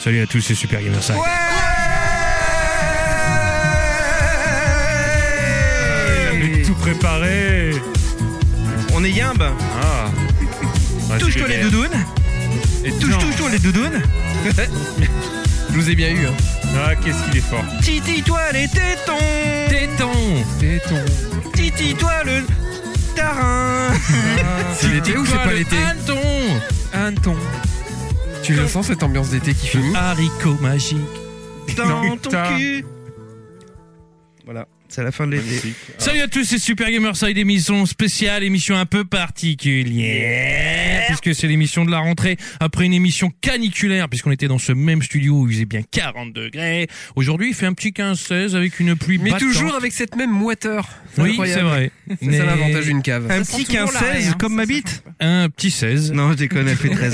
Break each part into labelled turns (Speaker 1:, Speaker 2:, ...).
Speaker 1: Salut à tous, c'est Super Gamer 5. J'avais tout préparé.
Speaker 2: On est yimbe.
Speaker 1: Ah. Ouais,
Speaker 2: Touche-toi
Speaker 1: c'est
Speaker 2: les
Speaker 1: bien.
Speaker 2: doudounes.
Speaker 1: Et non.
Speaker 2: Touche-toi les doudounes. Je vous ai bien eu. Hein.
Speaker 1: Ah, qu'est-ce qu'il est fort.
Speaker 2: Titille-toi les tétons.
Speaker 3: Téton Téton
Speaker 2: Titille-toi le tarin.
Speaker 3: C'est l'été ou c'est
Speaker 2: Dis-toi
Speaker 3: pas
Speaker 2: le
Speaker 3: l'été
Speaker 2: Hanneton. Hanneton.
Speaker 3: Tu le sens cette ambiance d'été qui finit
Speaker 2: Haricot magique. Dans
Speaker 1: Non,
Speaker 2: ton
Speaker 1: putain.
Speaker 2: cul. Voilà, c'est la fin de l'été.
Speaker 1: Salut à tous, c'est Super Gamer Side, émission spéciale, émission un peu particulière, puisque c'est l'émission de la rentrée, après une émission caniculaire, puisqu'on était dans ce même studio où il faisait bien 40 degrés. Aujourd'hui, il fait un petit 15-16 avec une pluie
Speaker 3: Mais
Speaker 1: battante.
Speaker 3: toujours avec cette même moiteur.
Speaker 1: Oui, c'est
Speaker 3: Incroyable.
Speaker 1: vrai.
Speaker 3: C'est ça
Speaker 1: Mais
Speaker 3: l'avantage d'une cave.
Speaker 2: Un
Speaker 4: Ça
Speaker 2: petit
Speaker 4: sent toujours
Speaker 2: 15-16
Speaker 4: l'arrêt, hein.
Speaker 2: comme
Speaker 4: Ça
Speaker 2: ma
Speaker 4: sent
Speaker 2: bite
Speaker 1: Un petit 16.
Speaker 2: Non, je déconne, elle fait 13.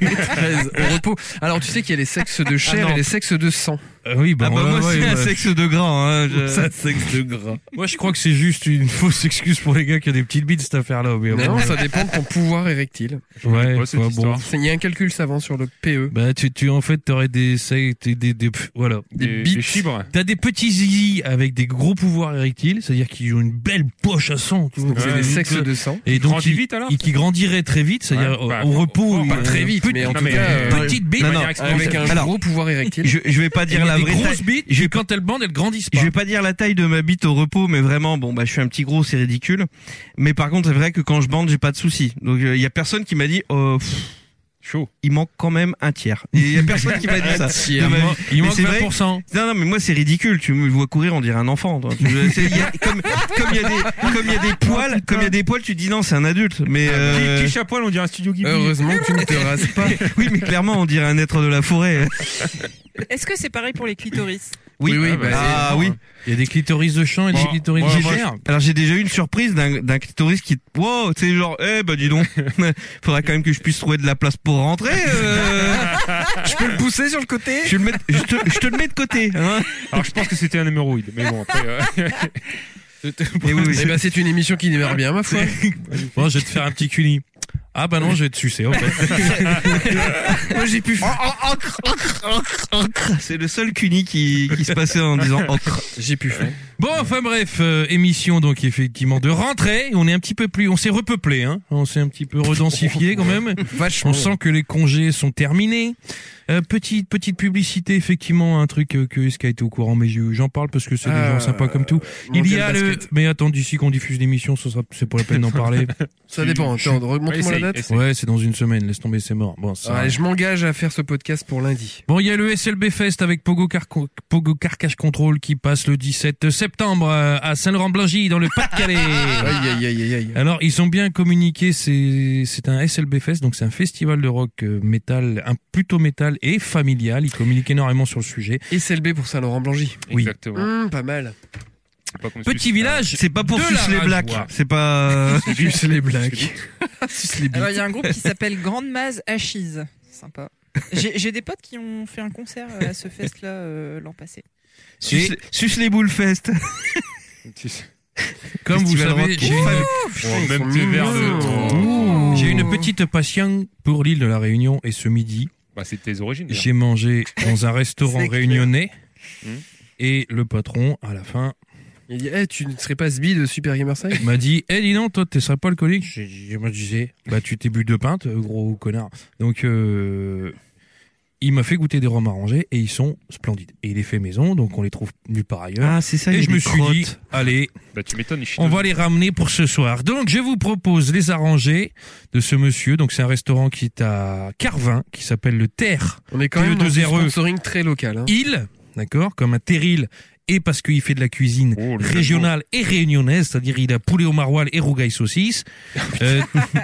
Speaker 3: Treize, au repos. Alors tu sais qu'il y a les sexes de
Speaker 1: Ah,
Speaker 3: chair
Speaker 1: non.
Speaker 3: et les sexes de sang.
Speaker 1: Euh, oui, bah,
Speaker 2: Ah bah
Speaker 1: ouais,
Speaker 2: moi
Speaker 1: ouais,
Speaker 2: c'est
Speaker 1: ouais.
Speaker 2: un sexe de grand. Hein, je-
Speaker 1: Ça,
Speaker 2: sexe de grand.
Speaker 1: Moi, je crois que c'est juste une fausse excuse pour les gars qui ont des petites bites, cette affaire-là. Mais
Speaker 3: Non,
Speaker 1: bon.
Speaker 3: ça dépend de ton pouvoir érectile.
Speaker 1: ouais,
Speaker 5: pas cette
Speaker 1: ouais, bon.
Speaker 5: histoire.
Speaker 3: C'est- Il y a un calcul savant sur le E. PE.
Speaker 1: Bah, tu, tu, en fait, t'aurais des, secs- des, des, des, voilà.
Speaker 3: Des
Speaker 5: des
Speaker 3: bites.
Speaker 5: fibres.
Speaker 1: T'as des petits zizi avec des gros pouvoirs érectiles, c'est-à-dire qu'ils ont une belle poche à sang, tu vois.
Speaker 3: C'est
Speaker 5: Ouais,
Speaker 3: les
Speaker 5: donc,
Speaker 3: sexes de sang.
Speaker 1: Et
Speaker 5: Donc
Speaker 1: donc,
Speaker 5: grandit
Speaker 1: ils-
Speaker 5: vite alors
Speaker 1: et qui grandiraient très vite, c'est-à-dire
Speaker 5: Ouais,
Speaker 1: au-
Speaker 5: bah,
Speaker 1: au repos.
Speaker 5: pas
Speaker 1: euh,
Speaker 3: très vite,
Speaker 1: petit-
Speaker 3: mais en
Speaker 5: non,
Speaker 3: tout
Speaker 5: mais-
Speaker 3: cas, euh,
Speaker 1: Petite bite,
Speaker 2: Non,
Speaker 5: Manière
Speaker 2: non,
Speaker 5: exponentielle.
Speaker 3: avec un
Speaker 2: Alors-
Speaker 3: gros pouvoir érectile.
Speaker 2: Je, je vais pas
Speaker 1: il
Speaker 2: dire
Speaker 1: y a
Speaker 2: la
Speaker 1: des
Speaker 2: vraie taille.
Speaker 1: grosses bites,
Speaker 2: Je-
Speaker 1: et quand elles bandent, elles grandissent pas.
Speaker 2: Je vais pas dire la taille de ma bite au repos, mais vraiment, bon, bah, je suis un petit gros, c'est ridicule. Mais par contre, c'est vrai que quand je bande, j'ai pas de soucis. Donc, il y a personne qui m'a dit, oh, pff,
Speaker 5: Chaud.
Speaker 2: il manque quand même un tiers. Il y a personne qui m'a dit ça.
Speaker 1: Il
Speaker 2: de ma
Speaker 1: manque-
Speaker 2: vie.
Speaker 1: il
Speaker 2: Mais
Speaker 1: manque
Speaker 2: c'est vrai
Speaker 1: 20%.
Speaker 2: Non, non, mais moi, c'est ridicule. Tu me vois courir, on dirait un enfant. toi. Tu veux- c'est- il y a- comme, comme il y a des, comme il y a des poils, comme il y a des poils, tu te dis non, c'est un adulte. Mais, euh,
Speaker 5: Ah, bah, Qui chapoil, on dirait un studio Ghibli.
Speaker 1: Euh,
Speaker 3: Heureusement que tu ne te rases pas.
Speaker 2: oui, mais clairement, on dirait un être de la forêt.
Speaker 4: Est-ce que c'est pareil pour les clitoris
Speaker 3: Oui, oui, bah,
Speaker 2: ah oui.
Speaker 1: Il y a des clitoris de champ et des
Speaker 5: Moi-
Speaker 1: clitoris
Speaker 5: moi,
Speaker 1: de
Speaker 5: moi,
Speaker 1: chair.
Speaker 2: Alors j'ai déjà eu une surprise d'un d'un clitoris qui wow, tu sais genre eh bah dis donc. Faudra quand même que je puisse trouver de la place pour rentrer. euh.
Speaker 3: Je peux le pousser sur le côté
Speaker 2: je, vais le mettre- je te, je te le mets de côté hein.
Speaker 5: Alors je pense que c'était un hémorroïde, mais bon après. euh,
Speaker 2: Et oui, oui,
Speaker 3: Eh ben, c'est une émission qui démarre bien, ma foi.
Speaker 1: Bon, je vais te faire un petit culi. Ah bah non, je vais te sucer en fait.
Speaker 3: Moi, j'ai
Speaker 2: Oh,
Speaker 3: pu, faire-
Speaker 2: c'est- c'est le seul cuni qui, qui se passait en disant oh, ocre.
Speaker 3: j'ai pu faire.
Speaker 1: Bon, enfin bref, euh, émission donc effectivement de rentrée. On est un petit peu plus, on s'est repeuplé, hein. On s'est un petit peu redensifié quand même.
Speaker 3: Vachement.
Speaker 1: On sent que les congés sont terminés. Euh, petite petite publicité effectivement, un truc euh, que Sky était au courant, mais je- j'en parle parce que c'est des
Speaker 3: Ah,
Speaker 1: gens sympas comme tout. Il y a
Speaker 3: Mondial
Speaker 1: le.
Speaker 3: basket.
Speaker 1: Mais attends, d'ici qu'on diffuse l'émission, ce sera c'est pas la peine d'en parler.
Speaker 3: Ça dépend. Attends, remonte-moi
Speaker 5: essaye,
Speaker 3: la date.
Speaker 5: essaye.
Speaker 1: Ouais, c'est dans une semaine. Laisse tomber, c'est mort. Bon, ça.
Speaker 3: Ouais, je m'engage à faire ce podcast pour lundi.
Speaker 1: Bon, il y a le SLB Fest avec Pogo, Carco- Pogo Carcache Control qui passe le 17 septembre euh, à Saint-Laurent-Blangy dans le Pas-de-Calais.
Speaker 3: Aïe, aïe, aïe, aïe, aïe.
Speaker 1: Alors, ils ont bien communiqué, c'est c'est un SLB Fest, donc c'est un festival de rock euh, métal, un plutôt métal et familial. Ils communiquent énormément sur le sujet.
Speaker 3: SLB pour Saint-Laurent-Blangy.
Speaker 1: Oui.
Speaker 4: Mmh.
Speaker 5: Exactement.
Speaker 3: Hum, pas mal.
Speaker 5: C'est pas comme
Speaker 1: Petit
Speaker 5: celui-ci.
Speaker 1: village
Speaker 2: C'est pas pour
Speaker 1: De la
Speaker 2: sucer les blacks.
Speaker 1: rasoir.
Speaker 2: C'est pas. euh.
Speaker 3: Juste les blagues.
Speaker 4: Alors, il y a un groupe qui s'appelle Grande Maz Hachise. Sympa. J'ai j'ai des potes qui ont fait un concert euh, à ce fest-là euh, l'an passé.
Speaker 2: Suce, suce les boules fest.
Speaker 1: Comme vous
Speaker 2: Festival
Speaker 1: savez,
Speaker 2: rock.
Speaker 1: j'ai une,
Speaker 5: Oh,
Speaker 3: ils sont
Speaker 5: même tes verres
Speaker 3: mignons.
Speaker 5: de. Oh.
Speaker 1: j'ai
Speaker 4: Mmh.
Speaker 1: une petite passion pour l'île de la Réunion et ce midi,
Speaker 5: Bah c'est tes origines. déjà.
Speaker 1: j'ai mangé dans un restaurant
Speaker 2: C'est clair.
Speaker 1: réunionnais
Speaker 5: Hmm.
Speaker 1: et le patron, à la fin,
Speaker 3: Il dit, eh, tu ne serais pas sbi de Super Gamer 5
Speaker 1: m'a dit Eh dis donc, toi, t'es sympa alcoolique J'ai dit Moi, je disais Bah, tu t'es bu deux pintes, gros connard. Donc, euh, il m'a fait goûter des rhums arrangés et ils sont splendides. Et il les fait maison, donc on les trouve nulle part ailleurs.
Speaker 2: Ah c'est ça. il y
Speaker 1: et
Speaker 2: a
Speaker 1: je
Speaker 2: des
Speaker 1: me suis
Speaker 2: crottes.
Speaker 1: dit Allez,
Speaker 5: Bah tu m'étonnes, il chie
Speaker 1: on
Speaker 5: dessus.
Speaker 1: va les ramener pour ce soir. Donc, je vous propose les arrangés de ce monsieur. Donc, c'est un restaurant qui est à Carvin, qui s'appelle le Terre
Speaker 3: On est quand
Speaker 1: Le
Speaker 3: même dans un
Speaker 1: 2-0.
Speaker 3: sponsoring très local. hein.
Speaker 1: Île, d'accord Comme un terril. Et parce qu'il fait de la cuisine
Speaker 5: Oh, le
Speaker 1: régionale et réunionnaise, c'est-à-dire il a poulet au maroilles et rougail saucisse. Euh,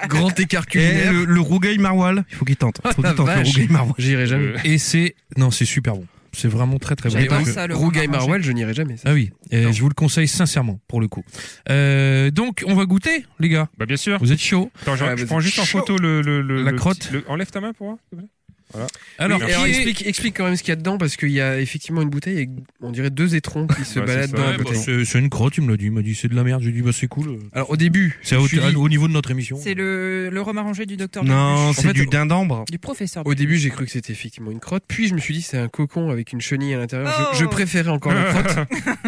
Speaker 3: Grand écart
Speaker 2: Eh,
Speaker 3: culinaire.
Speaker 2: le, le rougail maroilles. Il faut qu'il tente. Il faut
Speaker 3: la
Speaker 2: qu'il tente le
Speaker 3: vache.
Speaker 2: rougail maroilles.
Speaker 3: Eh, J'irai jamais.
Speaker 5: Euh,
Speaker 1: Et c'est non, c'est super bon. C'est vraiment très très bon.
Speaker 4: J'avais
Speaker 1: Et
Speaker 4: pas
Speaker 1: donc-
Speaker 4: vu ça, le
Speaker 3: Rougail
Speaker 4: romarin
Speaker 3: Marwell, je n'irai jamais. ça.
Speaker 1: Ah oui, euh,
Speaker 3: Non.
Speaker 1: je vous le conseille sincèrement pour le coup. Euh, donc on va goûter, les gars.
Speaker 5: Bah bien sûr.
Speaker 1: Vous êtes chaud
Speaker 5: Attends, je,
Speaker 3: Ouais,
Speaker 5: je
Speaker 3: vas-y.
Speaker 5: prends juste en
Speaker 3: Chaud.
Speaker 5: photo le, le, le-
Speaker 1: Ah, La
Speaker 5: le
Speaker 1: crotte.
Speaker 5: petit- le- enlève ta main pour moi. s'il te plaît.
Speaker 1: Alors,
Speaker 5: Oui,
Speaker 1: qui
Speaker 3: Alors,
Speaker 1: est-
Speaker 3: explique, explique quand même ce qu'il y a dedans, parce qu'il y a effectivement une bouteille et on dirait deux étrons qui se
Speaker 5: Bah, c'est
Speaker 3: baladent
Speaker 5: ça,
Speaker 3: dans la
Speaker 1: Ouais,
Speaker 5: ouais,
Speaker 1: bah,
Speaker 3: bouteille.
Speaker 1: c'est c'est une crotte, il me l'a dit. Il m'a dit c'est de la merde. J'ai dit bah c'est cool. euh.
Speaker 3: Alors au début,
Speaker 1: C'est
Speaker 3: je
Speaker 1: au,
Speaker 3: me suis dit-
Speaker 1: au niveau de notre émission.
Speaker 4: Mmh. C'est le, le rhum arrangé du docteur
Speaker 2: Non,
Speaker 4: Dardus.
Speaker 2: c'est
Speaker 3: fait,
Speaker 2: du dindambre.
Speaker 4: Du professeur.
Speaker 3: au début j'ai cru que c'était effectivement une crotte, puis je me suis dit c'est un cocon avec une chenille à l'intérieur. Je-
Speaker 4: Oh.
Speaker 3: Je, préférais encore la crotte.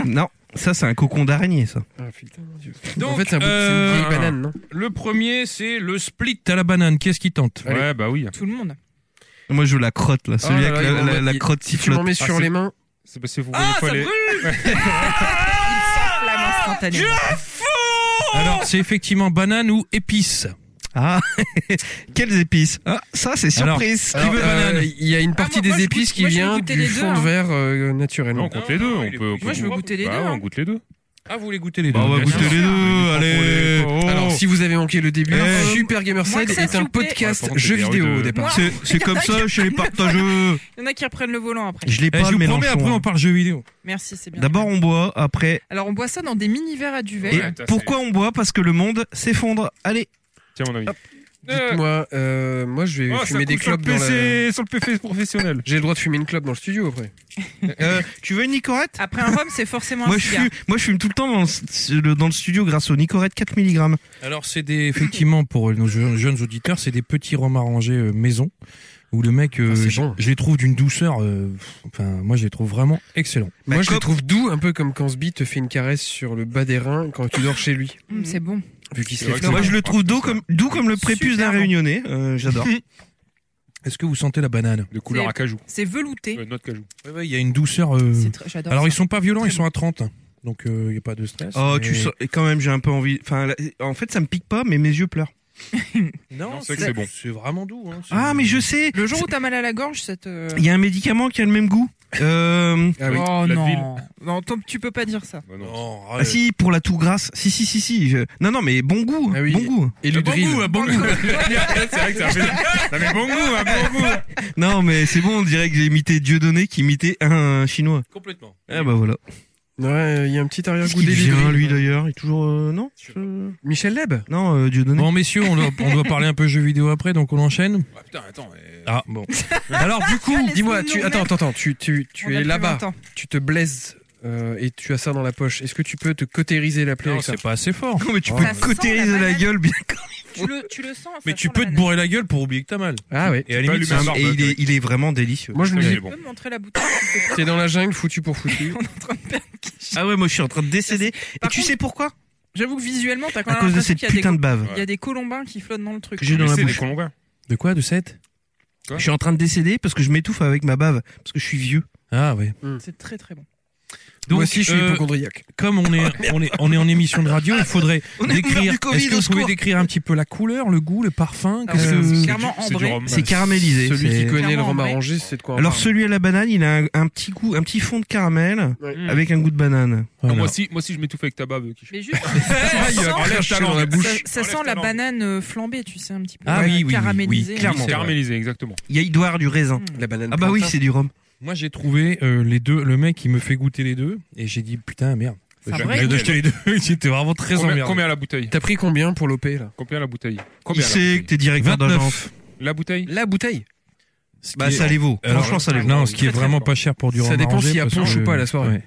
Speaker 2: Non, ça c'est un cocon d'araignée, ça.
Speaker 3: Ah, putain, mon Dieu.
Speaker 1: Donc,
Speaker 3: en fait c'est un bout- c'est
Speaker 1: euh,
Speaker 3: une vieille banane, non
Speaker 1: Le premier, c'est le split à la banane. Qu'est-ce qui tente
Speaker 3: Allez.
Speaker 5: Ouais, bah oui.
Speaker 4: Tout le monde.
Speaker 2: Moi, je veux la crotte, là. Celui
Speaker 4: Ah
Speaker 3: Oh là là,
Speaker 2: avec la,
Speaker 3: il
Speaker 2: la-
Speaker 3: m'en-
Speaker 2: la
Speaker 3: il-
Speaker 2: crotte qui
Speaker 3: Si tu m'en
Speaker 2: flotte.
Speaker 3: mets
Speaker 5: Ah,
Speaker 3: sur
Speaker 5: c'est-
Speaker 3: les mains,
Speaker 5: C'est parce que vous voyez
Speaker 4: Ah,
Speaker 5: pas
Speaker 4: ça
Speaker 5: les.
Speaker 4: brûle Il s'enflamme instantanément.
Speaker 1: Alors, c'est effectivement banane ou épice.
Speaker 2: Ah, quelles épices Ah, ça c'est
Speaker 1: Alors,
Speaker 2: surprise.
Speaker 1: alors,
Speaker 3: euh,
Speaker 1: banane.
Speaker 3: il y a une partie
Speaker 4: Ah, moi- moi,
Speaker 3: des
Speaker 4: je
Speaker 3: épices
Speaker 4: goûte-
Speaker 3: qui
Speaker 4: moi, je vais
Speaker 3: vient
Speaker 4: goûter
Speaker 3: du
Speaker 4: les deux,
Speaker 3: fond de
Speaker 4: hein.
Speaker 3: verre euh,
Speaker 5: Non, on
Speaker 3: naturellement.
Speaker 5: compte les deux. On peut,
Speaker 4: Moi, je veux goûter Ah, les
Speaker 5: Bah,
Speaker 4: deux,
Speaker 5: On
Speaker 4: hein.
Speaker 5: goûte les deux.
Speaker 1: Ah, vous voulez goûter les deux
Speaker 2: Bah, on va
Speaker 1: bien
Speaker 2: goûter
Speaker 1: sûr.
Speaker 2: les deux. Allez.
Speaker 5: Oh.
Speaker 3: Alors si vous avez manqué le début,
Speaker 2: Eh.
Speaker 3: Super Gamerside
Speaker 4: Moi, que ça,
Speaker 3: est
Speaker 4: s'il
Speaker 3: un
Speaker 4: vous plaît.
Speaker 5: Ouais,
Speaker 3: podcast
Speaker 5: par contre,
Speaker 3: jeux
Speaker 5: j'ai
Speaker 3: vidéo
Speaker 5: l'air de-
Speaker 3: au départ.
Speaker 4: Moi,
Speaker 2: Ah, C'est c'est comme ça chez les partageux.
Speaker 4: Il y en a qui reprennent le volant après.
Speaker 2: Je l'ai
Speaker 1: Eh,
Speaker 2: pas
Speaker 1: je vous
Speaker 2: le
Speaker 1: promets,
Speaker 2: Mélenchon. hein.
Speaker 1: après on parle jeux vidéo.
Speaker 4: Merci, c'est bien.
Speaker 2: D'abord on boit, après.
Speaker 4: Alors on boit ça dans des mini-verres à duvet.
Speaker 2: Et
Speaker 5: Ouais, t'as-
Speaker 2: pourquoi on boit Parce que le monde s'effondre. Allez.
Speaker 5: Tiens, mon ami.
Speaker 3: Dites-moi, euh, moi je vais
Speaker 5: Oh, ça
Speaker 3: fumer des
Speaker 5: coupe sur le
Speaker 3: clopes dans la...
Speaker 5: PC, sur le PC professionnel.
Speaker 3: J'ai le droit de fumer une clope dans le studio après.
Speaker 2: Euh, tu veux une Nicorette
Speaker 4: Après un rhum, c'est forcément Ah, un
Speaker 2: moi je,
Speaker 4: cigare.
Speaker 2: fume, moi je fume tout le temps dans le, s- le- dans le studio grâce au Nicorette 4 mg.
Speaker 1: Alors c'est des effectivement pour euh, nos je- jeunes auditeurs, c'est des petits rhums arrangés euh, maison où le mec, euh,
Speaker 3: Ah, c'est
Speaker 1: je,
Speaker 3: bon.
Speaker 1: je les trouve d'une douceur. euh, pff, enfin, moi je les trouve vraiment excellents.
Speaker 2: Bah,
Speaker 3: moi je le
Speaker 2: clope.
Speaker 3: trouve doux, un peu comme quand Sbi te fait une caresse sur le bas des reins quand tu dors chez lui.
Speaker 4: Mm, C'est bon.
Speaker 3: Vu qu'il se
Speaker 5: C'est
Speaker 3: lève
Speaker 5: vrai que
Speaker 3: tôt.
Speaker 2: Moi je le trouve doux comme, doux comme le prépuce d'un
Speaker 4: Super bon.
Speaker 2: réunionnais. Euh, J'adore.
Speaker 1: Est-ce que vous sentez la banane
Speaker 5: De couleur
Speaker 4: C'est-
Speaker 5: à cajou.
Speaker 4: C'est velouté.
Speaker 5: Euh, noix de cajou.
Speaker 1: Il y a une douceur. euh,
Speaker 2: Mmh.
Speaker 4: C'est tr- J'adore.
Speaker 1: Alors
Speaker 4: ça.
Speaker 1: ils sont pas violents,
Speaker 4: Très
Speaker 1: ils sont à 30, hein. donc il n'y y a pas de stress.
Speaker 2: Oh, tu
Speaker 1: mais-
Speaker 2: sens, et quand même, j'ai un peu envie. Enfin, là, en fait, ça me pique pas, mais mes yeux pleurent.
Speaker 1: Non,
Speaker 5: c'est que c'est bon.
Speaker 1: C'est vraiment doux. hein, c'est-
Speaker 2: Ah, mais je sais.
Speaker 4: Le jour où t'as mal à la gorge, cette. euh,
Speaker 2: Il y a un médicament qui a le même goût. Euh,
Speaker 3: Ah oui.
Speaker 4: Oh
Speaker 5: la
Speaker 4: non. Non, ton- tu peux pas dire ça.
Speaker 5: Bah, non.
Speaker 1: Non,
Speaker 2: ah si, pour la toux grasse. Si, si, si, si. je- Non, non, mais bon goût.
Speaker 3: Ah oui.
Speaker 2: Bon goût.
Speaker 3: Et le drill.
Speaker 1: bon
Speaker 5: c'est vrai que ça fait, ça fait bon goût, hein, bon goût.
Speaker 2: Non, mais c'est bon, on dirait que j'ai imité Dieudonné qui imitait un chinois.
Speaker 1: Complètement.
Speaker 2: Ah bah voilà.
Speaker 3: Ouais, il y a un petit
Speaker 2: Qu'est-ce
Speaker 3: arrière-goût
Speaker 2: qu'il vient,
Speaker 3: délivré.
Speaker 2: lui, d'ailleurs Il est toujours... euh, non je-
Speaker 3: Michel Leb
Speaker 2: Non, euh, Dieudonné.
Speaker 1: Bon messieurs, on doit, on doit parler un peu jeux vidéo après, donc on enchaîne.
Speaker 5: Ah, putain, attends. mais-
Speaker 1: Ah bon.
Speaker 3: Alors
Speaker 4: Ah,
Speaker 3: du coup,
Speaker 4: laisse-nous
Speaker 3: dis-moi, tu
Speaker 4: nous
Speaker 3: attends, attends, attends, tu tu
Speaker 4: On
Speaker 3: tu
Speaker 4: a
Speaker 3: es
Speaker 4: plus
Speaker 3: là-bas,
Speaker 4: longtemps.
Speaker 3: tu te blaises euh, et tu as ça dans la poche. Est-ce que tu peux te cautériser la plaie
Speaker 1: Non,
Speaker 3: avec ça
Speaker 1: c'est pas assez fort.
Speaker 2: Non, mais tu
Speaker 3: Oh.
Speaker 2: peux
Speaker 4: Ça
Speaker 2: te
Speaker 4: sent
Speaker 2: cautériser
Speaker 4: la
Speaker 2: la
Speaker 4: banane.
Speaker 2: gueule bien.
Speaker 4: Tu le, tu le sens.
Speaker 1: Mais
Speaker 4: ça
Speaker 1: tu
Speaker 4: sent
Speaker 1: peux
Speaker 4: la
Speaker 1: te
Speaker 4: banane.
Speaker 1: bourrer la gueule pour oublier que t'as mal.
Speaker 3: Ah ouais.
Speaker 1: Et à
Speaker 5: C'est
Speaker 1: la limite,
Speaker 5: pas allumé
Speaker 1: c'est
Speaker 5: un
Speaker 1: un-
Speaker 5: barbe,
Speaker 2: Et il est,
Speaker 5: ouais.
Speaker 2: il est vraiment délicieux.
Speaker 3: Moi je me
Speaker 5: Ouais,
Speaker 3: dis
Speaker 5: c'est bon.
Speaker 4: Tu peux me montrer la bouteille s'il te plaît
Speaker 3: t'es dans la jungle foutu pour foutu.
Speaker 4: On est en train de perdre Guiche.
Speaker 2: Ah ouais, moi je suis en train de décéder. Et
Speaker 4: Par
Speaker 2: tu
Speaker 4: contre-
Speaker 2: sais pourquoi
Speaker 4: J'avoue que visuellement, t'as quand
Speaker 2: À
Speaker 4: même
Speaker 2: cause de
Speaker 4: l'impression
Speaker 2: cette
Speaker 4: qu'il y a des
Speaker 2: putain de bave.
Speaker 4: Il y a des colombins qui flottent dans le truc.
Speaker 2: Que j'ai dans
Speaker 5: Mais
Speaker 2: la
Speaker 5: c'est des
Speaker 2: bouche.
Speaker 5: colombins.
Speaker 1: De quoi De 7
Speaker 5: Quoi
Speaker 2: Je suis en train de décéder parce que je m'étouffe avec ma bave parce que je suis vieux.
Speaker 1: Ah ouais.
Speaker 4: C'est très très bon.
Speaker 1: Donc,
Speaker 3: Moi aussi je suis
Speaker 1: euh,
Speaker 3: hypochondriaque.
Speaker 1: comme on est, on est, on est en émission de radio, il faudrait
Speaker 2: On est au
Speaker 1: décrire.
Speaker 2: bord du Covid,
Speaker 1: Est-ce que
Speaker 2: au
Speaker 1: vous pouvez
Speaker 2: secours.
Speaker 1: décrire un petit peu la couleur, le goût, le parfum
Speaker 4: Ah,
Speaker 1: qu'est-ce
Speaker 4: c'est-
Speaker 1: que-
Speaker 4: c'est
Speaker 1: c'est-
Speaker 4: clairement
Speaker 5: C'est du
Speaker 4: ambré.
Speaker 5: rhum.
Speaker 1: Ah,
Speaker 2: C'est caramélisé.
Speaker 3: Celui
Speaker 2: c'est-
Speaker 3: qui connaît le
Speaker 4: Clairement,
Speaker 3: rhum
Speaker 4: ouais.
Speaker 3: arrangé, c'est de quoi on
Speaker 2: Alors
Speaker 3: parle.
Speaker 2: celui à la banane, il a un, un petit goût, un petit fond de caramel
Speaker 5: Mm.
Speaker 2: avec un goût de banane.
Speaker 1: Voilà.
Speaker 5: Moi aussi, moi aussi, je m'étouffe avec ta bave. Qui...
Speaker 4: Mais juste,
Speaker 5: Ah,
Speaker 4: ça
Speaker 5: il y a
Speaker 4: sent-
Speaker 5: enlève ta
Speaker 3: dans
Speaker 5: langue.
Speaker 3: la bouche.
Speaker 4: ça- ça sent la banane euh, flambée, tu sais, un petit peu.
Speaker 1: Ah oui, oui, oui,
Speaker 4: Caramélisée. hein. Hmm.
Speaker 1: oui,
Speaker 5: Clairement.
Speaker 1: C'est vrai.
Speaker 5: Caramélisé, exactement.
Speaker 2: Il y a Edouard du raisin.
Speaker 3: La banane.
Speaker 2: Ah bah oui,
Speaker 3: plantain.
Speaker 2: c'est du rhum.
Speaker 1: Moi, j'ai trouvé euh, les deux. Le mec, il me fait goûter les deux, et j'ai dit putain merde.
Speaker 4: C'est un
Speaker 1: J'ai
Speaker 4: vrai
Speaker 1: j'ai
Speaker 4: goût.
Speaker 1: acheté les deux. J'étais vraiment très
Speaker 5: Combien,
Speaker 1: emmerdé.
Speaker 5: combien la bouteille
Speaker 3: T'as pris combien pour l'OP là
Speaker 5: Combien la bouteille
Speaker 2: Il
Speaker 5: Combien la
Speaker 2: sait que
Speaker 5: bouteille
Speaker 2: t'es directeur
Speaker 1: 29.
Speaker 2: d'agence.
Speaker 5: La bouteille
Speaker 3: La bouteille.
Speaker 1: Ce qui
Speaker 2: Bah
Speaker 1: est-
Speaker 2: ça les vaut.
Speaker 1: Alors,
Speaker 2: Franchement, ça les vaut.
Speaker 1: Non, ce qui est
Speaker 5: Très, très
Speaker 1: vraiment
Speaker 5: fort.
Speaker 1: pas cher pour du
Speaker 3: Ça
Speaker 1: rhum
Speaker 3: dépend
Speaker 1: arrangé,
Speaker 3: s'il y a
Speaker 1: parce
Speaker 3: punch
Speaker 1: que-
Speaker 3: ou pas à la soirée.
Speaker 1: ouais.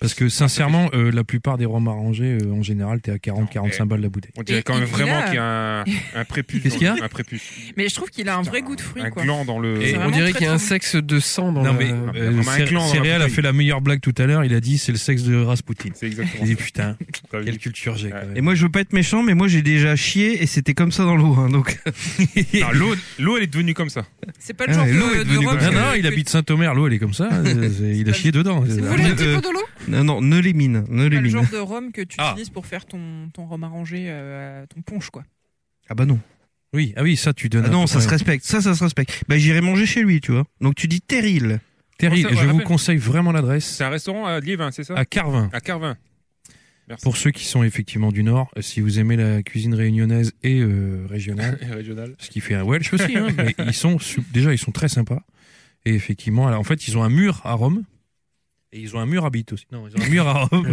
Speaker 1: Parce que sincèrement, euh, la plupart des rhums arrangés, euh, en général, t'es à 40-45 balles la bouteille.
Speaker 5: On dirait
Speaker 4: Et-
Speaker 5: quand même
Speaker 4: et
Speaker 5: vraiment
Speaker 4: là-
Speaker 5: qu'il y a un, un prépuce.
Speaker 1: Qu'est-ce
Speaker 5: dans-
Speaker 1: qu'il y a
Speaker 5: Un prépuce.
Speaker 4: Mais je trouve qu'il a un
Speaker 5: Putain,
Speaker 4: vrai goût de fruit,
Speaker 5: Un
Speaker 4: quoi.
Speaker 5: gland dans le.
Speaker 1: Et
Speaker 4: C'est
Speaker 3: On
Speaker 4: vraiment
Speaker 3: dirait
Speaker 4: très,
Speaker 3: qu'il y a un
Speaker 4: très bon.
Speaker 3: sexe de sang dans
Speaker 1: Non mais
Speaker 3: la-
Speaker 5: euh, vraiment un
Speaker 1: Cé-
Speaker 5: clan dans la
Speaker 1: Céréal a
Speaker 5: bouteille.
Speaker 1: fait la meilleure blague tout à l'heure. Il a dit c'est le sexe de Rasputin.
Speaker 5: C'est exactement
Speaker 1: J'ai dit putain,
Speaker 5: ça.
Speaker 1: quelle culture j'ai.
Speaker 5: Ouais.
Speaker 1: quand même.
Speaker 2: Et moi, je veux pas être méchant, mais moi, j'ai déjà chié et c'était comme ça dans l'eau. hein, donc,
Speaker 5: Non, L'eau, l'eau, elle est devenue comme ça.
Speaker 4: C'est pas le
Speaker 2: Ah,
Speaker 4: genre
Speaker 2: et l'eau
Speaker 4: de,
Speaker 2: est
Speaker 4: de
Speaker 2: devenue
Speaker 4: rhum.
Speaker 2: comme
Speaker 1: Non,
Speaker 4: que-
Speaker 1: non, il
Speaker 4: que-
Speaker 1: habite Saint-Omer, l'eau elle est comme ça, euh, c'est- il a chié dedans.
Speaker 4: Vous
Speaker 2: Ah,
Speaker 4: voulez un
Speaker 2: mais,
Speaker 4: petit
Speaker 2: euh,
Speaker 4: peu de l'eau
Speaker 2: non, non, ne les mine, ne
Speaker 4: Pas
Speaker 2: les
Speaker 4: le
Speaker 2: mine.
Speaker 4: genre de rhum que tu
Speaker 1: Ah.
Speaker 4: utilises pour faire ton, ton rhum arrangé, euh, ton punch, quoi.
Speaker 2: Ah bah non.
Speaker 1: Oui, ah oui, ça tu donnes.
Speaker 2: Ah
Speaker 1: un
Speaker 2: non,
Speaker 1: peu-
Speaker 2: ça se
Speaker 1: ouais.
Speaker 2: respecte. Ça, ça se respecte. Bah j'irai manger chez lui, tu vois. Donc tu dis terril.
Speaker 1: Terry,
Speaker 5: Comment ça,
Speaker 1: je
Speaker 5: on
Speaker 1: vous
Speaker 5: l'appelle
Speaker 1: conseille vraiment l'adresse
Speaker 5: C'est un restaurant à Liévin, c'est ça
Speaker 1: à Carvin.
Speaker 5: À Carvin. Merci.
Speaker 1: Pour ceux qui sont effectivement du Nord, euh, si vous aimez la cuisine réunionnaise et euh, régionale,
Speaker 5: Et Régional.
Speaker 1: ce qui fait un Welsh aussi, hein, mais ils sont su- déjà ils sont très sympas. Et effectivement, alors, en fait, ils ont un mur à Rome Et ils ont un mur à bite aussi. Non, ils ont un mur à robe.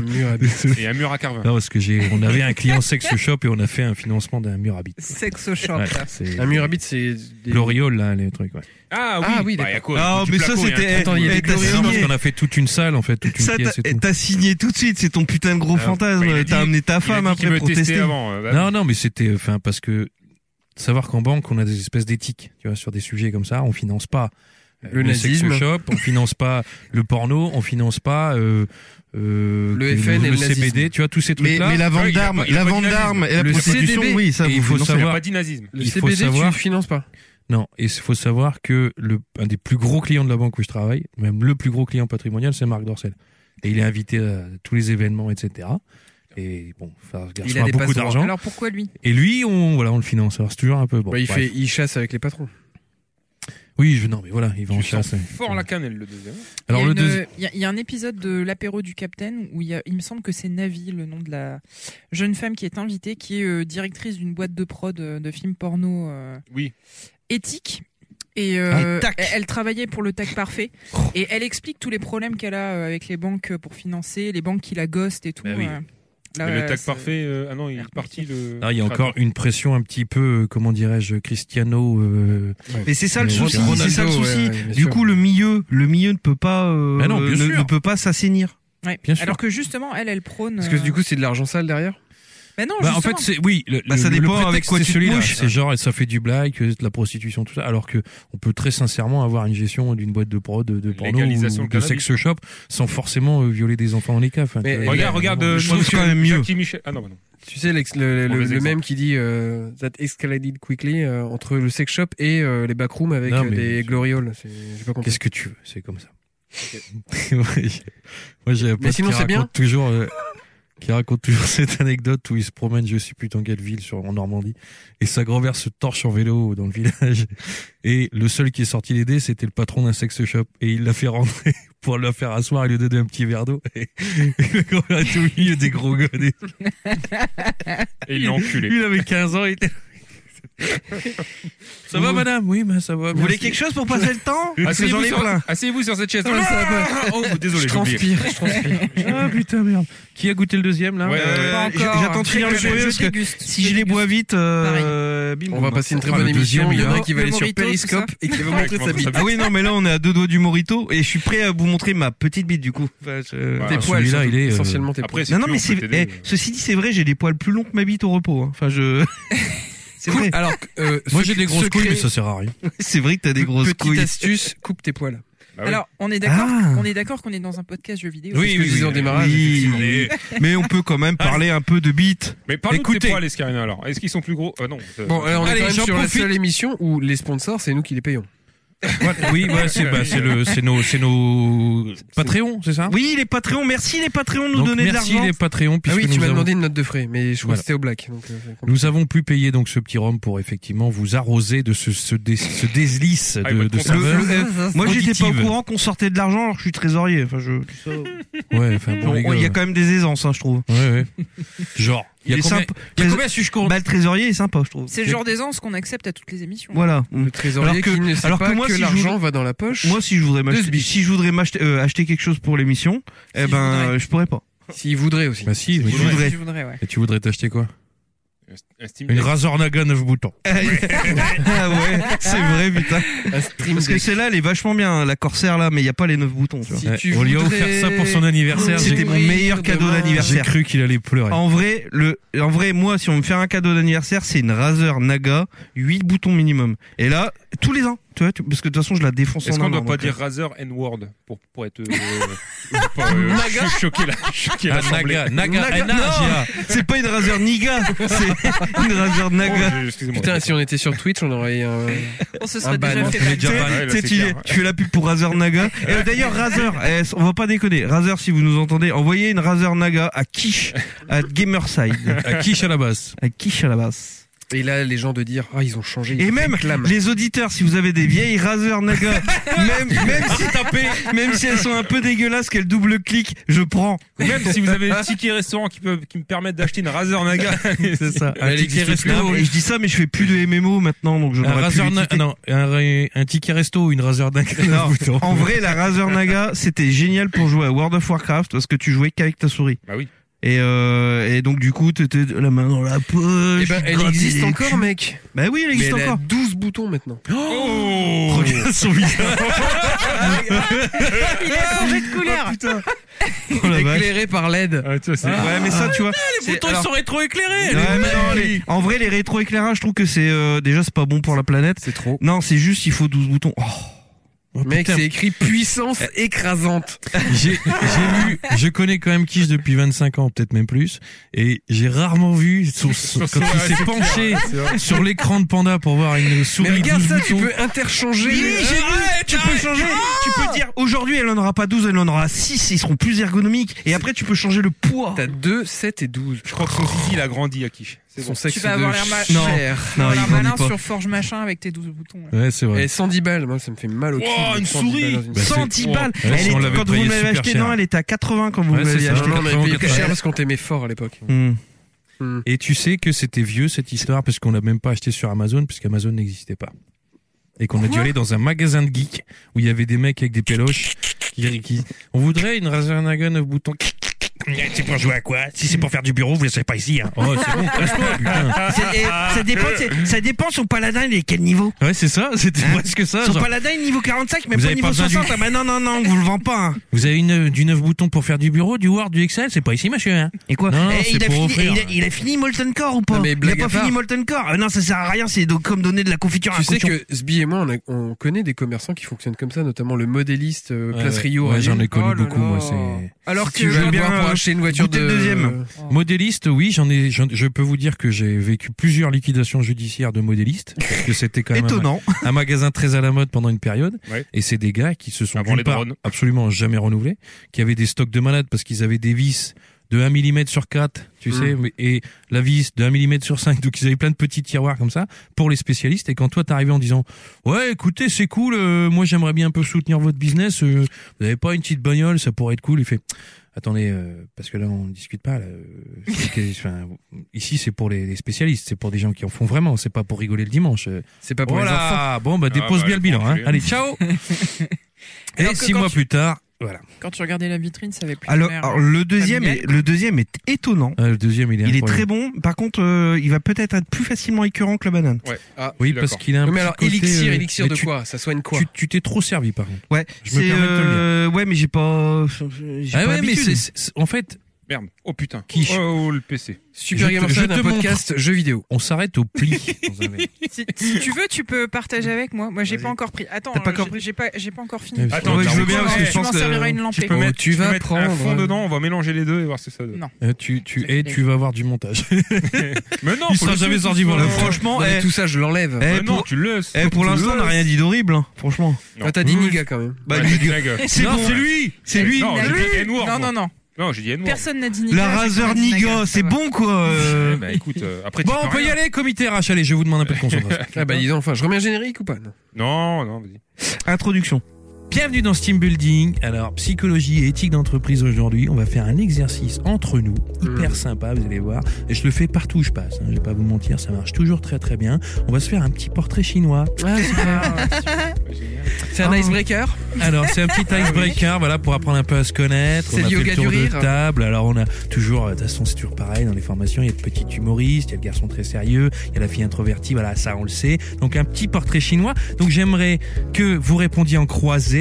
Speaker 5: Et un mur à carvin.
Speaker 1: Non, parce que j'ai, on avait un client sex shop et on a fait un financement d'un mur à bite.
Speaker 4: Sexo shop.
Speaker 1: Ouais, c'est
Speaker 3: Un mur à bite, c'est. des-
Speaker 1: l'Oriole, là, les trucs, ouais.
Speaker 5: Ah oui,
Speaker 3: Ah oui,
Speaker 5: bah, y a quoi,
Speaker 2: Ah,
Speaker 5: du
Speaker 2: mais ça,
Speaker 5: placo, y a un
Speaker 2: c'était-
Speaker 5: truc.
Speaker 3: Attends, il y a
Speaker 2: Eh,
Speaker 3: des
Speaker 2: t'as
Speaker 3: glorieuses.
Speaker 1: Non, parce
Speaker 2: signé.
Speaker 1: qu'on a fait toute une salle, en fait, toute une
Speaker 2: Ça,
Speaker 1: pièce
Speaker 2: t'as-
Speaker 1: et tout.
Speaker 2: t'as signé tout de suite, c'est ton putain de gros
Speaker 5: Alors,
Speaker 2: fantasme.
Speaker 5: bah, il a dit-
Speaker 2: T'as amené ta femme
Speaker 5: Il a dit qu'il
Speaker 2: après
Speaker 5: veut
Speaker 2: pour
Speaker 5: tester
Speaker 2: tester.
Speaker 5: avant. euh, bah,
Speaker 1: Non, non, mais c'était, enfin, parce que, savoir qu'en banque, on a des espèces d'éthiques, tu vois, sur des sujets comme ça, on finance pas euh,
Speaker 3: Le
Speaker 1: sex
Speaker 3: nazisme.
Speaker 1: shop, on finance pas le porno, on finance pas, euh, euh,
Speaker 3: Le FN et le
Speaker 1: CBD,
Speaker 3: nazisme.
Speaker 1: tu vois, tous ces
Speaker 2: Mais,
Speaker 1: trucs-là.
Speaker 2: mais la
Speaker 5: Ouais,
Speaker 2: vente
Speaker 5: il a
Speaker 2: d'armes,
Speaker 5: pas- il a
Speaker 2: la
Speaker 5: pas
Speaker 2: vente
Speaker 5: dit
Speaker 2: d'armes et la
Speaker 3: Le
Speaker 2: prostitution,
Speaker 3: CDB.
Speaker 2: oui, ça,
Speaker 1: Et il
Speaker 2: vous
Speaker 1: faut
Speaker 5: Il
Speaker 2: financez.
Speaker 5: n'y a
Speaker 1: savoir-
Speaker 5: pas dit nazisme.
Speaker 3: Le
Speaker 1: Il faut
Speaker 3: CBD,
Speaker 1: savoir-
Speaker 3: tu le finances pas.
Speaker 1: Non, et il faut savoir que le, un des plus gros clients de la banque où je travaille, même le plus gros client patrimonial, c'est Marc Dorcel. Et il est invité à tous les événements, etc. Et bon, enfin, ce garçon a, beaucoup
Speaker 3: passoires.
Speaker 1: d'argent.
Speaker 4: Alors pourquoi lui
Speaker 1: Et lui, on, voilà, on le finance. Alors c'est toujours un peu bon.
Speaker 3: Bah, il,
Speaker 1: bref.
Speaker 3: fait, il chasse avec les patrons.
Speaker 1: Oui, je, non, mais voilà, il va en
Speaker 5: Tu sens
Speaker 1: chasse.
Speaker 5: fort la cannelle, le deuxième.
Speaker 1: Alors
Speaker 4: il y, a
Speaker 1: le
Speaker 4: une- euh,
Speaker 1: deuxième.
Speaker 4: il y a- il y a un épisode de l'apéro du Capitaine où il, y a- il me semble que c'est Navi, le nom de la jeune femme qui est invitée, qui est euh, directrice d'une boîte de prod euh, de films porno euh,
Speaker 5: Oui.
Speaker 4: éthique. Et euh, elle, elle travaillait pour le tag parfait.
Speaker 2: Oh.
Speaker 4: Et elle explique tous les problèmes qu'elle a euh, avec les banques pour financer, les banques qui la ghostent et tout.
Speaker 1: Bah oui.
Speaker 4: euh. Là,
Speaker 5: Mais
Speaker 4: euh,
Speaker 5: le tag
Speaker 4: c'est-
Speaker 5: parfait, euh, ah non, il est
Speaker 4: Merde.
Speaker 5: parti
Speaker 4: euh,
Speaker 5: le.
Speaker 1: Ah, il y a encore une pression un petit peu, euh, comment dirais-je, Cristiano. euh,
Speaker 2: Mais c'est ça le
Speaker 1: Mais
Speaker 2: souci.
Speaker 1: Ronaldo,
Speaker 2: C'est ça le
Speaker 3: ouais,
Speaker 2: souci.
Speaker 3: ouais, bien
Speaker 2: du
Speaker 3: sûr.
Speaker 2: coup, le milieu, le milieu ne peut pas, euh,
Speaker 1: Mais non, bien
Speaker 2: ne,
Speaker 1: sûr.
Speaker 2: ne peut pas s'assainir.
Speaker 4: Ouais.
Speaker 1: Bien sûr.
Speaker 4: Alors que justement, elle, elle prône.
Speaker 3: Parce que
Speaker 4: euh,
Speaker 3: du coup, c'est de l'argent sale derrière
Speaker 4: bah non,
Speaker 1: Bah, en
Speaker 4: justement.
Speaker 1: fait, c'est oui. Le, le-
Speaker 2: Bah, ça
Speaker 1: le
Speaker 2: dépend
Speaker 1: prétexte,
Speaker 2: avec quoi
Speaker 1: c'est
Speaker 2: tu te
Speaker 1: celui-là.
Speaker 2: mouches.
Speaker 1: C'est genre, ça fait du blague, de la prostitution, tout ça. Alors que on peut très sincèrement avoir une gestion d'une boîte de prod, de, de porno,
Speaker 5: Légalisation
Speaker 1: ou
Speaker 5: de
Speaker 1: de
Speaker 5: cannabis.
Speaker 1: sex shop, sans forcément euh, violer des enfants en les cas. Enfin,
Speaker 3: Mais
Speaker 1: tu vois,
Speaker 5: Regarde,
Speaker 1: il y a
Speaker 5: regarde,
Speaker 1: vraiment-
Speaker 5: euh,
Speaker 2: je trouve
Speaker 5: Jackie-
Speaker 2: quand même mieux.
Speaker 5: Jackie Michel. Ah non, bah non.
Speaker 3: Tu sais, l'ex- le, le,
Speaker 5: Mauvais
Speaker 3: le
Speaker 5: exemple.
Speaker 3: même qui dit euh, That escalated quickly euh, entre le sex shop et euh, les backrooms avec
Speaker 1: Non,
Speaker 3: euh,
Speaker 1: mais-
Speaker 3: des glorioles. C'est- J'ai pas compris.
Speaker 1: Qu'est-ce que tu veux C'est comme ça. Moi, j'ai un pote
Speaker 3: sinon,
Speaker 1: qui
Speaker 3: c'est
Speaker 1: raconte
Speaker 3: bien.
Speaker 1: toujours, euh, qui raconte toujours cette anecdote où il se promène, je sais plus dans quelle ville, sur, en Normandie, et sa grand-mère se torche en vélo dans le village. Et le seul qui est sorti l'aider, c'était le patron d'un sex shop, et il l'a fait rentrer pour la faire asseoir et lui donner un petit verre d'eau. Et, le grand-mère était au milieu des gros gones. Et
Speaker 5: Et il l'a enculé.
Speaker 1: Lui, il avait 15 ans, il était. Ça va, madame Oui, mais ça va.
Speaker 2: Vous voulez quelque chose pour passer le temps Parce que j'en
Speaker 5: Asseyez-vous
Speaker 2: ai
Speaker 5: sur-
Speaker 2: plein.
Speaker 5: Asseyez-vous sur cette chaise.
Speaker 3: Non, mais ça va pas.
Speaker 5: Oh, désolé,
Speaker 3: je
Speaker 5: j'ai oublié.
Speaker 3: transpire, je transpire.
Speaker 1: Ah putain, merde. Qui a goûté le deuxième, là
Speaker 5: Ouais, ouais,
Speaker 4: Pas
Speaker 2: Euh, j-
Speaker 4: encore.
Speaker 2: J'attends de finir le
Speaker 4: Je-
Speaker 2: premier
Speaker 4: je
Speaker 2: parce que
Speaker 4: déguste,
Speaker 2: si
Speaker 4: je
Speaker 2: je les
Speaker 4: déguste.
Speaker 2: bois vite, euh, bim,
Speaker 3: On va passer une très
Speaker 1: Ah,
Speaker 3: bonne
Speaker 1: le
Speaker 3: émission.
Speaker 1: deuxième,
Speaker 3: Il y en
Speaker 1: il
Speaker 3: a
Speaker 1: a-
Speaker 3: qui va aller
Speaker 4: le
Speaker 3: sur
Speaker 4: Morito, tout ça.
Speaker 3: Periscope et qui va
Speaker 5: Ouais,
Speaker 3: montrer
Speaker 5: qui
Speaker 3: sa
Speaker 5: montre
Speaker 3: bite.
Speaker 5: sa
Speaker 2: Ah oui, non, mais là, on est à deux doigts du Morito et je suis prêt à vous montrer ma petite bite du coup. Enfin, je-
Speaker 5: Voilà.
Speaker 3: Tes
Speaker 1: Ah,
Speaker 3: poils,
Speaker 1: celui-là,
Speaker 3: surtout.
Speaker 1: il est, euh,
Speaker 3: essentiellement tes
Speaker 5: Après, si
Speaker 2: Non,
Speaker 5: tu
Speaker 2: non,
Speaker 5: veux,
Speaker 2: mais
Speaker 5: on
Speaker 2: c'est.
Speaker 5: peut t'aider.
Speaker 2: eh, ceci dit, c'est vrai, j'ai des poils plus longs que ma bite au repos. hein. Enfin, je. C'est
Speaker 3: poils.
Speaker 2: vrai.
Speaker 3: Cool. Alors, euh,
Speaker 1: Moi
Speaker 3: sec-
Speaker 1: j'ai des grosses
Speaker 3: secret-
Speaker 1: couilles mais ça sert à rien.
Speaker 2: C'est vrai que t'as des grosses
Speaker 3: Petite
Speaker 2: couilles.
Speaker 3: astuce, coupe tes poils.
Speaker 5: Bah oui.
Speaker 4: Alors, on est d'accord
Speaker 2: Ah.
Speaker 4: on est d'accord qu'on est dans un podcast jeux vidéo.
Speaker 3: oui, oui, oui.
Speaker 1: hein,
Speaker 2: Oui, mais on peut quand même
Speaker 1: Ah,
Speaker 2: parler un peu de bite.
Speaker 5: Mais parle-nous de tes
Speaker 1: Écoutez.
Speaker 5: poils, Escarina, alors. Est-ce qu'ils sont plus gros Ah non. ça-
Speaker 3: Bon, alors on est
Speaker 1: Allez,
Speaker 3: quand même
Speaker 1: j'en
Speaker 3: sur la
Speaker 1: profite.
Speaker 3: seule émission où les sponsors, c'est nous qui les payons.
Speaker 1: oui, voilà, c'est bah, c'est le c'est nos c'est nos Patreon, c'est ça
Speaker 2: Oui, les Patreons, merci les Patreons de nous
Speaker 1: Donc,
Speaker 2: donner de
Speaker 1: merci
Speaker 2: l'argent.
Speaker 1: les Patreons
Speaker 3: Ah
Speaker 1: puisque
Speaker 3: oui, tu
Speaker 1: nous,
Speaker 3: m'as
Speaker 1: avons,
Speaker 3: demandé une note de frais, mais je crois
Speaker 1: Voilà.
Speaker 3: que c'était au black. donc, euh, c'est compliqué.
Speaker 1: nous avons pu payer donc ce petit rhum pour effectivement vous arroser de ce ce, dé- ce déslice
Speaker 5: Ah, il va
Speaker 1: de,
Speaker 5: être
Speaker 1: de
Speaker 5: content.
Speaker 1: saveur.
Speaker 2: Le- Euh, Moi, j'étais pas au
Speaker 1: Auditive.
Speaker 2: courant qu'on sortait de l'argent alors que je suis trésorier. Enfin, je.
Speaker 1: Ouais, enfin bon
Speaker 2: Bon,
Speaker 1: les
Speaker 2: Il
Speaker 1: gars.
Speaker 2: y a quand même des aisances, hein, je trouve.
Speaker 1: Ouais, ouais. Genre, il y a
Speaker 2: est
Speaker 1: combien
Speaker 2: sympa.
Speaker 1: il y a
Speaker 2: Trésor-
Speaker 1: combien si je compte
Speaker 2: Bah, le trésorier est sympa, je trouve.
Speaker 4: C'est le genre d'aisance qu'on accepte à toutes les émissions.
Speaker 2: Voilà.
Speaker 3: Le trésorier
Speaker 2: Mm. Alors que-
Speaker 3: qui ne sait
Speaker 2: alors
Speaker 3: pas
Speaker 2: que
Speaker 3: que,
Speaker 2: moi, si je
Speaker 3: l'argent
Speaker 2: vous-
Speaker 3: va dans la poche.
Speaker 2: Moi, si je voudrais
Speaker 3: Deux
Speaker 2: m'acheter,
Speaker 3: biches.
Speaker 2: si je voudrais m'acheter, euh, acheter quelque chose pour l'émission, eh
Speaker 4: je
Speaker 2: ben,
Speaker 4: voudrais.
Speaker 2: je pourrais pas.
Speaker 3: S'il voudrait aussi.
Speaker 1: Bah si, oui.
Speaker 2: Je voudrais.
Speaker 4: Je voudrais, ouais.
Speaker 1: Et tu voudrais t'acheter quoi
Speaker 5: Un Steam
Speaker 1: Une
Speaker 5: Deck.
Speaker 1: Razor Naga 9 boutons.
Speaker 2: ah ouais, c'est vrai, putain.
Speaker 3: Un stream
Speaker 2: Parce que
Speaker 3: deck.
Speaker 2: celle-là, elle est vachement bien, hein, la Corsaire là, mais il y a pas les 9 boutons. tu vois.
Speaker 3: Si
Speaker 1: Ouais,
Speaker 3: tu
Speaker 1: On lui a
Speaker 3: voudrais-
Speaker 1: offert ça pour son anniversaire, j'ai
Speaker 2: C'était mon Ah,
Speaker 3: Mourir
Speaker 2: meilleur cadeau
Speaker 3: demain.
Speaker 1: j'ai
Speaker 2: d'anniversaire.
Speaker 1: cru qu'il allait pleurer.
Speaker 2: En vrai, le, en vrai, moi, si on me fait un cadeau d'anniversaire, c'est une Razer Naga, 8 boutons minimum. Et là, tous les ans, tu vois, tu- parce que de toute façon, je la défonce en
Speaker 5: Est-ce qu'on
Speaker 2: un
Speaker 5: doit
Speaker 2: an,
Speaker 5: pas
Speaker 2: donc,
Speaker 5: dire Razer N-Word pour, pour être. Euh, pour pas, euh, je suis choqué là. je suis Choqué
Speaker 1: Ah, Naga,
Speaker 5: là.
Speaker 1: Naga,
Speaker 2: Naga-
Speaker 1: ah, Naga.
Speaker 2: euh, C'est pas une Razer Niga, c'est une
Speaker 5: Oh,
Speaker 2: Razer Naga.
Speaker 5: Excusez-moi.
Speaker 3: Putain, si on était sur Twitch, on aurait un.
Speaker 4: On se
Speaker 3: Ah
Speaker 4: serait
Speaker 3: bah
Speaker 4: déjà
Speaker 3: non,
Speaker 4: fait
Speaker 3: on
Speaker 1: est déjà
Speaker 4: battre.
Speaker 1: pas-
Speaker 5: Ouais, là,
Speaker 2: Tu sais,
Speaker 5: c'est
Speaker 2: tu y es.
Speaker 5: clair.
Speaker 2: Tu fais la pub pour Razer Naga. Et euh, d'ailleurs, Razer, eh, on va pas déconner. Razer, si vous nous entendez, envoyez une Razer Naga à Quiche, à Gamerside,
Speaker 1: À quiche à la base.
Speaker 2: à Quiche à la basse.
Speaker 3: Et là, les gens de dire, ah, ils ont changé. ils
Speaker 2: Et même
Speaker 3: réclament.
Speaker 2: les auditeurs, si vous avez des vieilles raseurs Naga, même, même, si, même si elles sont un peu dégueulasses, qu'elles double cliquent, je prends.
Speaker 5: Même si vous avez un ticket restaurant qui peut qui me permettent d'acheter une Razer Naga.
Speaker 2: C'est ça. Un
Speaker 1: Elle
Speaker 2: ticket
Speaker 1: existe plus,
Speaker 2: resto.
Speaker 1: hein.
Speaker 2: Et je dis ça, mais je fais plus de MMO maintenant, donc je
Speaker 1: Un,
Speaker 2: n'aurais plus
Speaker 1: Razer
Speaker 2: les
Speaker 1: Na-
Speaker 2: tickets.
Speaker 1: non, un, ré- un ticket resto, une Razer d'un
Speaker 2: Non, en vrai, la Razer Naga, c'était génial pour jouer à World of Warcraft parce que tu jouais qu'avec ta souris.
Speaker 5: Bah oui.
Speaker 2: Et, euh, et donc du coup, t'étais la main dans la poche.
Speaker 3: Eh ben, elle
Speaker 2: grattais
Speaker 3: existe
Speaker 2: les
Speaker 3: encore,
Speaker 2: culs.
Speaker 3: mec.
Speaker 2: Bah oui, elle
Speaker 3: Mais
Speaker 2: existe
Speaker 3: elle a
Speaker 2: encore. Oh
Speaker 3: 12 boutons maintenant.
Speaker 4: Oh
Speaker 2: Regarde son visage.
Speaker 4: Il a changé de couleur.
Speaker 2: Oh la vache.
Speaker 3: Éclairé par LED.
Speaker 2: Ah, Ouais, mais ça, tu vois. c'est- alors-
Speaker 1: sont rétroéclairés.
Speaker 2: Ouais, mais non, les- en vrai, les rétroéclairages, je trouve que c'est euh, déjà c'est pas bon pour la planète.
Speaker 3: C'est trop.
Speaker 2: Non, c'est juste il faut 12 boutons. Oh.
Speaker 3: Mec,
Speaker 1: putain. Eh.
Speaker 3: c'est écrit puissance écrasante.
Speaker 1: Ah, J'ai j'ai vu, je connais quand même Kish depuis 25 ans, peut-être même plus, et j'ai rarement vu son, son- quand il s'est penché sur l'écran de Panda pour voir une Eh. souris
Speaker 3: Mais regarde
Speaker 1: 12
Speaker 3: ça, tu
Speaker 1: boutons.
Speaker 3: peux interchanger.
Speaker 2: Oui, Ah
Speaker 3: les-
Speaker 2: j'ai vu. Tu peux changer. Tu peux dire aujourd'hui elle en aura pas 12, elle en aura 6, ils seront plus ergonomiques. Et après tu peux changer le poids.
Speaker 3: T'as 2, 7 et 12.
Speaker 5: Je crois que son zizi il a grandi à Kish. C'est
Speaker 3: Son
Speaker 5: bon.
Speaker 3: sexe
Speaker 4: Tu vas avoir
Speaker 3: de
Speaker 4: l'air mal-
Speaker 2: Non.
Speaker 3: chair.
Speaker 2: Non,
Speaker 4: Non,
Speaker 2: il
Speaker 4: un
Speaker 2: grandit
Speaker 4: malin
Speaker 2: pas.
Speaker 4: sur Forge Machin avec tes 12 boutons. là.
Speaker 1: Ouais, c'est vrai.
Speaker 3: Et 110 balles, moi ça me fait mal au cul.
Speaker 1: Wow, une
Speaker 3: 110
Speaker 1: souris.
Speaker 3: balles dans une-
Speaker 1: Bah, c'est-
Speaker 2: 110 balles.
Speaker 1: Ouais,
Speaker 2: Elle
Speaker 1: si
Speaker 2: est-
Speaker 1: on l'avait
Speaker 2: quand vous
Speaker 1: payé
Speaker 2: l'avez
Speaker 1: super
Speaker 2: acheté,
Speaker 1: cher.
Speaker 2: non, elle était à 80 quand vous
Speaker 1: Ouais, c'est
Speaker 2: l'avez
Speaker 1: ça.
Speaker 2: acheté.
Speaker 3: Non, non, mais payé
Speaker 1: 80.
Speaker 3: cher parce qu'on t'aimait fort à l'époque.
Speaker 2: Hmm.
Speaker 1: Et tu sais que c'était vieux cette histoire parce qu'on l'a même pas acheté sur Amazon puisqu'Amazon n'existait pas. Et qu'on a dû aller dans un magasin de geeks où il y avait des mecs avec des péloches qui, qui- on voudrait une Razer Naga 9 boutons. C'est pour jouer à quoi Si c'est pour faire du bureau, vous le savez pas ici. hein. Oh, c'est bon, cache-toi, putain.
Speaker 2: C'est- et ça dépend, c'est- ça dépend son paladin il est quel niveau.
Speaker 1: Ouais, c'est ça, c'était presque ça.
Speaker 2: Son
Speaker 1: genre.
Speaker 2: paladin il est niveau 45 mais
Speaker 1: Ah, Vous
Speaker 2: pas
Speaker 1: avez
Speaker 2: niveau
Speaker 1: pas besoin du-
Speaker 2: 60. Ah bah non non non, on vous le vend pas. hein.
Speaker 1: Vous avez une, du 9 boutons pour faire du bureau, du Word, du Excel, c'est pas ici, monsieur. Hein.
Speaker 2: Et quoi
Speaker 1: Non,
Speaker 2: Eh,
Speaker 1: c'est
Speaker 2: il, a
Speaker 1: pour
Speaker 2: fini,
Speaker 1: offrir.
Speaker 2: eh, il, a, il a fini Molten Core ou pas
Speaker 3: Non, mais
Speaker 2: Il a
Speaker 3: blague
Speaker 2: pas
Speaker 3: à part.
Speaker 2: fini Molten Core. Ah non, ça sert à rien, c'est donc comme donner de la
Speaker 1: Ah,
Speaker 2: confiture à
Speaker 3: Tu
Speaker 2: un
Speaker 3: sais
Speaker 2: cochon.
Speaker 3: que Sbi et moi, on, a- on connaît des commerçants qui fonctionnent comme ça, notamment le modéliste euh, Place
Speaker 1: Ouais,
Speaker 3: Rio.
Speaker 1: ouais,
Speaker 3: à
Speaker 1: j'en
Speaker 3: Lille.
Speaker 1: ai connu
Speaker 4: Oh là
Speaker 1: beaucoup,
Speaker 4: là.
Speaker 1: moi. C'est
Speaker 4: Alors
Speaker 3: Si tu
Speaker 4: que
Speaker 3: veux bien
Speaker 2: euh,
Speaker 3: pour acheter une voiture
Speaker 2: goûter
Speaker 3: de
Speaker 2: le deuxième.
Speaker 1: modéliste, oui, j'en ai. j'en- je peux vous dire que j'ai vécu plusieurs liquidations judiciaires de modélistes, parce que c'était quand même un-
Speaker 2: Étonnant.
Speaker 1: un magasin très à la mode pendant une période.
Speaker 5: Ouais.
Speaker 1: Et c'est des gars qui se sont
Speaker 5: Avant
Speaker 1: d'une
Speaker 5: les
Speaker 1: part,
Speaker 5: drones.
Speaker 1: absolument jamais renouvelés, qui avaient des stocks de malades parce qu'ils avaient des vis de 1 mm sur 4, tu
Speaker 5: Hmm.
Speaker 3: Mm.
Speaker 1: sais, mais- et la vis de 1 mm sur 5, donc ils avaient plein de petits tiroirs comme ça pour les spécialistes. Et quand toi t'arrivais en disant, ouais, écoutez, c'est cool, euh, moi j'aimerais bien un peu soutenir votre business, euh, vous avez pas une petite bagnole, ça pourrait être cool, il fait. Attendez, euh, parce que là on discute pas. Là, euh, c'est que- enfin, ici c'est pour les, les spécialistes, c'est pour des gens qui en font vraiment, c'est pas pour rigoler le dimanche. euh,
Speaker 3: C'est pas pour les enfants.
Speaker 1: voilà. Bon, bah dépose
Speaker 5: bah,
Speaker 1: bien le bilan. Hein.
Speaker 5: enculé.
Speaker 1: Allez, ciao. Et
Speaker 4: Alors que
Speaker 1: six
Speaker 4: quand
Speaker 1: mois
Speaker 4: tu-
Speaker 1: plus tard, voilà.
Speaker 4: Quand tu regardais la vitrine, ça avait plus
Speaker 2: Alors,
Speaker 4: de merde.
Speaker 2: alors, le deuxième, est,
Speaker 4: Familial.
Speaker 2: le deuxième est étonnant.
Speaker 1: Ah, le deuxième, il est
Speaker 2: Il est très
Speaker 1: incroyable.
Speaker 2: bon. Par contre, euh, il va peut-être être plus facilement écœurant que la banane.
Speaker 5: Ouais. Ah,
Speaker 1: Oui,
Speaker 5: je suis
Speaker 1: parce
Speaker 5: d'accord.
Speaker 1: qu'il a un.
Speaker 3: Oui, Mais
Speaker 1: petit
Speaker 3: alors,
Speaker 1: côté,
Speaker 3: élixir,
Speaker 1: euh,
Speaker 3: élixir
Speaker 1: mais
Speaker 3: de
Speaker 1: tu-
Speaker 3: quoi Ça soigne quoi
Speaker 1: tu, tu t'es trop servi par contre.
Speaker 2: Ouais.
Speaker 1: Je me
Speaker 2: C'est,
Speaker 1: permets de te le
Speaker 2: euh, ouais, mais j'ai pas. J'ai
Speaker 1: Ah
Speaker 2: pas
Speaker 1: ouais, mais
Speaker 2: l'habitude.
Speaker 1: c'est, c'est- en fait,
Speaker 5: Merde. Oh putain.
Speaker 1: Quiche.
Speaker 5: Oh, oh, le PC.
Speaker 3: Super
Speaker 1: je
Speaker 3: Gamer
Speaker 1: te-
Speaker 3: Fan,
Speaker 1: je
Speaker 3: un
Speaker 1: te montre.
Speaker 3: podcast jeux vidéo.
Speaker 1: on s'arrête au pli. dans un verre.
Speaker 4: Si, si tu veux, tu peux partager avec moi. Moi, j'ai
Speaker 2: Vas-y.
Speaker 4: pas encore pris. Attends,
Speaker 2: T'as pas
Speaker 4: j'ai-
Speaker 2: encore pris
Speaker 4: j'ai pas, j'ai pas encore
Speaker 1: Ouais,
Speaker 4: fini.
Speaker 1: parce
Speaker 5: Attends,
Speaker 2: Ouais,
Speaker 5: t'as
Speaker 2: je veux
Speaker 5: encore-
Speaker 2: bien, parce que je
Speaker 4: tu
Speaker 2: pense
Speaker 4: m'en serviras
Speaker 2: que.
Speaker 4: une lampée.
Speaker 5: Tu peux mettre,
Speaker 3: tu
Speaker 5: tu
Speaker 3: vas
Speaker 5: Oh, peux mettre un
Speaker 3: prendre.
Speaker 5: fond dedans, on va mélanger les deux et voir si ça donne.
Speaker 4: Non.
Speaker 1: Euh, tu, tu,
Speaker 4: C'est
Speaker 1: eh,
Speaker 4: clair.
Speaker 1: tu vas avoir du montage.
Speaker 5: Mais non,
Speaker 1: Il
Speaker 5: faut
Speaker 1: sera
Speaker 5: le
Speaker 1: jamais
Speaker 5: laisser,
Speaker 1: sorti
Speaker 5: tout
Speaker 1: pour
Speaker 5: ça.
Speaker 1: la
Speaker 5: Non,
Speaker 2: Franchement,
Speaker 3: Non, mais
Speaker 2: eh,
Speaker 3: tout ça, je l'enlève.
Speaker 2: eh,
Speaker 5: mais Bah non,
Speaker 2: pour-
Speaker 5: tu le Mmh, laisses.
Speaker 2: eh, pour l'instant, on n'a rien dit d'horrible, hein, franchement.
Speaker 3: Ah, T'as dit Niga quand même.
Speaker 2: Bah,
Speaker 5: Ouais,
Speaker 2: lui,
Speaker 5: Niga.
Speaker 2: C'est
Speaker 1: Non,
Speaker 2: bon.
Speaker 1: c'est
Speaker 2: lui. C'est lui.
Speaker 5: Non, j'ai dit N-word,
Speaker 4: Non,
Speaker 5: moi.
Speaker 4: non, non.
Speaker 5: Non, j'ai dit N-word.
Speaker 4: Personne n'a dit Niga.
Speaker 2: La Razer Niga, c'est bon quoi. euh.
Speaker 5: Ouais, Bah écoute, euh, après tu
Speaker 1: Bon,
Speaker 5: peux
Speaker 1: on peut y
Speaker 5: rien.
Speaker 1: aller, comité RH. Allez, je vous demande un peu de concentration.
Speaker 3: Ah bah dis donc, enfin, je remets un générique ou pas Non.
Speaker 5: Non, non, vas-y.
Speaker 2: Introduction.
Speaker 1: Bienvenue dans Steam Building. Alors, psychologie et éthique d'entreprise aujourd'hui. On va faire un exercice entre nous, hyper sympa, vous allez voir. Et je le fais partout où je passe. hein, je vais pas vous mentir, ça marche toujours très très bien. On va se faire un petit portrait chinois.
Speaker 3: C'est un
Speaker 1: Ah.
Speaker 3: icebreaker. Ah
Speaker 1: Alors, c'est un petit icebreaker, voilà, pour apprendre un peu à se connaître.
Speaker 3: C'est
Speaker 1: on a
Speaker 3: le
Speaker 1: fait
Speaker 3: yoga
Speaker 1: le tour
Speaker 3: du rire.
Speaker 1: de table. Alors, on a toujours, euh, de toute façon, c'est toujours pareil dans les formations. Il y a le petit humoriste, il y a le garçon très sérieux, il y a la fille introvertie. Voilà, ça, on le sait. Donc, un petit portrait chinois. Donc, j'aimerais que vous répondiez en croisé.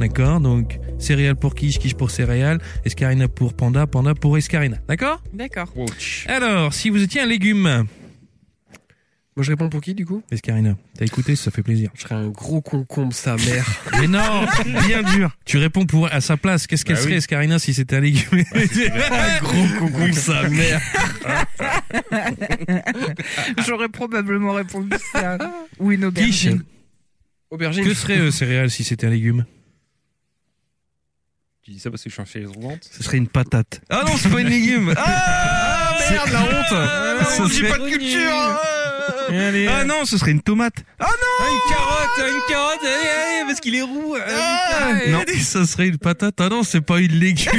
Speaker 1: D'accord? Donc, céréales pour quiche, quiche pour céréales, escarina pour panda, panda pour escarina. D'accord?
Speaker 4: D'accord.
Speaker 5: Oh, tch.
Speaker 1: Alors, si vous étiez un légume,
Speaker 3: Moi, je réponds pour qui du coup
Speaker 1: escarina, t'as écouté, ça fait plaisir.
Speaker 3: Je serais un gros concombre, sa mère.
Speaker 1: Mais non!
Speaker 2: Bien dur.
Speaker 1: Tu réponds pour à sa place. Qu'est-ce qu'elle
Speaker 5: Bah
Speaker 1: serait,
Speaker 5: oui.
Speaker 1: Escarina, si c'était un légume Bah, Un gros concombre, sa mère.
Speaker 4: J'aurais probablement répondu ça. Ou une
Speaker 1: Quiche,
Speaker 4: aubergine.
Speaker 3: Aubergine.
Speaker 1: que serait euh, céréales si c'était un légume
Speaker 5: Tu dis ça parce que je suis un chaise roulante.
Speaker 2: Ce serait une patate. Ah non, c'est pas une légume. Ah, merde, la honte.
Speaker 1: Ça
Speaker 2: J'ai
Speaker 1: serait-
Speaker 2: pas de culture. hein.
Speaker 1: Allez,
Speaker 2: Ah non, ce serait une tomate.
Speaker 1: Ah, une carotte, euh, une carotte, allez, allez, parce qu'il est roux. euh,
Speaker 2: Non.
Speaker 1: Ah, non, ça serait une patate. Ah non, c'est pas une légume.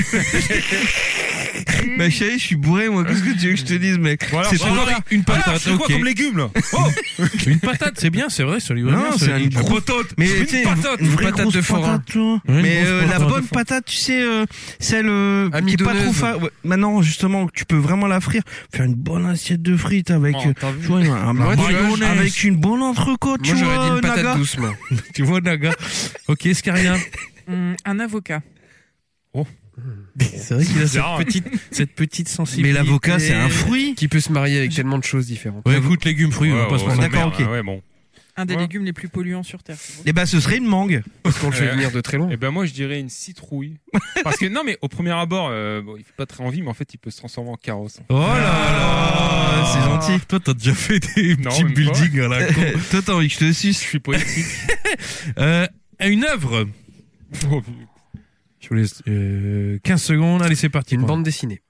Speaker 2: Bah chérie, je suis bourré moi. Qu'est-ce que tu veux que je te dise, mec
Speaker 5: Voilà,
Speaker 2: C'est
Speaker 5: voilà,
Speaker 2: toujours
Speaker 5: voilà.
Speaker 1: une
Speaker 5: Ah,
Speaker 1: patate,
Speaker 5: c'est quoi
Speaker 1: ok.
Speaker 5: comme légume là
Speaker 1: Une patate, c'est bien, c'est vrai, ça lui va
Speaker 2: Non,
Speaker 1: bien,
Speaker 2: c'est
Speaker 1: ça.
Speaker 2: une
Speaker 1: Une
Speaker 2: grosse-
Speaker 1: patate.
Speaker 2: Mais
Speaker 1: Une
Speaker 2: tu sais,
Speaker 1: patate,
Speaker 2: une
Speaker 1: une
Speaker 2: vraie
Speaker 1: patate
Speaker 2: grosse
Speaker 1: de forain.
Speaker 2: patate, tu vois.
Speaker 1: Ouais, une
Speaker 2: Mais
Speaker 1: grosse
Speaker 2: euh,
Speaker 1: patate
Speaker 2: la
Speaker 1: de
Speaker 2: bonne
Speaker 1: forain.
Speaker 2: patate, tu sais, euh, celle euh, qui est pas trop
Speaker 3: Amidoneuse.
Speaker 2: fa... ouais, Maintenant, justement, tu peux vraiment la frire. Faire une bonne assiette de frites avec, euh, tu vois, un- un-
Speaker 3: Ouais, tu vois,
Speaker 2: un- avec une bonne entrecôte,
Speaker 3: Moi
Speaker 2: tu
Speaker 3: j'aurais dit
Speaker 2: vois,
Speaker 3: une patate
Speaker 2: Naga.
Speaker 3: douce, moi.
Speaker 1: Tu vois, Naga. Ok, Scaria.
Speaker 4: Hum, un avocat.
Speaker 1: C'est vrai qu'il a cette
Speaker 5: bizarre.
Speaker 1: petite, cette petite
Speaker 2: Mais
Speaker 1: sensibilité.
Speaker 2: l'avocat, c'est un fruit.
Speaker 3: Qui peut se marier avec tellement de choses différentes.
Speaker 1: Ouais, écoute, légumes, fruits, on
Speaker 5: Ouais,
Speaker 1: va pas se
Speaker 5: ouais,
Speaker 1: mentir.
Speaker 2: D'accord,
Speaker 5: merde,
Speaker 2: ok.
Speaker 5: Ouais, bon.
Speaker 4: Un des
Speaker 5: Ouais.
Speaker 4: légumes les plus polluants sur Terre.
Speaker 2: Et bah, ce serait une mangue.
Speaker 3: Parce qu'on le fait
Speaker 5: Ouais.
Speaker 3: venir de très loin.
Speaker 5: Eh ben moi je dirais une citrouille. Parce que non mais au premier abord, euh, bon, il fait pas très envie, mais en fait il peut se transformer en carrosse.
Speaker 1: Oh là là,
Speaker 2: c'est gentil.
Speaker 1: Toi, t'as déjà fait des
Speaker 5: Ah. Non,
Speaker 1: petits
Speaker 5: même pas.
Speaker 1: buildings à la con.
Speaker 2: Toi, t'as envie que je te suce.
Speaker 5: Je suis poétique.
Speaker 1: Euh, à une œuvre.
Speaker 5: Oh, putain.
Speaker 1: Je vous laisse euh, 15 secondes. Allez, c'est parti.
Speaker 3: Une
Speaker 1: Quoi.
Speaker 3: bande dessinée.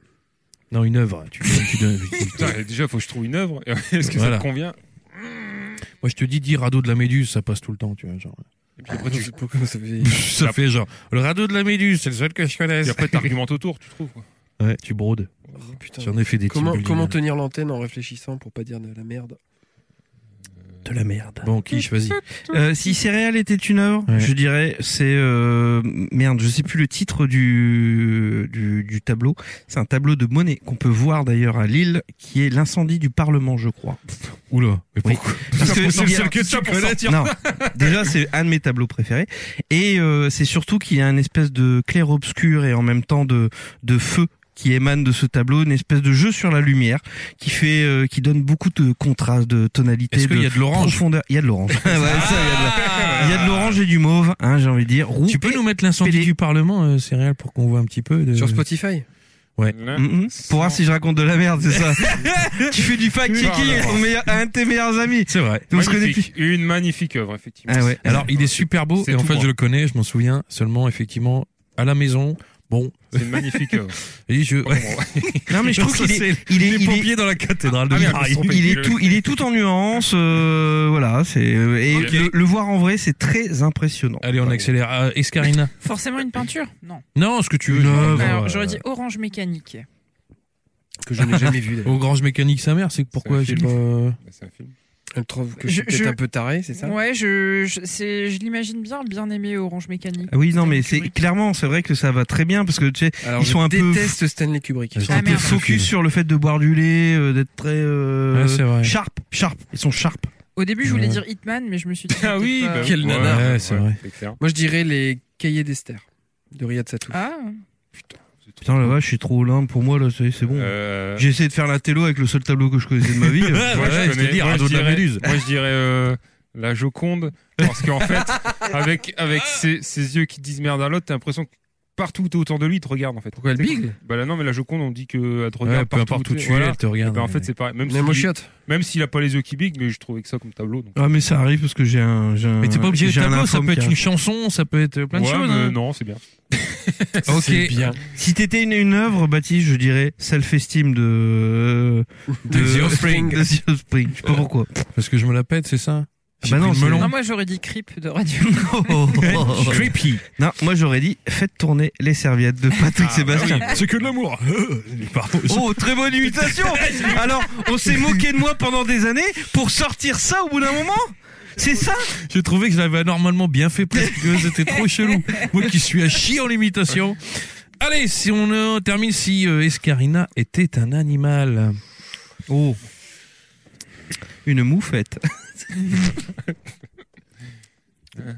Speaker 1: Non, une œuvre. Tu, tu donnes-
Speaker 5: Putain, déjà faut que je trouve une œuvre. Est-ce que
Speaker 1: Voilà.
Speaker 5: ça te convient
Speaker 1: Moi, je te dis, dis radeau de la méduse, ça passe tout le temps. Tu vois, genre.
Speaker 5: Et puis après tu
Speaker 3: Pourquoi ça fait-
Speaker 1: Ça fait genre le radeau de la méduse, c'est le seul que je connaisse.
Speaker 5: et après, t'argumentes autour, tu trouves. quoi.
Speaker 1: Ouais, tu brodes.
Speaker 3: Oh, Putain.
Speaker 1: J'en ai fait des petits
Speaker 3: Comment,
Speaker 1: buildings.
Speaker 3: comment tenir l'antenne en réfléchissant pour pas dire de la merde
Speaker 2: De la merde.
Speaker 1: Bon, quiche, vas-y.
Speaker 2: Euh, si Céréales était une œuvre,
Speaker 1: Ouais.
Speaker 2: je dirais c'est euh, merde, je sais plus le titre du du, du tableau. C'est un tableau de Monet qu'on peut voir d'ailleurs à Lille, qui est l'incendie du Parlement, je crois.
Speaker 1: Oula, mais
Speaker 2: Oui.
Speaker 1: pourquoi
Speaker 2: Parce que
Speaker 5: C'est le
Speaker 2: il y a-
Speaker 5: seul que tu connais, tiens.
Speaker 2: non, déjà c'est un de mes tableaux préférés, et euh, c'est surtout qu'il y a une espèce de clair obscur et en même temps de de feu qui émane de ce tableau, une espèce de jeu sur la lumière qui fait euh, qui donne beaucoup de contraste, de tonalité,
Speaker 1: Est-ce qu'il y a de l'orange
Speaker 2: profondeur. Il y a de l'orange. Ouais, ça, il y a de la- il y a
Speaker 1: l'orange.
Speaker 2: de l'orange et du mauve, hein, j'ai envie de dire. Roux
Speaker 1: Tu peux
Speaker 2: et-
Speaker 1: nous mettre l'incendie
Speaker 2: Pélé.
Speaker 1: du Parlement, euh, Céréales, pour qu'on voit un petit peu de...
Speaker 3: Sur Spotify
Speaker 1: Hein
Speaker 2: Mhm. Pour voir si je raconte de la merde, c'est ça. tu fais du fact-checking avec ton meilleur, un de tes meilleurs amis.
Speaker 1: C'est vrai.
Speaker 2: Vous serez des pi-
Speaker 5: Magnifique. Une magnifique œuvre, effectivement.
Speaker 2: Ah ouais.
Speaker 1: Alors, il est super beau,
Speaker 5: C'est
Speaker 1: et en
Speaker 5: tout
Speaker 1: fait,
Speaker 5: moi.
Speaker 1: je le connais, je m'en souviens, seulement, effectivement, à la maison. Bon,
Speaker 5: C'est une magnifique œuvre.
Speaker 1: et je...
Speaker 2: Non, mais je trouve
Speaker 1: Ça,
Speaker 2: qu'il est,
Speaker 1: c'est
Speaker 2: il est,
Speaker 1: les
Speaker 2: il est,
Speaker 1: pompiers dans la cathédrale de
Speaker 5: Ah, merde,
Speaker 1: Mirail.
Speaker 5: ils sont
Speaker 2: il est tout, il est tout en nuances, euh, voilà, c'est, euh, et
Speaker 5: Ok.
Speaker 2: le, le voir en vrai, c'est très impressionnant.
Speaker 1: Allez, on accélère. Euh, Escarina.
Speaker 4: Forcément une peinture Non.
Speaker 1: Non, ce que tu veux.
Speaker 2: Une
Speaker 1: Alors,
Speaker 2: œuvre.
Speaker 4: Alors, j'aurais dit orange mécanique.
Speaker 3: que je n'ai jamais vu. d'ailleurs.
Speaker 1: Au Grange Mécanique, sa mère, c'est que pourquoi
Speaker 5: un
Speaker 1: j'ai
Speaker 5: film.
Speaker 1: pas...
Speaker 5: Bah, C'est un film.
Speaker 3: Elle trouve que je suis
Speaker 4: Je-
Speaker 3: peut-être
Speaker 4: je-
Speaker 3: un peu taré, c'est ça
Speaker 4: Ouais, je, je, c'est- je l'imagine bien, bien aimé orange mécanique.
Speaker 2: Ah oui, non, mais c'est,
Speaker 4: Kubrick.
Speaker 2: clairement, c'est vrai que ça va très bien, parce que tu sais,
Speaker 3: Alors
Speaker 2: Ils
Speaker 3: je
Speaker 2: sont un peu-
Speaker 3: déteste Stanley Kubrick.
Speaker 1: Ah,
Speaker 2: ils sont un peu
Speaker 4: merde.
Speaker 2: focus sur le fait de boire du lait, euh, d'être très, euh,
Speaker 1: Ouais, Ah, c'est vrai.
Speaker 2: sharp, sharp, ils sont sharp.
Speaker 4: Au début, je voulais
Speaker 1: Ouais.
Speaker 4: dire Hitman, mais je me suis dit.
Speaker 5: Ah
Speaker 4: peut-être
Speaker 5: oui,
Speaker 4: pas-
Speaker 5: bah,
Speaker 3: Quel nanar.
Speaker 1: Ouais, c'est vrai.
Speaker 5: C'est clair.
Speaker 3: Moi je dirais les cahiers d'Esther de Riyad Satouf.
Speaker 4: Ah,
Speaker 2: Putain, la vache, je suis trop lin pour moi, là, ça y est, c'est bon.
Speaker 5: Euh,
Speaker 2: J'ai essayé de faire la télo avec le seul tableau que je connaissais de ma vie.
Speaker 1: Ouais,
Speaker 5: moi,
Speaker 1: ouais,
Speaker 5: je connais-
Speaker 1: c'est-à-dire
Speaker 5: moi, je
Speaker 1: Radeau de la
Speaker 5: dirais-
Speaker 1: Méduse.
Speaker 5: Moi, je dirais euh, la Joconde, parce qu'en fait, avec
Speaker 4: Ah.
Speaker 5: avec ses, ses yeux qui disent merde à l'autre, t'as l'impression que partout où t'es autour de lui, il te regarde en fait.
Speaker 3: Pourquoi elle
Speaker 5: C'est
Speaker 3: bigle
Speaker 5: Bah là, non, mais la Joconde, on dit que elle te regarde
Speaker 1: Ouais, peu
Speaker 5: partout,
Speaker 1: importe où tu es,
Speaker 5: voilà.
Speaker 1: elle te regarde.
Speaker 5: Bah, en fait, c'est pareil. Même
Speaker 3: Même aux
Speaker 5: s'il-
Speaker 3: chiottes.
Speaker 5: même s'il a pas les yeux qui biguent, mais je trouvais que ça comme tableau. donc.
Speaker 2: Ah mais ça arrive parce que j'ai un, j'ai un
Speaker 1: mais t'es pas obligé de
Speaker 2: j'ai un
Speaker 1: tableau, ça
Speaker 2: infome
Speaker 1: peut être
Speaker 2: qui
Speaker 1: une chanson, ça peut être plein de
Speaker 5: Ouais,
Speaker 1: choses.
Speaker 5: mais
Speaker 1: hein.
Speaker 5: Non, c'est bien.
Speaker 1: Ok.
Speaker 3: C'est bien.
Speaker 2: arrive. Si t'étais une, une œuvre, Baptiste, je dirais self-esteem euh, de
Speaker 3: De The Offspring.
Speaker 2: De The Offspring. Je sais pas pourquoi.
Speaker 1: Parce que je me la pète, c'est ça J'ai
Speaker 2: bah
Speaker 1: pris
Speaker 2: non,
Speaker 1: le
Speaker 2: c'est-
Speaker 1: melon.
Speaker 4: non, moi j'aurais dit Creep de Radio.
Speaker 1: Creepy.
Speaker 2: non, moi j'aurais dit faites tourner les serviettes de Patrick
Speaker 5: Ah, bah
Speaker 2: Sébastien.
Speaker 1: C'est que de l'amour. Pardon.
Speaker 2: Oh, très bonne imitation. Alors, on s'est moqué de moi pendant des années pour sortir ça au bout d'un moment. C'est ça
Speaker 1: J'ai trouvé que je l'avais anormalement bien fait parce que c'était trop chelou. Moi qui suis à chier en l'imitation. Allez, si on euh, termine si euh, Escarina était un animal.
Speaker 2: Oh. Une moufette.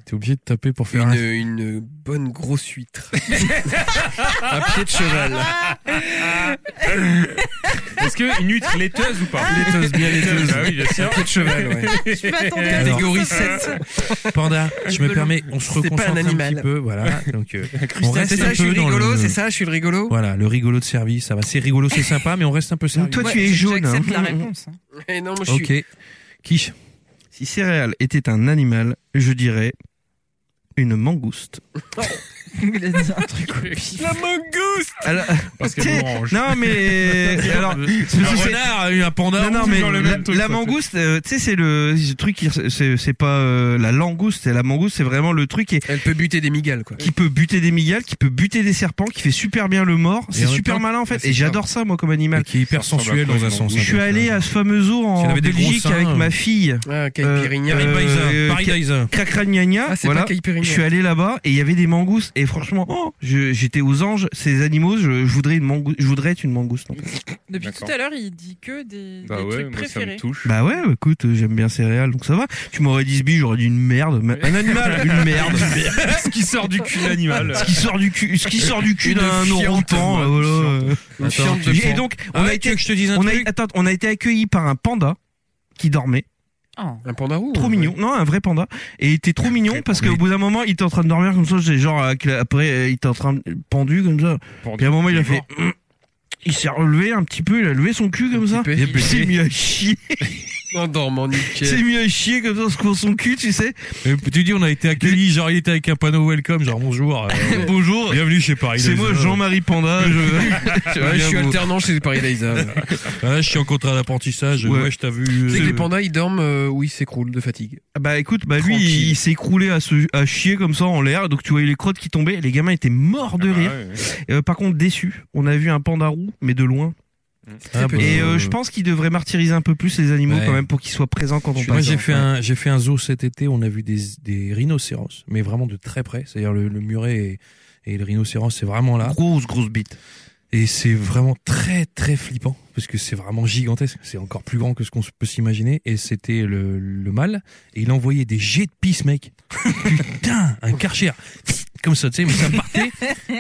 Speaker 1: T'es obligé de taper pour faire
Speaker 3: Une, euh,
Speaker 1: un...
Speaker 3: une bonne grosse huître. un pied de cheval.
Speaker 5: Est-ce que une huître laiteuse ou pas
Speaker 3: Laiteuse, Ah. Bah bien laiteuse.
Speaker 5: Ah oui, bien sûr.
Speaker 3: Un pied de cheval, ouais.
Speaker 4: Je m'attendais à
Speaker 1: Alors,
Speaker 4: ça.
Speaker 3: Catégorie 7.
Speaker 4: euh,
Speaker 1: Panda, je me
Speaker 4: Melon.
Speaker 1: permets, on se
Speaker 3: C'est pas
Speaker 1: reconcentre
Speaker 3: un
Speaker 1: un,
Speaker 3: animal.
Speaker 1: petit peu, voilà. Donc, euh, on
Speaker 3: C'est
Speaker 1: reste
Speaker 3: ça,
Speaker 1: un
Speaker 3: je suis
Speaker 1: peu dans
Speaker 3: rigolo,
Speaker 1: le...
Speaker 3: c'est ça, je suis le rigolo.
Speaker 1: Voilà, le rigolo de service, ça va. C'est rigolo, c'est sympa, mais on reste un peu sérieux.
Speaker 2: Donc, toi,
Speaker 4: Ouais,
Speaker 2: tu es jaune.
Speaker 4: J'accepte
Speaker 2: hein.
Speaker 4: la réponse. hein.
Speaker 3: Et Eh non, moi je suis.
Speaker 1: Ok. Quiche.
Speaker 2: Si céréales était un animal, je dirais une mangouste.
Speaker 4: Il a dit un truc au pif.
Speaker 1: La mangouste
Speaker 2: Alors,
Speaker 5: Parce qu'elle
Speaker 2: t'sais,
Speaker 5: mange.
Speaker 2: non mais alors,
Speaker 1: Un
Speaker 2: ceci, c'est-
Speaker 1: renard, un panda,
Speaker 2: non, non,
Speaker 1: on
Speaker 2: mais
Speaker 1: est dans le
Speaker 2: la,
Speaker 1: même truc,
Speaker 2: la
Speaker 1: quoi.
Speaker 2: mangouste, euh, tu sais, c'est le, ce truc qui, c'est c'est pas euh, la langouste, c'est la mangouste, c'est vraiment le truc qui, est-
Speaker 3: Elle peut buter des migales, quoi.
Speaker 2: qui peut buter des migales, qui peut buter des serpents, qui fait super bien le mort. C'est
Speaker 1: en même
Speaker 2: super
Speaker 1: temps, bah,
Speaker 2: malin en fait,
Speaker 1: c'est
Speaker 2: et
Speaker 1: ça.
Speaker 2: j'adore ça moi comme
Speaker 1: Et
Speaker 2: animal.
Speaker 1: qui est hyper sensuel dans un sens. hein,
Speaker 2: Je suis allé à ce fameux zoo
Speaker 1: S'il
Speaker 2: en
Speaker 1: y avait des gros
Speaker 2: Belgique
Speaker 1: seins,
Speaker 2: avec
Speaker 1: euh.
Speaker 2: ma fille,
Speaker 3: Ah,
Speaker 2: Euh,
Speaker 3: Caipirinha.
Speaker 1: Paris
Speaker 2: euh,
Speaker 1: Dyson.
Speaker 2: Cacragnagna.
Speaker 3: ah, c'est
Speaker 2: voilà.
Speaker 3: pas Caipirinha.
Speaker 2: Je suis allé là-bas et il y avait des mangoustes et franchement, oh, je- j'étais aux anges. Ces animaux, je, je voudrais une mangouste, je voudrais être une mangouste. en fait.
Speaker 4: Depuis
Speaker 5: D'accord.
Speaker 4: tout à l'heure, il dit que des,
Speaker 5: Bah
Speaker 4: des trucs
Speaker 5: ouais, moi ça me
Speaker 4: préférés.
Speaker 5: touche.
Speaker 2: Bah ouais, bah écoute, euh, j'aime bien céréales, donc ça va. Tu m'aurais dit ce bille, j'aurais dit une merde, mais un animal, une merde.
Speaker 5: ce qui sort du cul l'animal.
Speaker 2: ce qui sort du cul, ce qui sort du cul
Speaker 1: Une
Speaker 2: d'un
Speaker 1: fiente,
Speaker 2: orang-outan.
Speaker 1: moi,
Speaker 2: euh, Voilà.
Speaker 3: Une
Speaker 1: Attends,
Speaker 3: fiente de
Speaker 1: j'ai-
Speaker 2: Et
Speaker 3: sang.
Speaker 2: donc,
Speaker 1: On
Speaker 2: on a
Speaker 1: ouais, Ah, tu
Speaker 2: été,
Speaker 1: veux que je te dise un
Speaker 2: on a,
Speaker 1: truc
Speaker 2: attends, on a été accueilli par un panda qui dormait.
Speaker 4: Ah.
Speaker 3: Un panda roux
Speaker 2: trop mignon. Non, un vrai panda. Et il était trop mignon parce qu'au bout d'un moment, il était en train de dormir comme ça. J'ai genre, avec la- après, euh, il était en train de pendu comme ça. Puis à un moment, il a fait. Hum. Il s'est relevé un petit peu, il a levé son cul comme ça.
Speaker 3: petit peu.
Speaker 2: Il s'est mis à chier.
Speaker 3: En dormant,
Speaker 2: Il s'est
Speaker 3: nickel.
Speaker 2: mis à chier comme ça sur son cul, tu sais.
Speaker 1: Et Euh, Tu dis, on a été accueillis, genre, il était avec un panneau welcome, genre, bonjour. euh,
Speaker 2: Bonjour.
Speaker 1: Bienvenue chez Paris
Speaker 2: C'est
Speaker 1: Dyson.
Speaker 2: moi, Jean-Marie Panda. Je,
Speaker 3: Ouais, je suis
Speaker 2: Bien, bon.
Speaker 3: alternant chez les Paris hein. Daisa.
Speaker 1: Ah, je suis en contrat d'apprentissage.
Speaker 2: Ouais.
Speaker 1: Ouais, je t'ai vu.
Speaker 3: Tu sais
Speaker 1: euh,
Speaker 3: que les pandas, ils dorment euh, où ils s'écroulent de fatigue.
Speaker 2: Bah écoute, bah lui,
Speaker 3: Tranquille.
Speaker 2: il, il s'est écroulé à, se, à chier comme ça en l'air. Donc tu voyais les crottes qui tombaient. Les gamins étaient morts
Speaker 1: Ah bah
Speaker 5: Ah,
Speaker 2: de rire. Euh, par contre, déçus. On a vu un panda roux, mais de loin.
Speaker 1: ah, bah,
Speaker 2: Et euh, je pense qu'il devrait martyriser un peu plus les animaux
Speaker 1: Ouais.
Speaker 2: quand même pour qu'ils soient présents quand on
Speaker 1: Moi,
Speaker 2: passe.
Speaker 1: j'ai fait un, j'ai fait un zoo cet été. On a vu des, des rhinocéros, mais vraiment de très près. C'est-à-dire le, le muret et, et le rhinocéros, c'est vraiment là.
Speaker 2: Grosse, grosse bite.
Speaker 1: Et c'est vraiment très, très flippant parce que c'est vraiment gigantesque. C'est encore plus grand que ce qu'on peut s'imaginer. Et c'était le, le mâle et il envoyait des jets de pisse, mec. Putain, un karcher. Comme ça, tu sais, mais ça partait.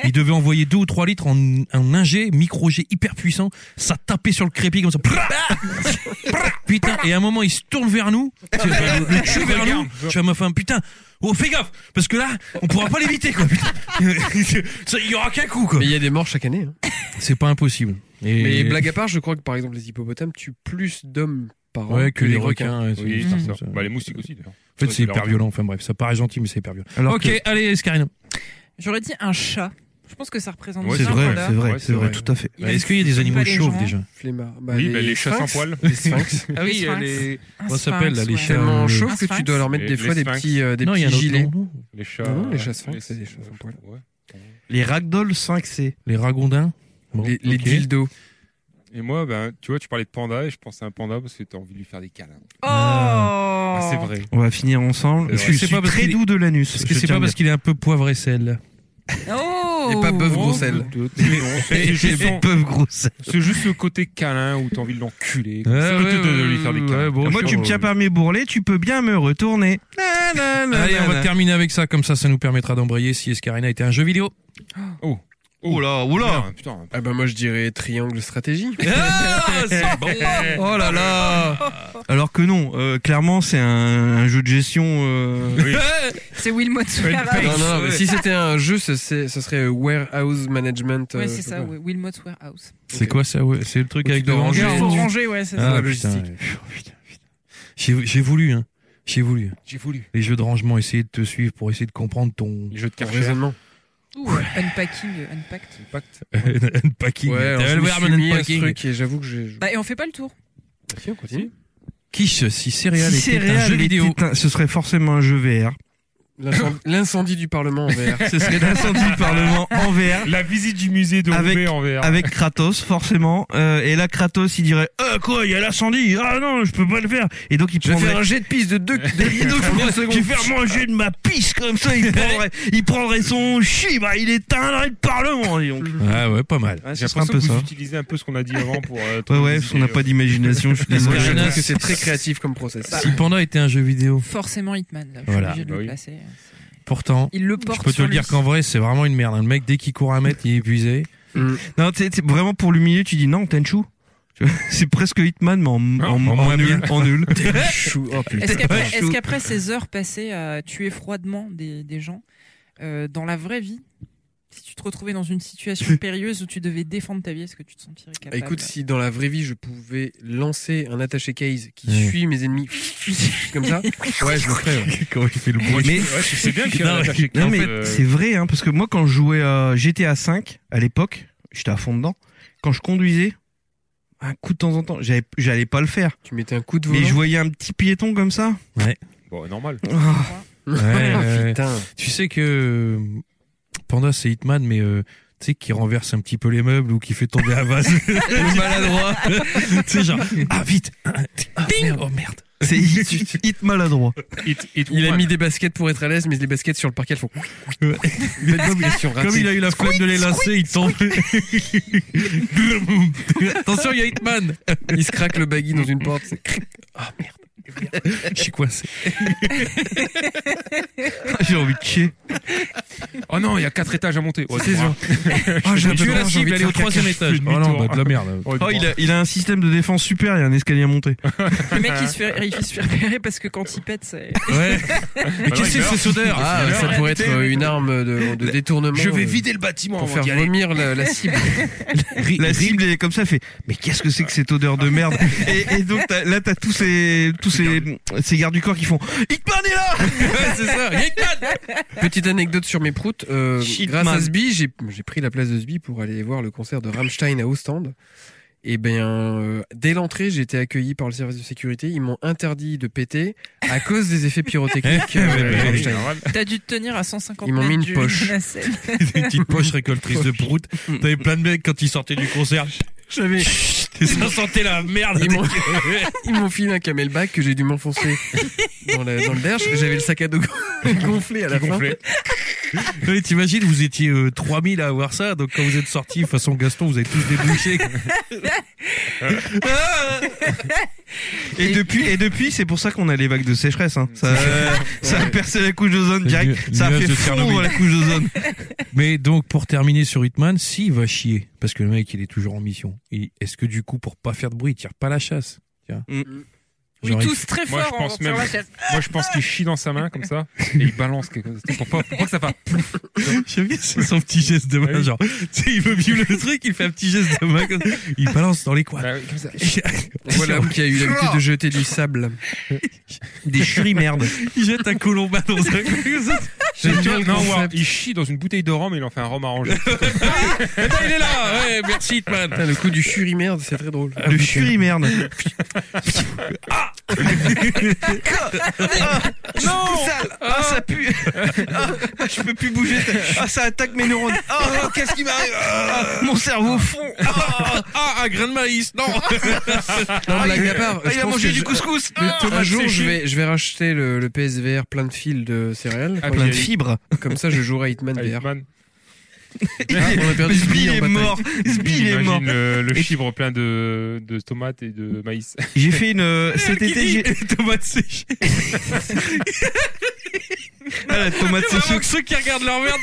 Speaker 1: Il devait envoyer deux ou trois litres en, en un jet, micro-jet hyper puissant. Ça tapait sur le crépi comme ça. Putain, et à un moment, il se tourne vers nous. Tu vois, Le le cul vers nous. Je suis à ma femme, putain. Oh, fais gaffe! Parce que là, on pourra pas l'éviter, quoi, putain. Ça, Il y aura qu'un coup, quoi.
Speaker 3: Mais il y a des morts chaque année. hein.
Speaker 1: C'est pas impossible. Et-
Speaker 3: Mais blague à part, je crois que par exemple, les hippopotames tuent plus d'hommes par an
Speaker 1: Ouais, que les
Speaker 3: des
Speaker 1: requins. ouais, c'est-
Speaker 5: Oui,
Speaker 1: c'est
Speaker 5: c'est
Speaker 2: Mm.
Speaker 1: comme
Speaker 5: ça.
Speaker 1: ça.
Speaker 5: Bah, les moustiques aussi, d'ailleurs.
Speaker 1: En fait, c'est
Speaker 5: Ouais,
Speaker 1: hyper violent. Enfin bref, ça paraît gentil, mais c'est hyper violent.
Speaker 2: Alors
Speaker 1: ok, allez, Scarino.
Speaker 4: J'aurais dit un chat. Je pense que ça représente
Speaker 5: Ouais,
Speaker 2: c'est
Speaker 4: bien
Speaker 2: vrai,
Speaker 4: voilà.
Speaker 2: c'est vrai,
Speaker 5: Ouais,
Speaker 2: c'est
Speaker 5: c'est
Speaker 2: vrai,
Speaker 5: vrai.
Speaker 2: tout à fait.
Speaker 4: Il aime
Speaker 1: Bah, Est-ce qu'il y a des
Speaker 4: pas
Speaker 1: animaux
Speaker 4: les
Speaker 1: chauves
Speaker 4: gens.
Speaker 1: déjà
Speaker 3: Flemmards. Bah,
Speaker 5: Oui, bah, les chats sans
Speaker 3: sphinx,
Speaker 5: poils.
Speaker 3: Les sphinx. Euh,
Speaker 5: Ah
Speaker 4: Les sphinx.
Speaker 5: les,
Speaker 4: Un
Speaker 1: Comment ça s'appelle, là, les
Speaker 4: sphinx, ouais.
Speaker 1: chats
Speaker 3: tellement
Speaker 1: Euh,
Speaker 3: chaud
Speaker 4: un
Speaker 3: que tu
Speaker 4: Ah, sphinx.
Speaker 3: dois leur mettre
Speaker 5: Les-
Speaker 3: des
Speaker 5: les
Speaker 3: fois des
Speaker 5: sphinx.
Speaker 3: petits, euh, des
Speaker 1: Non, il y a un
Speaker 3: petits
Speaker 1: autre
Speaker 3: gilets.
Speaker 1: nom, non
Speaker 5: les chats.
Speaker 3: Non, non, les chats sphinx, c'est des chats sans poils.
Speaker 5: Ouais.
Speaker 2: Les ragdoll 5C.
Speaker 1: Les ragondins. Bon,
Speaker 3: Les, les
Speaker 1: ok.
Speaker 3: dildos.
Speaker 5: Et moi, ben, tu vois, tu parlais de panda et je pensais à un panda parce que t'as envie de lui faire des câlins.
Speaker 4: Oh
Speaker 5: Ah, c'est vrai.
Speaker 2: On va finir ensemble.
Speaker 5: C'est
Speaker 2: Parce
Speaker 5: vrai.
Speaker 2: que je
Speaker 1: C'est
Speaker 2: suis
Speaker 1: pas parce
Speaker 2: très
Speaker 1: qu'il est-
Speaker 2: doux de l'anus.
Speaker 1: Est-ce que
Speaker 2: je
Speaker 1: c'est
Speaker 2: tiens
Speaker 1: pas
Speaker 2: à le
Speaker 1: parce qu'il est un peu poivre et sel
Speaker 4: Oh
Speaker 3: Et pas bœuf gros sel.
Speaker 5: C'est
Speaker 2: dire.
Speaker 5: juste,
Speaker 2: Les peuvent grosses.
Speaker 5: c'est juste le côté câlin où t'as envie de l'enculer.
Speaker 1: Ouais,
Speaker 5: C'est le
Speaker 1: Ah ouais,
Speaker 5: côté de
Speaker 1: ouais,
Speaker 5: lui faire des câlins.
Speaker 1: ouais, bon,
Speaker 2: Moi,
Speaker 1: je-
Speaker 2: tu me tiens par mes bourrelets, tu peux bien me retourner. Na, na, na,
Speaker 1: Allez,
Speaker 2: na,
Speaker 1: on va
Speaker 2: na.
Speaker 1: terminer avec ça, comme ça, ça nous permettra d'embrayer si Escarina était un jeu vidéo. Oh
Speaker 2: Oula, oula.
Speaker 5: Merde, putain.
Speaker 3: Ah bah moi je dirais triangle stratégie.
Speaker 1: Ah, c'est bon.
Speaker 2: Oh là là Alors que non, euh, clairement c'est un, un jeu de gestion. euh,
Speaker 4: C'est Wilmot
Speaker 3: non,
Speaker 4: Warehouse.
Speaker 3: non, mais si c'était un jeu, ce, c'est- ce serait euh, Warehouse Management.
Speaker 4: Ouais,
Speaker 3: euh,
Speaker 4: c'est
Speaker 3: je sais
Speaker 4: ça,
Speaker 3: pas.
Speaker 4: ouais. Wilmot Warehouse.
Speaker 1: C'est quoi ça ouais C'est le truc
Speaker 3: Où
Speaker 1: avec
Speaker 3: tu
Speaker 1: le
Speaker 3: dois
Speaker 1: ranger.
Speaker 3: ranger
Speaker 4: Il faut
Speaker 3: du-
Speaker 4: ranger, ouais, c'est ça.
Speaker 1: Ah,
Speaker 3: la
Speaker 1: putain,
Speaker 3: logistique.
Speaker 1: ouais. Pfiou, putain, putain. J'ai j'ai voulu, hein. J'ai voulu.
Speaker 5: J'ai voulu.
Speaker 1: Les jeux de rangement, essayer de te suivre pour essayer de comprendre ton
Speaker 5: Les jeux de
Speaker 3: Ton
Speaker 5: Karcher.
Speaker 3: raisonnement.
Speaker 4: Ouh, unpacking, euh, unpacked.
Speaker 5: Le pacte.
Speaker 1: unpacking.
Speaker 3: Ouais, alors, je me
Speaker 1: Elverman
Speaker 3: suis mis à ce
Speaker 1: unpacking.
Speaker 3: truc et j'avoue que j'ai.
Speaker 4: Bah, et on fait pas le tour.
Speaker 3: Bah, si, on continue.
Speaker 1: Quiche, si Céréales
Speaker 2: si
Speaker 1: était un
Speaker 2: Céréales
Speaker 1: jeu vidéo.
Speaker 2: était un- ce serait forcément un jeu VR.
Speaker 3: L'incend- L'incendie du Parlement en VR.
Speaker 2: Ce serait l'incendie du Parlement en VR.
Speaker 5: La visite du musée de
Speaker 2: Avec-
Speaker 5: Roubaix en VR.
Speaker 2: avec Kratos forcément Euh, et là Kratos il dirait euh, quoi il y a l'incendie ah non je peux pas le faire et donc il prendrait
Speaker 3: jet de piste de 2
Speaker 2: Et donc, je prends- je vais faire manger de ma pisse comme ça il prendrait, il prendrait son chi bah il éteindrait le parlement dis donc.
Speaker 1: Ah ouais, pas mal.
Speaker 2: Ouais,
Speaker 5: J'ai
Speaker 2: ce serait un
Speaker 5: l'impression
Speaker 2: peu ça
Speaker 5: que vous utilisez un peu ce qu'on a dit avant pour. euh,
Speaker 2: ouais
Speaker 5: trouver
Speaker 2: ouais
Speaker 5: des
Speaker 2: parce qu'on n'a
Speaker 5: idées,
Speaker 2: pas
Speaker 5: euh.
Speaker 2: d'imagination je suis désolé
Speaker 3: Je
Speaker 1: Karina,
Speaker 3: trouve que
Speaker 1: c'est-
Speaker 3: c'est très créatif comme process.
Speaker 1: Si Panda était un jeu vidéo,
Speaker 4: Forcément Hitman, là. Je suis
Speaker 1: Voilà.
Speaker 4: obligé de
Speaker 5: Bah
Speaker 4: le
Speaker 5: oui.
Speaker 4: placer.
Speaker 1: pourtant,
Speaker 4: Il le
Speaker 1: je
Speaker 4: porte
Speaker 1: peux te
Speaker 4: sur
Speaker 1: le dire
Speaker 4: lui.
Speaker 1: qu'en vrai, c'est vraiment une merde. hein. Le mec, dès qu'il court un mètre, il est épuisé.
Speaker 3: Mm.
Speaker 2: non t'sais, t'sais, vraiment pour l'humilier tu dis non Tenchu Tu vois, c'est presque Hitman mais en, en, en,
Speaker 1: en moins
Speaker 2: nul
Speaker 1: bien.
Speaker 2: en nul
Speaker 3: Chou, oh putain.
Speaker 4: Est-ce qu'après,
Speaker 2: Chou.
Speaker 4: est-ce qu'après ces heures passées à tuer froidement des, des gens, euh, dans la vraie vie, Si tu te retrouvais dans une situation périlleuse où tu devais défendre ta vie, est-ce que tu te sentirais
Speaker 3: Ah,
Speaker 4: capable
Speaker 3: écoute, si dans la vraie vie je pouvais lancer un attaché case qui
Speaker 2: Ouais.
Speaker 3: suit mes ennemis comme ça, ouais, je le ferais. ouais.
Speaker 2: Comment il fait le
Speaker 5: Moi, je-
Speaker 2: Mais
Speaker 5: ouais, je sais bien qu'il y a
Speaker 2: non,
Speaker 5: un attaché
Speaker 2: non, mais
Speaker 5: case, euh,
Speaker 2: c'est vrai, hein, parce que moi, quand je jouais à GTA V, à l'époque, j'étais à fond dedans. Quand je conduisais, un coup de temps en temps, j'avais- j'allais pas le faire.
Speaker 3: Tu mettais un coup de volant.
Speaker 2: Mais je voyais un petit piéton comme ça.
Speaker 5: Bon, normal.
Speaker 2: Ah,
Speaker 1: Ouais, ouais.
Speaker 3: Putain.
Speaker 1: Tu sais que euh, Panda c'est Hitman, mais euh, tu sais qui renverse un petit peu les meubles ou qui fait tomber un vase maladroit. tu sais genre ah vite, Ah, merde, oh merde.
Speaker 2: C'est hit, hit maladroit.
Speaker 5: It- it
Speaker 3: Il a
Speaker 5: woman.
Speaker 3: mis des baskets pour être à l'aise, mais les baskets sur le parquet elles font.
Speaker 1: Ouais.
Speaker 3: Bête question ratée.
Speaker 1: Comme il a eu la flemme de les lasser, il tombe. Attention, il y a Hitman.
Speaker 3: Il se craque le baggy dans une porte. c'est-
Speaker 1: Je suis coincé.
Speaker 2: J'ai envie de chier.
Speaker 5: Oh non, il y a quatre étages à monter. Oh,
Speaker 3: C'est
Speaker 5: droit.
Speaker 2: Ah, j'ai
Speaker 1: Tu es la
Speaker 2: j'ai envie
Speaker 1: cible,
Speaker 2: de
Speaker 1: elle est au
Speaker 2: faire caca.
Speaker 1: troisième étage.
Speaker 5: fais
Speaker 1: Oh non,
Speaker 5: demi-tour.
Speaker 1: bah de la merde.
Speaker 5: Oh,
Speaker 2: Oh, il
Speaker 5: il
Speaker 2: a, il a un système de défense super, il y a un escalier à monter.
Speaker 4: Le mec, il se fait, il se fait repérer parce que quand il pète, c'est.
Speaker 1: Ouais. Mais
Speaker 5: Bah
Speaker 1: qu'est-ce
Speaker 5: non, il
Speaker 1: que c'est
Speaker 5: meurt.
Speaker 1: cette odeur
Speaker 3: Ah,
Speaker 5: c'est
Speaker 3: ça
Speaker 5: la
Speaker 3: pourrait
Speaker 1: réalité,
Speaker 3: être euh, une arme de, de détournement. euh,
Speaker 1: le bâtiment
Speaker 3: Pour faire vomir la, la cible.
Speaker 2: La cible est comme ça, elle fait. Mais qu'est-ce que c'est que cette odeur de merde et, et donc t'as- là, t'as tous ces tous ces ces gardes du corps qui font. Hitman est là.
Speaker 1: c'est ça.
Speaker 3: Petite anecdote sur mes proutes. euh,
Speaker 2: Shitman.
Speaker 3: grâce à Sbi, j'ai j'ai pris la place de Sbi pour aller voir le concert de Rammstein à Ostende. Et bien, euh, dès l'entrée, j'ai été accueilli par le service de sécurité. Ils m'ont interdit de péter à cause des effets pyrotechniques. euh,
Speaker 1: Ouais, ouais,
Speaker 5: Ouais,
Speaker 3: Rammstein.
Speaker 5: normal.
Speaker 4: T'as dû te tenir à 150
Speaker 3: Ils m'ont
Speaker 4: mètres
Speaker 3: mis une
Speaker 4: du-
Speaker 3: poche.
Speaker 4: de la scène.
Speaker 1: Des petites poches récoltrices de prout. T'avais plein de mecs quand ils sortaient du concert.
Speaker 3: J'avais-
Speaker 1: Et ça sentait la merde.
Speaker 3: Ils m'ont- Ils m'ont filé un camelback que j'ai dû m'enfoncer dans, la- dans le berge. J'avais le sac à dos gonflé à la
Speaker 5: Qui
Speaker 3: fin.
Speaker 5: gonflait.
Speaker 1: Non, mais T'imagines, vous étiez euh, 3000 à avoir ça, donc quand vous êtes sortis, façon Gaston, vous avez tous débouché.
Speaker 3: Ah,
Speaker 2: Et depuis, et depuis, c'est pour ça qu'on a les vagues de sécheresse. Hein. Ça, ça a percé la couche d'ozone
Speaker 1: C'est
Speaker 2: direct.
Speaker 1: le
Speaker 2: Ça a
Speaker 1: nuage
Speaker 2: fait
Speaker 1: de
Speaker 2: fondre
Speaker 1: Tchernobyl.
Speaker 2: la couche d'ozone.
Speaker 1: Mais donc, pour terminer sur Hitman, s'il va chier, parce que le mec, il est toujours en mission, et est-ce que du coup, pour pas faire de bruit, il tire pas la chasse tiens
Speaker 2: Mm.
Speaker 4: Oui,
Speaker 1: Genre, il-
Speaker 4: tous très
Speaker 5: Moi, je
Speaker 4: fort en
Speaker 5: pense
Speaker 4: sortant
Speaker 5: même-
Speaker 4: la chaise.
Speaker 5: Moi, je pense qu'il chie dans sa main comme ça et il balance quelque chose. Pour pas, pour pas que ça fasse.
Speaker 1: J'aime bien c'est son petit geste de main,
Speaker 5: Ah oui.
Speaker 1: genre, tu sais, il veut vivre le truc, il fait un petit geste de main, comme- il balance dans les coins.
Speaker 5: Bah, comme ça.
Speaker 3: Voilà l'homme qui a eu l'habitude de jeter du sable.
Speaker 2: Des churis merde.
Speaker 1: Il jette un colombin dans un
Speaker 3: J'aime bien le
Speaker 5: Non,
Speaker 3: concept.
Speaker 5: War, il chie dans une bouteille de rhum et il en fait un rhum arrangé.
Speaker 1: Attends,
Speaker 3: Ah,
Speaker 1: il est là Ouais, merci Hitman
Speaker 3: Putain, le coup du churi merde, c'est très drôle.
Speaker 2: Le churis merde.
Speaker 1: Ah Non
Speaker 2: Ah, ça pue. Ah, je peux plus bouger. Ah, ça attaque mes neurones. Ah, qu'est-ce qui m'arrive Ah, Mon cerveau fond.
Speaker 1: ah, ah, un grain de maïs Non
Speaker 3: Non, blague à part,
Speaker 2: Ah,
Speaker 3: je
Speaker 2: il
Speaker 3: pense
Speaker 2: a
Speaker 3: que
Speaker 2: mangé
Speaker 3: je-
Speaker 2: du Ah, couscous.
Speaker 1: Ah,
Speaker 5: Le
Speaker 3: un
Speaker 5: tomate
Speaker 3: jour,
Speaker 5: séché.
Speaker 3: je vais, je vais racheter le, le PSVR plein de fils de céréales.
Speaker 5: Ah,
Speaker 2: Plein de
Speaker 5: il y a-
Speaker 2: fibres.
Speaker 3: Comme ça, je jouerai à Hitman
Speaker 5: Ah,
Speaker 3: VR.
Speaker 5: Hitman.
Speaker 3: on a perdu
Speaker 2: Sbi
Speaker 3: Sbi en
Speaker 2: Ah, est
Speaker 3: bataille.
Speaker 2: mort. Sbi il est
Speaker 5: Imagine
Speaker 2: mort.
Speaker 5: Le, le
Speaker 2: Et-
Speaker 5: chibre plein de, de tomates et de maïs.
Speaker 2: J'ai fait une euh, cet été. j'ai-
Speaker 1: Tomate séchée
Speaker 2: Ah, la tomate
Speaker 1: C'est
Speaker 2: séchée.
Speaker 1: vraiment que ceux qui regardent leur merde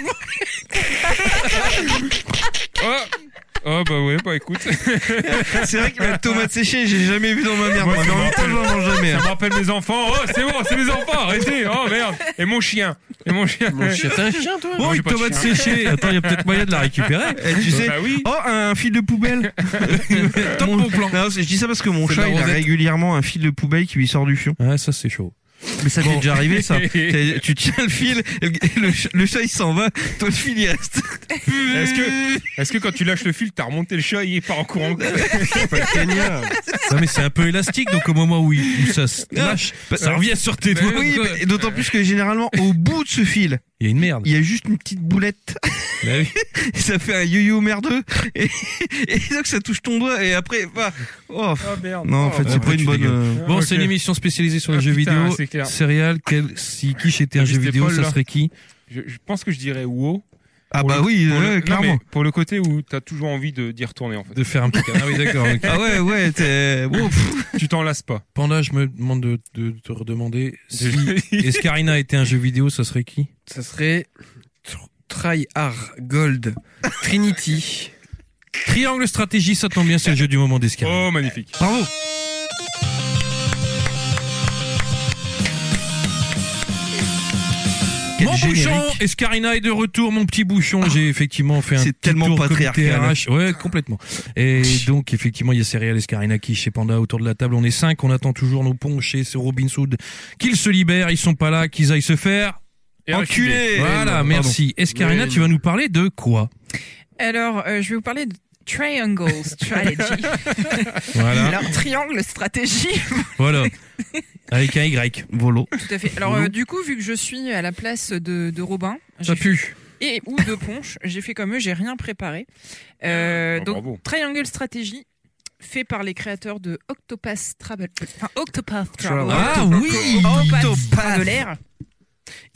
Speaker 5: Oh, oh bah ouais, bah écoute. Ça
Speaker 2: C'est vrai que la tomate séchée, j'ai jamais vu dans ma merde.
Speaker 5: Moi,
Speaker 2: Mais
Speaker 5: ça
Speaker 2: en
Speaker 5: me
Speaker 2: même temps, je m'en mange jamais. hein.
Speaker 5: me rappelle mes enfants. Oh, c'est bon, c'est mes enfants. Arrêtez. Oh merde. Et mon chien. Et mon chien.
Speaker 3: Mon chien, t'as un chien, toi
Speaker 1: Oh,
Speaker 5: j'ai
Speaker 1: une
Speaker 5: pas de
Speaker 1: tomate
Speaker 5: chien.
Speaker 1: séchée Attends, il y a peut-être moyen de la récupérer.
Speaker 2: Eh, tu sais.
Speaker 5: Bah oui.
Speaker 2: Oh, un fil de poubelle.
Speaker 1: Top
Speaker 2: Mon-
Speaker 1: bon plan
Speaker 2: Non, c'est- je dis ça parce que mon
Speaker 3: C'est
Speaker 2: chat,
Speaker 3: de la
Speaker 2: il a
Speaker 3: rosette.
Speaker 2: régulièrement un fil de poubelle qui lui sort du fion.
Speaker 1: Ah, ça c'est chaud.
Speaker 2: Mais ça t'est déjà arrivé, ça.
Speaker 5: Est-ce
Speaker 2: T'as- Tu tiens le fil, et le, et le ch- le chat il s'en va, toi le fil il reste.
Speaker 5: que, est-ce que quand tu lâches le fil, t'as remonté le chat, il part en courant.
Speaker 1: Non mais c'est un peu élastique, donc au moment où, il- où ça se lâche, Ah,
Speaker 2: Bah,
Speaker 1: ça revient sur tes doigts.
Speaker 2: Oui, mais d'autant plus que généralement au bout de ce fil,
Speaker 1: Il y a une merde.
Speaker 2: il y a juste une petite boulette.
Speaker 1: Bah oui.
Speaker 2: Ça fait un yo-yo merdeux et, et donc ça touche ton doigt et après bah, oh.
Speaker 5: Oh merde. Ah,
Speaker 2: Non en fait
Speaker 1: ouais,
Speaker 2: c'est
Speaker 1: ouais,
Speaker 2: pas une
Speaker 1: Ah, tu
Speaker 2: bonne.
Speaker 1: dégueules.
Speaker 2: euh,
Speaker 1: Bon, c'est une émission spécialisée sur les jeux vidéo.
Speaker 5: C'est clair.
Speaker 1: Céréales, quel, si Kish était un
Speaker 5: Ah,
Speaker 1: jeu
Speaker 5: c'était
Speaker 1: vidéo,
Speaker 5: Paul,
Speaker 1: ça
Speaker 5: là.
Speaker 1: serait qui
Speaker 5: Je, je pense que je dirais wow.
Speaker 2: Ah
Speaker 5: Pour
Speaker 2: bah
Speaker 5: le-
Speaker 2: oui,
Speaker 5: Pour
Speaker 2: ouais,
Speaker 5: le, non,
Speaker 2: clairement.
Speaker 5: mais pour le côté où t'as toujours envie de d'y retourner en fait.
Speaker 1: De faire un petit câlin. Ah oui, d'accord. ok.
Speaker 2: Ah ouais ouais t'es bon, pff,
Speaker 5: Tu t'en lasses pas.
Speaker 1: Panda, je me demande de, de te redemander si
Speaker 5: De-
Speaker 1: Escarina était un jeu vidéo, ça serait qui
Speaker 3: Ça serait tr- Try Hard Gold Trinity.
Speaker 1: Triangle stratégie, ça tombe bien, c'est le jeu du moment d'Escarina.
Speaker 5: Oh magnifique.
Speaker 1: Bravo Mon
Speaker 2: générique.
Speaker 1: bouchon Escarina est de retour, mon petit bouchon. J'ai effectivement fait un
Speaker 2: C'est
Speaker 1: petit
Speaker 2: tellement
Speaker 1: tour comme
Speaker 2: patriarcal.
Speaker 1: TRH. Ouais, complètement. Et donc, effectivement, il y a Céréales, Escarina, qui chez Panda autour de la table. On est cinq, on attend toujours nos ponts chez Robin Hood. Qu'ils se libèrent, ils sont pas là, qu'ils aillent se faire.
Speaker 5: Et
Speaker 1: enculer.
Speaker 5: reculer.
Speaker 1: Voilà,
Speaker 5: Pardon.
Speaker 1: merci. Escarina,
Speaker 3: Oui.
Speaker 1: tu vas nous parler de quoi
Speaker 4: Alors, euh, je vais vous parler de Triangle Strategy.
Speaker 1: Voilà,
Speaker 4: Alors, triangle stratégie.
Speaker 1: voilà. Avec un Y.
Speaker 2: Volo.
Speaker 4: Tout à fait. Alors, euh, du coup, vu que je suis à la place de, de Robin, j'ai
Speaker 1: Ça pue.
Speaker 4: et ou de Ponche. J'ai fait comme eux, j'ai rien préparé. Euh,
Speaker 5: Ah,
Speaker 4: donc
Speaker 5: bravo.
Speaker 4: Triangle Strategy fait par les créateurs de Octopath Travel, euh, enfin Octopath Travel,
Speaker 1: Ah oui
Speaker 4: Octopath
Speaker 2: Octopath.
Speaker 4: Traveler.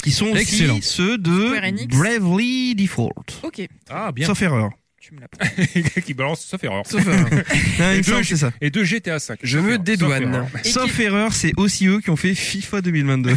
Speaker 2: Qui sont
Speaker 1: Excellent.
Speaker 2: aussi ceux
Speaker 4: Square
Speaker 2: de
Speaker 4: Enix.
Speaker 2: Bravely Default.
Speaker 4: Ok,
Speaker 1: Ah, bien.
Speaker 2: Sauf erreur.
Speaker 4: tu me la prends.
Speaker 5: Les gars qui balance, sauf erreur.
Speaker 2: Non, il me
Speaker 5: deux,
Speaker 2: semble que
Speaker 5: je-
Speaker 2: c'est ça.
Speaker 5: Et de GTA 5.
Speaker 3: Je me dédouane.
Speaker 4: Et
Speaker 2: Sauf
Speaker 4: qui-
Speaker 2: erreur, c'est aussi eux qui ont fait FIFA 2022.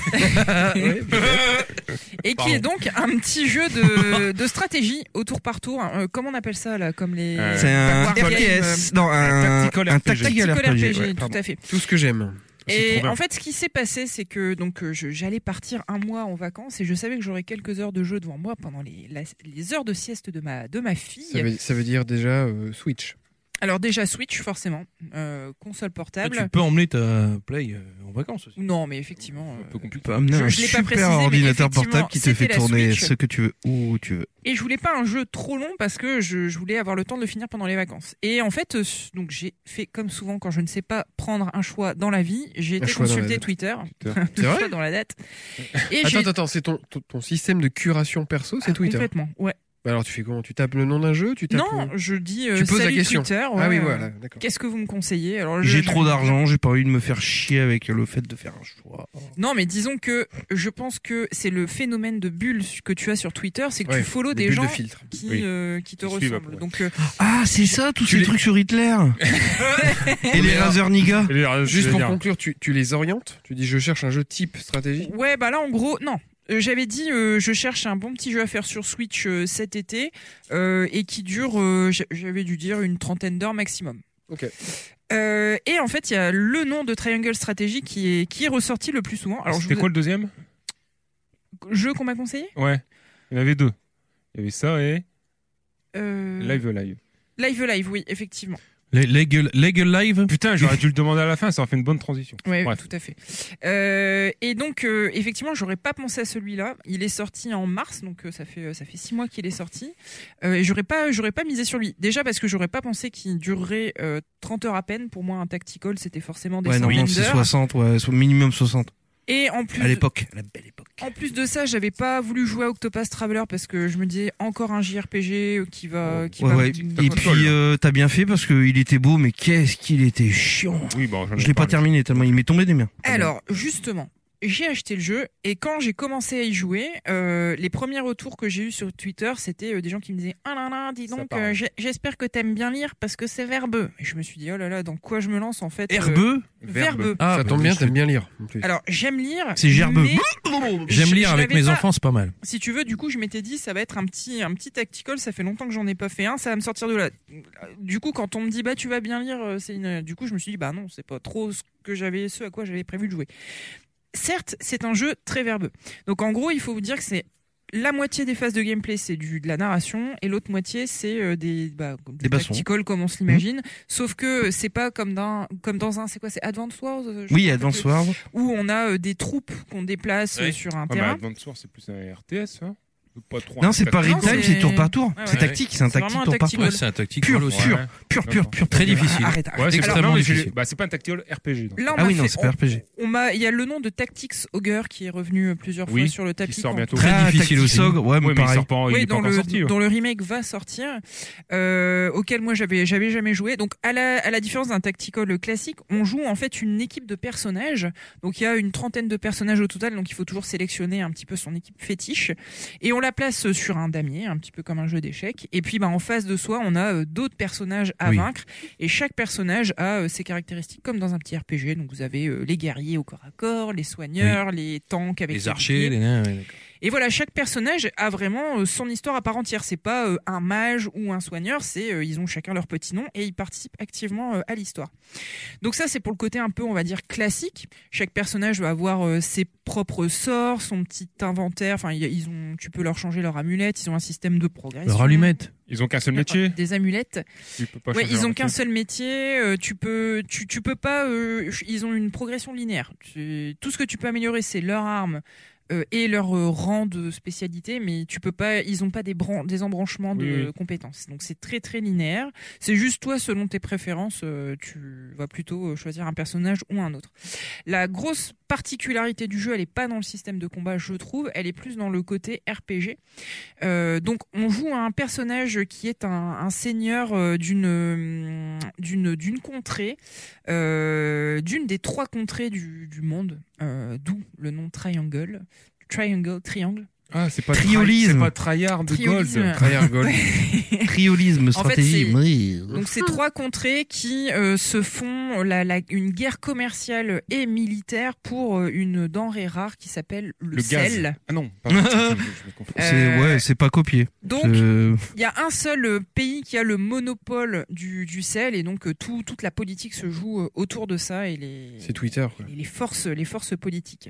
Speaker 4: Et qui est donc un petit jeu de, de stratégie au tour par tour. hein, euh, comment on appelle ça là Comme les.
Speaker 5: Euh,
Speaker 2: C'est un
Speaker 4: War Game, euh,
Speaker 2: RTS, non un
Speaker 5: tactical
Speaker 2: un
Speaker 5: RPG.
Speaker 2: tactical
Speaker 4: Tactical RPG,
Speaker 2: RPG. ouais.
Speaker 4: tout à fait.
Speaker 3: Tout ce que j'aime.
Speaker 5: trop
Speaker 4: Et
Speaker 5: bien.
Speaker 4: en fait, ce qui s'est passé, c'est que donc euh, je- j'allais partir un mois en vacances et je savais que j'aurais quelques heures de jeu devant moi pendant les, la- les heures de sieste de ma de ma fille.
Speaker 3: Ça veut, ça veut dire déjà euh, Switch.
Speaker 4: Alors déjà Switch forcément, Euh, console portable.
Speaker 1: Tu peux emmener ta Play euh, en vacances aussi.
Speaker 4: Non mais effectivement.
Speaker 5: Un
Speaker 4: euh,
Speaker 5: peu
Speaker 2: Tu
Speaker 5: compliqué.
Speaker 2: peux amener
Speaker 4: Je-
Speaker 2: un
Speaker 4: je l'ai pas
Speaker 2: super
Speaker 4: précisé, mais
Speaker 2: ordinateur
Speaker 4: effectivement,
Speaker 2: portable qui te fait
Speaker 4: c'était la
Speaker 2: tourner
Speaker 4: Switch.
Speaker 2: ce que tu veux où tu veux.
Speaker 4: Et je voulais pas un jeu trop long parce que je, je voulais avoir le temps de le finir pendant les vacances. Et en fait, euh, donc j'ai fait comme souvent quand je ne sais pas prendre un choix dans la vie, j'ai été
Speaker 3: choix dans la
Speaker 4: consulter
Speaker 3: date.
Speaker 4: Twitter,
Speaker 3: C'est
Speaker 4: deux
Speaker 3: vrai
Speaker 4: fois dans la date. Et j'ai
Speaker 3: Attends, attends, attends, c'est ton, ton, ton système de curation perso, c'est
Speaker 4: Ah,
Speaker 3: Twitter.
Speaker 4: Complètement, ouais.
Speaker 3: Bah Alors tu fais comment Tu tapes le nom d'un jeu Tu tapes
Speaker 4: Non,
Speaker 3: le-
Speaker 4: je dis euh,
Speaker 3: Tu poses la
Speaker 4: salut
Speaker 3: question.
Speaker 4: Twitter.
Speaker 3: Ah
Speaker 4: ouais,
Speaker 3: oui,
Speaker 4: euh,
Speaker 3: voilà, d'accord.
Speaker 4: Qu'est-ce que vous me conseillez Alors je-
Speaker 2: J'ai
Speaker 4: je-
Speaker 2: trop d'argent, j'ai pas envie de me faire chier avec le fait de faire un choix.
Speaker 4: Non, mais disons que je pense que c'est le phénomène de bulle que tu as sur Twitter, c'est que
Speaker 3: Ouais,
Speaker 4: tu follows
Speaker 3: les
Speaker 4: des
Speaker 3: bulles
Speaker 4: gens
Speaker 3: de filtre.
Speaker 4: qui,
Speaker 5: Oui.
Speaker 4: euh, qui te
Speaker 5: Qui suivent,
Speaker 4: ressemblent.
Speaker 5: ouais.
Speaker 4: Donc euh,
Speaker 2: Ah, c'est ça tous
Speaker 5: Tu
Speaker 2: ces
Speaker 5: les-
Speaker 2: trucs sur Hitler et les
Speaker 3: Mais alors-
Speaker 2: Razer Niga.
Speaker 5: Ah,
Speaker 3: Juste pour conclure, tu, tu les orientes Tu dis je cherche un jeu type stratégie
Speaker 4: Ouais, bah là, en gros, non. Euh, J'avais dit, euh, je cherche un bon petit jeu à faire sur Switch euh, cet été euh, et qui dure, euh, j'a- j'avais dû dire, une trentaine d'heures maximum.
Speaker 3: Ok.
Speaker 4: Euh, et en fait, il y a le nom de Triangle Strategy qui est, qui est ressorti le plus souvent. Alors, je
Speaker 5: C'était
Speaker 4: vous-
Speaker 5: quoi le deuxième
Speaker 4: jeu qu'on m'a conseillé
Speaker 5: Ouais. Il y en avait deux. Il y avait ça et
Speaker 4: Euh,
Speaker 5: Live Live.
Speaker 4: Live Live, oui, effectivement.
Speaker 1: Les, les gueules- les gueules live
Speaker 5: Putain, j'aurais dû le demander à la fin, ça aurait fait une bonne transition.
Speaker 4: Ouais,
Speaker 5: Bref.
Speaker 4: tout à fait. Euh, et donc, euh, effectivement, j'aurais pas pensé à celui-là. Il est sorti en mars, donc euh, ça fait euh, ça fait six mois qu'il est sorti. Euh, et j'aurais pas j'aurais pas misé sur lui. Déjà parce que j'aurais pas pensé qu'il durerait euh, 30 heures à peine. Pour moi, un tactical, c'était forcément des
Speaker 2: Ouais,
Speaker 4: centaines
Speaker 2: normalement c'est
Speaker 4: d'heures.
Speaker 2: 60, ouais, so- minimum 60.
Speaker 4: Et en plus,
Speaker 2: À l'époque, la belle époque.
Speaker 4: en plus de ça, j'avais pas voulu jouer à Octopath Traveler parce que je me disais encore un JRPG euh, qui va qui
Speaker 2: Ouais,
Speaker 4: va
Speaker 2: ouais. Et puis euh, t'as bien fait parce que il était beau, mais qu'est-ce qu'il était chiant.
Speaker 5: Oui, bon, j'en ai
Speaker 2: Je l'ai pas
Speaker 5: parlé.
Speaker 2: terminé tellement il m'est tombé des mains.
Speaker 4: Alors, justement, j'ai acheté le jeu et quand j'ai commencé à y jouer, euh, les premiers retours que j'ai eus sur Twitter, c'était euh, des gens qui me disaient Ah là là, dis
Speaker 5: Ça
Speaker 4: donc,
Speaker 5: parle.
Speaker 4: euh, j'ai- j'espère que t'aimes bien lire parce que c'est verbeux. Et je me suis dit Oh là là, dans quoi je me lance en fait euh,
Speaker 1: Herbeux
Speaker 4: Verbeux.
Speaker 1: Ah,
Speaker 3: Ça
Speaker 1: bah,
Speaker 3: tombe bien,
Speaker 1: je-
Speaker 3: t'aimes bien lire. en plus.
Speaker 4: Alors, j'aime lire.
Speaker 2: C'est gerbeux.
Speaker 4: mais
Speaker 1: J'aime
Speaker 4: je-
Speaker 1: lire
Speaker 4: je
Speaker 1: avec
Speaker 4: l'avais
Speaker 1: mes
Speaker 4: pas-
Speaker 1: enfants, c'est pas mal.
Speaker 4: Si tu veux, du coup, je m'étais dit, ça va être un petit, un petit tactical. Ça fait longtemps que j'en ai pas fait un. Ça va me sortir de là. Du coup, quand on me dit, bah, tu vas bien lire, euh, Céline, euh, du coup, je me suis dit, bah non, c'est pas trop ce que j'avais, ce à quoi j'avais prévu de jouer. Certes, c'est un jeu très verbeux. Donc, en gros, il faut vous dire que c'est la moitié des phases de gameplay, c'est du de la narration, et l'autre moitié, c'est euh, des, bah,
Speaker 2: Des
Speaker 4: des
Speaker 2: bassons. Mhm.
Speaker 4: tactical comme on se l'imagine. Sauf que c'est pas comme dans, comme dans un, c'est quoi, c'est Advance Wars. euh, je
Speaker 2: Oui,
Speaker 4: crois,
Speaker 2: Advance
Speaker 4: que-
Speaker 2: Wars.
Speaker 4: Où on a euh, des troupes qu'on déplace euh,
Speaker 1: Ouais.
Speaker 4: sur un
Speaker 5: Ah, mais
Speaker 4: terrain.
Speaker 5: Advance Wars, c'est plus un RTS, hein Pas trop.
Speaker 2: Non, c'est pas
Speaker 4: Non,
Speaker 2: real time,
Speaker 4: c'est-
Speaker 2: c'est tour par tour.
Speaker 4: Ouais,
Speaker 2: C'est
Speaker 4: ouais.
Speaker 2: tactique, c'est un
Speaker 4: C'est
Speaker 2: tactique
Speaker 4: vraiment
Speaker 2: tour
Speaker 4: un
Speaker 2: par
Speaker 4: tactique.
Speaker 2: tour.
Speaker 1: Ouais, c'est un tactique.
Speaker 2: Pur,
Speaker 1: voilà,
Speaker 2: sûr.
Speaker 5: Ouais.
Speaker 2: Pur,
Speaker 5: D'accord.
Speaker 2: pur, pur.
Speaker 1: Très
Speaker 2: pur.
Speaker 1: difficile.
Speaker 2: Arrête, arrête.
Speaker 5: Ouais, c'est
Speaker 1: extrêmement
Speaker 5: extrêmement
Speaker 1: difficile.
Speaker 5: Bah, c'est pas un tactical RPG. donc.
Speaker 4: Là, on
Speaker 2: Ah
Speaker 4: m'a
Speaker 2: oui, non,
Speaker 4: fait-
Speaker 2: c'est pas
Speaker 4: on-
Speaker 2: RPG.
Speaker 4: On m'a, il y a le nom de Tactics Ogre qui est revenu euh, plusieurs
Speaker 5: Oui,
Speaker 4: fois sur le tapis.
Speaker 5: Qui sort
Speaker 4: quand-
Speaker 5: bientôt.
Speaker 1: Très
Speaker 2: Ah,
Speaker 1: difficile aussi.
Speaker 2: Tactic Ogre, Ouais, mais
Speaker 5: Ouais, mais il
Speaker 2: pareil.
Speaker 5: sort pas, il
Speaker 4: Oui,
Speaker 5: est pas
Speaker 4: dans
Speaker 5: encore
Speaker 4: le,
Speaker 5: sorti. hein. ouais.
Speaker 4: dans le remake va sortir, euh, auquel moi j'avais j'avais jamais joué. Donc à la, à la différence d'un tactical classique, on joue en fait une équipe de personnages. Donc il y a une trentaine de personnages au total, donc il faut toujours sélectionner un petit peu son équipe fétiche. Et on la place sur un damier, un petit peu comme un jeu d'échecs. Et puis bah, en face de soi, on a euh, d'autres personnages à
Speaker 2: Oui.
Speaker 4: vaincre. Et chaque personnage a euh, ses caractéristiques comme dans un petit RPG. Donc vous avez euh, les guerriers au corps à corps, les soigneurs, les tanks avec
Speaker 1: Les
Speaker 4: boucliers.
Speaker 1: archers, les nains. ouais, d'accord.
Speaker 4: Et voilà, chaque personnage a vraiment euh, son histoire à part entière. C'est pas euh, un mage ou un soigneur, c'est euh, ils ont chacun leur petit nom et ils participent activement euh, à l'histoire. Donc ça, c'est pour le côté un peu, on va dire, classique. Chaque personnage va avoir euh, ses propres sorts, son petit inventaire. Enfin, il y a- ils ont, tu peux leur changer leur amulette. Ils ont un système de progression.
Speaker 1: Leur allumette.
Speaker 5: Ils ont qu'un seul métier.
Speaker 4: Des amulettes.
Speaker 5: Tu peux pas
Speaker 4: Ah. Ouais,
Speaker 5: changer
Speaker 4: ils
Speaker 5: leur
Speaker 4: ont qu'un
Speaker 5: métier.
Speaker 4: seul métier. euh, tu peux, tu, tu peux pas. euh, ch- ils ont une progression linéaire. Tu- tout ce que tu peux améliorer, c'est leur arme euh, et leur euh, rang de spécialité, mais tu peux pas. Ils ont pas des bran- des embranchements de
Speaker 5: Oui, oui.
Speaker 4: compétences. Donc c'est très très linéaire. C'est juste toi, selon tes préférences, euh, tu vas plutôt euh, choisir un personnage ou un autre. La grosse particularité du jeu, elle est pas dans le système de combat, je trouve. Elle est plus dans le côté RPG. Euh, donc on joue à un personnage qui est un, un seigneur euh, d'une euh, d'une d'une contrée, euh, d'une des trois contrées du, du monde, euh, d'où le nom Triangle. Triangle, triangle.
Speaker 5: Ah, c'est pas
Speaker 2: Triolisme.
Speaker 5: Triolisme. C'est pas Tryhard
Speaker 4: Triolisme.
Speaker 5: Gold.
Speaker 3: Tryhard Gold.
Speaker 2: Triolisme,
Speaker 4: En fait,
Speaker 2: stratégie.
Speaker 4: c'est-
Speaker 2: oui.
Speaker 4: Donc ces trois contrées qui euh, se font la, la- une guerre commerciale et militaire pour euh, une denrée rare qui s'appelle le,
Speaker 5: Le gaz.
Speaker 4: sel.
Speaker 5: Ah non, pardon, je- je- je me confonds.
Speaker 2: C'est- ouais,
Speaker 4: euh,
Speaker 2: c'est pas copié.
Speaker 4: Donc
Speaker 2: Euh,
Speaker 4: Il y a un seul euh, pays qui a le monopole du, du sel et donc euh, tout- toute la politique se joue euh, autour de ça et les,
Speaker 3: C'est Twitter. quoi.
Speaker 4: et les forces, les forces politiques.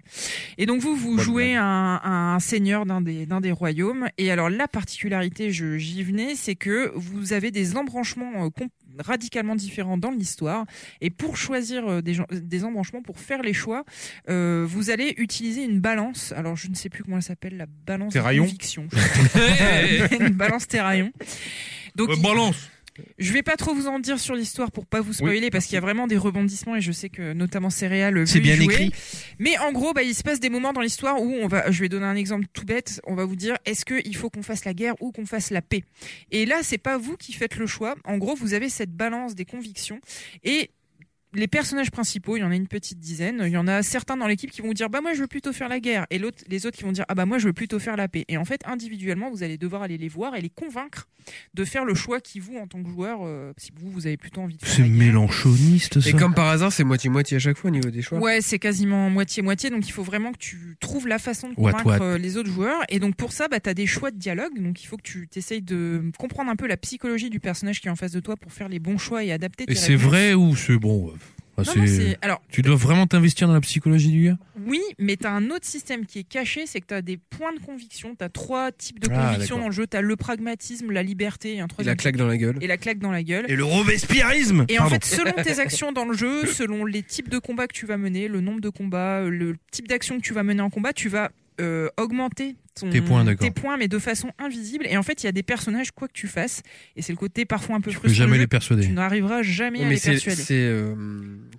Speaker 4: Et donc vous, vous
Speaker 5: Bonne
Speaker 4: jouez un, un seigneur d'un des, d'un des royaumes. Et alors la particularité, je, j'y venais, c'est que vous avez des embranchements euh, com- radicalement différents dans l'histoire. Et pour choisir euh, des, gens- des embranchements, pour faire les choix, euh, vous allez utiliser une balance. Alors je ne sais plus comment elle s'appelle, la balance de
Speaker 5: Terraillon
Speaker 4: conviction. je crois. une balance terraillon. Donc,
Speaker 5: Euh,
Speaker 4: il-
Speaker 1: Euh, balance.
Speaker 4: je vais pas trop vous en dire sur l'histoire pour pas vous spoiler parce qu'il y a vraiment des rebondissements et je sais que notamment Céréales veut
Speaker 2: C'est
Speaker 4: y
Speaker 2: bien
Speaker 4: jouer.
Speaker 2: écrit.
Speaker 4: Mais en gros, bah, il se passe des moments dans l'histoire où on va, je vais donner un exemple tout bête, on va vous dire est-ce qu'il faut qu'on fasse la guerre ou qu'on fasse la paix. Et là, c'est pas vous qui faites le choix. En gros, vous avez cette balance des convictions et les personnages principaux, il y en a une petite dizaine, il y en a certains dans l'équipe qui vont vous dire bah moi je veux plutôt faire la guerre et l'autre les autres qui vont dire ah bah moi je veux plutôt faire la paix. Et en fait, individuellement, vous allez devoir aller les voir et les convaincre de faire le choix qui vous en tant que joueur euh, si vous vous avez plutôt envie de faire
Speaker 2: C'est
Speaker 4: la guerre.
Speaker 2: mélanchoniste, ça.
Speaker 3: Et comme par hasard, c'est moitié-moitié à chaque fois au niveau des choix.
Speaker 4: Ouais, c'est quasiment moitié-moitié, donc il faut vraiment que tu trouves la façon de
Speaker 2: What,
Speaker 4: convaincre
Speaker 2: what.
Speaker 4: euh, les autres joueurs. Et donc pour ça, bah, tu as des choix de dialogue, donc il faut que tu t'essayes de comprendre un peu la psychologie du personnage qui est en face de toi pour faire les bons choix et adapter tes
Speaker 1: Et c'est
Speaker 4: réponses.
Speaker 1: vrai ou c'est bon euh, bah,
Speaker 4: Non,
Speaker 1: c'est-
Speaker 4: non, c'est- Alors
Speaker 1: Tu dois vraiment t'investir dans la psychologie du gars
Speaker 4: oui, mais tu as un autre système qui est caché, c'est que tu as des points de conviction, tu as trois types de
Speaker 1: Ah,
Speaker 4: conviction
Speaker 1: d'accord.
Speaker 4: dans le jeu, tu as le pragmatisme, la liberté et un
Speaker 3: Et la
Speaker 4: troisième
Speaker 3: claque dans la gueule.
Speaker 4: et la claque dans la gueule.
Speaker 2: Et le robespierrisme
Speaker 4: Et en
Speaker 2: Pardon.
Speaker 4: fait, selon tes actions dans le jeu, selon les types de combats que tu vas mener, le nombre de combats, euh, le type d'action que tu vas mener en combat, tu vas euh, augmenter ton-
Speaker 1: Tes points, d'accord.
Speaker 4: tes points, mais de façon invisible. Et en fait, il y a des personnages, quoi que tu fasses, et c'est le côté parfois un peu
Speaker 1: Tu peux
Speaker 4: frustrant
Speaker 1: jamais
Speaker 4: du
Speaker 1: les
Speaker 4: jeu, tu
Speaker 1: persuader.
Speaker 4: n'arriveras jamais à
Speaker 3: mais
Speaker 4: les
Speaker 3: c'est
Speaker 4: persuader.
Speaker 3: c'est, euh,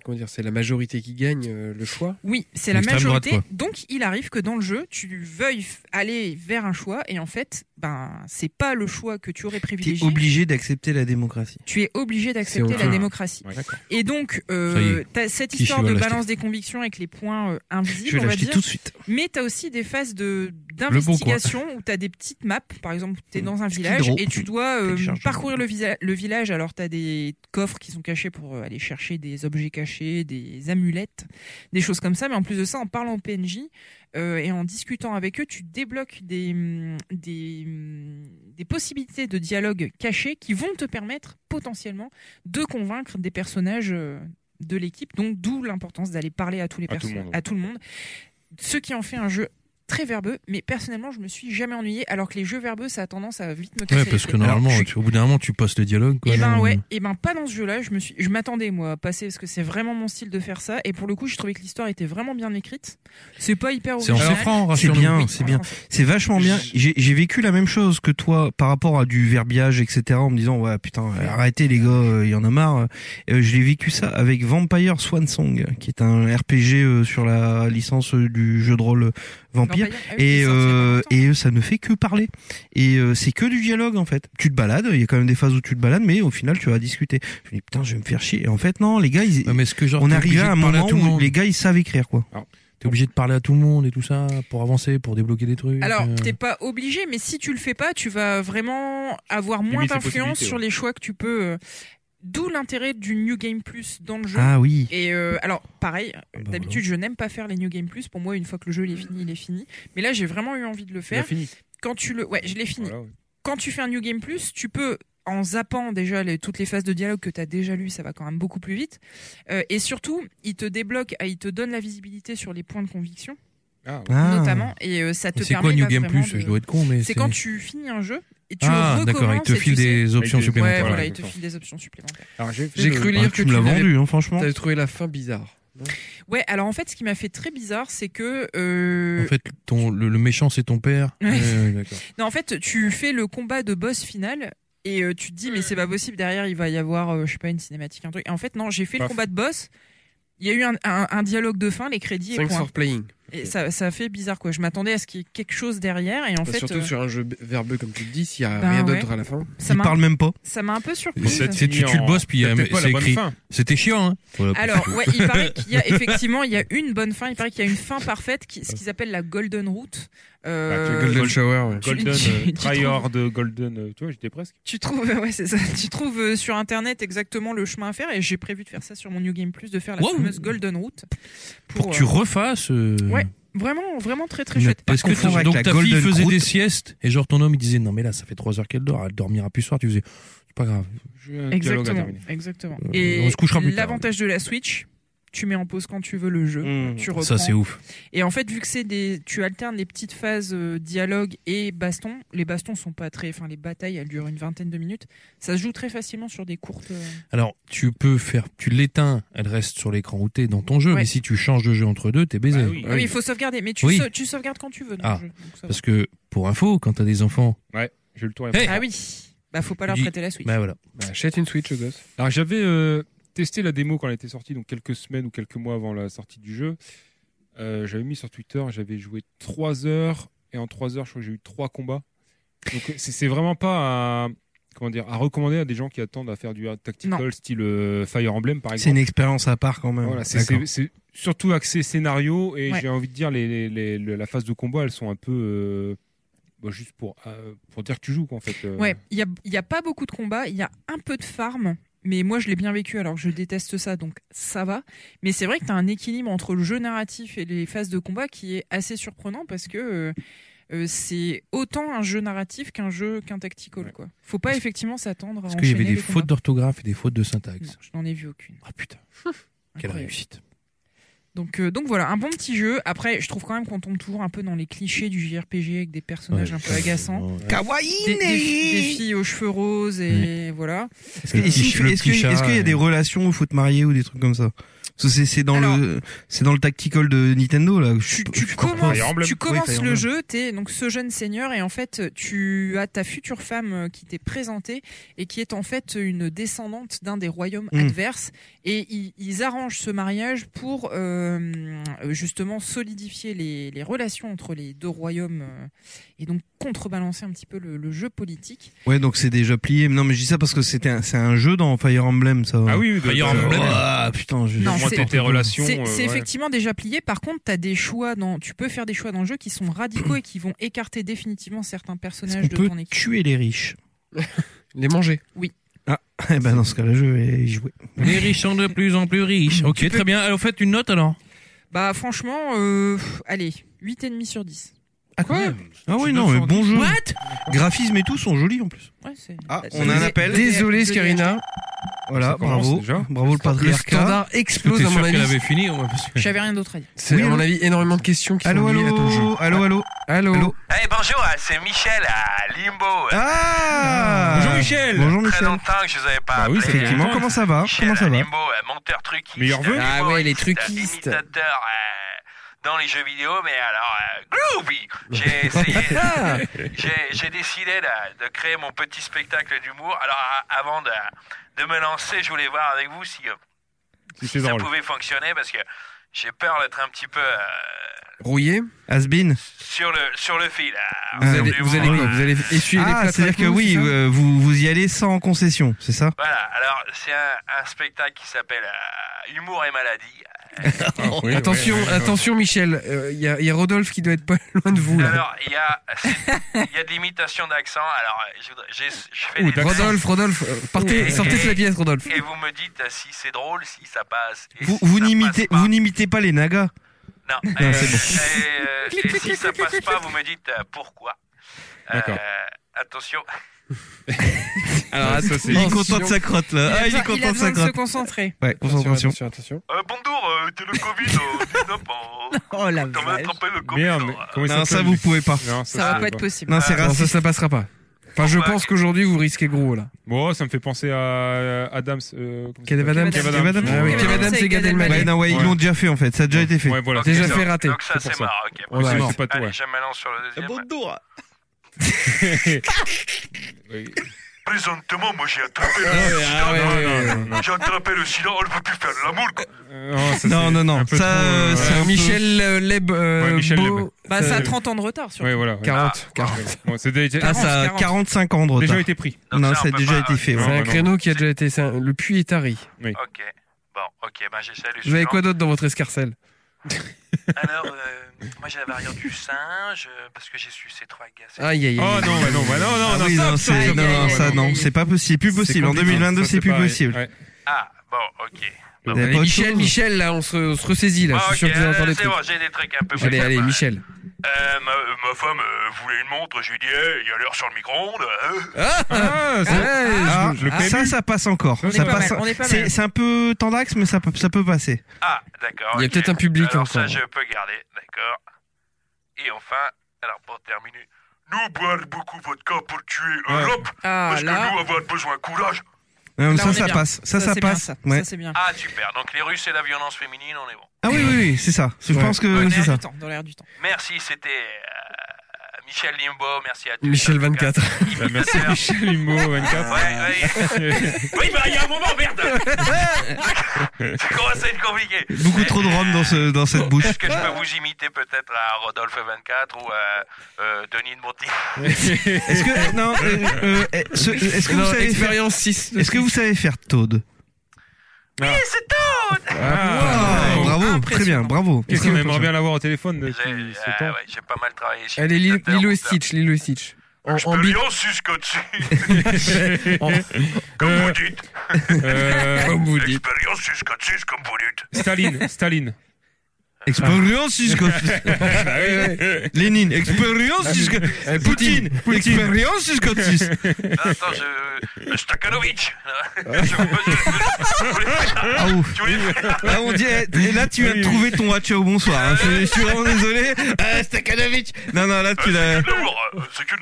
Speaker 3: comment dire, c'est la majorité qui gagne euh, le choix.
Speaker 4: Oui, c'est la
Speaker 1: L'extrême droite,
Speaker 4: majorité. Donc, il arrive que dans le jeu, tu veuilles f- aller vers un choix, et en fait, ben, c'est pas le choix que tu aurais
Speaker 2: T'es
Speaker 4: privilégié.
Speaker 2: obligé d'accepter la démocratie.
Speaker 4: tu es obligé d'accepter
Speaker 3: honteux.
Speaker 4: la démocratie.
Speaker 5: Ouais.
Speaker 4: Et donc,
Speaker 1: Ça y
Speaker 4: euh, t'as cette
Speaker 1: Qui
Speaker 4: histoire
Speaker 1: va
Speaker 4: de
Speaker 1: l'acheter
Speaker 4: balance des convictions avec les points euh,
Speaker 2: Je
Speaker 4: invisibles,
Speaker 2: vais
Speaker 4: on va
Speaker 2: l'acheter
Speaker 4: dire.
Speaker 2: tout de suite.
Speaker 4: Mais t'as aussi des phases de
Speaker 1: Le bon coin.
Speaker 4: d'investigation où t'as des petites maps. Par exemple, t'es dans un village
Speaker 2: Skid Row.
Speaker 4: et tu dois euh,
Speaker 2: Télécharge.
Speaker 4: parcourir le, visa- le village. Alors t'as des coffres qui sont cachés pour euh, aller chercher des objets cachés, des amulettes, des choses comme ça. Mais en plus de ça, en parlant au PNJ euh, et en discutant avec eux, tu débloques des hum, des hum, des possibilités de dialogue cachées qui vont te permettre potentiellement de convaincre des personnages euh, de l'équipe. Donc d'où l'importance d'aller parler à tous les
Speaker 5: À tout le
Speaker 4: perso-
Speaker 5: monde, ouais.
Speaker 4: à tout le monde. Ce qui en fait un jeu très verbeux, mais personnellement, je me suis jamais ennuyé, alors que les jeux verbeux, ça a tendance à vite me casser.
Speaker 1: Ouais,
Speaker 4: les
Speaker 1: parce
Speaker 4: couilles.
Speaker 1: que
Speaker 2: Alors,
Speaker 1: normalement,
Speaker 2: je suis-
Speaker 1: tu- au bout d'un moment, tu passes le dialogue. Quoi,
Speaker 4: Et ben
Speaker 1: non
Speaker 4: ouais, et ben pas dans ce jeu-là, je me suis je m'attendais moi à passer parce que c'est vraiment mon style de faire ça et pour le coup, je trouvais que l'histoire était vraiment bien écrite. C'est pas hyper
Speaker 1: C'est en
Speaker 4: original.
Speaker 1: franc,
Speaker 2: C'est
Speaker 1: rassure-nous.
Speaker 2: bien,
Speaker 4: Oui,
Speaker 2: c'est
Speaker 4: en
Speaker 2: bien.
Speaker 4: français.
Speaker 2: C'est vachement bien. J'ai j'ai vécu la même chose que toi par rapport à du verbiage, etc. En me disant ouais putain arrêtez les gars, euh, il y en a marre. Euh, je l'ai vécu ça avec Vampire Swansong, qui est un RPG euh, sur la licence euh, du jeu de rôle Vampire.
Speaker 4: Vampire, ah oui,
Speaker 2: et
Speaker 4: c'est sorti il y a pas
Speaker 2: euh,
Speaker 4: longtemps.
Speaker 2: et euh, ça ne fait que parler et euh, c'est que du dialogue en fait tu te balades il y a quand même des phases où tu te balades mais au final tu vas discuter je me dis putain je vais me faire chier et en fait non les gars ils,
Speaker 1: Ouais, mais est-ce que genre,
Speaker 2: on
Speaker 1: t'es
Speaker 2: arrivait
Speaker 1: obligé
Speaker 2: à un
Speaker 1: de parler
Speaker 2: moment
Speaker 1: tout le
Speaker 2: où
Speaker 1: monde
Speaker 2: les gars ils savent écrire quoi
Speaker 1: T'es obligé de parler à tout le monde et tout ça pour avancer, pour débloquer des trucs.
Speaker 4: Alors,
Speaker 1: euh.
Speaker 4: t'es pas obligé, mais si tu le fais pas, tu vas vraiment avoir moins
Speaker 5: Limite, c'est
Speaker 4: d'influence
Speaker 5: possibilité,
Speaker 4: sur
Speaker 5: ouais.
Speaker 4: les choix que tu peux. euh, D'où l'intérêt du New Game Plus dans le jeu.
Speaker 2: Ah oui.
Speaker 4: Et euh, alors, pareil,
Speaker 2: bah
Speaker 4: d'habitude, je n'aime pas faire les New Game Plus. Pour moi, une fois que le jeu il est fini, il est fini. Mais là, j'ai vraiment eu envie de le
Speaker 5: Bien
Speaker 4: faire.
Speaker 5: fini.
Speaker 4: Quand tu le. Ouais, je l'ai fini.
Speaker 5: Voilà, ouais.
Speaker 4: Quand tu fais un New Game Plus, tu peux. En zappant déjà les- toutes les phases de dialogue que tu as déjà lues, ça va quand même beaucoup plus vite. Euh, et surtout, il te débloque, ah, il te donne la visibilité sur les points de conviction,
Speaker 5: Ah, ouais.
Speaker 2: Ah.
Speaker 4: notamment. Et euh, ça te
Speaker 1: C'est
Speaker 4: permet.
Speaker 1: quoi New
Speaker 4: bah,
Speaker 1: Game
Speaker 4: vraiment
Speaker 1: Plus
Speaker 4: de-
Speaker 1: Je dois être con, mais
Speaker 4: C'est quand tu finis un jeu et tu
Speaker 1: Ah,
Speaker 4: le
Speaker 1: d'accord,
Speaker 4: recommences.
Speaker 1: il te
Speaker 4: et
Speaker 1: file
Speaker 4: tu sais-
Speaker 1: des options
Speaker 5: Avec des-
Speaker 4: Ouais,
Speaker 1: supplémentaires.
Speaker 4: voilà,
Speaker 5: Voilà,
Speaker 4: il te
Speaker 5: d'accord.
Speaker 4: file des options supplémentaires.
Speaker 5: Alors, j'ai fait
Speaker 3: J'ai
Speaker 5: le-
Speaker 3: cru
Speaker 2: Ah,
Speaker 3: lire que
Speaker 2: tu
Speaker 3: Bah, tu
Speaker 2: me l'as
Speaker 3: l'avais-
Speaker 2: vendu, hein, franchement.
Speaker 3: T'avais trouvé la fin bizarre.
Speaker 4: Ouais, alors en fait, ce qui m'a fait très bizarre, c'est que. euh,
Speaker 1: En fait, ton, le, le méchant, c'est ton père.
Speaker 4: Ouais.
Speaker 1: Ouais, ouais, d'accord.
Speaker 4: Non, en fait, tu fais le combat de boss final. Et euh, tu te dis, mais c'est
Speaker 3: Hmm.
Speaker 4: pas possible, derrière il va y avoir, euh, je sais pas, une cinématique, un truc. Et en fait, non, j'ai fait le
Speaker 5: Paf.
Speaker 4: combat de boss, il y a eu un, un- un dialogue de fin, les crédits et
Speaker 3: Thanks
Speaker 4: point.
Speaker 3: for playing.
Speaker 4: Et ça, ça fait bizarre quoi. Je m'attendais à ce qu'il y ait quelque chose derrière, et en
Speaker 3: Bah,
Speaker 4: fait,
Speaker 3: surtout
Speaker 4: euh,
Speaker 3: sur un jeu b- verbeux comme tu le dis, s'il n'y a
Speaker 4: bah
Speaker 3: rien
Speaker 4: ouais.
Speaker 3: d'autre à la fin.
Speaker 4: ça
Speaker 2: Il
Speaker 4: m'a
Speaker 2: parle même pas.
Speaker 4: ça m'a un peu surpris.
Speaker 5: C'est-
Speaker 1: C'est- Tu, tu le bosses, puis
Speaker 5: T'as
Speaker 1: euh,
Speaker 5: peut-être pas la
Speaker 1: c'est
Speaker 5: bonne
Speaker 1: écrit.
Speaker 5: fin.
Speaker 1: C'était chiant, hein Voilà, pour
Speaker 4: Alors,
Speaker 1: ça.
Speaker 4: ouais, il paraît qu'il y a effectivement, il y a une bonne fin. Il paraît qu'il y a une fin parfaite, qui, ce qu'ils appellent la golden route.
Speaker 1: Bah,
Speaker 4: Euh,
Speaker 5: Ah, tu Golden
Speaker 3: Shower,
Speaker 4: Tu-
Speaker 5: Golden,
Speaker 4: tu-
Speaker 5: euh,
Speaker 4: tu
Speaker 5: tryhard, euh, Golden, euh, tu vois, j'étais presque.
Speaker 4: tu trouves, ouais, c'est ça. Tu trouves euh, sur internet exactement le chemin à faire. Et j'ai prévu de faire ça sur mon New Game Plus, de faire la
Speaker 1: Wow.
Speaker 4: fameuse golden route pour,
Speaker 1: Pour que tu
Speaker 4: euh,
Speaker 1: refasses. euh,
Speaker 4: Ouais, vraiment, vraiment très très
Speaker 1: une-
Speaker 4: chouette.
Speaker 1: Parce que
Speaker 2: confondre
Speaker 1: tu-
Speaker 2: avec
Speaker 1: donc
Speaker 2: la
Speaker 1: ta fille
Speaker 2: Golden
Speaker 1: faisait
Speaker 2: Croûte.
Speaker 1: des siestes et genre ton homme il disait non mais là ça fait 3 heures qu'elle dort, elle dormira plus soir. Tu faisais c'est pas grave.
Speaker 5: J'ai un dialogue à
Speaker 4: Exactement,
Speaker 5: terminer.
Speaker 4: exactement.
Speaker 1: Euh,
Speaker 4: Et
Speaker 1: on se couchera plus tard.
Speaker 4: l'avantage de la Switch, tu mets en pause quand tu veux le jeu. Tu reprends.
Speaker 1: Ça c'est ouf.
Speaker 4: Et en fait, vu que c'est des, tu alternes les petites phases euh, dialogue et baston. Les bastons sont pas très, enfin les batailles, elles durent une vingtaine de minutes. Ça se joue très facilement sur des courtes. euh,
Speaker 1: Alors tu peux faire, tu l'éteins, elle reste sur l'écran où t'es dans ton jeu,
Speaker 4: Ouais.
Speaker 1: mais si tu changes de jeu entre deux t'es baisé.
Speaker 5: Bah oui.
Speaker 4: Ah Oui, il faut sauvegarder, mais tu,
Speaker 1: Oui.
Speaker 4: sau- tu sauvegardes quand tu veux. Dans
Speaker 1: Ah,
Speaker 4: le jeu, donc ça va.
Speaker 1: Parce que pour info, quand t'as des enfants,
Speaker 5: J'ai eu le tour.
Speaker 1: Hey
Speaker 4: ah oui, bah faut pas leur
Speaker 1: Dis-
Speaker 4: prêter la Switch.
Speaker 1: bah voilà.
Speaker 3: Bah, achète une Switch, le gosse.
Speaker 5: Alors j'avais euh, testé la démo quand elle était sortie, donc quelques semaines ou quelques mois avant la sortie du jeu. Euh, j'avais mis sur Twitter, j'avais joué 3 heures, et en 3 heures, je crois que j'ai eu 3 combats. Donc euh, c'est c'est vraiment pas à, comment dire, à recommander à des gens qui attendent à faire du tactical style euh, Fire Emblem par
Speaker 2: C'est
Speaker 5: exemple.
Speaker 2: une expérience à part quand même.
Speaker 5: Voilà, c'est-
Speaker 2: D'accord.
Speaker 5: c'est c'est surtout axé scénario, et
Speaker 4: Ouais.
Speaker 5: j'ai envie de dire, les, les- les- le- la phase de combat, elles sont un peu... euh, bah, juste pour, euh, pour dire que tu joues, quoi, en fait. euh.
Speaker 4: Ouais, il y a, il y a pas beaucoup de combats, il y a un peu de farm, mais moi je l'ai bien vécu alors que je déteste ça, donc ça va. Mais c'est vrai que tu as un équilibre entre le jeu narratif et les phases de combat qui est assez surprenant parce que euh, euh, c'est autant un jeu narratif qu'un jeu qu'un tactical.
Speaker 5: Ouais.
Speaker 4: Quoi. Faut pas effectivement s'attendre à.
Speaker 1: Parce qu'il y avait
Speaker 4: enchaîner
Speaker 1: des
Speaker 4: les
Speaker 1: fautes
Speaker 4: combats.
Speaker 1: d'orthographe et des fautes de syntaxe.
Speaker 4: Non, je n'en ai vu aucune.
Speaker 1: Ah putain, quelle
Speaker 4: Incroyable.
Speaker 1: réussite.
Speaker 4: Donc, euh, donc voilà, un bon petit jeu. Après, je trouve quand même qu'on tombe toujours un peu dans les clichés du JRPG avec des personnages
Speaker 1: Ouais.
Speaker 4: un peu agaçants.
Speaker 1: Ouais.
Speaker 4: Des, des- des filles aux cheveux roses et voilà.
Speaker 2: Est-ce que-
Speaker 1: Le petit-
Speaker 2: est-ce que-
Speaker 1: le
Speaker 2: est-ce
Speaker 1: petit
Speaker 2: que-
Speaker 1: chat,
Speaker 2: est-ce qu'il y a
Speaker 1: euh,
Speaker 2: des relations où faut te marier ou des trucs comme ça Parce que c'est- c'est dans le c'est dans le tactical de Nintendo là.
Speaker 4: tu,
Speaker 2: Je-
Speaker 4: tu
Speaker 2: je-
Speaker 4: commences,
Speaker 5: Fire Emblem.
Speaker 4: tu
Speaker 5: Oui,
Speaker 4: commences
Speaker 2: Fire
Speaker 4: le
Speaker 2: Emblem.
Speaker 4: jeu, t'es donc ce jeune seigneur et en fait tu as ta future femme euh, qui t'est présentée et qui est en fait une descendante d'un des royaumes
Speaker 5: Hmm.
Speaker 2: Mm.
Speaker 4: adverses et ils, ils arrangent ce mariage pour euh, justement solidifier les, les relations entre les deux royaumes euh, et donc contrebalancer un petit peu le, le jeu politique.
Speaker 2: Ouais, donc c'est déjà plié. Mais Non, mais je dis ça parce que c'était un- c'est un jeu dans Fire Emblem ça.
Speaker 5: Ah oui, oui, de-
Speaker 1: Fire
Speaker 5: de-
Speaker 1: Emblem.
Speaker 2: Ah putain, je-
Speaker 4: Non,
Speaker 5: Moi,
Speaker 4: c'est-
Speaker 5: t'es tes relations.
Speaker 4: C'est
Speaker 5: euh,
Speaker 4: c'est
Speaker 5: ouais.
Speaker 4: effectivement déjà plié. Par contre, t'as des choix dans, tu peux faire des choix dans le jeu qui sont radicaux et qui vont écarter définitivement certains
Speaker 2: Est-ce
Speaker 4: personnages
Speaker 2: qu'on
Speaker 4: de
Speaker 2: peut
Speaker 4: ton équipe.
Speaker 2: tuer les riches
Speaker 3: Les manger.
Speaker 2: Eh ben dans ce cas-là, je vais y jouer.
Speaker 1: Les riches sont de plus en plus riches. Ok, très bien. Alors faites une note alors.
Speaker 4: Bah franchement, euh, pff, allez, 8,5 sur 10.
Speaker 2: Ah
Speaker 5: quoi
Speaker 2: Ah oui,
Speaker 5: Tu
Speaker 2: non,
Speaker 5: dois
Speaker 2: mais
Speaker 5: faire
Speaker 2: bon jeu.
Speaker 1: What
Speaker 2: Graphismes et tout sont jolis en plus.
Speaker 4: Ouais, c'est-
Speaker 2: Ah,
Speaker 4: bah,
Speaker 2: on
Speaker 4: ça-
Speaker 2: a un
Speaker 4: c'est-
Speaker 2: appel.
Speaker 4: de-
Speaker 3: Désolé,
Speaker 4: de-
Speaker 3: Scarina.
Speaker 2: Voilà,
Speaker 5: Ça commence
Speaker 2: bravo.
Speaker 5: déjà.
Speaker 2: Bravo le
Speaker 3: Le
Speaker 2: patriarcat.
Speaker 3: standard explose, à mon
Speaker 1: qu'elle
Speaker 3: avis.
Speaker 1: avait fini ou- parce que-
Speaker 4: J'avais rien d'autre à dire.
Speaker 3: C'est,
Speaker 2: Oui,
Speaker 3: à mon
Speaker 2: allô
Speaker 3: avis, énormément de questions qui
Speaker 2: Allô,
Speaker 3: sont liées à ton jeu.
Speaker 2: allô, allô, allô.
Speaker 3: Allô,
Speaker 2: Allô.
Speaker 6: Hey, bonjour, hein, c'est Michel à Limbo.
Speaker 2: Ah
Speaker 5: Bonjour, Michel.
Speaker 2: Bonjour
Speaker 6: Très
Speaker 2: Ah, Michel.
Speaker 6: longtemps que je vous avais pas
Speaker 5: Bah oui,
Speaker 6: appelé.
Speaker 5: ça fait longtemps.
Speaker 2: Effectivement, comment ça va
Speaker 6: Michel
Speaker 2: Comment ça
Speaker 6: à
Speaker 2: va
Speaker 6: Limbo, euh, monteur truquiste.
Speaker 5: Meilleur vœu.
Speaker 3: Ah ouais, les
Speaker 6: humoriste,
Speaker 3: truquistes.
Speaker 6: Imitateur euh, dans les jeux vidéo, mais alors, euh, groovy. J'ai essayé,
Speaker 3: Ah
Speaker 6: j'ai- j'ai décidé de, de créer mon petit spectacle d'humour. Alors, a- avant de, de me lancer, je voulais voir avec vous si euh,
Speaker 5: Si c'est
Speaker 6: ça
Speaker 5: drôle.
Speaker 6: pouvait fonctionner, parce que j'ai peur d'être un petit peu euh,
Speaker 3: Rouillé.
Speaker 2: Asbin
Speaker 6: sur le sur le fil. euh,
Speaker 3: Vous
Speaker 6: en
Speaker 3: allez,
Speaker 6: termes
Speaker 3: vous allez
Speaker 6: d'humour,
Speaker 3: quoi
Speaker 6: euh,
Speaker 3: Vous allez essuyer les
Speaker 2: Ah,
Speaker 3: plâtres
Speaker 2: c'est-à-dire
Speaker 3: avec
Speaker 2: que
Speaker 3: nous,
Speaker 2: oui,
Speaker 3: c'est ça
Speaker 2: euh, vous, vous y allez sans concession, c'est ça
Speaker 6: Voilà, alors c'est un, un spectacle qui s'appelle euh, Humour et maladie.
Speaker 3: attention, attention, Michel. euh, Il y, a- il y a Rodolphe qui doit être pas loin de vous. Là.
Speaker 6: Alors, il y a, il y a de l'imitation d'accent. Alors, euh, je, voudrais- j'ai- je fais des
Speaker 3: Rodolphe, Rodolphe, euh, partez,
Speaker 6: Et-
Speaker 3: sortez de la pièce, Rodolphe.
Speaker 6: Et vous me dites euh, si c'est drôle, si ça passe. et
Speaker 2: Vous,
Speaker 6: si
Speaker 2: vous
Speaker 6: ça
Speaker 2: n'imitez,
Speaker 6: passe pas.
Speaker 2: vous n'imitez pas les nagas.
Speaker 6: Non,
Speaker 2: Non,
Speaker 6: euh,
Speaker 2: c'est
Speaker 6: et, euh, et si ça passe pas, vous me dites euh, pourquoi. Euh,
Speaker 5: D'accord.
Speaker 6: attention.
Speaker 5: Alors, ça, c'est.
Speaker 2: Il est
Speaker 3: Attention.
Speaker 2: content de sa crotte là. Ah, il
Speaker 4: besoin- il
Speaker 2: est
Speaker 4: a
Speaker 2: content de
Speaker 4: besoin
Speaker 2: sa
Speaker 4: de se
Speaker 2: crotte.
Speaker 4: concentrer.
Speaker 2: Ouais, concentration.
Speaker 3: Attention, attention.
Speaker 6: Euh, bonjour, euh, t'es le Covid, euh, 19 ans.
Speaker 4: Oh la
Speaker 6: T'en as attrapé le Covid.
Speaker 5: Merde, mais
Speaker 6: euh.
Speaker 5: comment il
Speaker 2: Non, ça
Speaker 5: s'appelle,
Speaker 2: vous
Speaker 5: lui
Speaker 2: pouvez pas.
Speaker 5: Non,
Speaker 4: Ah, Ça va
Speaker 5: c'est-
Speaker 4: pas être possible.
Speaker 2: Non, c'est
Speaker 3: Non, ça,
Speaker 2: raciste.
Speaker 3: ça passera pas. Enfin, je
Speaker 6: Ouais.
Speaker 3: pense qu'aujourd'hui, vous risquez gros, là.
Speaker 5: Bon, ça me fait penser à Adams. euh, comment
Speaker 3: Kev
Speaker 5: ça s'appelle
Speaker 3: Adams.
Speaker 5: Kev
Speaker 2: Kev Adams.
Speaker 3: Ah oui, Kev Adams, c'est Gad Elmaleh.
Speaker 2: Ouais, non, ouais, ils
Speaker 5: Ouais.
Speaker 2: l'ont déjà fait en fait. Ça a déjà été fait.
Speaker 5: Ouais, voilà.
Speaker 6: Ok,
Speaker 3: Déjà
Speaker 6: ça-
Speaker 3: fait raté.
Speaker 6: Donc ça,
Speaker 5: C'est pour
Speaker 6: c'est
Speaker 5: ça.
Speaker 6: marrant. ok.
Speaker 3: Ouais,
Speaker 5: Oui,
Speaker 3: c'est
Speaker 5: c'est-
Speaker 3: mort.
Speaker 5: c'est pas toi.
Speaker 6: Allez, je me lance sur le deuxième.
Speaker 5: Ouais.
Speaker 6: Présentement, moi, j'ai attrapé
Speaker 3: Ah ouais, ah ouais, ouais, ouais, ouais.
Speaker 6: J'ai attrapé le silence, on peut plus faire de l'amour. quoi.
Speaker 5: Euh, non, ça,
Speaker 2: Non,
Speaker 5: c'est
Speaker 2: non, non.
Speaker 5: un peu
Speaker 2: Ça,
Speaker 5: trop, euh,
Speaker 2: c'est
Speaker 5: ouais.
Speaker 2: un peu-
Speaker 3: Michel euh, Leb. euh,
Speaker 5: Ouais, Michel
Speaker 3: Beau,
Speaker 5: Leb.
Speaker 4: Bah, ça a
Speaker 3: euh,
Speaker 4: 30 ans de retard sur
Speaker 5: Ouais, voilà. ouais.
Speaker 3: 40. 40.
Speaker 5: Bon, c'est déjà,
Speaker 2: Ah, ça a
Speaker 4: 40.
Speaker 2: 45 ans de
Speaker 5: déjà
Speaker 2: retard.
Speaker 5: été pris.
Speaker 6: Donc
Speaker 2: Non,
Speaker 6: ça, on
Speaker 2: ça a
Speaker 6: peut
Speaker 2: déjà
Speaker 6: pas-
Speaker 2: été fait.
Speaker 5: Non,
Speaker 2: Ah, ouais.
Speaker 3: C'est un
Speaker 5: non.
Speaker 3: créneau qui a déjà été. c'est un- Le puits est tari.
Speaker 6: Ok. Bon, ok, ben j'essaie le
Speaker 3: Vous avez
Speaker 6: suivant.
Speaker 3: quoi d'autre dans votre escarcelle
Speaker 6: Alors, euh, moi j'ai la barrière du singe, euh, parce que j'ai sucé trois gaz.
Speaker 3: Aïe, aïe,
Speaker 5: Oh
Speaker 3: aïe.
Speaker 5: non, bah non, bah non, non,
Speaker 2: Ah
Speaker 5: non,
Speaker 2: oui,
Speaker 5: stop,
Speaker 2: non,
Speaker 5: stop,
Speaker 2: c'est-
Speaker 5: stop,
Speaker 2: non, non,
Speaker 5: stop,
Speaker 2: ça,
Speaker 5: stop.
Speaker 2: non, c'est pas possible, plus possible. En
Speaker 5: compliqué,
Speaker 2: 2022,
Speaker 5: ça,
Speaker 2: c'est plus
Speaker 5: pareil.
Speaker 2: possible. Ah,
Speaker 5: Ouais.
Speaker 6: Ah, bon, ok.
Speaker 5: Bah,
Speaker 2: Vous avez
Speaker 3: Allez,
Speaker 2: pas autre
Speaker 3: Michel,
Speaker 2: chose
Speaker 3: Michel, là, on se, on se ressaisit, là.
Speaker 6: Ah,
Speaker 3: Je suis sûr
Speaker 6: ok,
Speaker 3: que vous avez entendu
Speaker 6: euh,
Speaker 3: des
Speaker 6: c'est
Speaker 3: trucs.
Speaker 6: bon, j'ai des trucs un peu plus
Speaker 3: Allez, allez,
Speaker 6: sympas.
Speaker 3: Michel.
Speaker 6: Euh, ma, euh, ma femme euh, voulait une montre, je lui ai dit, Eh, il y a l'heure sur le micro-ondes. hein.
Speaker 3: Ah,
Speaker 5: Ah, c'est-
Speaker 2: Ah,
Speaker 5: je le connais
Speaker 2: ça, ça passe encore.
Speaker 4: On est
Speaker 2: Ça
Speaker 4: pas
Speaker 2: passe.
Speaker 4: mal, on est pas
Speaker 2: C'est
Speaker 4: mal.
Speaker 2: c'est un peu tendax, mais ça peut, ça peut passer.
Speaker 6: Ah, d'accord.
Speaker 3: Il y a
Speaker 6: ok.
Speaker 3: peut-être un public
Speaker 6: Alors, ça,
Speaker 3: encore.
Speaker 6: je peux garder, d'accord. Et enfin, alors pour terminer, nous boire beaucoup votre corps pour tuer
Speaker 5: Ouais.
Speaker 6: l'Europe,
Speaker 4: Ah
Speaker 6: parce que
Speaker 4: là,
Speaker 6: nous avons besoin de courage.
Speaker 2: Non,
Speaker 4: Là, on
Speaker 2: Euh, ça,
Speaker 4: est
Speaker 2: ça
Speaker 4: bien.
Speaker 2: passe. Ça, ça
Speaker 4: c'est bien,
Speaker 2: passe.
Speaker 4: ça.
Speaker 2: Ouais.
Speaker 4: Ça, c'est bien.
Speaker 6: Ah, super, donc les Russes et la violence féminine, on est bon.
Speaker 2: Ah oui, oui, oui, c'est ça. Je
Speaker 3: Ouais.
Speaker 2: pense que
Speaker 4: Dans
Speaker 2: c'est
Speaker 4: l'air
Speaker 2: ça.
Speaker 4: du temps, dans l'air du temps.
Speaker 6: Merci, c'était euh, Michel Limbo, merci à tous.
Speaker 3: Michel
Speaker 6: En tout cas,
Speaker 3: 24.
Speaker 5: Bah, Merci
Speaker 6: imitateur.
Speaker 5: Michel Limo, 24.
Speaker 6: Ouais, ouais. Oui, bah, il y a un moment, merde Ça commence à être compliqué.
Speaker 2: Beaucoup trop de rhum dans ce, dans cette bouche.
Speaker 6: Est-ce que je peux vous imiter peut-être à Rodolphe24 ou à euh, Denis de Monti
Speaker 2: Est-ce que, non, euh, euh, euh, ce- est-ce que vous
Speaker 3: Non,
Speaker 2: savez faire,
Speaker 3: expérience 6.
Speaker 2: est-ce que vous savez faire Toad?
Speaker 5: Ah,
Speaker 2: Ah,
Speaker 5: bravo.
Speaker 2: bravo, très bien, bravo.
Speaker 5: Qu'est-ce
Speaker 2: Très
Speaker 5: qu'on
Speaker 2: bien,
Speaker 5: aimerait bien l'avoir au téléphone de
Speaker 6: J'ai
Speaker 5: qui
Speaker 6: euh,
Speaker 5: s'étend
Speaker 6: ouais, j'ai pas mal travaillé ici.
Speaker 3: Allez, Lilo Lilo et Stitch, Lilo et Stitch. En,
Speaker 6: Je
Speaker 3: en
Speaker 6: peux
Speaker 3: bi-
Speaker 6: lui en sucer dessus, comme
Speaker 5: Euh,
Speaker 6: vous dites.
Speaker 5: euh,
Speaker 3: comme vous dites.
Speaker 6: Expérience jusqu'à dessus, comme vous dites.
Speaker 5: Staline, Staline.
Speaker 2: Expérience jusqu'au. Lénine, expérience jusqu'au.
Speaker 3: Euh,
Speaker 2: Eh, Poutine, expérience jusqu'au 6.
Speaker 6: Non, Ah, attends, je. Stakanovic
Speaker 5: Ah.
Speaker 6: Je vous je voulais faire-
Speaker 2: Ah ouf.
Speaker 6: je voulais faire-
Speaker 2: Ah, on dit, eh, et là, tu viens de trouver ton watch au bonsoir. hein. Je, je suis vraiment désolé. Euh, Stakanovic. Non, non, là, tu l'as.
Speaker 6: C'est que de l'amour, euh, c'est que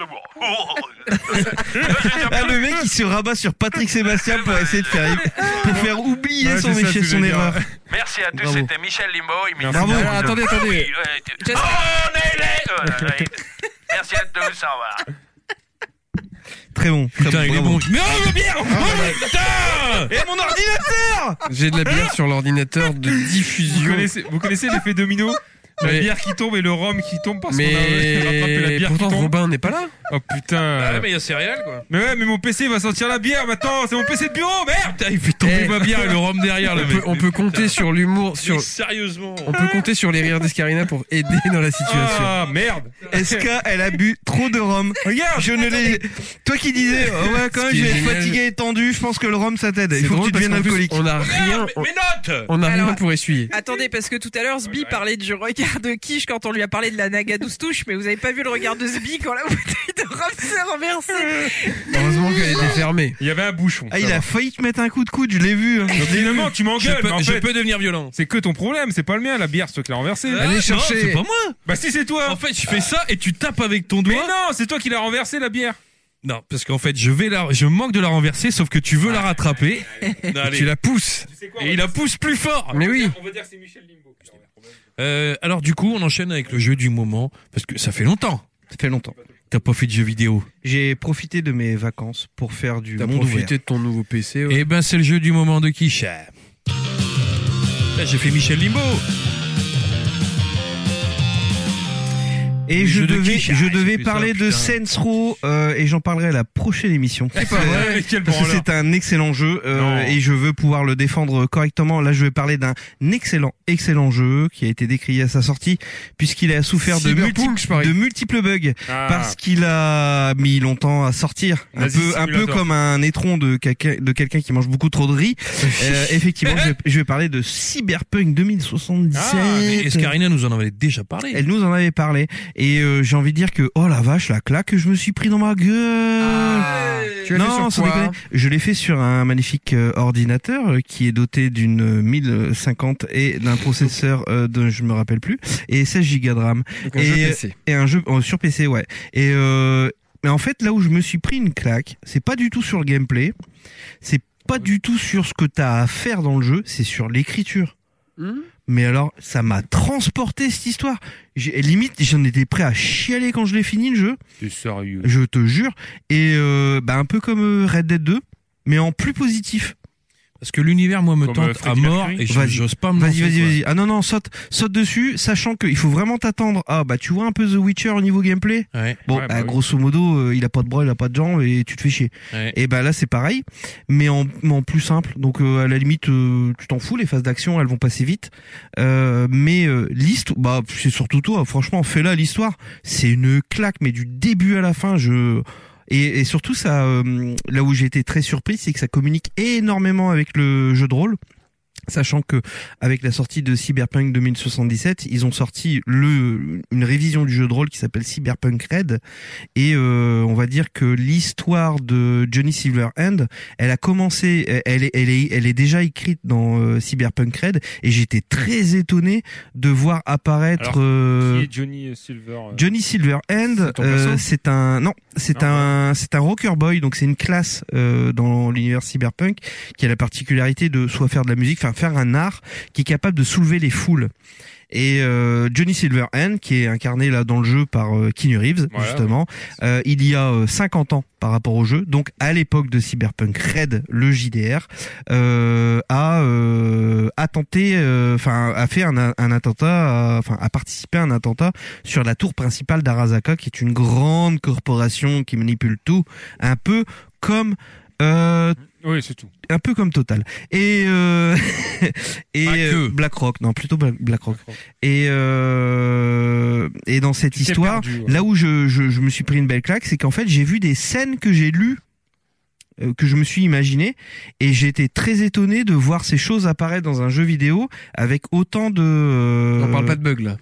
Speaker 6: de l'amour.
Speaker 2: Ah, le mec, il se rabat sur Patrick Sébastien pour essayer de faire, pour faire oublier
Speaker 5: Ouais,
Speaker 2: son,
Speaker 5: c'est ça,
Speaker 2: échec,
Speaker 5: tu
Speaker 2: son
Speaker 5: veux dire.
Speaker 2: erreur.
Speaker 6: Merci à tous,
Speaker 2: Bravo.
Speaker 6: c'était Michel Limbo. imité-
Speaker 5: Bravo.
Speaker 6: Euh,
Speaker 3: Ah, attendez, attendez.
Speaker 6: ouais, tu-
Speaker 4: J'espère-
Speaker 6: Oh, on est les- Euh, ouais. Merci à tous, au revoir.
Speaker 2: Très bon. très
Speaker 1: Putain, il est
Speaker 2: bravo.
Speaker 1: bon. Mais oh, ma bière Oh,
Speaker 2: Et mon ordinateur!
Speaker 3: J'ai de la bière sur l'ordinateur de
Speaker 5: Vous
Speaker 3: diffusion.
Speaker 5: connaissez, vous connaissez l'effet domino La
Speaker 3: Mais-
Speaker 5: bière qui tombe et le rhum qui tombe parce qu'on a rattrapé la
Speaker 3: Mais
Speaker 5: bière
Speaker 3: pourtant,
Speaker 5: qui tombe.
Speaker 3: Robin n'est pas là.
Speaker 5: Oh putain.
Speaker 1: Ah mais il y a céréales, quoi.
Speaker 5: Mais ouais, mais mon PC va sortir la bière maintenant. C'est mon PC de bureau, merde.
Speaker 1: Putain, il fait tomber
Speaker 3: Eh.
Speaker 1: ma bière et le rhum derrière, le
Speaker 3: On peut,
Speaker 1: mec.
Speaker 3: on peut compter sur l'humour, sur,
Speaker 1: Mais Sérieusement.
Speaker 3: on peut compter sur les rires d'Escarina pour aider dans la situation.
Speaker 5: Ah merde.
Speaker 2: SK, elle a bu trop de rhum.
Speaker 5: Regarde.
Speaker 2: Je ne l'ai. Toi qui disais, oh ouais, quand
Speaker 3: Ce
Speaker 2: même,
Speaker 3: qui
Speaker 2: je
Speaker 3: est
Speaker 2: vais être
Speaker 3: génial.
Speaker 2: fatigué et tendu, je pense que le rhum ça t'aide.
Speaker 3: C'est
Speaker 2: Il faut que
Speaker 3: drôle
Speaker 2: tu
Speaker 3: parce
Speaker 2: deviennes
Speaker 3: qu'en plus,
Speaker 2: alcooliques.
Speaker 3: on a rien, on,
Speaker 1: note
Speaker 3: on a rien
Speaker 4: Eh, Alors-
Speaker 3: pour essuyer.
Speaker 4: Attendez, parce que tout à l'heure, Sbi parlait du regard de Quiche quand on lui a parlé de la naga douce touche, mais vous avez pas vu le regard de Sbi quand la bouteille de rhum s'est renversée.
Speaker 2: Euh,
Speaker 3: Heureusement qu'elle était fermée.
Speaker 5: Il y avait un bouchon.
Speaker 2: Ah, il a failli te mettre un coup de coude, je l'ai vu. hein.
Speaker 5: Donc, Finalement,
Speaker 1: je
Speaker 5: tu m'engueules.
Speaker 1: peux,
Speaker 5: mais en
Speaker 1: je
Speaker 5: fait,
Speaker 1: peux devenir violent.
Speaker 5: C'est que ton problème, c'est pas le mien, la bière, c'est toi qui l'as renversée.
Speaker 1: Ah, non,
Speaker 3: chercher.
Speaker 1: C'est pas moi.
Speaker 5: Bah si c'est toi
Speaker 1: En fait, je fais ça et tu tapes avec ton
Speaker 5: Mais
Speaker 1: doigt.
Speaker 5: non, c'est toi qui l'as renversée la bière
Speaker 1: Non, parce qu'en fait, je vais la, je manque de la renverser, sauf que tu veux la rattraper.
Speaker 3: Tu la pousses.
Speaker 1: Ah. Et il la pousse plus fort.
Speaker 3: Mais oui.
Speaker 5: On va dire que c'est Michel Limbo.
Speaker 1: Euh, alors du coup, on enchaîne avec le jeu du moment parce que ça fait longtemps.
Speaker 2: Ça fait longtemps.
Speaker 1: T'as pas fait de jeu vidéo.
Speaker 2: J'ai profité de mes vacances pour faire du
Speaker 3: T'as
Speaker 2: monde ouvert.
Speaker 3: profité de ton nouveau PC. ouais.
Speaker 1: Eh ben, c'est le jeu du moment de Eh, Kisha. Là, j'ai fait Michel Limbo.
Speaker 2: Et
Speaker 1: Les
Speaker 2: je
Speaker 1: jeux de
Speaker 2: devais,
Speaker 1: quiche,
Speaker 2: je
Speaker 1: ah, c'est
Speaker 2: devais
Speaker 1: plus
Speaker 2: parler
Speaker 1: ça,
Speaker 2: de
Speaker 1: putain.
Speaker 2: Saints Row euh, et j'en parlerai à la prochaine émission.
Speaker 1: C'est pas vrai. Quel
Speaker 2: Parce que
Speaker 1: branleur.
Speaker 2: c'est un excellent jeu euh,
Speaker 1: Non.
Speaker 2: et je veux pouvoir le défendre correctement. Là, je vais parler d'un excellent, excellent jeu qui a été décrié à sa sortie puisqu'il a souffert de,
Speaker 3: Cyberpunk,
Speaker 2: multiples-
Speaker 3: je parie.
Speaker 2: de multiples bugs
Speaker 5: Ah.
Speaker 2: parce qu'il a mis longtemps à sortir. Un
Speaker 5: Vas-y,
Speaker 2: peu, un peu
Speaker 5: Simulator.
Speaker 2: comme un étron de quelqu'un de quelqu'un qui mange beaucoup trop de riz. Euh, effectivement, je, vais, je vais parler de Cyberpunk 2077.
Speaker 1: Ah, mais Escarina nous en avait déjà parlé.
Speaker 2: Elle nous en avait parlé et euh, j'ai envie de dire que oh la vache la claque que je me suis pris dans ma gueule.
Speaker 3: Ah,
Speaker 4: Ah.
Speaker 3: Tu as fait
Speaker 2: non,
Speaker 3: sur
Speaker 2: sans
Speaker 3: quoi
Speaker 2: déconner. Je l'ai fait sur un magnifique euh, ordinateur euh, qui est doté d'une euh, 1050 et d'un processeur euh, de je me rappelle plus et 16 Go de RAM
Speaker 3: Donc, un jeu
Speaker 2: Et-
Speaker 3: PC.
Speaker 2: et un jeu euh, sur PC ouais. Et euh, mais en fait là où je me suis pris une claque, c'est pas du tout sur le gameplay, c'est pas du tout sur ce que t'as à faire dans le jeu, c'est sur l'écriture. Mais alors, ça m'a transporté cette histoire. J'ai- Limite, j'en étais prêt à chialer quand je l'ai fini le jeu,
Speaker 5: T'es sérieux
Speaker 2: je te jure. Et euh, bah, un peu comme euh, Red Dead 2, mais en plus positif.
Speaker 1: Parce que l'univers, moi, me
Speaker 5: Comme, euh,
Speaker 1: tente à
Speaker 5: Freddy
Speaker 1: mort
Speaker 5: Mercury.
Speaker 1: et je-
Speaker 2: Vas-y.
Speaker 1: j'ose pas me
Speaker 2: Vas-y,
Speaker 1: lancer,
Speaker 2: vas-y,
Speaker 1: quoi.
Speaker 2: vas-y. Ah non, non, saute, saute dessus, sachant qu'il faut vraiment t'attendre. Ah bah tu vois un peu The Witcher au niveau gameplay.
Speaker 1: Ouais.
Speaker 2: Bon,
Speaker 5: Ouais,
Speaker 2: bah,
Speaker 5: bah oui.
Speaker 2: grosso modo, euh, il a pas de bras, il a pas de jambes et tu te fais chier.
Speaker 1: Ouais.
Speaker 2: Et bah là, c'est pareil, mais en, mais en plus simple. Donc euh, à la limite, euh, tu t'en fous, les phases d'action, elles vont passer vite. Euh, mais euh, l'hist- bah c'est surtout toi. Franchement, fais-la l'histoire. C'est une claque, mais du début à la fin, je et, et surtout ça, euh, là où j'ai été très surpris, c'est que ça communique énormément avec le jeu de rôle. Sachant que avec la sortie de Cyberpunk 2077, ils ont sorti le une révision du jeu de rôle qui s'appelle Cyberpunk Red et euh, on va dire que l'histoire de Johnny Silverhand, elle a commencé, elle- elle est, elle est, elle est déjà écrite dans euh, Cyberpunk Red et j'étais très étonné de voir apparaître
Speaker 5: Alors,
Speaker 2: euh,
Speaker 5: Qui est Johnny Silver euh,
Speaker 2: Johnny Silverhand,
Speaker 3: ton
Speaker 2: euh,
Speaker 3: perso
Speaker 2: c'est un non, c'est
Speaker 5: Non,
Speaker 2: un c'est un rocker boy, donc c'est une classe euh, dans l'univers cyberpunk qui a la particularité de soit faire de la musique, enfin faire un art qui est capable de soulever les foules. Et euh, Johnny Silverhand, qui est incarné là dans le jeu par euh, Keanu Reeves
Speaker 5: Voilà,
Speaker 2: justement, euh, il y a euh, 50 ans par rapport au jeu, donc à l'époque de Cyberpunk Red, le JDR, euh, a euh, attenté, euh, enfin a fait un, un attentat, à- enfin a participé à un attentat sur la tour principale d'Arasaka, qui est une grande corporation qui manipule tout, un peu comme euh,
Speaker 5: Oui, c'est tout.
Speaker 2: un peu comme Total et euh, et
Speaker 1: Pas que.
Speaker 2: euh, BlackRock, non plutôt Bla- BlackRock
Speaker 5: D'accord.
Speaker 2: et euh, et dans cette
Speaker 5: Tu t'es
Speaker 2: histoire
Speaker 5: perdu, ouais.
Speaker 2: là où je, je, je me suis pris une belle claque, c'est qu'en fait, j'ai vu des scènes que j'ai lues, euh, que je me suis imaginées, et j'ai été très étonné de voir ces choses apparaître dans un jeu vidéo avec autant de... euh,
Speaker 3: On parle pas de bug là.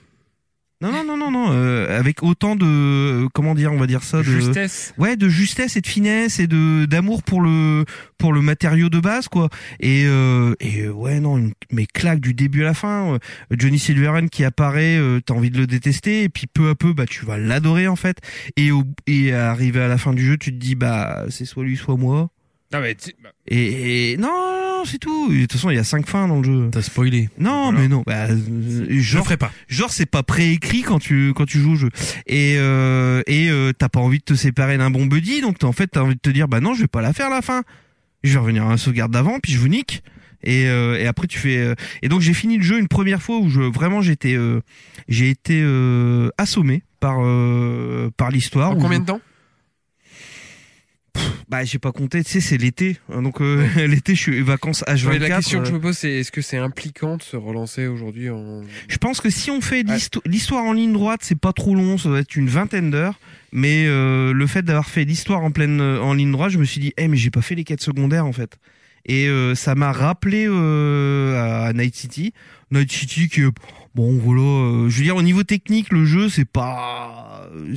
Speaker 2: Non, non, non, non, non, euh, avec autant de... euh, comment dire, on va dire ça de...
Speaker 5: Justesse.
Speaker 2: Ouais, de justesse et de finesse et de d'amour pour le pour le matériau de base quoi. Et euh, et euh, ouais non, une, mais claque du début à la fin. euh, Johnny Silverhand qui apparaît, euh, t'as envie de le détester et puis peu à peu bah tu vas l'adorer en fait. Et au, et arrivé à la fin du jeu, tu te dis bah c'est soit lui soit moi.
Speaker 5: Non, mais tu- bah,
Speaker 2: Et, et non, non c'est tout. Et De toute façon, il y a cinq fins dans le jeu.
Speaker 1: T'as spoilé.
Speaker 2: Non,
Speaker 5: Voilà.
Speaker 2: mais non. Bah, euh,
Speaker 1: Je le
Speaker 2: genre
Speaker 1: ferai pas.
Speaker 2: genre c'est pas préécrit quand tu quand tu joues au jeu et euh, et euh, t'as pas envie de te séparer d'un bon buddy donc t'as- en fait t'as envie de te dire bah non je vais pas la faire la fin je vais revenir à un sauvegarde d'avant puis je vous nique et euh, et après tu fais euh, et donc j'ai fini le jeu une première fois où je vraiment j'étais euh, j'ai été euh, assommé par euh, par l'histoire
Speaker 3: En
Speaker 2: où
Speaker 3: combien
Speaker 2: je-
Speaker 3: de temps
Speaker 2: bah j'ai pas compté tu sais c'est l'été hein, donc euh, l'été je suis vacances H24
Speaker 3: Ouais, La question
Speaker 2: euh,
Speaker 3: que je me pose, c'est est-ce que c'est impliquant de se relancer aujourd'hui en.
Speaker 2: Je pense que si on fait
Speaker 3: Ouais.
Speaker 2: l'histo- l'histoire en ligne droite, c'est pas trop long, ça doit être une vingtaine d'heures. Mais euh, le fait d'avoir fait l'histoire en pleine euh, en ligne droite, je me suis dit, eh mais j'ai pas fait les quêtes secondaires en fait. Et euh, ça m'a rappelé euh, à Night City, Night City qui est- bon voilà, euh, je veux dire au niveau technique, le jeu c'est pas, euh,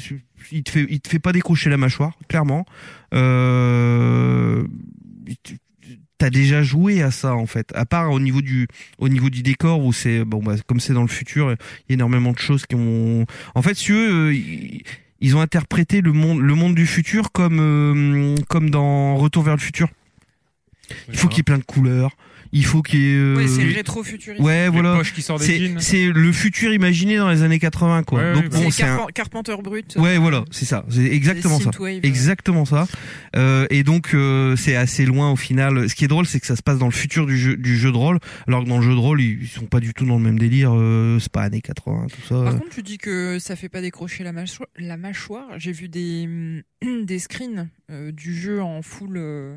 Speaker 2: il te fait il te fait pas décrocher la mâchoire, clairement. Euh... tu- T'as déjà joué à ça en fait, à part au niveau du au niveau du décor où c'est bon bah comme c'est dans le futur, il y a énormément de choses qui ont en fait si eux euh, ils- ils ont interprété le monde le monde du futur comme euh, comme dans Retour vers le futur. Il faut qu'il y ait plein de couleurs. Il faut qu'il y ait. euh,
Speaker 4: Ouais, c'est rétro-futuriste.
Speaker 2: ouais,
Speaker 5: Les
Speaker 2: voilà.
Speaker 5: poches qui sortent des
Speaker 2: C'est
Speaker 5: jeans.
Speaker 2: c'est le futur imaginé dans les années 80, quoi.
Speaker 5: Ouais,
Speaker 2: Donc
Speaker 5: ouais,
Speaker 2: bon,
Speaker 4: c'est
Speaker 2: c'est un-
Speaker 4: Carpen- Carpenter Brut.
Speaker 2: Ouais, voilà, c'est ça. C'est exactement
Speaker 4: C'est
Speaker 2: ça.
Speaker 4: synthwave.
Speaker 2: Exactement ça. Euh, et donc euh, c'est assez loin au final. Ce qui est drôle, c'est que ça se passe dans le futur du jeu, du jeu de rôle, alors que dans le jeu de rôle, ils ils sont pas du tout dans le même délire. euh, c'est pas années 80, tout ça.
Speaker 4: Par contre, tu dis que ça fait pas décrocher la mâchoire. La mâchoire. J'ai vu des, des screens euh, du jeu en full. euh,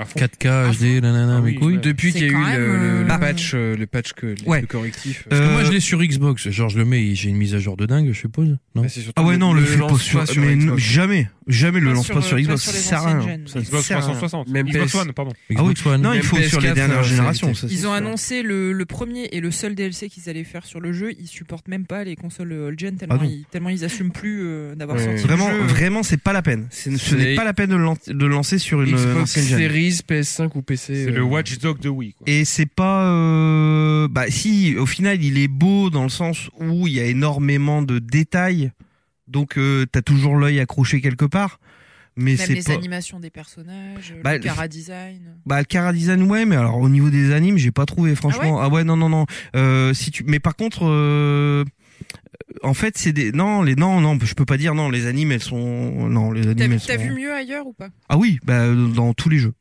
Speaker 5: À fond.
Speaker 1: 4K, HD, nanana,
Speaker 5: Ah
Speaker 1: mes
Speaker 5: oui,
Speaker 1: couilles.
Speaker 5: ouais.
Speaker 3: Depuis
Speaker 4: C'est
Speaker 3: qu'il y a eu
Speaker 4: quand
Speaker 3: le,
Speaker 4: même,
Speaker 3: le- le
Speaker 4: euh,
Speaker 3: patch, euh, le patch que, le-
Speaker 2: Ouais.
Speaker 3: le correctif.
Speaker 1: Parce que moi,
Speaker 2: Euh,
Speaker 1: je l'ai sur Xbox. Genre, je le mets, et j'ai une mise à jour de dingue, je suppose. Non.
Speaker 3: Bah, c'est surtout
Speaker 2: ah ouais, non, le, fais pas
Speaker 3: lance
Speaker 2: sur,
Speaker 3: pas sur
Speaker 2: mais non,
Speaker 3: Xbox.
Speaker 2: jamais, jamais le
Speaker 4: Pas
Speaker 2: lance
Speaker 4: sur,
Speaker 2: pas sur
Speaker 4: euh,
Speaker 2: Xbox.
Speaker 4: pas sur
Speaker 2: Ça
Speaker 4: les
Speaker 2: sert à
Speaker 4: anciennes
Speaker 2: rien.
Speaker 4: gènes.
Speaker 2: Ça
Speaker 5: Xbox
Speaker 2: sert à rien.
Speaker 5: 360.
Speaker 3: Même
Speaker 5: Xbox
Speaker 3: PS.
Speaker 5: One, pardon.
Speaker 1: Xbox One.
Speaker 2: Ah Non,
Speaker 3: Même
Speaker 2: il faut sur les
Speaker 3: PS4,
Speaker 2: dernières
Speaker 3: euh, ça
Speaker 2: générations.
Speaker 3: existe.
Speaker 2: ça, c'est
Speaker 4: Ils ont
Speaker 2: sûr.
Speaker 4: annoncé le, le premier et le seul DLC qu'ils allaient faire sur le jeu. Ils supportent même pas les consoles euh, old gen tellement,
Speaker 2: Ah non.
Speaker 4: ils, tellement ils assument plus euh, d'avoir
Speaker 3: Ouais.
Speaker 4: sorti
Speaker 2: Vraiment,
Speaker 4: le jeu.
Speaker 2: vraiment, c'est pas la peine. C'est- Ce
Speaker 3: C'est-
Speaker 2: n'est pas la peine de le lan- de le lancer sur une euh,
Speaker 3: Xbox
Speaker 2: ancienne gen.
Speaker 3: Series, PS5 ou PC.
Speaker 5: C'est
Speaker 3: euh,
Speaker 5: le Watch Dog de Wii. Quoi.
Speaker 2: Et c'est pas, euh, bah si, au final, il est beau dans le sens où il y a énormément de détails, donc euh, t'as toujours l'œil accroché quelque part, mais
Speaker 4: Même
Speaker 2: c'est
Speaker 4: les
Speaker 2: pas.
Speaker 4: animations des personnages,
Speaker 2: Bah,
Speaker 4: le cara design.
Speaker 2: Bah, le chara design ouais, mais alors au niveau des animes, j'ai pas trouvé, franchement. Ah ouais, non, non, non. Euh, si tu, mais par contre, euh, en fait, c'est des, non, les, non, non, je peux pas dire non, les animes, elles sont, non, les
Speaker 4: T'as
Speaker 2: animes,
Speaker 4: vu,
Speaker 2: elles
Speaker 4: t'as
Speaker 2: sont.
Speaker 4: vu mieux ailleurs ou pas
Speaker 2: Ah oui, bah dans tous les jeux.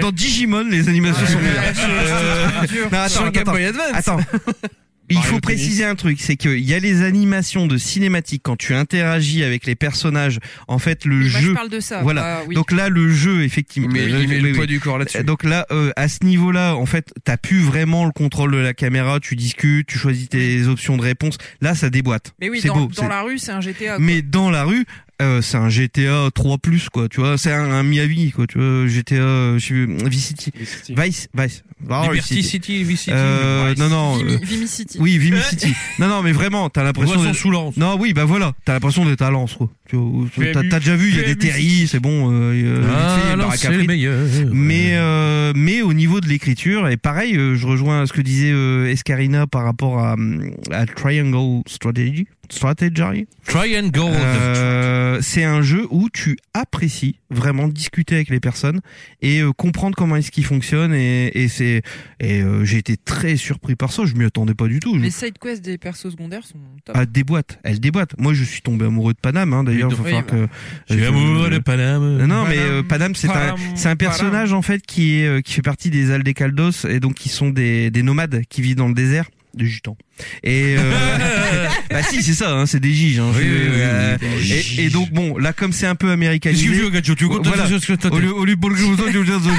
Speaker 2: dans Digimon, les animations
Speaker 4: Ah
Speaker 2: sont meilleures. Euh, non, attends,
Speaker 3: sur
Speaker 2: attends,
Speaker 3: Game
Speaker 2: attends.
Speaker 3: Boy Advance.
Speaker 2: Attends. Il
Speaker 5: Mario
Speaker 2: faut
Speaker 5: Tennis.
Speaker 2: préciser un truc, c'est qu'il y a les animations de cinématiques quand tu interagis avec les personnages. En fait, le
Speaker 4: Moi, je
Speaker 2: jeu.
Speaker 4: parle de ça.
Speaker 2: Voilà.
Speaker 4: bah oui.
Speaker 2: Donc là, le jeu,
Speaker 3: Il
Speaker 2: effectivement.
Speaker 3: met,
Speaker 2: Oui,
Speaker 3: il met
Speaker 2: oui,
Speaker 3: le
Speaker 2: oui.
Speaker 3: poids du corps là-dessus.
Speaker 2: Donc là, euh, à ce niveau-là, en fait, t'as plus vraiment le contrôle de la caméra. Tu discutes, tu choisis tes options de réponse. Là, ça déboîte.
Speaker 4: mais oui,
Speaker 2: c'est
Speaker 4: dans,
Speaker 2: beau.
Speaker 4: dans
Speaker 2: c'est-
Speaker 4: la rue, c'est un GTA. quoi.
Speaker 2: Mais dans la rue, euh, c'est un GTA 3 quoi. Tu vois, c'est un, un Miami quoi. Tu vois, GTA, euh, je sais plus, Vice City,
Speaker 5: Les City.
Speaker 2: Vice, Vice. Oh, Vice
Speaker 1: Liberty
Speaker 2: City.
Speaker 1: City, VCity.
Speaker 2: Euh, non, non. euh,
Speaker 4: Vimy, Vimy City.
Speaker 2: Oui, Vimy City. Non, non, mais vraiment, t'as l'impression.
Speaker 1: Poisson
Speaker 2: d'être-
Speaker 1: sous lance.
Speaker 2: Non, oui, bah voilà, t'as l'impression d'être à Lens, quoi. Tu vois,
Speaker 5: PMU.
Speaker 2: T'as t'as déjà vu, il y a des
Speaker 5: PMU.
Speaker 2: terris, c'est bon. euh, et, euh, vite fait, il y a
Speaker 1: Ah,
Speaker 2: une
Speaker 1: alors
Speaker 2: baraque à
Speaker 1: c'est le
Speaker 2: frites.
Speaker 1: meilleur.
Speaker 2: mais euh, mais au niveau de l'écriture et pareil euh, je rejoins ce que disait euh, Escarina par rapport à, hum, à Triangle Strategy Strategy
Speaker 1: Try and go.
Speaker 2: Euh, c'est un jeu où tu apprécies vraiment discuter avec les personnes et euh, comprendre comment est-ce qu'ils fonctionnent et, et c'est et euh, j'ai été très surpris par ça je m'y attendais pas du tout je
Speaker 4: Les side quests des persos secondaires sont top.
Speaker 2: ah, des boîtes, elle déboîte. Moi, je suis tombé amoureux de Paname, hein, d'ailleurs.
Speaker 1: Oui,
Speaker 2: faut
Speaker 1: oui,
Speaker 2: faire que.
Speaker 1: Je suis
Speaker 2: Euh,
Speaker 1: amoureux de
Speaker 2: Non,
Speaker 1: Paname.
Speaker 2: non, mais euh, Paname, c'est un,
Speaker 5: Paname,
Speaker 2: c'est un personnage en fait qui est euh, qui fait partie des Aldecaldos et donc qui sont des, des nomades qui vivent dans le désert, des gitans. Et euh, bah si, c'est ça, hein, c'est des giges. Hein,
Speaker 1: Oui,
Speaker 2: c'est-
Speaker 1: oui, oui,
Speaker 2: euh,
Speaker 1: oui, oui.
Speaker 2: Et, et donc bon, là comme c'est un peu américanisé.
Speaker 1: gadget Tu
Speaker 2: Voilà. Au lieu, au lieu de Bolger aux autres, je veux dire, je veux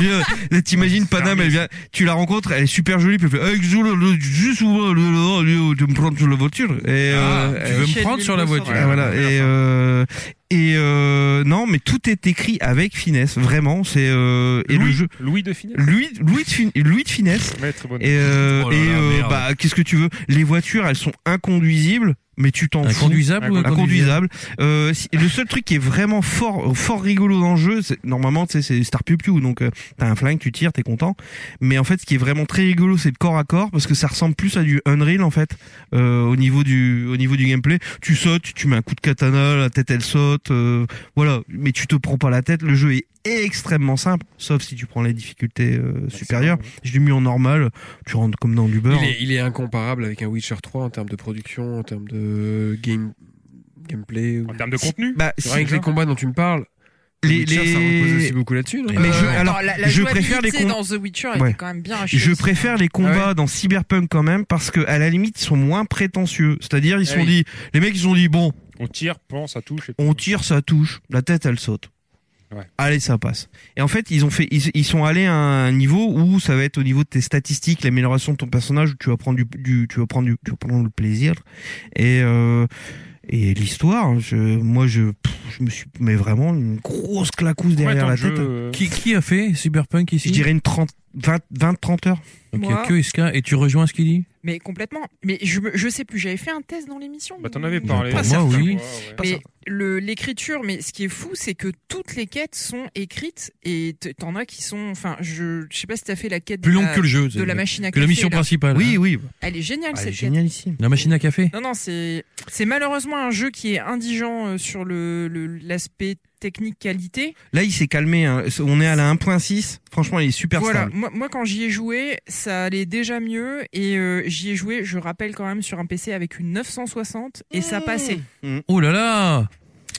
Speaker 2: dire, t'imagines Paname, elle vient, tu la rencontres, elle est super jolie, puis elle fait, Hey, Xul, le- juste où, le- le- le- tu me prends sur la voiture, et, euh,
Speaker 1: Ah, Tu veux me prendre sur la voiture
Speaker 2: ah, voilà. Et, euh, et euh, non, mais tout est écrit avec finesse, vraiment. C'est euh, et le
Speaker 5: Louis,
Speaker 2: jeu,
Speaker 5: Louis de Finesse.
Speaker 2: Louis, Louis de, fin- Louis de finesse.
Speaker 5: Maître Bonnet.
Speaker 2: Et, euh,
Speaker 1: Oh là
Speaker 2: et
Speaker 1: là,
Speaker 2: euh,
Speaker 1: merde.
Speaker 2: bah, qu'est-ce que tu veux Les voitures, elles sont inconduisibles, mais tu t'en fous.
Speaker 1: Inconduisable ou inconduisable
Speaker 2: Inconduisibles.
Speaker 3: hein.
Speaker 2: Mmh. Euh, si- le seul truc qui est vraiment fort, fort rigolo dans le jeu, c'est normalement, tu sais, c'est Star Pew Pew, donc euh, t'as un flingue, tu tires, t'es content. Mais en fait, ce qui est vraiment très rigolo, c'est le corps à corps, parce que ça ressemble plus à du Unreal en fait, euh, au niveau du, au niveau du gameplay. Tu sautes, tu mets un coup de katana, la tête elle saute, euh, voilà. Mais tu te prends pas la tête. Le jeu est extrêmement simple, sauf si tu prends les difficultés
Speaker 3: Bah,
Speaker 2: euh, supérieures. Je l'ai mis en normal. Tu rentres comme dans du beurre.
Speaker 3: Il est, il est incomparable avec un Witcher 3 en termes de production, en termes de game, gameplay. ou-
Speaker 5: En termes de contenu,
Speaker 2: Bah, si-
Speaker 3: Rien que les combats dont tu me parles,
Speaker 2: les-
Speaker 3: Witcher, ça
Speaker 2: les-
Speaker 3: repose aussi beaucoup là-dessus. non Euh,
Speaker 2: Mais je- alors,
Speaker 4: Euh, la,
Speaker 2: je préfère les
Speaker 4: jouabilité
Speaker 2: com-
Speaker 4: dans The Witcher elle
Speaker 2: Ouais.
Speaker 4: était quand même bien rachetée.
Speaker 2: Je préfère les combats
Speaker 3: Ah
Speaker 2: dans Cyberpunk quand même parce que à la limite ils sont moins prétentieux. C'est-à-dire ils se
Speaker 3: Ah
Speaker 2: sont
Speaker 3: oui.
Speaker 2: dit les mecs ils se sont dit bon,
Speaker 5: on tire, pense, ça touche. et
Speaker 2: on
Speaker 5: tout.
Speaker 2: tire ça touche, la tête elle saute.
Speaker 5: Ouais.
Speaker 2: Allez, ça passe. Et en fait, ils ont fait, ils, ils sont allés à un niveau où ça va être au niveau de tes statistiques, l'amélioration de ton personnage, où tu vas prendre du, du- tu vas prendre du, tu vas prendre le plaisir. Et euh, et l'histoire, hein, je, moi je, pff, je me suis, mais vraiment une grosse clacousse
Speaker 5: Combien de
Speaker 2: derrière
Speaker 5: temps
Speaker 2: la
Speaker 5: de jeu,
Speaker 2: tête.
Speaker 5: euh,
Speaker 1: Qui, qui a fait Cyberpunk ici
Speaker 2: Je dirais une 30, 20, 20, 30 heures.
Speaker 1: Ok,
Speaker 4: Moi.
Speaker 1: que Iska, et tu rejoins ce qu'il dit
Speaker 4: Mais complètement. Mais je, me- je sais plus, j'avais fait un test dans l'émission.
Speaker 5: Bah, t'en avais
Speaker 4: Pas
Speaker 5: parlé.
Speaker 1: Pour
Speaker 4: certain.
Speaker 1: moi, oui.
Speaker 5: Ouais, ouais.
Speaker 4: Mais le- l'écriture, mais ce qui est fou, c'est que toutes les quêtes sont écrites et t- t'en as qui sont. Enfin, je, je sais pas si t'as fait la quête
Speaker 1: Plus
Speaker 4: de,
Speaker 1: longue
Speaker 4: la,
Speaker 1: que le jeu,
Speaker 4: Euh, de la machine à
Speaker 1: que
Speaker 4: café.
Speaker 1: la mission
Speaker 4: là.
Speaker 1: principale.
Speaker 2: Oui,
Speaker 1: hein.
Speaker 2: oui.
Speaker 4: Elle est géniale
Speaker 2: Ah, elle est
Speaker 4: cette quête.
Speaker 2: génialissime.
Speaker 1: La machine à café.
Speaker 4: Non, non, c'est c'est malheureusement un jeu qui est indigent euh, sur le le- l'aspect technique qualité.
Speaker 2: Là, il s'est calmé. hein. On est à la 1.6. Franchement, il est super
Speaker 4: voilà,
Speaker 2: stable.
Speaker 4: moi, moi, quand j'y ai joué, ça allait déjà mieux et euh, j'y ai joué, je rappelle quand même, sur un PC avec une 960 et
Speaker 3: Mmh.
Speaker 4: ça passait.
Speaker 1: Oh là là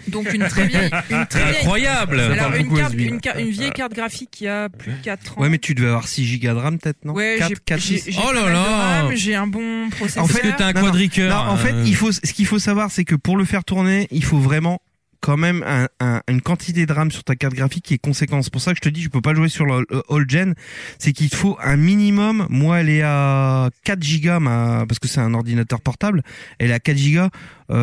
Speaker 4: Donc une très vieille, une très vieille
Speaker 1: Incroyable
Speaker 4: Alors,
Speaker 3: parle
Speaker 4: une,
Speaker 3: beaucoup à
Speaker 4: carte-
Speaker 3: ce vide.
Speaker 4: une ca- une vieille carte graphique qui a plus de 4 ans.
Speaker 2: Euh, Ouais, mais tu devais avoir 6 gigas de RAM peut-être, non
Speaker 4: Ouais, j'ai-
Speaker 2: 4, 4,
Speaker 4: j'ai- j'ai
Speaker 1: Oh
Speaker 4: pas
Speaker 1: là
Speaker 4: mal de
Speaker 1: là.
Speaker 4: RAM, J'ai un bon processeur.
Speaker 2: En
Speaker 1: Parce
Speaker 2: fait,
Speaker 1: que t'as un
Speaker 2: non, non.
Speaker 1: quadricœur.
Speaker 2: Non, Bah, en fait,
Speaker 1: euh,
Speaker 2: il faut, ce qu'il faut savoir, c'est que pour le faire tourner, il faut vraiment quand même un- un- une quantité de RAM sur ta carte graphique qui est conséquente. C'est pour ça que je te dis, je peux pas jouer sur le le old gen. C'est qu'il te faut un minimum. Moi, elle est à 4 gigas, ma, parce que c'est un ordinateur portable. Elle est à 4 gigas.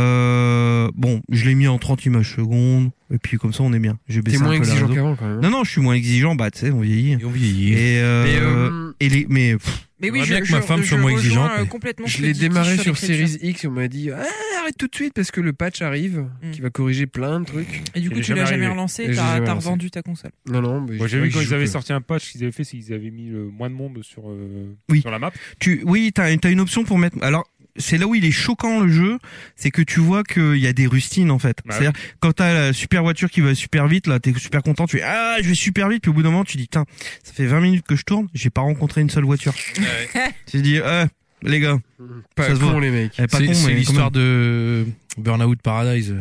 Speaker 2: Euh, bon, je l'ai mis en 30 images secondes. Et puis, comme ça, on est bien. J'ai
Speaker 3: T'es
Speaker 2: baissé un
Speaker 3: moins
Speaker 2: peu la
Speaker 3: exigeant qu'avant
Speaker 2: résolution.
Speaker 3: quand même.
Speaker 2: Non, non, je suis moins exigeant. Bah, tu sais, on vieillit.
Speaker 1: et on vieillit.
Speaker 2: Et, euh,
Speaker 3: Mais,
Speaker 2: et,
Speaker 3: Mmh. euh,
Speaker 2: les, mais, pff,
Speaker 4: Mais oui,
Speaker 1: J'aimerais
Speaker 4: je,
Speaker 1: bien que ma
Speaker 4: je-
Speaker 1: femme
Speaker 4: je
Speaker 1: soit moins
Speaker 4: rejoins,
Speaker 1: exigeante,
Speaker 4: euh,
Speaker 1: mais-
Speaker 4: complètement ce
Speaker 3: Je
Speaker 4: que
Speaker 3: l'ai
Speaker 4: dit
Speaker 3: démarré
Speaker 4: Christian
Speaker 3: sur
Speaker 4: Christian.
Speaker 3: Series X, on m'a dit ah, arrête tout de suite parce que le patch arrive
Speaker 4: Mm.
Speaker 3: qui va corriger plein de trucs.
Speaker 4: Et du coup,
Speaker 5: Il est
Speaker 4: tu l'as
Speaker 5: jamais
Speaker 4: jamais
Speaker 5: arrivé.
Speaker 4: relancé,
Speaker 3: Et j'ai
Speaker 4: t'as
Speaker 3: jamais
Speaker 4: t'as
Speaker 3: relancé.
Speaker 4: revendu ta console.
Speaker 3: Non non, mais
Speaker 5: Moi, j'ai
Speaker 3: ouais,
Speaker 5: vu quand
Speaker 3: j'y
Speaker 5: ils
Speaker 3: joue
Speaker 5: avaient
Speaker 3: plus.
Speaker 5: sorti un patch, ce qu'ils avaient fait, c'est qu'ils avaient mis le moins de monde sur, euh,
Speaker 2: Oui.
Speaker 5: sur la map.
Speaker 2: tu, oui, t'as, t'as une option pour mettre, alors, c'est là où il est choquant le jeu, c'est que tu vois qu'il y a des rustines en fait.
Speaker 5: Bah
Speaker 2: C'est-à-dire quand t'as la super voiture qui va super vite, là t'es super content, tu es ah je vais super vite, puis au bout d'un moment tu dis tiens ça fait 20 minutes que je tourne, j'ai pas rencontré une seule voiture. tu dis eh, les gars,
Speaker 3: Pas
Speaker 2: Ça se
Speaker 3: con
Speaker 2: voit.
Speaker 3: les mecs.
Speaker 2: elle est pas
Speaker 1: C'est
Speaker 2: con
Speaker 1: c'est
Speaker 2: mais
Speaker 1: l'histoire de euh, Burnout Paradise.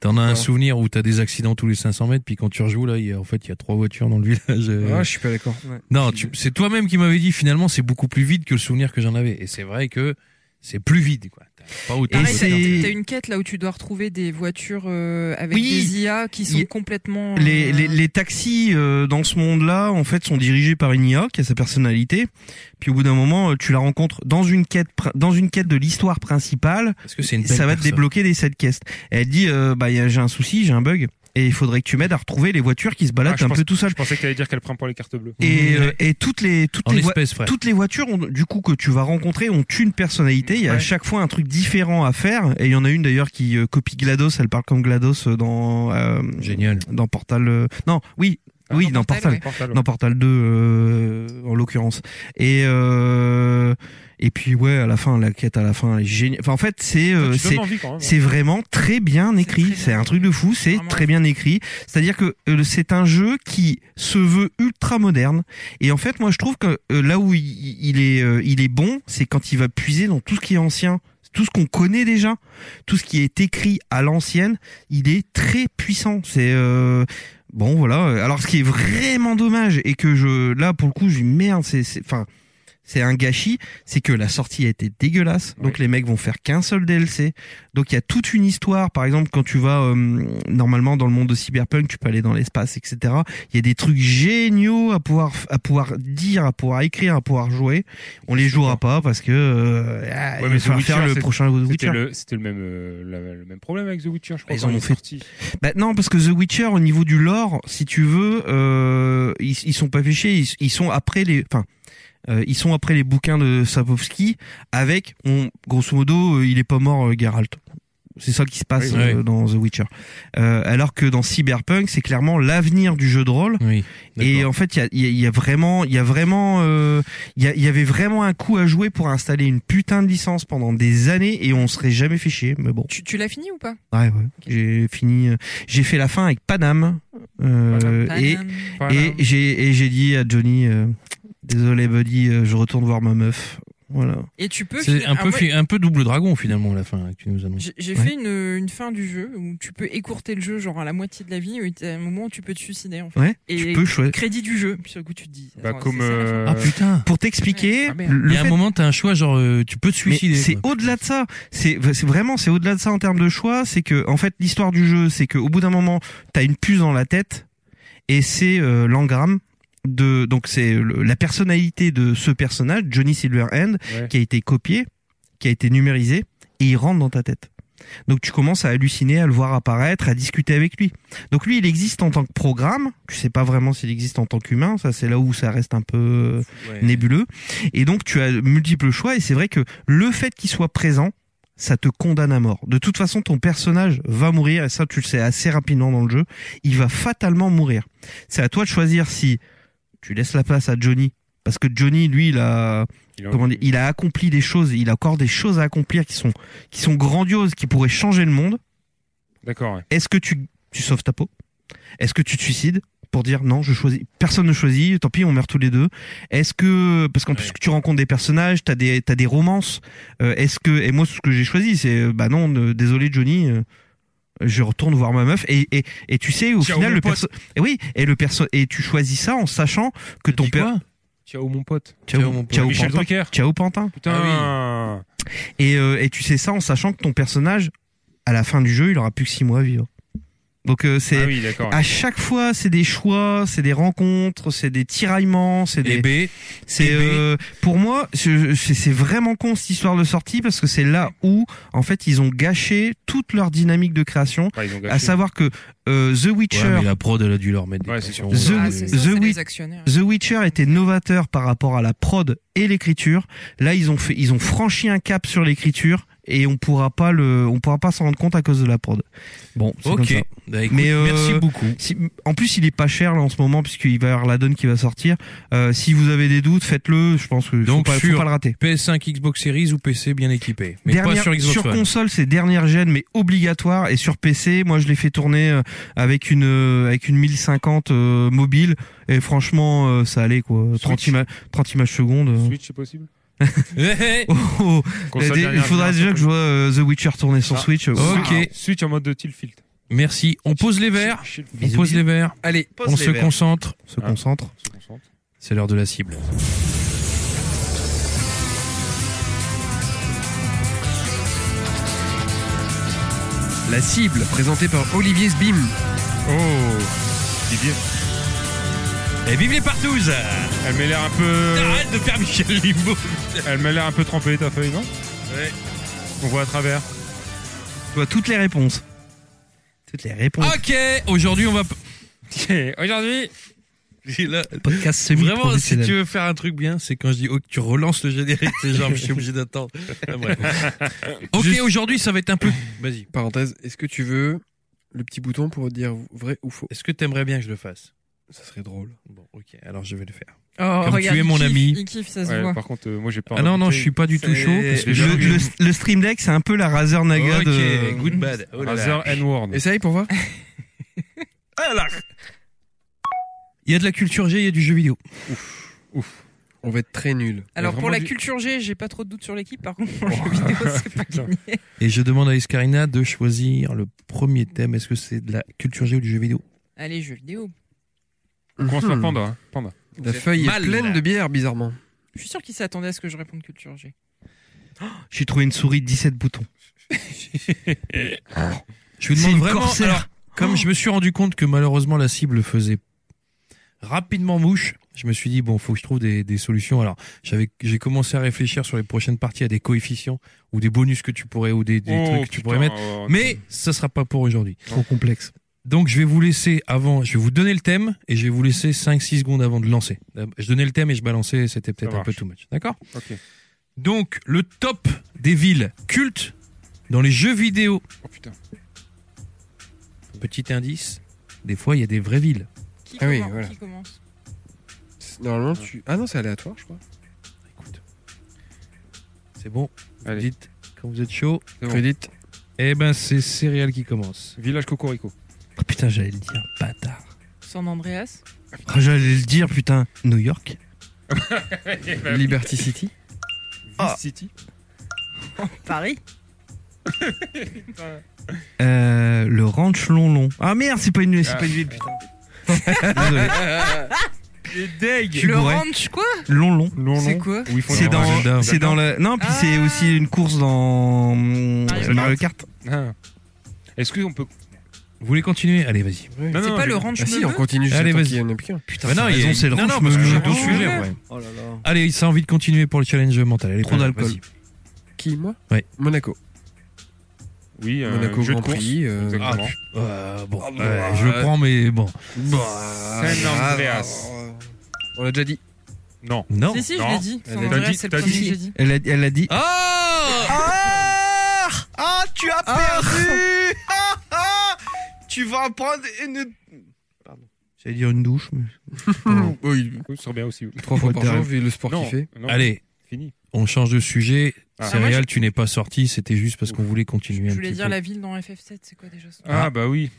Speaker 1: T'en as un
Speaker 3: Ouais.
Speaker 1: souvenir où t'as des accidents tous les 500 mètres, puis quand tu rejoues là, il y a, en fait, il y a trois voitures dans le village. euh.
Speaker 3: Ah, je suis pas d'accord.
Speaker 1: non, tu- c'est toi-même qui m'avais dit finalement c'est beaucoup plus vide que le souvenir que j'en avais. Et c'est vrai que c'est plus vide, quoi. T'as Pas autant
Speaker 2: Et
Speaker 1: de-
Speaker 4: Pareil, t'as-
Speaker 2: c'est-
Speaker 4: t'as une quête là où tu dois retrouver des voitures euh, avec
Speaker 2: Oui.
Speaker 4: des IA qui sont
Speaker 2: Il-
Speaker 4: complètement. euh,
Speaker 2: Les, les, les taxis euh, dans ce monde-là, en fait, sont dirigés par une IA qui a sa personnalité. Puis au bout d'un moment, euh, tu la rencontres dans une quête, pr- dans une quête de l'histoire principale.
Speaker 1: Parce que c'est une
Speaker 2: ça va
Speaker 1: belle
Speaker 2: te
Speaker 1: personne.
Speaker 2: débloquer des sidequests. Elle dit, euh, bah y a- j'ai un souci, j'ai un bug, et il faudrait que tu m'aides à retrouver les voitures qui se baladent
Speaker 5: Ah, je
Speaker 2: un
Speaker 5: pense-
Speaker 2: peu tout seules.
Speaker 5: Je pensais que t'allais dire qu'elle prend pour les cartes bleues.
Speaker 2: Et,
Speaker 1: Mmh.
Speaker 2: euh, et toutes les toutes
Speaker 1: En
Speaker 2: les voi-
Speaker 1: espèce, frère.
Speaker 2: toutes les voitures ont- du coup que tu vas rencontrer ont une personnalité. Il y a à
Speaker 3: Ouais.
Speaker 2: chaque fois un truc différent à faire. Et il y en a une d'ailleurs qui euh, copie Glados. Elle parle comme Glados euh, dans euh,
Speaker 1: Génial.
Speaker 2: dans Portal. euh, non, oui,
Speaker 5: Ah,
Speaker 2: oui,
Speaker 4: dans
Speaker 2: dans
Speaker 4: Portal,
Speaker 2: Portal,
Speaker 4: ouais.
Speaker 5: Portal,
Speaker 2: dans Portal 2 euh, en l'occurrence. Et euh, et puis ouais, à la fin, la quête à la fin, elle est géniale. Enfin, en fait, c'est euh,
Speaker 5: Tu donnes
Speaker 2: c'est
Speaker 5: envie, quand même.
Speaker 2: c'est vraiment très bien
Speaker 4: hein, très
Speaker 2: écrit.
Speaker 4: bien
Speaker 2: C'est un truc de fou. C'est
Speaker 4: Vraiment.
Speaker 2: très bien écrit. C'est-à-dire que euh, c'est un jeu qui se veut ultra moderne. Et en fait, moi, je trouve que euh, là où il, il est, euh, il est bon, c'est quand il va puiser dans tout ce qui est ancien, tout ce qu'on connaît déjà, tout ce qui est écrit à l'ancienne. Il est très puissant. C'est euh, bon, voilà. Alors, ce qui est vraiment dommage et que je, là, pour le coup, je dis merde. C'est, c'est- enfin. C'est un gâchis, c'est que la sortie a été dégueulasse, donc les mecs vont faire qu'un seul DLC. Donc il y a toute une histoire. Par exemple, quand tu vas euh, normalement dans le monde de cyberpunk, tu peux aller dans l'espace, etc. Il y a des trucs géniaux à pouvoir à pouvoir dire, à pouvoir écrire, à pouvoir jouer. On les jouera pas parce que euh, ah,
Speaker 5: Ouais,
Speaker 2: il va
Speaker 5: mais The
Speaker 2: falloir
Speaker 5: Witcher,
Speaker 2: faire le
Speaker 5: c'est-
Speaker 2: prochain
Speaker 5: C'était
Speaker 2: Witcher.
Speaker 5: le, c'était le même, euh, la- le même problème avec The Witcher, je crois.
Speaker 2: Ils
Speaker 5: quand
Speaker 2: en
Speaker 5: il
Speaker 2: ont
Speaker 5: est
Speaker 2: fait-
Speaker 5: sorti.
Speaker 2: Bah non, parce que The Witcher au niveau du lore, si tu veux, euh, ils, ils sont pas fichés, ils, ils sont après les, enfin. euh, ils sont après les bouquins de Sapowski avec, on, grosso modo, euh, il est pas mort euh, Geralt. C'est ça qui se passe
Speaker 1: Oui, oui.
Speaker 2: euh, dans The Witcher. Euh, alors que dans Cyberpunk, c'est clairement l'avenir du jeu de rôle.
Speaker 1: Oui.
Speaker 2: Et
Speaker 1: D'accord.
Speaker 2: en fait, il y a, il y a- il y a vraiment, il y a vraiment, euh, il y, a- il y avait vraiment un coup à jouer pour installer une putain de licence pendant des années et on serait jamais fait chier. Mais bon.
Speaker 4: Tu, tu l'as fini ou pas
Speaker 2: Ouais, ouais. J'ai fini. euh, J'ai fait la fin avec Panam. Euh, et
Speaker 4: Panam.
Speaker 2: et j'ai et j'ai dit à Johnny, euh, désolé buddy, euh, je retourne voir ma meuf. Voilà.
Speaker 4: Et tu peux.
Speaker 1: C'est
Speaker 4: finir-
Speaker 1: un
Speaker 4: Ah,
Speaker 1: peu,
Speaker 4: moi,
Speaker 1: fi- un peu double dragon finalement la fin que tu nous annonces.
Speaker 4: J'ai j'ai
Speaker 2: Ouais.
Speaker 4: fait une, une fin du jeu où tu peux écourter le jeu genre à la moitié de la vie, où t'as un moment où tu peux te suicider en fait.
Speaker 2: Ouais.
Speaker 4: Et
Speaker 2: Tu peux chouette.
Speaker 4: crédit du jeu, puis sur le coup tu te dis.
Speaker 5: Bah,
Speaker 4: attends,
Speaker 5: comme.
Speaker 4: c'est ça, la fin
Speaker 5: euh,
Speaker 1: Ah putain.
Speaker 2: Pour t'expliquer,
Speaker 5: Ah, merde.
Speaker 2: le
Speaker 1: Il y a un
Speaker 2: fait-
Speaker 1: moment t'as un choix genre euh, tu peux te
Speaker 2: mais
Speaker 1: suicider.
Speaker 2: c'est
Speaker 1: quoi.
Speaker 2: au-delà de ça. C'est c'est vraiment c'est au-delà de ça en termes de choix. C'est que en fait l'histoire du jeu, c'est que au bout d'un moment, t'as une puce dans la tête et c'est euh, l'engramme de donc c'est le- la personnalité de ce personnage Johnny Silverhand
Speaker 5: ouais.
Speaker 2: qui a été copié, qui a été numérisé, et il rentre dans ta tête. Donc tu commences à halluciner, à le voir apparaître, à discuter avec lui. Donc lui, il existe en tant que programme, tu sais pas vraiment s'il existe en tant qu'humain, ça c'est là où ça reste un peu
Speaker 1: Ouais.
Speaker 2: nébuleux. Et donc tu as multiples choix, et c'est vrai que le fait qu'il soit présent, ça te condamne à mort. De toute façon, ton personnage va mourir, et ça tu le sais assez rapidement dans le jeu, il va fatalement mourir. C'est à toi de choisir si tu laisses la place à Johnny, parce que Johnny, lui, il a
Speaker 5: Il en-
Speaker 2: comment dire, il a accompli des choses, il a encore des choses à accomplir qui sont, qui sont grandioses, qui pourraient changer le monde.
Speaker 5: D'accord, ouais.
Speaker 2: Est-ce que tu, tu sauves ta peau Est-ce que tu te suicides pour dire non, je choisis. Personne ne choisit. Tant pis, on meurt tous les deux. Est-ce que parce qu'en plus
Speaker 1: Ouais.
Speaker 2: que tu rencontres des personnages, t'as des t'as des romances. euh, Est-ce que et moi ce que j'ai choisi c'est euh, bah non, ne- désolé Johnny. euh, je retourne voir ma meuf et, et, et tu sais au
Speaker 1: Ciao,
Speaker 2: final
Speaker 1: mon
Speaker 2: le
Speaker 1: pote.
Speaker 2: perso et oui et le perso et tu choisis ça en sachant que ton père
Speaker 5: Ciao mon pote.
Speaker 2: ciao,
Speaker 1: Bah, Ciao, mon pote.
Speaker 2: ciao,
Speaker 5: Michel
Speaker 2: Pantin.
Speaker 5: Drucker.
Speaker 2: Ciao, Pantin.
Speaker 5: Putain. Ah
Speaker 2: Et, euh, et tu sais ça en sachant que ton personnage, à la fin du jeu, il aura plus que 6 mois à vivre. Donc euh, c'est
Speaker 5: Ah oui, d'accord.
Speaker 2: à chaque fois, c'est des choix, c'est des rencontres, c'est des tiraillements,
Speaker 1: Eh
Speaker 2: c'est des.
Speaker 1: B.
Speaker 2: C'est
Speaker 1: bébés.
Speaker 2: euh, pour moi, je- je- c'est c'est vraiment con cette histoire de sortie parce que c'est là où en fait ils ont gâché toute leur dynamique de création.
Speaker 5: Ouais, ils ont
Speaker 2: À
Speaker 5: gâché.
Speaker 2: savoir que euh, The
Speaker 1: Ouais,
Speaker 2: Witcher,
Speaker 1: mais la prod, elle a dû leur mettre des euh,
Speaker 5: Ouais, c'est
Speaker 1: pressions.
Speaker 5: sûr.
Speaker 2: The-
Speaker 4: Ah, c'est ça,
Speaker 2: The
Speaker 4: c'est
Speaker 2: Witch-
Speaker 4: les actionnaires.
Speaker 2: The Witcher était novateur par rapport à la prod et l'écriture. Là, ils ont fait, ils ont franchi un cap sur l'écriture et on pourra pas le, on pourra pas s'en rendre compte à cause de la prod. Bon, c'est comme
Speaker 1: Ok.
Speaker 2: ça.
Speaker 1: Bah, écoute,
Speaker 2: Mais, euh,
Speaker 1: merci beaucoup.
Speaker 2: Si- en plus, il est pas cher là en ce moment puisqu'il va y avoir la donne qui va sortir. Euh, si vous avez des doutes, faites-le. Je pense que faut
Speaker 1: Donc,
Speaker 2: pas, faut
Speaker 1: sur-
Speaker 2: pas le rater.
Speaker 1: PS5, Xbox Series ou PC bien équipé. Mais
Speaker 2: Dernière-
Speaker 1: pas sur Xbox One.
Speaker 2: console, c'est dernière gêne, mais obligatoire. Et sur PC, moi, je l'ai fait tourner euh, avec une euh, avec une 1050 euh, mobile. Et franchement, euh, ça allait quoi. 30,
Speaker 5: Switch.
Speaker 2: ima- 30 images secondes. euh.
Speaker 5: Switch, c'est possible.
Speaker 1: Eh, eh.
Speaker 2: Oh, oh,
Speaker 5: Console
Speaker 2: Des- il
Speaker 5: dernière
Speaker 2: faudra déjà
Speaker 5: génération.
Speaker 2: que je vois euh, The Witcher tourner sur
Speaker 5: Ah.
Speaker 2: Switch.
Speaker 1: Oh. Ok.
Speaker 5: Switch- Switch en mode de Tilt. Ah,
Speaker 1: Merci. On pose les verres. On pose les verres.
Speaker 2: Allez,
Speaker 1: On se concentre.
Speaker 2: se concentre.
Speaker 1: C'est l'heure de la cible.
Speaker 3: La cible, présentée par Olivier Sbim.
Speaker 5: Oh. Didier.
Speaker 1: Et Eh, vive les partous
Speaker 5: Elle m'a l'air un peu.
Speaker 1: Arrête de faire Michel Limbo
Speaker 5: Elle m'a l'air un peu trempée ta feuille, non Ouais. On voit à travers.
Speaker 2: Tu
Speaker 1: Ah.
Speaker 2: vois toutes les réponses. Toutes les réponses.
Speaker 1: Ok, aujourd'hui on va...
Speaker 5: Aujourd'hui.
Speaker 1: Là,
Speaker 2: podcast
Speaker 1: Vraiment, si tu veux faire un truc bien, c'est quand je dis oh, que tu relances le générique, c'est genre je suis obligé d'attendre. Ah, bref. ok,
Speaker 3: Juste-
Speaker 1: aujourd'hui ça va être un peu. Vas-y.
Speaker 3: Parenthèse, est-ce que tu veux le petit bouton pour dire vrai ou faux
Speaker 1: Est-ce que t'aimerais bien que je le fasse
Speaker 3: Ça serait drôle.
Speaker 1: Bon, ok, alors je vais le faire.
Speaker 4: Oh,
Speaker 1: Comme
Speaker 4: regarde,
Speaker 1: tu es
Speaker 4: il
Speaker 1: mon
Speaker 4: kiffe,
Speaker 1: ami.
Speaker 4: Il kiffe, ça se
Speaker 5: Ouais,
Speaker 4: voit.
Speaker 5: par contre, euh, moi j'ai pas.
Speaker 1: Ah non, non, je suis pas du tout
Speaker 4: C'est-
Speaker 1: chaud. Parce que
Speaker 2: Le,
Speaker 1: j'ai-
Speaker 2: le- le Stream Deck, c'est un peu la Razer Naga
Speaker 1: Ok,
Speaker 2: de.
Speaker 1: good bad. Oh là là.
Speaker 5: Razer N-Word.
Speaker 3: Essaye pour voir.
Speaker 1: Il y a de la culture G, il y a du jeu vidéo.
Speaker 3: On va être très nul.
Speaker 5: Il
Speaker 4: Alors
Speaker 5: y a
Speaker 4: pour la
Speaker 5: vraiment du-
Speaker 4: culture G, j'ai pas trop de doutes sur l'équipe. Par contre, pour le jeu vidéo, c'est pas
Speaker 5: Putain.
Speaker 4: gagné.
Speaker 1: Et je demande à Escarina de choisir le premier thème. Est-ce que c'est de la culture G ou du jeu vidéo
Speaker 4: Allez, jeux vidéo.
Speaker 5: On commence par
Speaker 3: Mhm.
Speaker 5: Panda. hein. Panda.
Speaker 3: La feuille
Speaker 1: mal.
Speaker 3: est pleine de bière, bizarrement.
Speaker 4: Je suis sûr qu'il s'attendait à ce que je réponde culture G.
Speaker 2: J'ai trouvé une souris de 17 boutons.
Speaker 1: Je vous
Speaker 2: C'est
Speaker 1: demande
Speaker 2: une
Speaker 1: vraiment.
Speaker 2: corsaire.
Speaker 1: alors, comme je me suis rendu compte que malheureusement la cible faisait rapidement mouche, je me suis dit bon, faut que je trouve des, des solutions. Alors, j'avais, j'ai commencé à réfléchir sur les prochaines parties à des coefficients ou des bonus que tu pourrais ou des, des
Speaker 5: Oh,
Speaker 1: trucs que tu
Speaker 5: putain,
Speaker 1: pourrais mettre.
Speaker 5: oh,
Speaker 1: Mais ça sera pas pour aujourd'hui.
Speaker 2: Trop complexe.
Speaker 1: Donc, je vais vous laisser avant. Je vais vous donner le thème et je vais vous laisser 5-6 secondes avant de lancer. Je donnais le thème et je balançais. C'était peut-être
Speaker 5: Ça
Speaker 1: un peu
Speaker 5: marche.
Speaker 1: too much. D'accord.
Speaker 5: Ok.
Speaker 1: Donc, le top des villes cultes dans les jeux vidéo.
Speaker 5: Oh putain.
Speaker 1: Petit indice, des fois, il y a des vraies villes.
Speaker 4: Qui,
Speaker 3: Ah oui,
Speaker 4: commence-
Speaker 3: voilà.
Speaker 4: qui commence
Speaker 3: Normalement, tu. Ah non, c'est aléatoire, je crois.
Speaker 1: Écoute, c'est bon. Vous
Speaker 5: Allez.
Speaker 1: dites quand vous êtes chaud.
Speaker 5: C'est bon.
Speaker 3: Crédit.
Speaker 1: Eh ben, c'est Céréales qui commence.
Speaker 5: Village Cocorico.
Speaker 2: Oh, putain, j'allais le dire, bâtard.
Speaker 4: San Andreas.
Speaker 2: Oh, j'allais le dire, putain. New York.
Speaker 3: Liberty City.
Speaker 2: Ah.
Speaker 5: Vice City.
Speaker 4: Paris.
Speaker 2: Euh, le ranch long long. Ah merde, c'est pas une, c'est pas une ville, putain. Désolé. Je suis
Speaker 4: le
Speaker 2: bourré.
Speaker 4: ranch, quoi
Speaker 2: Long long.
Speaker 5: Long,
Speaker 4: C'est
Speaker 5: long.
Speaker 4: quoi
Speaker 5: Où ils font
Speaker 2: C'est
Speaker 5: leur agenda.
Speaker 2: dans, c'est dans la. Non, puis c'est
Speaker 4: Ah.
Speaker 2: aussi une course dans hum,
Speaker 4: Mario
Speaker 2: Mario Kart.
Speaker 5: Ah. Est-ce qu'on peut.
Speaker 1: Vous voulez continuer Allez, vas-y.
Speaker 5: Non,
Speaker 4: C'est
Speaker 5: non,
Speaker 4: pas
Speaker 5: je-
Speaker 4: le ranch
Speaker 3: Ah si,
Speaker 4: bleu
Speaker 3: on continue.
Speaker 1: Allez,
Speaker 3: Allez,
Speaker 1: vas-y.
Speaker 3: vas-y.
Speaker 2: Putain,
Speaker 1: Mais
Speaker 2: c'est
Speaker 1: non, il y a-
Speaker 2: raison, c'est le
Speaker 1: non,
Speaker 2: ranch.
Speaker 1: non, parce
Speaker 2: mais-
Speaker 1: que j'ai
Speaker 4: Ah
Speaker 1: d'autres
Speaker 4: ouais.
Speaker 1: sujets. après. Allez, ça a envie de continuer pour le challenge mental. Allez,
Speaker 2: Trop
Speaker 1: vas-y.
Speaker 2: d'alcool.
Speaker 3: Qui, moi
Speaker 1: Ouais.
Speaker 3: Monaco.
Speaker 5: Oui, euh,
Speaker 3: Monaco
Speaker 5: jeu de
Speaker 3: Grand
Speaker 5: course.
Speaker 3: Prix. euh,
Speaker 5: Exactement.
Speaker 1: Ah, Euh, bon, ouais, je le prends, mais bon. Ah,
Speaker 3: Bah,
Speaker 5: San Andreas.
Speaker 3: On l'a déjà dit.
Speaker 5: Non.
Speaker 2: Non.
Speaker 4: Si, si, je
Speaker 5: Non.
Speaker 4: l'ai dit. San
Speaker 5: T'as
Speaker 4: Andreas,
Speaker 5: dit-
Speaker 4: c'est le
Speaker 5: t'as
Speaker 4: premier
Speaker 5: dit-
Speaker 4: que j'ai dit.
Speaker 2: Elle a, elle a dit.
Speaker 1: Ah
Speaker 2: Ah, ah tu as perdu Ah, ah Tu vas prendre une. Pardon. J'allais dire une douche, mais. Oh.
Speaker 4: Hmm.
Speaker 3: Oui,
Speaker 5: Ça serait bien aussi.
Speaker 3: Oh, trois fois
Speaker 2: Faut
Speaker 3: par jour,
Speaker 2: t'arrêter.
Speaker 3: vu le sport
Speaker 5: Non,
Speaker 3: qu'il fait.
Speaker 5: non,
Speaker 1: Allez,
Speaker 5: Fini.
Speaker 1: on change de sujet.
Speaker 5: Ah.
Speaker 1: Céréales, tu n'es pas sorti. C'était juste parce qu'on voulait
Speaker 4: Je
Speaker 1: continuer un
Speaker 4: voulais
Speaker 1: petit
Speaker 4: dire
Speaker 1: peu.
Speaker 4: la ville dans FF7, c'est quoi déjà ça
Speaker 5: Ah, bah oui.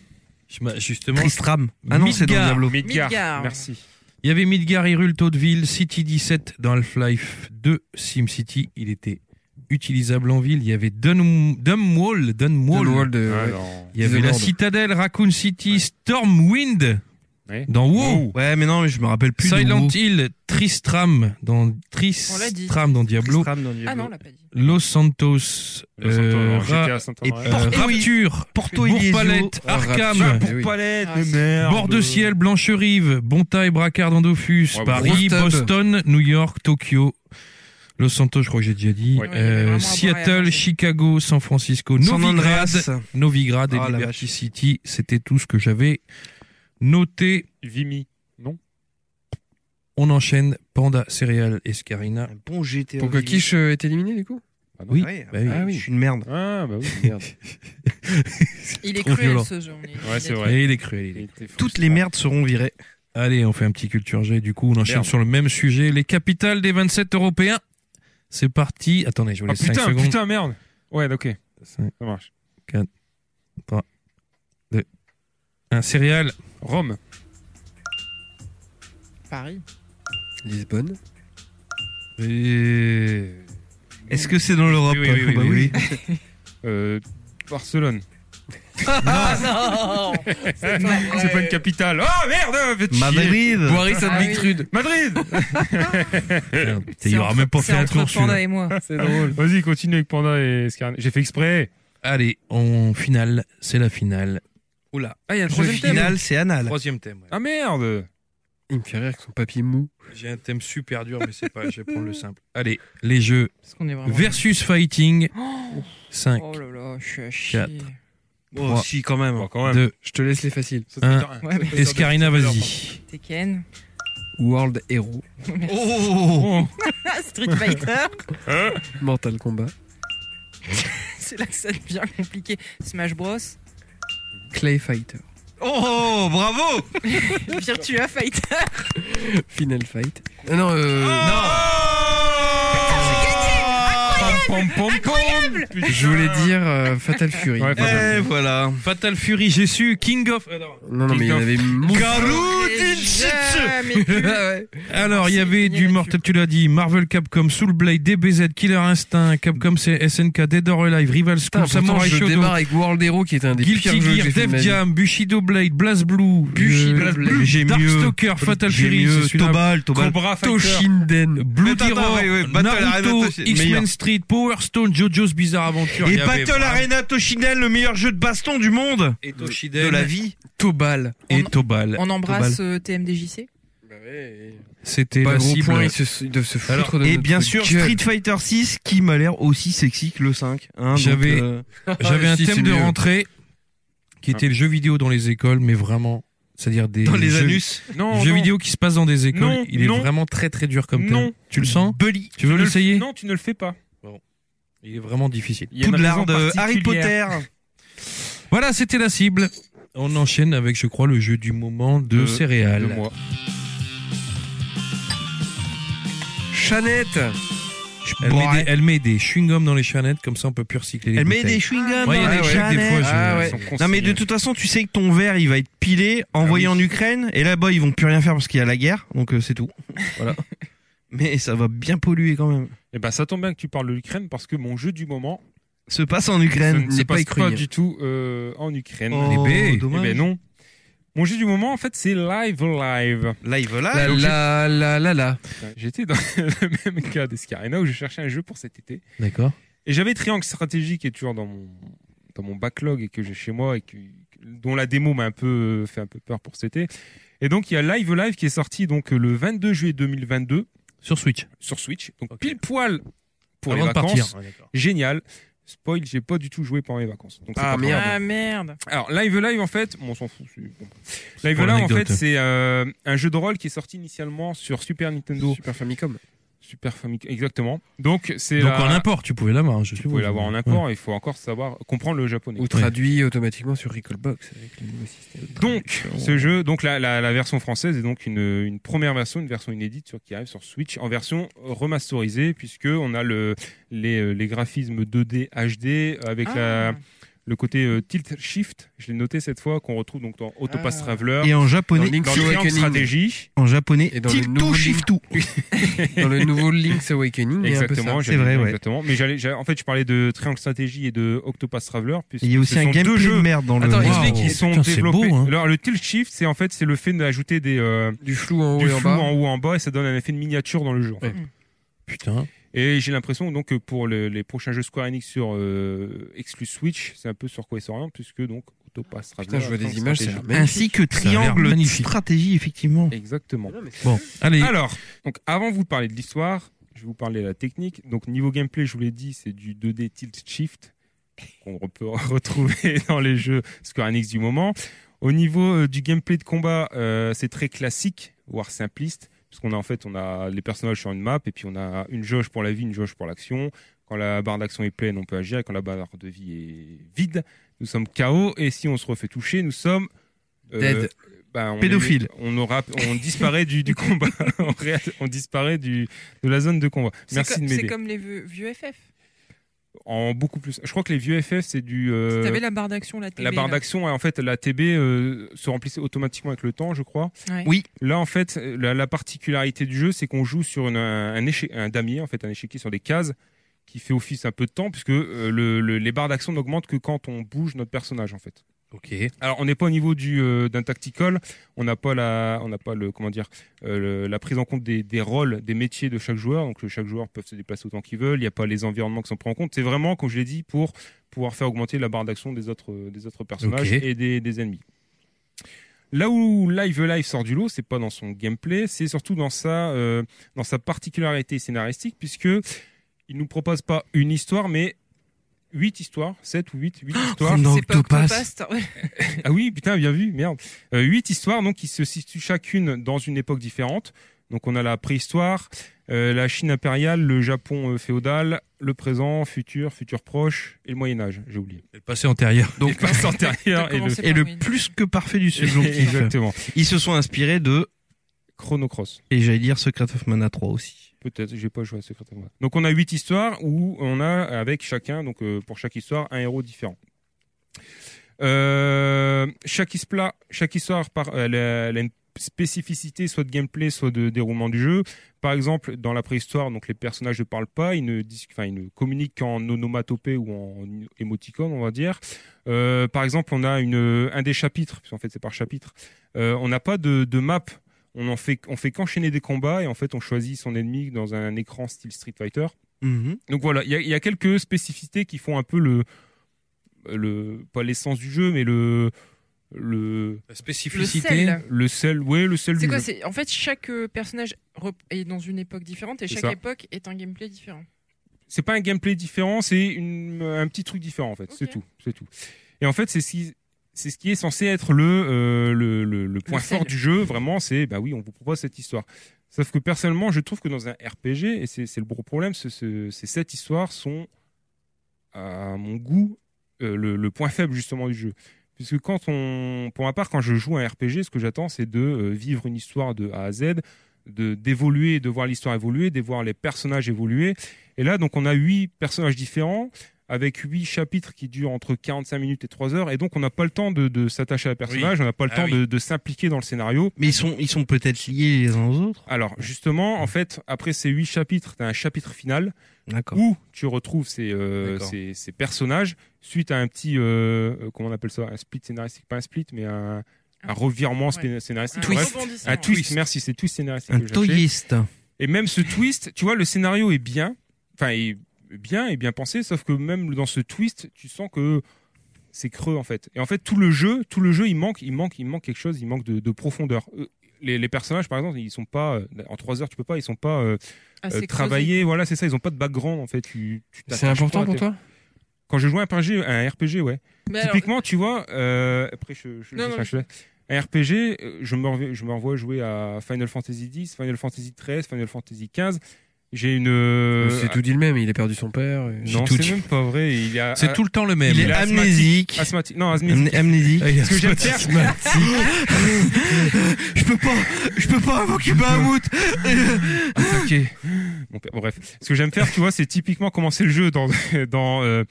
Speaker 1: Je m'a- Justement,
Speaker 2: Tristram. Ah non, c'est dans
Speaker 1: Midgar.
Speaker 2: Diablo.
Speaker 5: Midgar.
Speaker 4: Midgar.
Speaker 5: Merci.
Speaker 1: il y avait Midgar, Hyrule, Toadville, City 17 dans Half-Life 2, SimCity. Il était utilisable en ville. Il y avait Dunm- Dunwall, Dunwall.
Speaker 3: Dunwall de- ouais.
Speaker 5: Ah, Alors,
Speaker 1: Il y avait
Speaker 3: The
Speaker 1: la
Speaker 3: Lord.
Speaker 1: Citadelle, Raccoon City, Stormwind
Speaker 5: Ouais.
Speaker 1: dans WoW,
Speaker 2: Ouais, mais non, mais je me rappelle plus. de
Speaker 1: Silent
Speaker 2: WoW.
Speaker 1: Hill, Tristram dans
Speaker 4: On l'a dit.
Speaker 1: Tristram dans Diablo,
Speaker 2: Tristram dans Diablo.
Speaker 4: Ah non, on l'a pas dit.
Speaker 1: Los Santos,
Speaker 5: Los Santos,
Speaker 1: euh,
Speaker 5: alors,
Speaker 1: Ra-
Speaker 5: GTA San
Speaker 2: et
Speaker 5: Andreas.
Speaker 1: euh,
Speaker 2: Porto-
Speaker 4: Eh
Speaker 1: Rapture,
Speaker 2: Porto
Speaker 1: Bourg-Palette,
Speaker 3: Ah, Rapture,
Speaker 1: Arkham,
Speaker 3: eh oui.
Speaker 2: Palette,
Speaker 4: Ah, c'est-
Speaker 2: merde.
Speaker 1: Bord de Ciel, Blancherive, Bontaille, Bracard, Andofus,
Speaker 5: Ouais,
Speaker 1: Paris,
Speaker 3: gros stade.
Speaker 1: Boston, New York, Tokyo, Los Santos, je crois que j'ai déjà dit, euh,
Speaker 5: Ouais.
Speaker 4: Ouais, il y avait vraiment un bras à
Speaker 1: Seattle,
Speaker 4: manger.
Speaker 1: Chicago, San Francisco,
Speaker 2: San
Speaker 1: Novigrad,
Speaker 2: Andreas.
Speaker 1: Novigrad et
Speaker 2: Ah, la
Speaker 1: Liberty City. C'était tout ce que j'avais noté.
Speaker 5: Vimy.
Speaker 1: On enchaîne Panda, Céréales et Scarina.
Speaker 2: Un bon GTA.
Speaker 3: Pour que Quiche euh, est éliminé, du coup
Speaker 1: Oui,
Speaker 2: Ouais,
Speaker 1: bah oui.
Speaker 2: ah oui. Je suis une merde.
Speaker 5: Ah, bah oui, merde.
Speaker 4: Il est
Speaker 1: Trop
Speaker 4: cruel
Speaker 1: violent.
Speaker 4: ce jeu. on est-
Speaker 5: Ouais, c'est
Speaker 4: il est-
Speaker 5: vrai.
Speaker 1: Et il est cruel. il est-
Speaker 2: Toutes les merdes seront virées.
Speaker 1: Allez, on fait un petit culture G. Du coup, on enchaîne
Speaker 5: Merde.
Speaker 1: sur le même sujet. Les capitales des 27 Européens. C'est parti. Attendez, je vous
Speaker 5: Ah,
Speaker 1: laisse 5
Speaker 5: putain,
Speaker 1: secondes.
Speaker 5: putain, merde. Ouais, ok,
Speaker 1: Cinq,
Speaker 5: ça marche.
Speaker 1: Un céréal.
Speaker 5: Rome.
Speaker 4: Paris.
Speaker 3: Lisbonne.
Speaker 1: Et...
Speaker 2: Est-ce que c'est dans l'Europe
Speaker 1: Oui, oui, oui,
Speaker 2: Bah
Speaker 1: oui,
Speaker 5: Euh, Barcelone.
Speaker 4: Ah, non Ah, C'est pas vrai.
Speaker 5: C'est pas une capitale. Oh merde, faites chier.
Speaker 2: Madrid.
Speaker 4: Ah oui.
Speaker 5: Madrid.
Speaker 1: Merde,
Speaker 4: C'est
Speaker 1: Il aura
Speaker 4: entre-
Speaker 1: même pas fait
Speaker 4: c'est
Speaker 1: un
Speaker 4: entre
Speaker 1: tour celui-là.
Speaker 4: Panda et moi.
Speaker 3: C'est drôle.
Speaker 5: Vas-y, continue avec Panda et Scarn. J'ai fait exprès.
Speaker 1: Allez, en finale. C'est la finale. Oula. Ah, il y a un
Speaker 2: Le final, c'est anal.
Speaker 1: Troisième thème. ouais.
Speaker 5: Ah merde.
Speaker 3: Il me fait rire avec son papier mou.
Speaker 1: J'ai un thème super dur, mais c'est pas. Je vais prendre le simple. Allez, les jeux
Speaker 4: Parce qu'on est vraiment.
Speaker 1: versus fighting.
Speaker 4: Oh
Speaker 1: 5,
Speaker 4: oh là là, je suis à chier.
Speaker 1: Quatre.
Speaker 2: Oh,
Speaker 1: Trois.
Speaker 2: si, quand même.
Speaker 5: Bon, quand même.
Speaker 1: 2,
Speaker 3: Je te laisse les faciles. Hein
Speaker 5: Ça, c'est
Speaker 1: un.
Speaker 5: putain,
Speaker 4: Ouais,
Speaker 5: ça,
Speaker 4: mais-
Speaker 5: c'est
Speaker 1: Escarina,
Speaker 5: sorti-
Speaker 1: vas-y.
Speaker 4: Tekken.
Speaker 3: World Hero.
Speaker 4: Merci.
Speaker 2: Oh,
Speaker 4: Ah, Street Fighter.
Speaker 5: Hein
Speaker 3: Mental Combat.
Speaker 4: C'est là que ça devient compliqué. Smash Bros.
Speaker 3: Clay Fighter.
Speaker 2: oh, bravo
Speaker 4: Virtua Fighter.
Speaker 3: Final Fight. Ah non, euh,
Speaker 5: Pom, pom, pom, pom. Putain.
Speaker 3: je voulais dire euh, Fatal Fury.
Speaker 5: Ouais, Fatal
Speaker 2: Eh, voilà.
Speaker 1: Fatal Fury, j'ai su. King of. euh, non.
Speaker 3: Non, non, mais il y en avait mou.
Speaker 2: Oh,
Speaker 1: Garou
Speaker 4: Jamais pu.
Speaker 1: Alors, il y
Speaker 4: Merci,
Speaker 1: avait du
Speaker 4: Daniel
Speaker 1: Mortal, tu l'as dit, Marvel, Capcom, Soul Blade, DBZ, Killer Instinct, Capcom, c'est SNK, Dead or Alive, Rival School,
Speaker 3: Putain, pourtant,
Speaker 1: Samurai
Speaker 3: je
Speaker 1: Shodown,
Speaker 3: démarre avec World Hero qui est un des pires
Speaker 1: Guilty
Speaker 3: jeux que
Speaker 1: Gear,
Speaker 3: j'ai fait de ma
Speaker 1: Def
Speaker 3: vie.
Speaker 1: Jam, Bushido Blade, Blaze Blue,
Speaker 3: Bushido
Speaker 1: euh,
Speaker 3: Blade.
Speaker 2: J'ai mieux.
Speaker 1: Darkstalker, Fatal
Speaker 2: J'ai
Speaker 1: Fury,
Speaker 2: mieux.
Speaker 1: c'est celui-là.
Speaker 2: Tobal, Tobal.
Speaker 5: Cobra Fighter.
Speaker 3: Toshinden.
Speaker 1: Bloody
Speaker 2: Attends, attends,
Speaker 1: Roar,
Speaker 2: ouais, ouais, Battle
Speaker 1: Naruto,
Speaker 2: Arena, c'est le meilleur.
Speaker 1: X-Men Street, Power Stone, JoJo's Bizarre Adventure. il
Speaker 2: Et
Speaker 1: y avait
Speaker 2: Battle
Speaker 1: vraiment-
Speaker 2: Arena Toshinden, le meilleur jeu de baston du monde.
Speaker 1: et
Speaker 2: De
Speaker 1: Toshiden,
Speaker 2: la vie.
Speaker 3: Tobal.
Speaker 1: et Eh, Tobal.
Speaker 4: On embrasse euh, TMDJC.
Speaker 1: Tobal. C'était
Speaker 3: Pas
Speaker 1: la
Speaker 3: gros
Speaker 1: cible.
Speaker 3: point, ils, se- ils doivent se foutre
Speaker 1: Alors,
Speaker 3: de
Speaker 2: Et
Speaker 3: notre
Speaker 2: bien sûr,
Speaker 3: gueule.
Speaker 2: Street Fighter 6 qui m'a l'air aussi sexy que le 5. hein, donc,
Speaker 1: J'avais-
Speaker 2: euh,
Speaker 1: J'avais
Speaker 3: Ah,
Speaker 1: un
Speaker 3: si,
Speaker 1: thème
Speaker 3: c'est
Speaker 1: de
Speaker 3: mieux.
Speaker 1: rentrée qui était le jeu vidéo dans les écoles, mais vraiment, c'est-à-dire des
Speaker 2: dans les
Speaker 1: jeux,
Speaker 2: anus.
Speaker 5: Non,
Speaker 1: jeux
Speaker 5: non.
Speaker 1: vidéo qui se passent dans des écoles.
Speaker 5: Non,
Speaker 1: il est
Speaker 5: non.
Speaker 1: vraiment très très dur comme
Speaker 5: Non.
Speaker 1: thème. Tu le sens
Speaker 2: Bully.
Speaker 1: Tu veux
Speaker 5: Ne le-
Speaker 1: l'essayer
Speaker 5: Non, tu ne le fais pas.
Speaker 1: Il est vraiment difficile.
Speaker 5: Il y a une
Speaker 2: Poudlard,
Speaker 5: raison
Speaker 2: euh, Harry
Speaker 5: particulière.
Speaker 2: Potter.
Speaker 1: Voilà, c'était la cible. On enchaîne avec, je crois, le jeu du moment de,
Speaker 5: De-
Speaker 1: céréales.
Speaker 5: De moi.
Speaker 3: Chanette.
Speaker 1: Elle,
Speaker 2: Bon,
Speaker 1: met des, elle met des chewing-gums dans les chanettes, comme ça on peut plus recycler les
Speaker 2: Elle met des
Speaker 1: bouteilles.
Speaker 2: chewing-gums.
Speaker 1: Ouais, il y a
Speaker 2: dans
Speaker 1: des
Speaker 2: les
Speaker 1: chèques, des
Speaker 2: Chanel.
Speaker 1: fois, je-
Speaker 3: Ah ouais.
Speaker 1: elles sont
Speaker 2: Eh, Non mais
Speaker 1: consignées.
Speaker 2: de toute façon, tu sais que ton verre, il va être pilé, envoyé
Speaker 1: Ah
Speaker 5: oui.
Speaker 2: en Ukraine, et là-bas, ils vont plus rien faire parce qu'il y a la guerre, donc euh, c'est tout. Voilà. mais ça va bien polluer quand même.
Speaker 5: Eh ben, ça tombe bien que tu parles de l'Ukraine parce que mon jeu du moment
Speaker 2: Se passe en
Speaker 5: ça
Speaker 2: Ukraine,
Speaker 5: ne se
Speaker 2: Eh, n'est pas
Speaker 5: passe pas
Speaker 2: ukrainien.
Speaker 5: du tout euh, en Ukraine.
Speaker 2: Oh,
Speaker 1: Les baies.
Speaker 5: Eh
Speaker 2: dommage.
Speaker 5: ben non. Mon jeu du moment, en fait, c'est Live Live.
Speaker 2: Live là.
Speaker 3: La la la la la.
Speaker 5: J'étais dans le même cas d'Escarina où je cherchais un jeu pour cet été.
Speaker 1: D'accord.
Speaker 5: Et j'avais Triangle Stratégie qui est toujours dans mon, dans mon backlog et que j'ai chez moi et que- dont la démo m'a un peu fait un peu peur pour cet été. Et donc, il y a Live Live qui est sorti donc le 22 juillet 2022
Speaker 1: Sur Switch.
Speaker 5: sur Switch. Donc,
Speaker 1: Ok.
Speaker 5: pile poil pour
Speaker 1: Avant
Speaker 5: les
Speaker 1: de
Speaker 5: vacances.
Speaker 1: partir.
Speaker 5: Génial. Spoil, j'ai pas du tout joué pendant les vacances. Donc, c'est
Speaker 3: Ah,
Speaker 5: pas
Speaker 3: merde.
Speaker 5: grave.
Speaker 4: Ah merde.
Speaker 5: Alors, Live Live, en fait, bon, on s'en fout. c'est- bon. Live
Speaker 1: pour
Speaker 5: Live, Bah, en
Speaker 1: l'anecdote.
Speaker 5: fait, c'est euh, un jeu de rôle qui est sorti initialement sur Super Nintendo,
Speaker 3: Super Famicom.
Speaker 5: Super Famicom, exactement. Donc, c'est
Speaker 1: Donc
Speaker 5: la-
Speaker 1: en import, tu pouvais l'avoir, hein, je
Speaker 5: Vous
Speaker 1: suppose.
Speaker 5: pouvez l'avoir en import, il faut encore savoir comprendre le japonais.
Speaker 3: Ou traduit automatiquement sur Recallbox avec le nouveau système.
Speaker 5: Donc, ce jeu, donc la, la, la version française est donc une, une première version, une version inédite sur, qui arrive sur Switch en version euh, remasterisée puisque on a le, les, les graphismes 2D HD avec
Speaker 4: Ah.
Speaker 5: la, le côté euh, tilt shift, je l'ai noté cette fois, qu'on retrouve donc dans Autopass
Speaker 3: Ah.
Speaker 5: Traveler,
Speaker 2: Et en
Speaker 3: Dans
Speaker 2: japonais,
Speaker 3: Link-
Speaker 5: dans
Speaker 3: Link's
Speaker 5: le triangle
Speaker 3: Awakening.
Speaker 5: stratégie.
Speaker 2: en japonais,
Speaker 3: Et dans le nouveau
Speaker 2: Tilto Shiftu.
Speaker 3: Dans le nouveau Link's Awakening, il y a un peu ça.
Speaker 5: Exactement,
Speaker 2: c'est
Speaker 5: j'allais
Speaker 2: vrai,
Speaker 5: dire
Speaker 2: ouais.
Speaker 5: Exactement. Mais j'allais, j'allais- en fait, je parlais de Triangle Stratégie et de Octopass Traveler. puisque
Speaker 2: Il y a aussi
Speaker 5: ce
Speaker 2: un
Speaker 5: sont deux
Speaker 2: gameplay
Speaker 5: jeux
Speaker 2: de merde dans
Speaker 4: Attends,
Speaker 2: le.
Speaker 5: qui-
Speaker 4: Wow.
Speaker 5: qui
Speaker 1: Oh,
Speaker 5: sont
Speaker 1: putain, c'est
Speaker 5: développés.
Speaker 1: beau, hein.
Speaker 5: Alors, le tilt shift, c'est en fait, c'est le fait d'ajouter des, euh,
Speaker 3: Du flou en haut
Speaker 5: du
Speaker 3: et en
Speaker 5: flou
Speaker 3: bas.
Speaker 5: en haut en bas et ça donne un effet de miniature dans le jeu. en fait.
Speaker 1: Putain.
Speaker 5: Et j'ai l'impression donc que pour le- les prochains jeux Square Enix sur euh, exclus Switch, c'est un peu sur quoi ils s'orientent puisque donc Autopass Traveler.
Speaker 3: Putain, je vois des
Speaker 5: Triangle
Speaker 3: images, c'est
Speaker 5: Stratégie.
Speaker 3: magnifique.
Speaker 2: Ainsi que
Speaker 1: Ça a l'air
Speaker 2: triangle de
Speaker 1: magnifique.
Speaker 2: stratégie, effectivement.
Speaker 5: Exactement.
Speaker 1: Bon, allez.
Speaker 5: Alors, donc avant de vous parler de l'histoire, je vais vous parler de la technique. Donc niveau gameplay, je vous l'ai dit, c'est du 2D tilt shift qu'on re- peut retrouver dans les jeux Square Enix du moment. Au niveau euh, du gameplay de combat, euh, c'est très classique, voire simpliste, puisqu'on a en fait on a les personnages sur une map et puis on a une jauge pour la vie, une jauge pour l'action. Quand la barre d'action est pleine, on peut agir. Et quand la barre de vie est vide, nous sommes KO. Et si on se refait toucher, nous sommes euh,
Speaker 3: Dead.
Speaker 5: ben, on
Speaker 2: Pédophile.
Speaker 5: est- on aura, on disparaît du, du combat. on, ré- on disparaît du, de la zone de combat.
Speaker 4: C'est
Speaker 5: Merci
Speaker 4: co-
Speaker 5: de
Speaker 4: C'est
Speaker 5: m'aider.
Speaker 4: comme les vieux, vieux FF.
Speaker 5: En beaucoup plus. Je crois que les vieux FF, c'est du. euh,
Speaker 4: Si T'avais la barre d'action, la TB.
Speaker 5: la barre
Speaker 4: là.
Speaker 5: d'action, en fait, la TB euh, se remplissait automatiquement avec le temps, je crois.
Speaker 4: Ouais.
Speaker 2: Oui.
Speaker 5: Là, en fait, la, la particularité du jeu, c'est qu'on joue sur une- un, un éche- un damier, en fait, un échiquier sur des cases, qui fait office un peu de temps, puisque euh, le- le- les barres d'action n'augmentent que quand on bouge notre personnage, en fait.
Speaker 1: Ok.
Speaker 5: Alors on n'est pas au niveau du euh, d'un tactical, on n'a pas la, on n'a pas le comment dire, euh, le- la prise en compte des, des rôles, des métiers de chaque joueur. Donc euh, chaque joueur peut se déplacer autant qu'il veut. Il n'y a pas les environnements qui sont pris en compte. C'est vraiment, comme je l'ai dit, pour pouvoir faire augmenter la barre d'action des autres euh, des autres personnages
Speaker 1: Ok.
Speaker 5: et des, des ennemis. Là où Live Live sort du lot, c'est pas dans son gameplay, c'est surtout dans sa euh, dans sa particularité scénaristique puisque il nous propose pas une histoire mais huit histoires, sept ou huit, huit histoires.
Speaker 2: Comme dans
Speaker 4: C'est pas hein.
Speaker 2: Octopass.
Speaker 4: Octopass. t'as- ouais.
Speaker 5: Ah oui, putain, bien vu, merde. Euh, huit histoires donc qui se situent chacune dans une époque différente. Donc on a la préhistoire, euh, la Chine impériale, le Japon euh, féodal, le présent, futur, futur proche et le Moyen Âge. J'ai oublié.
Speaker 1: Le passé antérieur.
Speaker 5: Donc passe antérieure et le
Speaker 4: commencé
Speaker 2: Et le
Speaker 4: par une-
Speaker 2: plus que parfait du subjonctif.
Speaker 5: exactement.
Speaker 2: Ils se sont inspirés de,
Speaker 5: Chrono Cross.
Speaker 2: et j'allais dire Secret of Mana 3 aussi.
Speaker 5: Peut-être, j'ai pas joué à Secret of Mana. Donc on a huit histoires où on a avec chacun, donc euh, pour chaque histoire, un héros différent. Euh, chaque, hispla- chaque histoire par, elle, a, elle a une spécificité, soit de gameplay, soit de déroulement du jeu. Par exemple, dans la préhistoire, donc les personnages ne parlent pas, ils ne, dis- enfin, ils ne communiquent qu'en onomatopée ou en émoticône, on va dire. Euh, par exemple, on a une, un des chapitres, puisqu'en fait c'est par chapitre, euh, on n'a pas de, de map on en fait on fait qu'enchaîner des combats et en fait on choisit son ennemi dans un écran style Street Fighter. Donc voilà, il y a, il y a quelques spécificités qui font un peu le le pas l'essence du jeu mais le le
Speaker 1: La
Speaker 4: Le
Speaker 1: spécificité.
Speaker 4: sel.
Speaker 5: le sel ouais le sel
Speaker 4: C'est
Speaker 5: du
Speaker 4: quoi
Speaker 5: jeu.
Speaker 4: c'est- En fait, chaque euh, personnage rep- est dans une époque différente et
Speaker 5: C'est
Speaker 4: chaque
Speaker 5: ça.
Speaker 4: époque est un gameplay différent.
Speaker 5: c'est pas un gameplay différent, c'est une- un petit truc différent en fait,
Speaker 4: Ok.
Speaker 5: c'est tout, c'est tout. Et en fait, c'est ce qui c'est ce qui est censé être le euh, le, le- le point
Speaker 4: sel.
Speaker 5: fort du jeu, vraiment, c'est bah oui, on vous propose cette histoire. Sauf que personnellement, je trouve que dans un RPG, et c'est c'est le gros problème, ce- ce- ces sept histoires sont à mon goût euh, le, le point faible justement du jeu. Puisque quand on, pour ma part, quand je joue à un RPG, ce que j'attends, c'est de euh, vivre une histoire de A à Z, de d'évoluer, de voir l'histoire évoluer, de voir les personnages évoluer. Et là, donc, on a huit personnages différents avec huit chapitres qui durent entre 45 minutes et 3 heures. Et donc, on n'a pas le temps de, de s'attacher à un personnage, on n'a pas le
Speaker 1: Ah
Speaker 5: temps
Speaker 1: oui.
Speaker 5: de, de s'impliquer dans le scénario.
Speaker 2: Mais ils sont, ils sont peut-être liés les uns aux autres.
Speaker 5: Alors, justement, en fait, après ces huit chapitres, tu as un chapitre final
Speaker 2: D'accord.
Speaker 5: où tu retrouves ces, euh,
Speaker 1: D'accord.
Speaker 5: ces, ces personnages suite à un petit, euh, euh, comment on appelle ça, un split scénaristique, pas un split, mais un, un revirement spé- scénaristique. Bref,
Speaker 4: rebondissement.
Speaker 5: un twist, merci, c'est twist scénaristique.
Speaker 2: Un
Speaker 5: que je cherchais.
Speaker 2: toyiste.
Speaker 5: Et même ce twist, tu vois, le scénario est bien, enfin, est bien et bien pensé, sauf que même dans ce twist, tu sens que c'est creux en fait. Et en fait, tout le jeu, tout le jeu, il manque, il manque, il manque quelque chose, il manque de, de profondeur. Euh, Les, les personnages, par exemple, ils sont pas euh, en trois heures, tu peux pas, ils sont pas euh,
Speaker 4: Ah,
Speaker 5: euh,
Speaker 4: c'est
Speaker 5: travaillés. Voilà, c'est ça, ils ont pas de background en fait. Tu, tu
Speaker 3: C'est
Speaker 5: t'attaches pas
Speaker 3: important
Speaker 5: à
Speaker 3: pour
Speaker 5: tes-
Speaker 3: toi
Speaker 5: Quand je joue à un RPG, un RPG,
Speaker 4: creusé.
Speaker 5: ouais.
Speaker 4: Mais alors,
Speaker 5: Typiquement, tu vois, euh, après, je, je-
Speaker 4: Non,
Speaker 5: je-
Speaker 4: non,
Speaker 5: enfin, je- un RPG, euh, je me, rev- je me revois jouer à Final Fantasy X, Final Fantasy XIII, Final Fantasy XV. J'ai une. euh, ah,
Speaker 3: C'est tout dit le même, il a perdu son père. et-
Speaker 5: Non,
Speaker 1: C'est tout
Speaker 5: c'est
Speaker 1: dit.
Speaker 5: même pas vrai. Il y a.
Speaker 1: C'est tout le temps le même.
Speaker 2: Il
Speaker 5: euh, il
Speaker 2: est
Speaker 5: est
Speaker 2: amnésique.
Speaker 5: Asthmatique. Non, asthmatique.
Speaker 2: Amné- Amnésique.
Speaker 1: Ah, il est
Speaker 5: Ce que j'aime faire,
Speaker 1: asthmatique.
Speaker 2: Je peux pas, je peux pas invoquer Bahamut.
Speaker 5: Mon père- bon, bref. Ce que j'aime faire, tu vois, c'est typiquement commencer le jeu dans, dans, euh,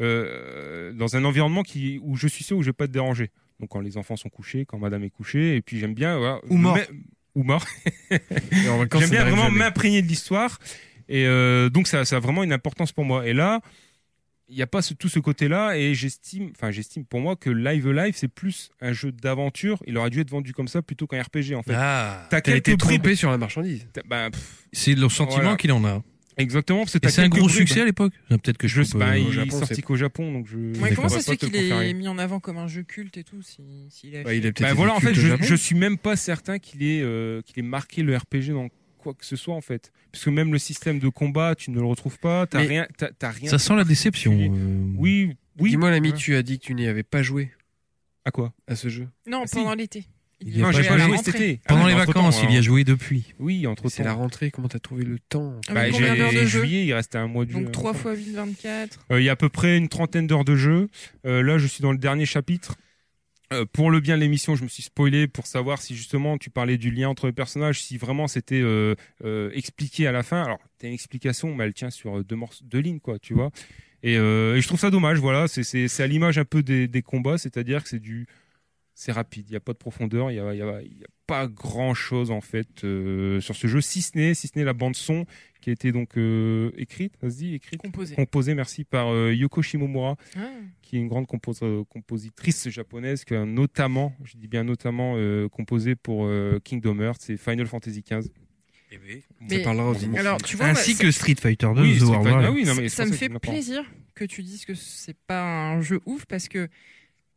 Speaker 5: euh, dans un environnement qui, où je suis sûr où je vais pas te déranger. Donc quand les enfants sont couchés, quand madame est couchée, et puis j'aime bien. voilà,
Speaker 2: Ou
Speaker 5: me
Speaker 2: mort.
Speaker 5: met- Ou mort.
Speaker 3: Et en vacances,
Speaker 5: J'aime
Speaker 3: ça
Speaker 5: bien
Speaker 3: n'arrive
Speaker 5: vraiment
Speaker 3: jamais.
Speaker 5: m'imprégner de l'histoire. Et euh, donc, ça, ça a vraiment une importance pour moi. Et là, il n'y a pas ce- tout ce côté-là. Et j'estime, enfin, j'estime pour moi que Live Live, c'est plus un jeu d'aventure. Il aurait dû être vendu comme ça plutôt qu'un RPG, en fait.
Speaker 1: Ah,
Speaker 5: T'as
Speaker 3: T'as été
Speaker 5: quelques bribes.
Speaker 3: trompé sur la marchandise.
Speaker 5: t'as- bah, pff,
Speaker 1: c'est le sentiment
Speaker 5: Voilà.
Speaker 1: qu'il en a.
Speaker 5: exactement. Parce que
Speaker 1: Et
Speaker 5: t'as
Speaker 1: c'est un
Speaker 5: quelques hein.
Speaker 1: gros
Speaker 5: bribes.
Speaker 1: succès à l'époque. Ah, Peut-être que je
Speaker 5: Je sais
Speaker 1: peux
Speaker 5: pas,
Speaker 1: pas.
Speaker 5: il est
Speaker 3: Japon,
Speaker 5: sorti
Speaker 3: c'est-
Speaker 5: qu'au Japon, donc je.
Speaker 4: Ouais,
Speaker 5: je
Speaker 4: comment
Speaker 5: pourrais
Speaker 4: ça
Speaker 5: pas
Speaker 4: se fait
Speaker 5: te le
Speaker 4: qu'il est
Speaker 5: confirmer.
Speaker 4: mis en avant comme un jeu culte et tout si- s'il a
Speaker 3: Bah, il a peut-être
Speaker 5: Bah
Speaker 3: été
Speaker 5: voilà, en fait,
Speaker 3: culte au
Speaker 5: je,
Speaker 3: Japon.
Speaker 5: je suis même pas certain qu'il ait, euh, qu'il ait marqué le RPG dans quoi que ce soit, en fait. Parce que même le système de combat, tu ne le retrouves pas. T'as
Speaker 3: Mais-
Speaker 5: rien. T'as t'as rien.
Speaker 1: Ça sent la déception.
Speaker 5: Oui.
Speaker 1: euh.
Speaker 5: Oui, oui.
Speaker 3: Dis-moi, l'ami,
Speaker 5: Ouais.
Speaker 3: tu as dit que tu n'y avais pas joué
Speaker 5: À quoi
Speaker 3: à ce jeu.
Speaker 4: Non,
Speaker 5: Ah, si.
Speaker 4: pendant l'été.
Speaker 1: Il
Speaker 4: y
Speaker 1: y a
Speaker 4: a
Speaker 5: Non,
Speaker 1: pas
Speaker 5: j'ai
Speaker 1: joué
Speaker 5: pas
Speaker 1: à la
Speaker 5: joué
Speaker 4: rentrée.
Speaker 5: cet été.
Speaker 1: Pendant
Speaker 5: Ah,
Speaker 1: les
Speaker 5: mais entre-temps,
Speaker 1: vacances, il y a
Speaker 5: hein.
Speaker 1: joué depuis.
Speaker 5: Oui, entre Ah,
Speaker 3: C'est la rentrée, comment t'as trouvé le temps
Speaker 4: Ah oui,
Speaker 5: Bah,
Speaker 4: combien d'heures de
Speaker 5: j'ai
Speaker 4: jeu
Speaker 5: juillet, il restait un mois de jeu. hein.
Speaker 4: Donc 3 fois 8, 24.
Speaker 5: Euh, Il y a à peu près une trentaine d'heures de jeu. Euh, là, je suis dans le dernier chapitre. Euh, pour le bien de l'émission, je me suis spoilé pour savoir si justement tu parlais du lien entre les personnages, si vraiment c'était euh, euh, expliqué à la fin. Alors, t'as une explication, mais elle tient sur euh, deux, morceaux, deux lignes, quoi, tu vois. Et, euh, et je trouve ça dommage, voilà. C'est- C'est c'est à l'image un peu des, des combats, c'est-à-dire que c'est du. C'est rapide, il n'y a pas de profondeur, il n'y a, il y a- il y a pas grand-chose en fait euh, sur ce jeu, si ce n'est si ce n'est la bande-son qui a été donc euh, écrite, ça se dit, écrite
Speaker 4: Composé.
Speaker 5: composé merci par euh, Yoko Shimomura
Speaker 4: Ah.
Speaker 5: qui est une grande compos- euh, compositrice japonaise qui a notamment je dis bien notamment euh, composé pour euh, Kingdom Hearts et Final Fantasy XV
Speaker 3: Ça
Speaker 4: Mais-
Speaker 3: parlera aux émissions.
Speaker 4: Alors, tu vois,
Speaker 2: Ainsi
Speaker 4: bah,
Speaker 2: que Street Fighter 2, The
Speaker 5: c'est
Speaker 2: World
Speaker 5: pas-
Speaker 2: War.
Speaker 5: ah oui, non, mais c'est
Speaker 4: ça
Speaker 5: pour
Speaker 4: me
Speaker 5: que
Speaker 4: fait
Speaker 5: je me prends.
Speaker 4: plaisir que tu dises que c'est pas un jeu ouf parce que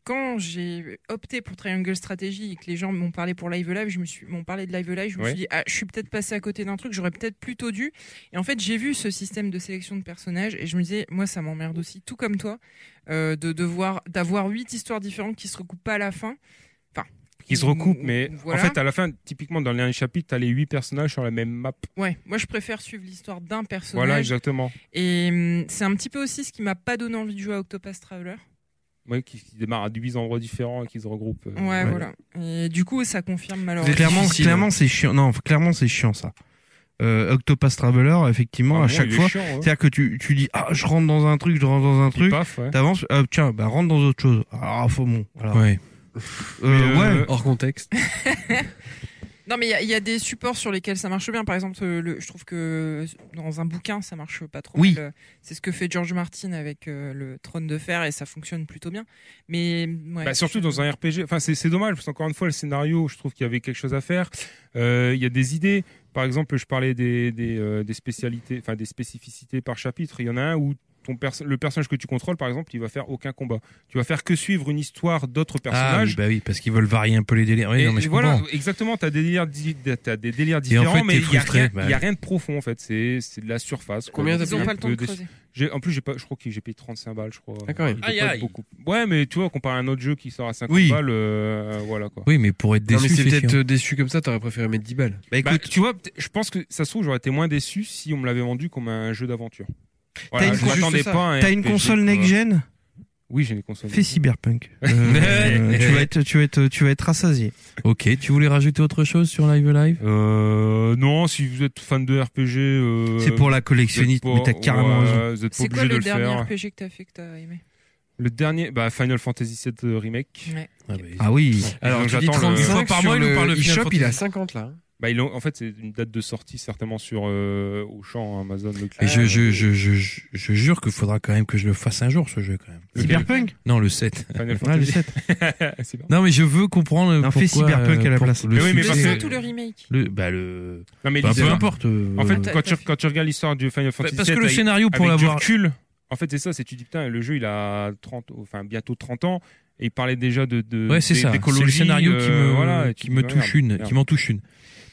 Speaker 4: quand j'ai opté pour Triangle Strategy et que les gens m'ont parlé pour Live Live, je me suis m'ont parlé de Live Live, je me
Speaker 5: Ouais.
Speaker 4: suis dit ah, je suis peut-être passé à côté d'un truc, j'aurais peut-être plutôt dû. Et en fait, j'ai vu ce système de sélection de personnages et je me disais moi ça m'emmerde aussi tout comme toi euh, de devoir d'avoir huit histoires différentes qui se recoupent pas à la fin. Enfin,
Speaker 5: Ils se recoupent mais
Speaker 4: Voilà.
Speaker 5: en fait à la fin typiquement dans le dernier chapitre t'as les huit personnages sur la même map
Speaker 4: Ouais, moi je préfère suivre l'histoire d'un personnage
Speaker 5: voilà exactement
Speaker 4: et hum, c'est un petit peu aussi ce qui m'a pas donné envie de jouer à Octopath Traveler.
Speaker 5: ouais, qui, qui démarrent à 8 endroits différents et qui se regroupent euh,
Speaker 4: Ouais, voilà. Et du coup, ça confirme
Speaker 2: Vous êtes
Speaker 4: malheureusement.
Speaker 2: clairement,
Speaker 4: Difficile.
Speaker 2: clairement, c'est chiant. Non, clairement, c'est chiant ça. Euh, Octopus Traveler, effectivement,
Speaker 5: Ah,
Speaker 2: à
Speaker 5: bon,
Speaker 2: chaque
Speaker 5: il est
Speaker 2: fois,
Speaker 5: chiant, ouais.
Speaker 2: c'est-à-dire que tu, tu dis ah je rentre dans un truc, je rentre dans un
Speaker 5: Puis
Speaker 2: truc,
Speaker 5: paf, ouais.
Speaker 2: t'avances, ah, tiens, bah rentre dans autre chose. Ah faut bon. alors.
Speaker 1: Ouais.
Speaker 2: Euh,
Speaker 5: Mais, euh,
Speaker 1: Ah,
Speaker 2: ouais.
Speaker 3: Hors contexte.
Speaker 4: Non, mais il y a- il y, a des supports sur lesquels ça marche bien. Par exemple, euh, le, je trouve que euh, dans un bouquin, ça marche pas trop.
Speaker 2: Oui.
Speaker 4: mal. euh, C'est ce que fait George Martin avec euh, le Trône de Fer et ça fonctionne plutôt bien. Mais ouais,
Speaker 5: Bah, surtout
Speaker 4: je-
Speaker 5: dans un RPG. Enfin, c'est c'est dommage parce qu'encore une fois, le scénario, je trouve qu'il y avait quelque chose à faire. Euh, Il y a des idées. Par exemple, je parlais des, des, euh, des spécialités, enfin des spécificités par chapitre. Il y en a un où ton perso- le personnage que tu contrôles, par exemple, il va faire aucun combat. Tu vas faire que suivre une histoire d'autres
Speaker 1: Ah oui,
Speaker 5: personnages.
Speaker 1: bah oui, parce qu'ils veulent varier un peu les délires. Oui,
Speaker 5: Et-
Speaker 1: non, mais
Speaker 5: et
Speaker 1: je
Speaker 5: voilà,
Speaker 1: comprends.
Speaker 5: exactement. T'as des délires, di- t'as des délires différents,
Speaker 1: fait, t'es
Speaker 5: mais il y a
Speaker 1: frustré,
Speaker 5: rien,
Speaker 1: bah
Speaker 5: il y a
Speaker 1: oui.
Speaker 5: rien de profond en fait. C'est c'est de la surface. quoi.
Speaker 3: Combien t'as
Speaker 4: ils ont
Speaker 3: payé
Speaker 4: pas le temps de
Speaker 5: Peu
Speaker 4: creuser.
Speaker 5: j'ai- En plus, j'ai pas, je crois que j'ai payé 35 balles, je crois.
Speaker 3: Ah, quand même.
Speaker 5: Il doit
Speaker 1: Aïe,
Speaker 5: pas être
Speaker 1: aïe.
Speaker 5: beaucoup. Ouais, mais tu vois, comparé à un autre jeu qui sort à 50
Speaker 2: Oui.
Speaker 5: balles, euh, voilà quoi.
Speaker 1: Oui, mais pour être
Speaker 3: Non, mais
Speaker 1: déçu, c'est
Speaker 3: c'est peut-être
Speaker 1: chiant.
Speaker 3: euh, déçu comme ça, t'aurais préféré mettre 10 balles.
Speaker 2: Bah,
Speaker 5: Bah,
Speaker 2: écoute,
Speaker 5: tu vois, peut- je pense que ça se trouve, j'aurais été moins déçu si on me l'avait vendu comme un jeu d'aventure. Voilà,
Speaker 2: une
Speaker 5: je
Speaker 2: con-
Speaker 5: m'attendais
Speaker 2: juste ça.
Speaker 5: pas. à un
Speaker 2: t'as une
Speaker 5: RPG,
Speaker 2: console
Speaker 5: quoi.
Speaker 2: next gen,
Speaker 5: Oui, j'ai une console.
Speaker 2: fais Cyberpunk. Euh, tu vas être, tu vas être, tu vas être rassasié.
Speaker 1: Ok, tu voulais rajouter autre chose sur Live Live
Speaker 5: Euh, non, si vous êtes fan de RPG, euh,
Speaker 2: C'est pour la
Speaker 5: vous êtes
Speaker 2: collectionniste,
Speaker 5: pas-
Speaker 2: mais t'as carrément
Speaker 5: ouais,
Speaker 2: raison.
Speaker 5: Vous êtes pas
Speaker 4: C'est quoi
Speaker 5: obligé de
Speaker 4: le
Speaker 5: le
Speaker 4: dernier
Speaker 5: faire.
Speaker 4: RPG que t'as fait que t'as aimé
Speaker 5: Le dernier, bah, Final Fantasy VII euh, Remake.
Speaker 1: bah,
Speaker 2: Ah oui.
Speaker 3: tu
Speaker 5: Alors,
Speaker 3: dis
Speaker 5: j'attends le-
Speaker 3: 35
Speaker 1: Une fois par
Speaker 3: sur
Speaker 1: mois, il nous
Speaker 3: le
Speaker 1: parle de Final
Speaker 3: eShop,
Speaker 1: Fantasy.
Speaker 3: il a 50 là. hein.
Speaker 5: Bah, ils l'ont- en fait, c'est une date de sortie certainement sur euh, Auchan, Amazon, le
Speaker 1: Et je,
Speaker 5: euh,
Speaker 1: je, je, je, je, je jure qu'il faudra quand même que je le fasse un jour, ce jeu, quand même.
Speaker 2: Cyberpunk
Speaker 1: Non, le 7.
Speaker 5: Final
Speaker 2: Ah, le
Speaker 5: Fantasy.
Speaker 2: 7.
Speaker 5: C'est bien.
Speaker 1: Non, mais je veux comprendre
Speaker 2: Non,
Speaker 1: pourquoi...
Speaker 2: fais Cyberpunk
Speaker 1: euh,
Speaker 2: à la
Speaker 1: pour-
Speaker 2: place.
Speaker 1: le
Speaker 5: Mais oui, mais
Speaker 1: succès-
Speaker 4: Le
Speaker 5: parce que-
Speaker 4: 7 ou le remake
Speaker 1: Le, bah, le...
Speaker 5: Non, mais
Speaker 1: Bah, peu
Speaker 5: l'histoire-
Speaker 1: importe. euh, Bah,
Speaker 5: En fait,
Speaker 4: T'as- t'as
Speaker 5: quand tu,
Speaker 4: fait-
Speaker 5: quand tu regardes l'histoire du Final Fantasy
Speaker 1: parce que
Speaker 5: VII,
Speaker 1: le
Speaker 5: avec-
Speaker 1: scénario, pour
Speaker 5: avec du
Speaker 1: l'avoir...
Speaker 5: recul, en fait, c'est ça, c'est tu dis putain, le jeu il a 30, enfin bientôt 30 ans, et il parlait déjà de, de
Speaker 1: Ouais, c'est
Speaker 5: d'é-
Speaker 1: ça. C'est le
Speaker 5: d'écologie,
Speaker 1: scénario qui
Speaker 5: euh,
Speaker 1: me,
Speaker 5: voilà, et tu
Speaker 1: qui
Speaker 5: te
Speaker 1: me
Speaker 5: dis,
Speaker 1: touche
Speaker 5: merde,
Speaker 1: une,
Speaker 5: merde.
Speaker 1: qui m'en touche une.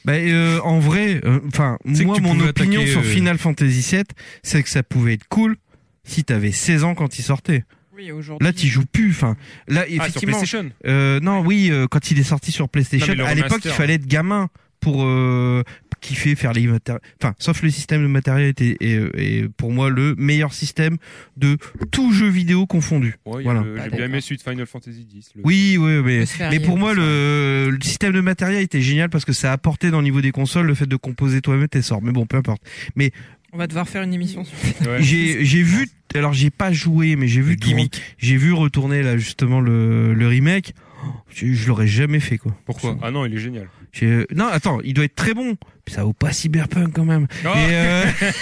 Speaker 2: Bah, euh, en vrai, euh, enfin,
Speaker 1: C'est que
Speaker 2: moi,
Speaker 1: tu
Speaker 2: mon
Speaker 1: pouvais
Speaker 2: opinion
Speaker 1: attaquer,
Speaker 2: sur
Speaker 1: euh,
Speaker 2: Final Fantasy VII, c'est que ça pouvait être cool si t'avais 16 ans quand il sortait.
Speaker 4: Oui, aujourd'hui.
Speaker 2: Là, t'y
Speaker 1: euh,
Speaker 2: joues plus. Enfin, là,
Speaker 5: Ah, sur
Speaker 2: effectivement,
Speaker 5: PlayStation.
Speaker 2: euh, non, oui, euh, quand il est sorti sur PlayStation,
Speaker 5: Non, mais le
Speaker 2: à l'époque,
Speaker 5: remaster.
Speaker 2: il fallait être gamin pour euh, kiffer, faire les matéri- Enfin, sauf le système de matériel était, est, est pour moi le meilleur système de tout jeu vidéo confondu.
Speaker 5: Ouais, il y a
Speaker 2: Voilà.
Speaker 4: Ah,
Speaker 5: le- J'ai bien
Speaker 4: d'accord.
Speaker 5: aimé celui de Final Fantasy X. le-
Speaker 2: Oui, oui, mais
Speaker 4: peut se faire
Speaker 2: mais
Speaker 4: rire,
Speaker 2: pour moi
Speaker 4: ça.
Speaker 2: le, le système de matériel était génial parce que ça apportait dans le niveau des consoles le fait de composer toi-même tes sorts. Mais bon, peu importe.
Speaker 4: On va devoir faire une émission sur
Speaker 5: Ouais.
Speaker 2: J'ai j'ai vu alors j'ai pas joué, mais j'ai vu tourner- J'ai vu retourner là justement le, le remake. Oh, Je, je l'aurais jamais fait quoi.
Speaker 5: Pourquoi Ah non, il est génial.
Speaker 2: J'ai- Non, attends, il doit être très bon. Ça vaut pas cyberpunk quand même.
Speaker 1: Ah.
Speaker 5: Oh,
Speaker 2: Et,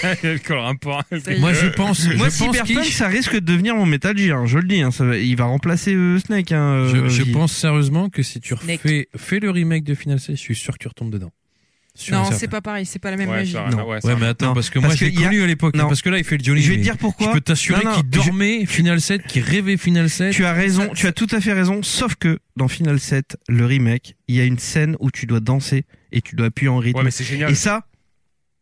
Speaker 2: euh,
Speaker 5: il colle un point.
Speaker 4: Ça y est.
Speaker 1: Moi, je pense.
Speaker 2: moi,
Speaker 1: je pense
Speaker 2: cyberpunk,
Speaker 1: qu'il-
Speaker 2: ça risque de devenir mon Metal Gear. hein, je le dis, hein, ça va- il va remplacer euh, Snake. Hein,
Speaker 1: Je,
Speaker 2: euh,
Speaker 1: je
Speaker 2: J.
Speaker 1: pense sérieusement que si tu
Speaker 4: Mec.
Speaker 1: refais fais le remake de Final Fantasy, je suis sûr que tu retombes dedans. Sûr et
Speaker 4: Non,
Speaker 1: certain.
Speaker 4: c'est pas pareil, c'est pas la même
Speaker 5: Ouais,
Speaker 4: magie.
Speaker 5: ça,
Speaker 2: Non.
Speaker 5: ouais, ça-
Speaker 1: Ouais, mais attends,
Speaker 2: Non,
Speaker 1: parce que moi,
Speaker 2: parce
Speaker 1: je l'ai
Speaker 2: qu'il y a-
Speaker 1: connu à l'époque.
Speaker 2: Non.
Speaker 1: Parce que là, il fait le Johnny.
Speaker 2: Je vais te
Speaker 1: mais
Speaker 2: dire
Speaker 1: Je
Speaker 2: pourquoi.
Speaker 1: peux t'assurer
Speaker 2: Non, non,
Speaker 1: qu'il
Speaker 2: je-
Speaker 1: dormait Final 7, qu'il rêvait Final 7.
Speaker 2: Tu as raison, tu as tout à fait raison, sauf que dans Final 7, le remake, il y a une scène où tu dois danser et tu dois appuyer en rythme.
Speaker 5: Ouais, mais c'est génial.
Speaker 2: et ça,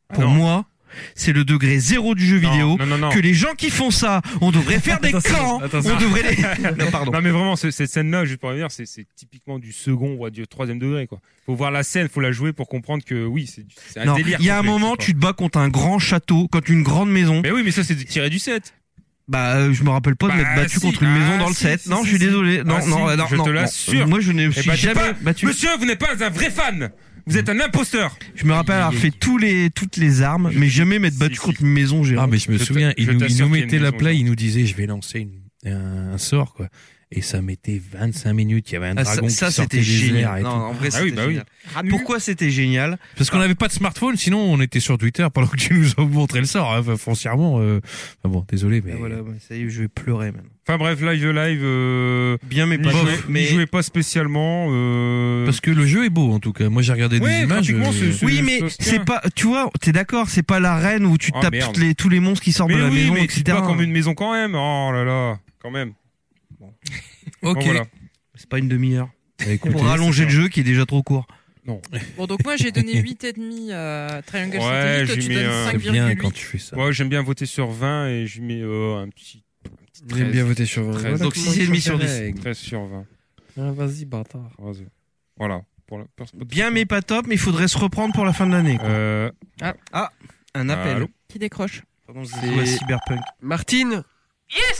Speaker 5: Ah,
Speaker 2: pour
Speaker 5: non.
Speaker 2: moi, c'est le degré zéro du jeu
Speaker 5: Non,
Speaker 2: vidéo.
Speaker 5: Non, non, non.
Speaker 2: Que les gens qui font ça, on devrait faire des camps, on devrait les. Non, pardon.
Speaker 5: Non mais vraiment ce- cette scène-là, juste pour revenir, c'est c'est typiquement du second voire du troisième degré quoi. Faut voir la scène, faut la jouer pour comprendre que oui, c'est du- c'est un
Speaker 2: Non,
Speaker 5: délire.
Speaker 2: il y a un
Speaker 5: complet,
Speaker 2: moment,
Speaker 5: quoi.
Speaker 2: tu te bats contre un grand château, contre une grande maison.
Speaker 5: Mais oui, mais ça c'est tiré du 7.
Speaker 2: Bah, euh, je me rappelle pas de
Speaker 5: Bah,
Speaker 2: m'être battu
Speaker 5: si,
Speaker 2: contre une
Speaker 5: bah,
Speaker 2: maison dans le
Speaker 5: si,
Speaker 2: 7.
Speaker 5: si,
Speaker 2: non,
Speaker 5: si,
Speaker 2: je suis
Speaker 5: si.
Speaker 2: désolé. Non,
Speaker 5: Ah,
Speaker 2: non,
Speaker 5: si,
Speaker 2: non,
Speaker 5: je
Speaker 2: non.
Speaker 5: te
Speaker 2: non.
Speaker 5: l'assure.
Speaker 2: Moi, je ne
Speaker 5: Eh
Speaker 2: suis
Speaker 5: bah, dis
Speaker 2: jamais
Speaker 5: pas,
Speaker 2: battu.
Speaker 5: Monsieur, vous n'êtes pas un vrai fan. Vous êtes un imposteur.
Speaker 2: Je me rappelle avoir fait tous les, toutes les armes, mais jamais m'être
Speaker 5: Si,
Speaker 2: battu
Speaker 5: si.
Speaker 2: contre une maison
Speaker 1: Ah,
Speaker 2: géante.
Speaker 1: mais je me
Speaker 5: Je te-
Speaker 1: souviens, il
Speaker 5: je
Speaker 1: nous, il
Speaker 5: t'assure
Speaker 1: nous
Speaker 5: qu'il y a une
Speaker 1: mettait la
Speaker 5: maison,
Speaker 1: play,
Speaker 5: genre.
Speaker 1: il nous disait, je vais lancer une- un, un sort, quoi. Et ça mettait 25 minutes, il y avait un
Speaker 2: Ah,
Speaker 1: dragon
Speaker 2: ça,
Speaker 1: qui
Speaker 2: ça,
Speaker 1: sortait
Speaker 2: c'était
Speaker 1: des airs
Speaker 2: génial.
Speaker 1: et
Speaker 2: Non,
Speaker 1: tout.
Speaker 2: en vrai,
Speaker 5: Ah
Speaker 2: c'était
Speaker 5: oui, bah oui.
Speaker 2: génial. Pourquoi c'était génial Ah,
Speaker 1: Parce qu'on n'avait pas de smartphone, sinon on était sur Twitter pendant que tu nous as montré le sort, hein. Enfin, foncièrement. euh, enfin bon, désolé, mais.
Speaker 2: Ah, Voilà, ouais, ça y est, je vais pleurer maintenant.
Speaker 5: Enfin bref, live live euh
Speaker 2: Bien, mais
Speaker 5: n'y
Speaker 2: pas
Speaker 5: jouez,
Speaker 2: bof,
Speaker 5: n'y
Speaker 2: mais.
Speaker 5: jouez pas spécialement euh
Speaker 1: Parce que le jeu est beau, en tout cas. Moi, j'ai regardé
Speaker 5: Ouais,
Speaker 1: des images.
Speaker 5: graphiquement,
Speaker 1: euh,
Speaker 5: c'est-
Speaker 2: Oui, mais
Speaker 5: chose
Speaker 2: c'est
Speaker 5: bien.
Speaker 2: pas, tu vois, t'es d'accord, c'est pas l'arène où tu
Speaker 5: Ah,
Speaker 2: tapes
Speaker 5: merde.
Speaker 2: toutes les, tous les monstres qui sortent
Speaker 5: mais
Speaker 2: de la
Speaker 5: oui,
Speaker 2: maison,
Speaker 5: mais
Speaker 2: etc.
Speaker 5: dites pas comme une maison quand même. Oh là là, quand même.
Speaker 1: Ok.
Speaker 5: Bon, voilà.
Speaker 2: C'est pas une demi-heure.
Speaker 1: Bah, écoutez,
Speaker 2: Pour rallonger le jeu qui est déjà trop court.
Speaker 4: Bon, donc moi j'ai donné 8,5 à euh, Triangle
Speaker 5: Ouais,
Speaker 4: Satellite, toi
Speaker 5: j'ai
Speaker 4: tu
Speaker 5: mis,
Speaker 4: donnes
Speaker 5: euh,
Speaker 1: c'est bien
Speaker 4: 5,8.
Speaker 1: quand tu fais ça.
Speaker 5: Moi, j'aime bien voter sur 20 et je mets euh, un petit
Speaker 3: J'aime bien voter sur 20.
Speaker 5: Treize.
Speaker 2: Donc,
Speaker 3: comment
Speaker 2: six et demi
Speaker 3: ils sont
Speaker 2: sur
Speaker 3: faits,
Speaker 2: dix.
Speaker 3: avec.
Speaker 5: 13 sur 20.
Speaker 3: Ah, Vas-y, bâtard.
Speaker 5: Vas-y. Voilà. Pour la... pour-
Speaker 2: Bien mais pas top, mais il faudrait se reprendre pour la fin de l'année. quoi.
Speaker 5: Euh,
Speaker 2: Un appel.
Speaker 5: allô
Speaker 4: Qui décroche
Speaker 2: Pardon, je
Speaker 3: C'est-
Speaker 2: joue à Cyberpunk.
Speaker 3: Martine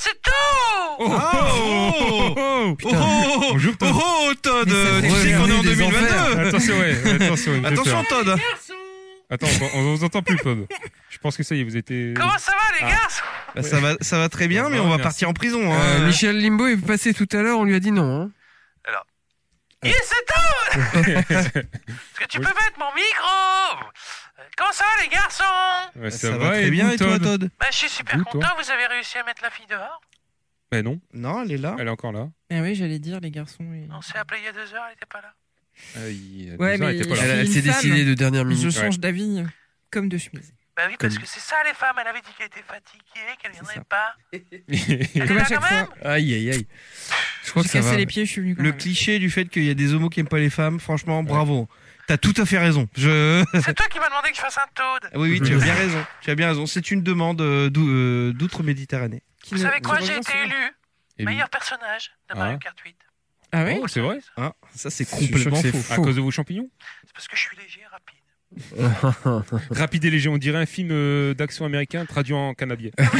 Speaker 5: Oh, oh, oh,
Speaker 2: Oh oh, oh,
Speaker 5: Bonjour, Todd.
Speaker 2: oh, oh, Ah Todd,
Speaker 4: Mais ça
Speaker 2: euh,
Speaker 4: fait
Speaker 2: tu sais
Speaker 4: le
Speaker 2: qu'on est en
Speaker 3: bruit des
Speaker 2: 2022.
Speaker 5: oh, Attention, ouais, attention, il me fait
Speaker 2: Attention
Speaker 5: peur.
Speaker 2: Todd.
Speaker 5: Attends, on, on vous entend plus, Todd. Je pense que ça y est, vous étiez.
Speaker 6: Comment ça va,
Speaker 5: Ah.
Speaker 6: les garçons
Speaker 2: Bah, ça va ça va très bien mais
Speaker 5: Ouais,
Speaker 2: on va
Speaker 5: merci.
Speaker 2: partir en prison hein.
Speaker 3: Euh, Michel Limbo est passé tout à l'heure, on lui a dit non. Hein.
Speaker 6: Il c'est tout Est-ce que tu peux mettre mon micro Euh, Comment ça, va, les garçons
Speaker 5: Ouais,
Speaker 2: Bah, ça, va, très
Speaker 5: et
Speaker 2: bien
Speaker 5: vous,
Speaker 2: et toi Todd
Speaker 6: Bah, je suis super
Speaker 5: Vous, toi
Speaker 6: content, vous avez réussi à mettre la fille dehors.
Speaker 5: Mais Ben non,
Speaker 2: Non, elle est là.
Speaker 5: elle est encore là.
Speaker 4: Ah oui, j'allais dire les garçons. et-
Speaker 6: On s'est appelé il y a deux heures, elle était pas là.
Speaker 5: Euh, il-
Speaker 4: Ouais,
Speaker 5: déjà,
Speaker 4: mais
Speaker 5: elle était pas là.
Speaker 4: je
Speaker 3: Elle, elle
Speaker 4: suis
Speaker 3: s'est
Speaker 4: une femme.
Speaker 3: décidée de dernière
Speaker 4: Je
Speaker 3: minute.
Speaker 4: change d'avis euh, comme de chemise.
Speaker 6: Bah oui, parce que c'est ça, les femmes, elle avait dit qu'elle était fatiguée, qu'elle viendrait pas. Elle
Speaker 4: Comme
Speaker 6: est
Speaker 4: à
Speaker 6: là
Speaker 4: chaque
Speaker 6: quand
Speaker 4: fois.
Speaker 6: même
Speaker 3: Aïe, aïe, aïe. Je crois
Speaker 4: J'ai
Speaker 3: que ça
Speaker 4: cassé
Speaker 3: va.
Speaker 4: les pieds, je suis venu quand
Speaker 2: Le
Speaker 4: même.
Speaker 2: cliché du fait qu'il y a des homos qui aiment pas les femmes, franchement bravo. T'as tout à fait raison. Je
Speaker 6: C'est toi qui m'as demandé que je fasse un toad.
Speaker 2: Ah Oui oui, tu as bien raison. Tu as bien raison. C'est une demande euh, d'ou- euh, d'outre-Méditerranée.
Speaker 4: Qui
Speaker 6: Vous
Speaker 4: ne-
Speaker 6: savez
Speaker 4: je
Speaker 6: quoi,
Speaker 4: reviens
Speaker 6: j'ai été
Speaker 4: souvent.
Speaker 6: élu
Speaker 5: Et lui-
Speaker 6: meilleur personnage de Mario
Speaker 5: Ah.
Speaker 6: Kart 8.
Speaker 4: Ah oui
Speaker 5: Oh, c'est vrai
Speaker 2: Ah, ça c'est
Speaker 3: Je suis sûr que
Speaker 2: complètement
Speaker 3: c'est
Speaker 2: faux.
Speaker 5: À
Speaker 3: faux.
Speaker 5: cause de vos champignons
Speaker 6: C'est parce que je suis léger, rapide.
Speaker 5: Rapide et léger, on dirait un film euh, d'action américain traduit en canadien.
Speaker 2: Ah,
Speaker 6: Vous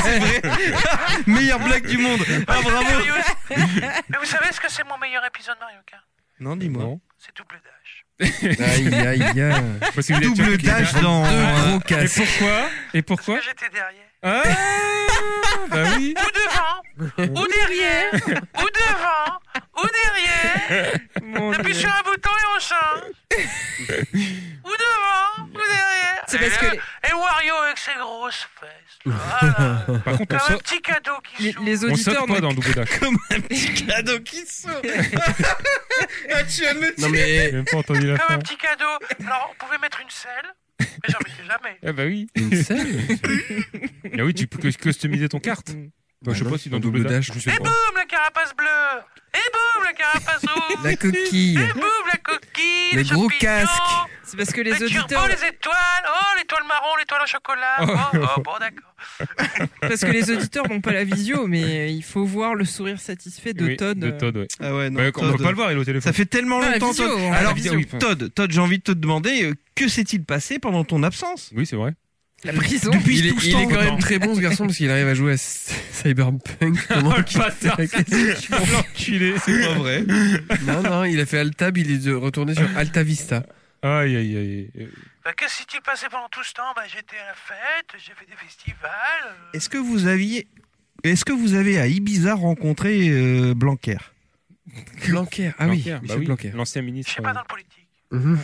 Speaker 6: savez ce que c'est
Speaker 2: Meilleure blague du monde. Ah bravo.
Speaker 6: Marius Mais vous savez ce que c'est mon meilleur épisode Mario Kart
Speaker 2: Non, dis-moi.
Speaker 5: Non.
Speaker 6: C'est double dash.
Speaker 3: Aïe, aïe, aïe.
Speaker 5: Parce que vous êtes
Speaker 2: Double
Speaker 5: turc, les gars.
Speaker 2: dash dans euh,
Speaker 3: Gros
Speaker 5: Et
Speaker 3: casse.
Speaker 5: pourquoi Et
Speaker 6: Parce que
Speaker 5: pourquoi
Speaker 6: j'étais derrière.
Speaker 5: Ah Bah oui
Speaker 6: Ou devant, ou derrière, ou devant, ou derrière.
Speaker 4: Mon
Speaker 6: On appuie
Speaker 4: Dieu.
Speaker 6: sur un bouton et on change. ou devant, ou derrière.
Speaker 4: C'est
Speaker 6: et,
Speaker 4: parce que
Speaker 6: là- et Wario avec ses grosses fesses. Voilà.
Speaker 2: Ah.
Speaker 5: Par contre, on
Speaker 6: Comme un
Speaker 5: saute,
Speaker 6: petit cadeau qui
Speaker 4: les,
Speaker 6: s'ouvre.
Speaker 4: les
Speaker 5: on saute
Speaker 4: auditeurs
Speaker 5: pas
Speaker 4: ne-
Speaker 5: dans Double Dash.
Speaker 2: cadeau qui sort. Ah, tu viens de me
Speaker 3: Non, mais
Speaker 5: J'ai même pas entendu la
Speaker 6: Comme
Speaker 5: fin.
Speaker 6: un petit cadeau. Alors, on pouvait mettre une selle, mais j'en mettais jamais.
Speaker 5: Ah bah oui.
Speaker 3: une selle
Speaker 5: Ah oui, tu peux cus- customiser ton carte. Bah, je sais
Speaker 3: non,
Speaker 5: pas si dans
Speaker 3: en
Speaker 5: Double
Speaker 3: double
Speaker 5: Dash,
Speaker 3: dash.
Speaker 5: je sais
Speaker 2: Eh
Speaker 6: Et
Speaker 2: ben,
Speaker 5: pas.
Speaker 6: boum, la carapace bleue. Et boum, la carapace rouge.
Speaker 2: Ah,
Speaker 3: La coquille.
Speaker 6: Et boum, la coquille.
Speaker 3: Le
Speaker 6: les
Speaker 3: gros
Speaker 6: champignons.
Speaker 3: casque.
Speaker 4: C'est parce que
Speaker 6: Les
Speaker 4: les
Speaker 6: turbos,
Speaker 4: auditeurs,
Speaker 6: les étoiles, oh l'étoile marron, l'étoile au chocolat, oh, oh, bon d'accord.
Speaker 4: parce que les auditeurs n'ont pas la visio, mais il faut voir le sourire satisfait de
Speaker 5: Oui,
Speaker 4: Todd. euh,
Speaker 5: De Todd, ouais.
Speaker 2: Ah ouais, non.
Speaker 5: Bah, on
Speaker 2: Todd.
Speaker 5: peut pas le voir, il est au téléphone.
Speaker 2: Ça fait tellement
Speaker 4: Non, la
Speaker 2: longtemps.
Speaker 4: visio,
Speaker 2: Todd.
Speaker 4: on-
Speaker 5: Ah, la
Speaker 2: Alors,
Speaker 5: visio, oui, enfin.
Speaker 2: Todd, Todd, j'ai envie de te demander euh, que s'est-il passé pendant ton absence
Speaker 5: Oui, c'est vrai.
Speaker 4: La prison.
Speaker 2: Depuis
Speaker 3: euh, Il est,
Speaker 2: tout ce
Speaker 3: il est
Speaker 2: temps.
Speaker 3: quand même très bon ce garçon parce qu'il arrive à jouer à C- Cyberpunk. Comment
Speaker 5: bâtard L'enculé
Speaker 2: C'est pas vrai.
Speaker 3: Non, non, il a fait Altab, il est de- retourné sur Alta Vista.
Speaker 5: Aïe, aïe, aïe.
Speaker 6: Bah, Qu'est-ce qui s'est passé pendant tout ce temps bah, J'étais à la fête, j'ai fait des festivals. euh,
Speaker 2: Est-ce que vous aviez, est-ce que vous avez à Ibiza rencontré euh, Blanquer
Speaker 3: Blanquer, ah oui,
Speaker 5: Blanquer, bah
Speaker 3: Michel
Speaker 5: oui, bah.
Speaker 3: Blanquer.
Speaker 5: L'ancien
Speaker 6: Je
Speaker 5: ministre.
Speaker 6: sais pas
Speaker 5: euh,
Speaker 6: dans le politique.
Speaker 3: Mhm.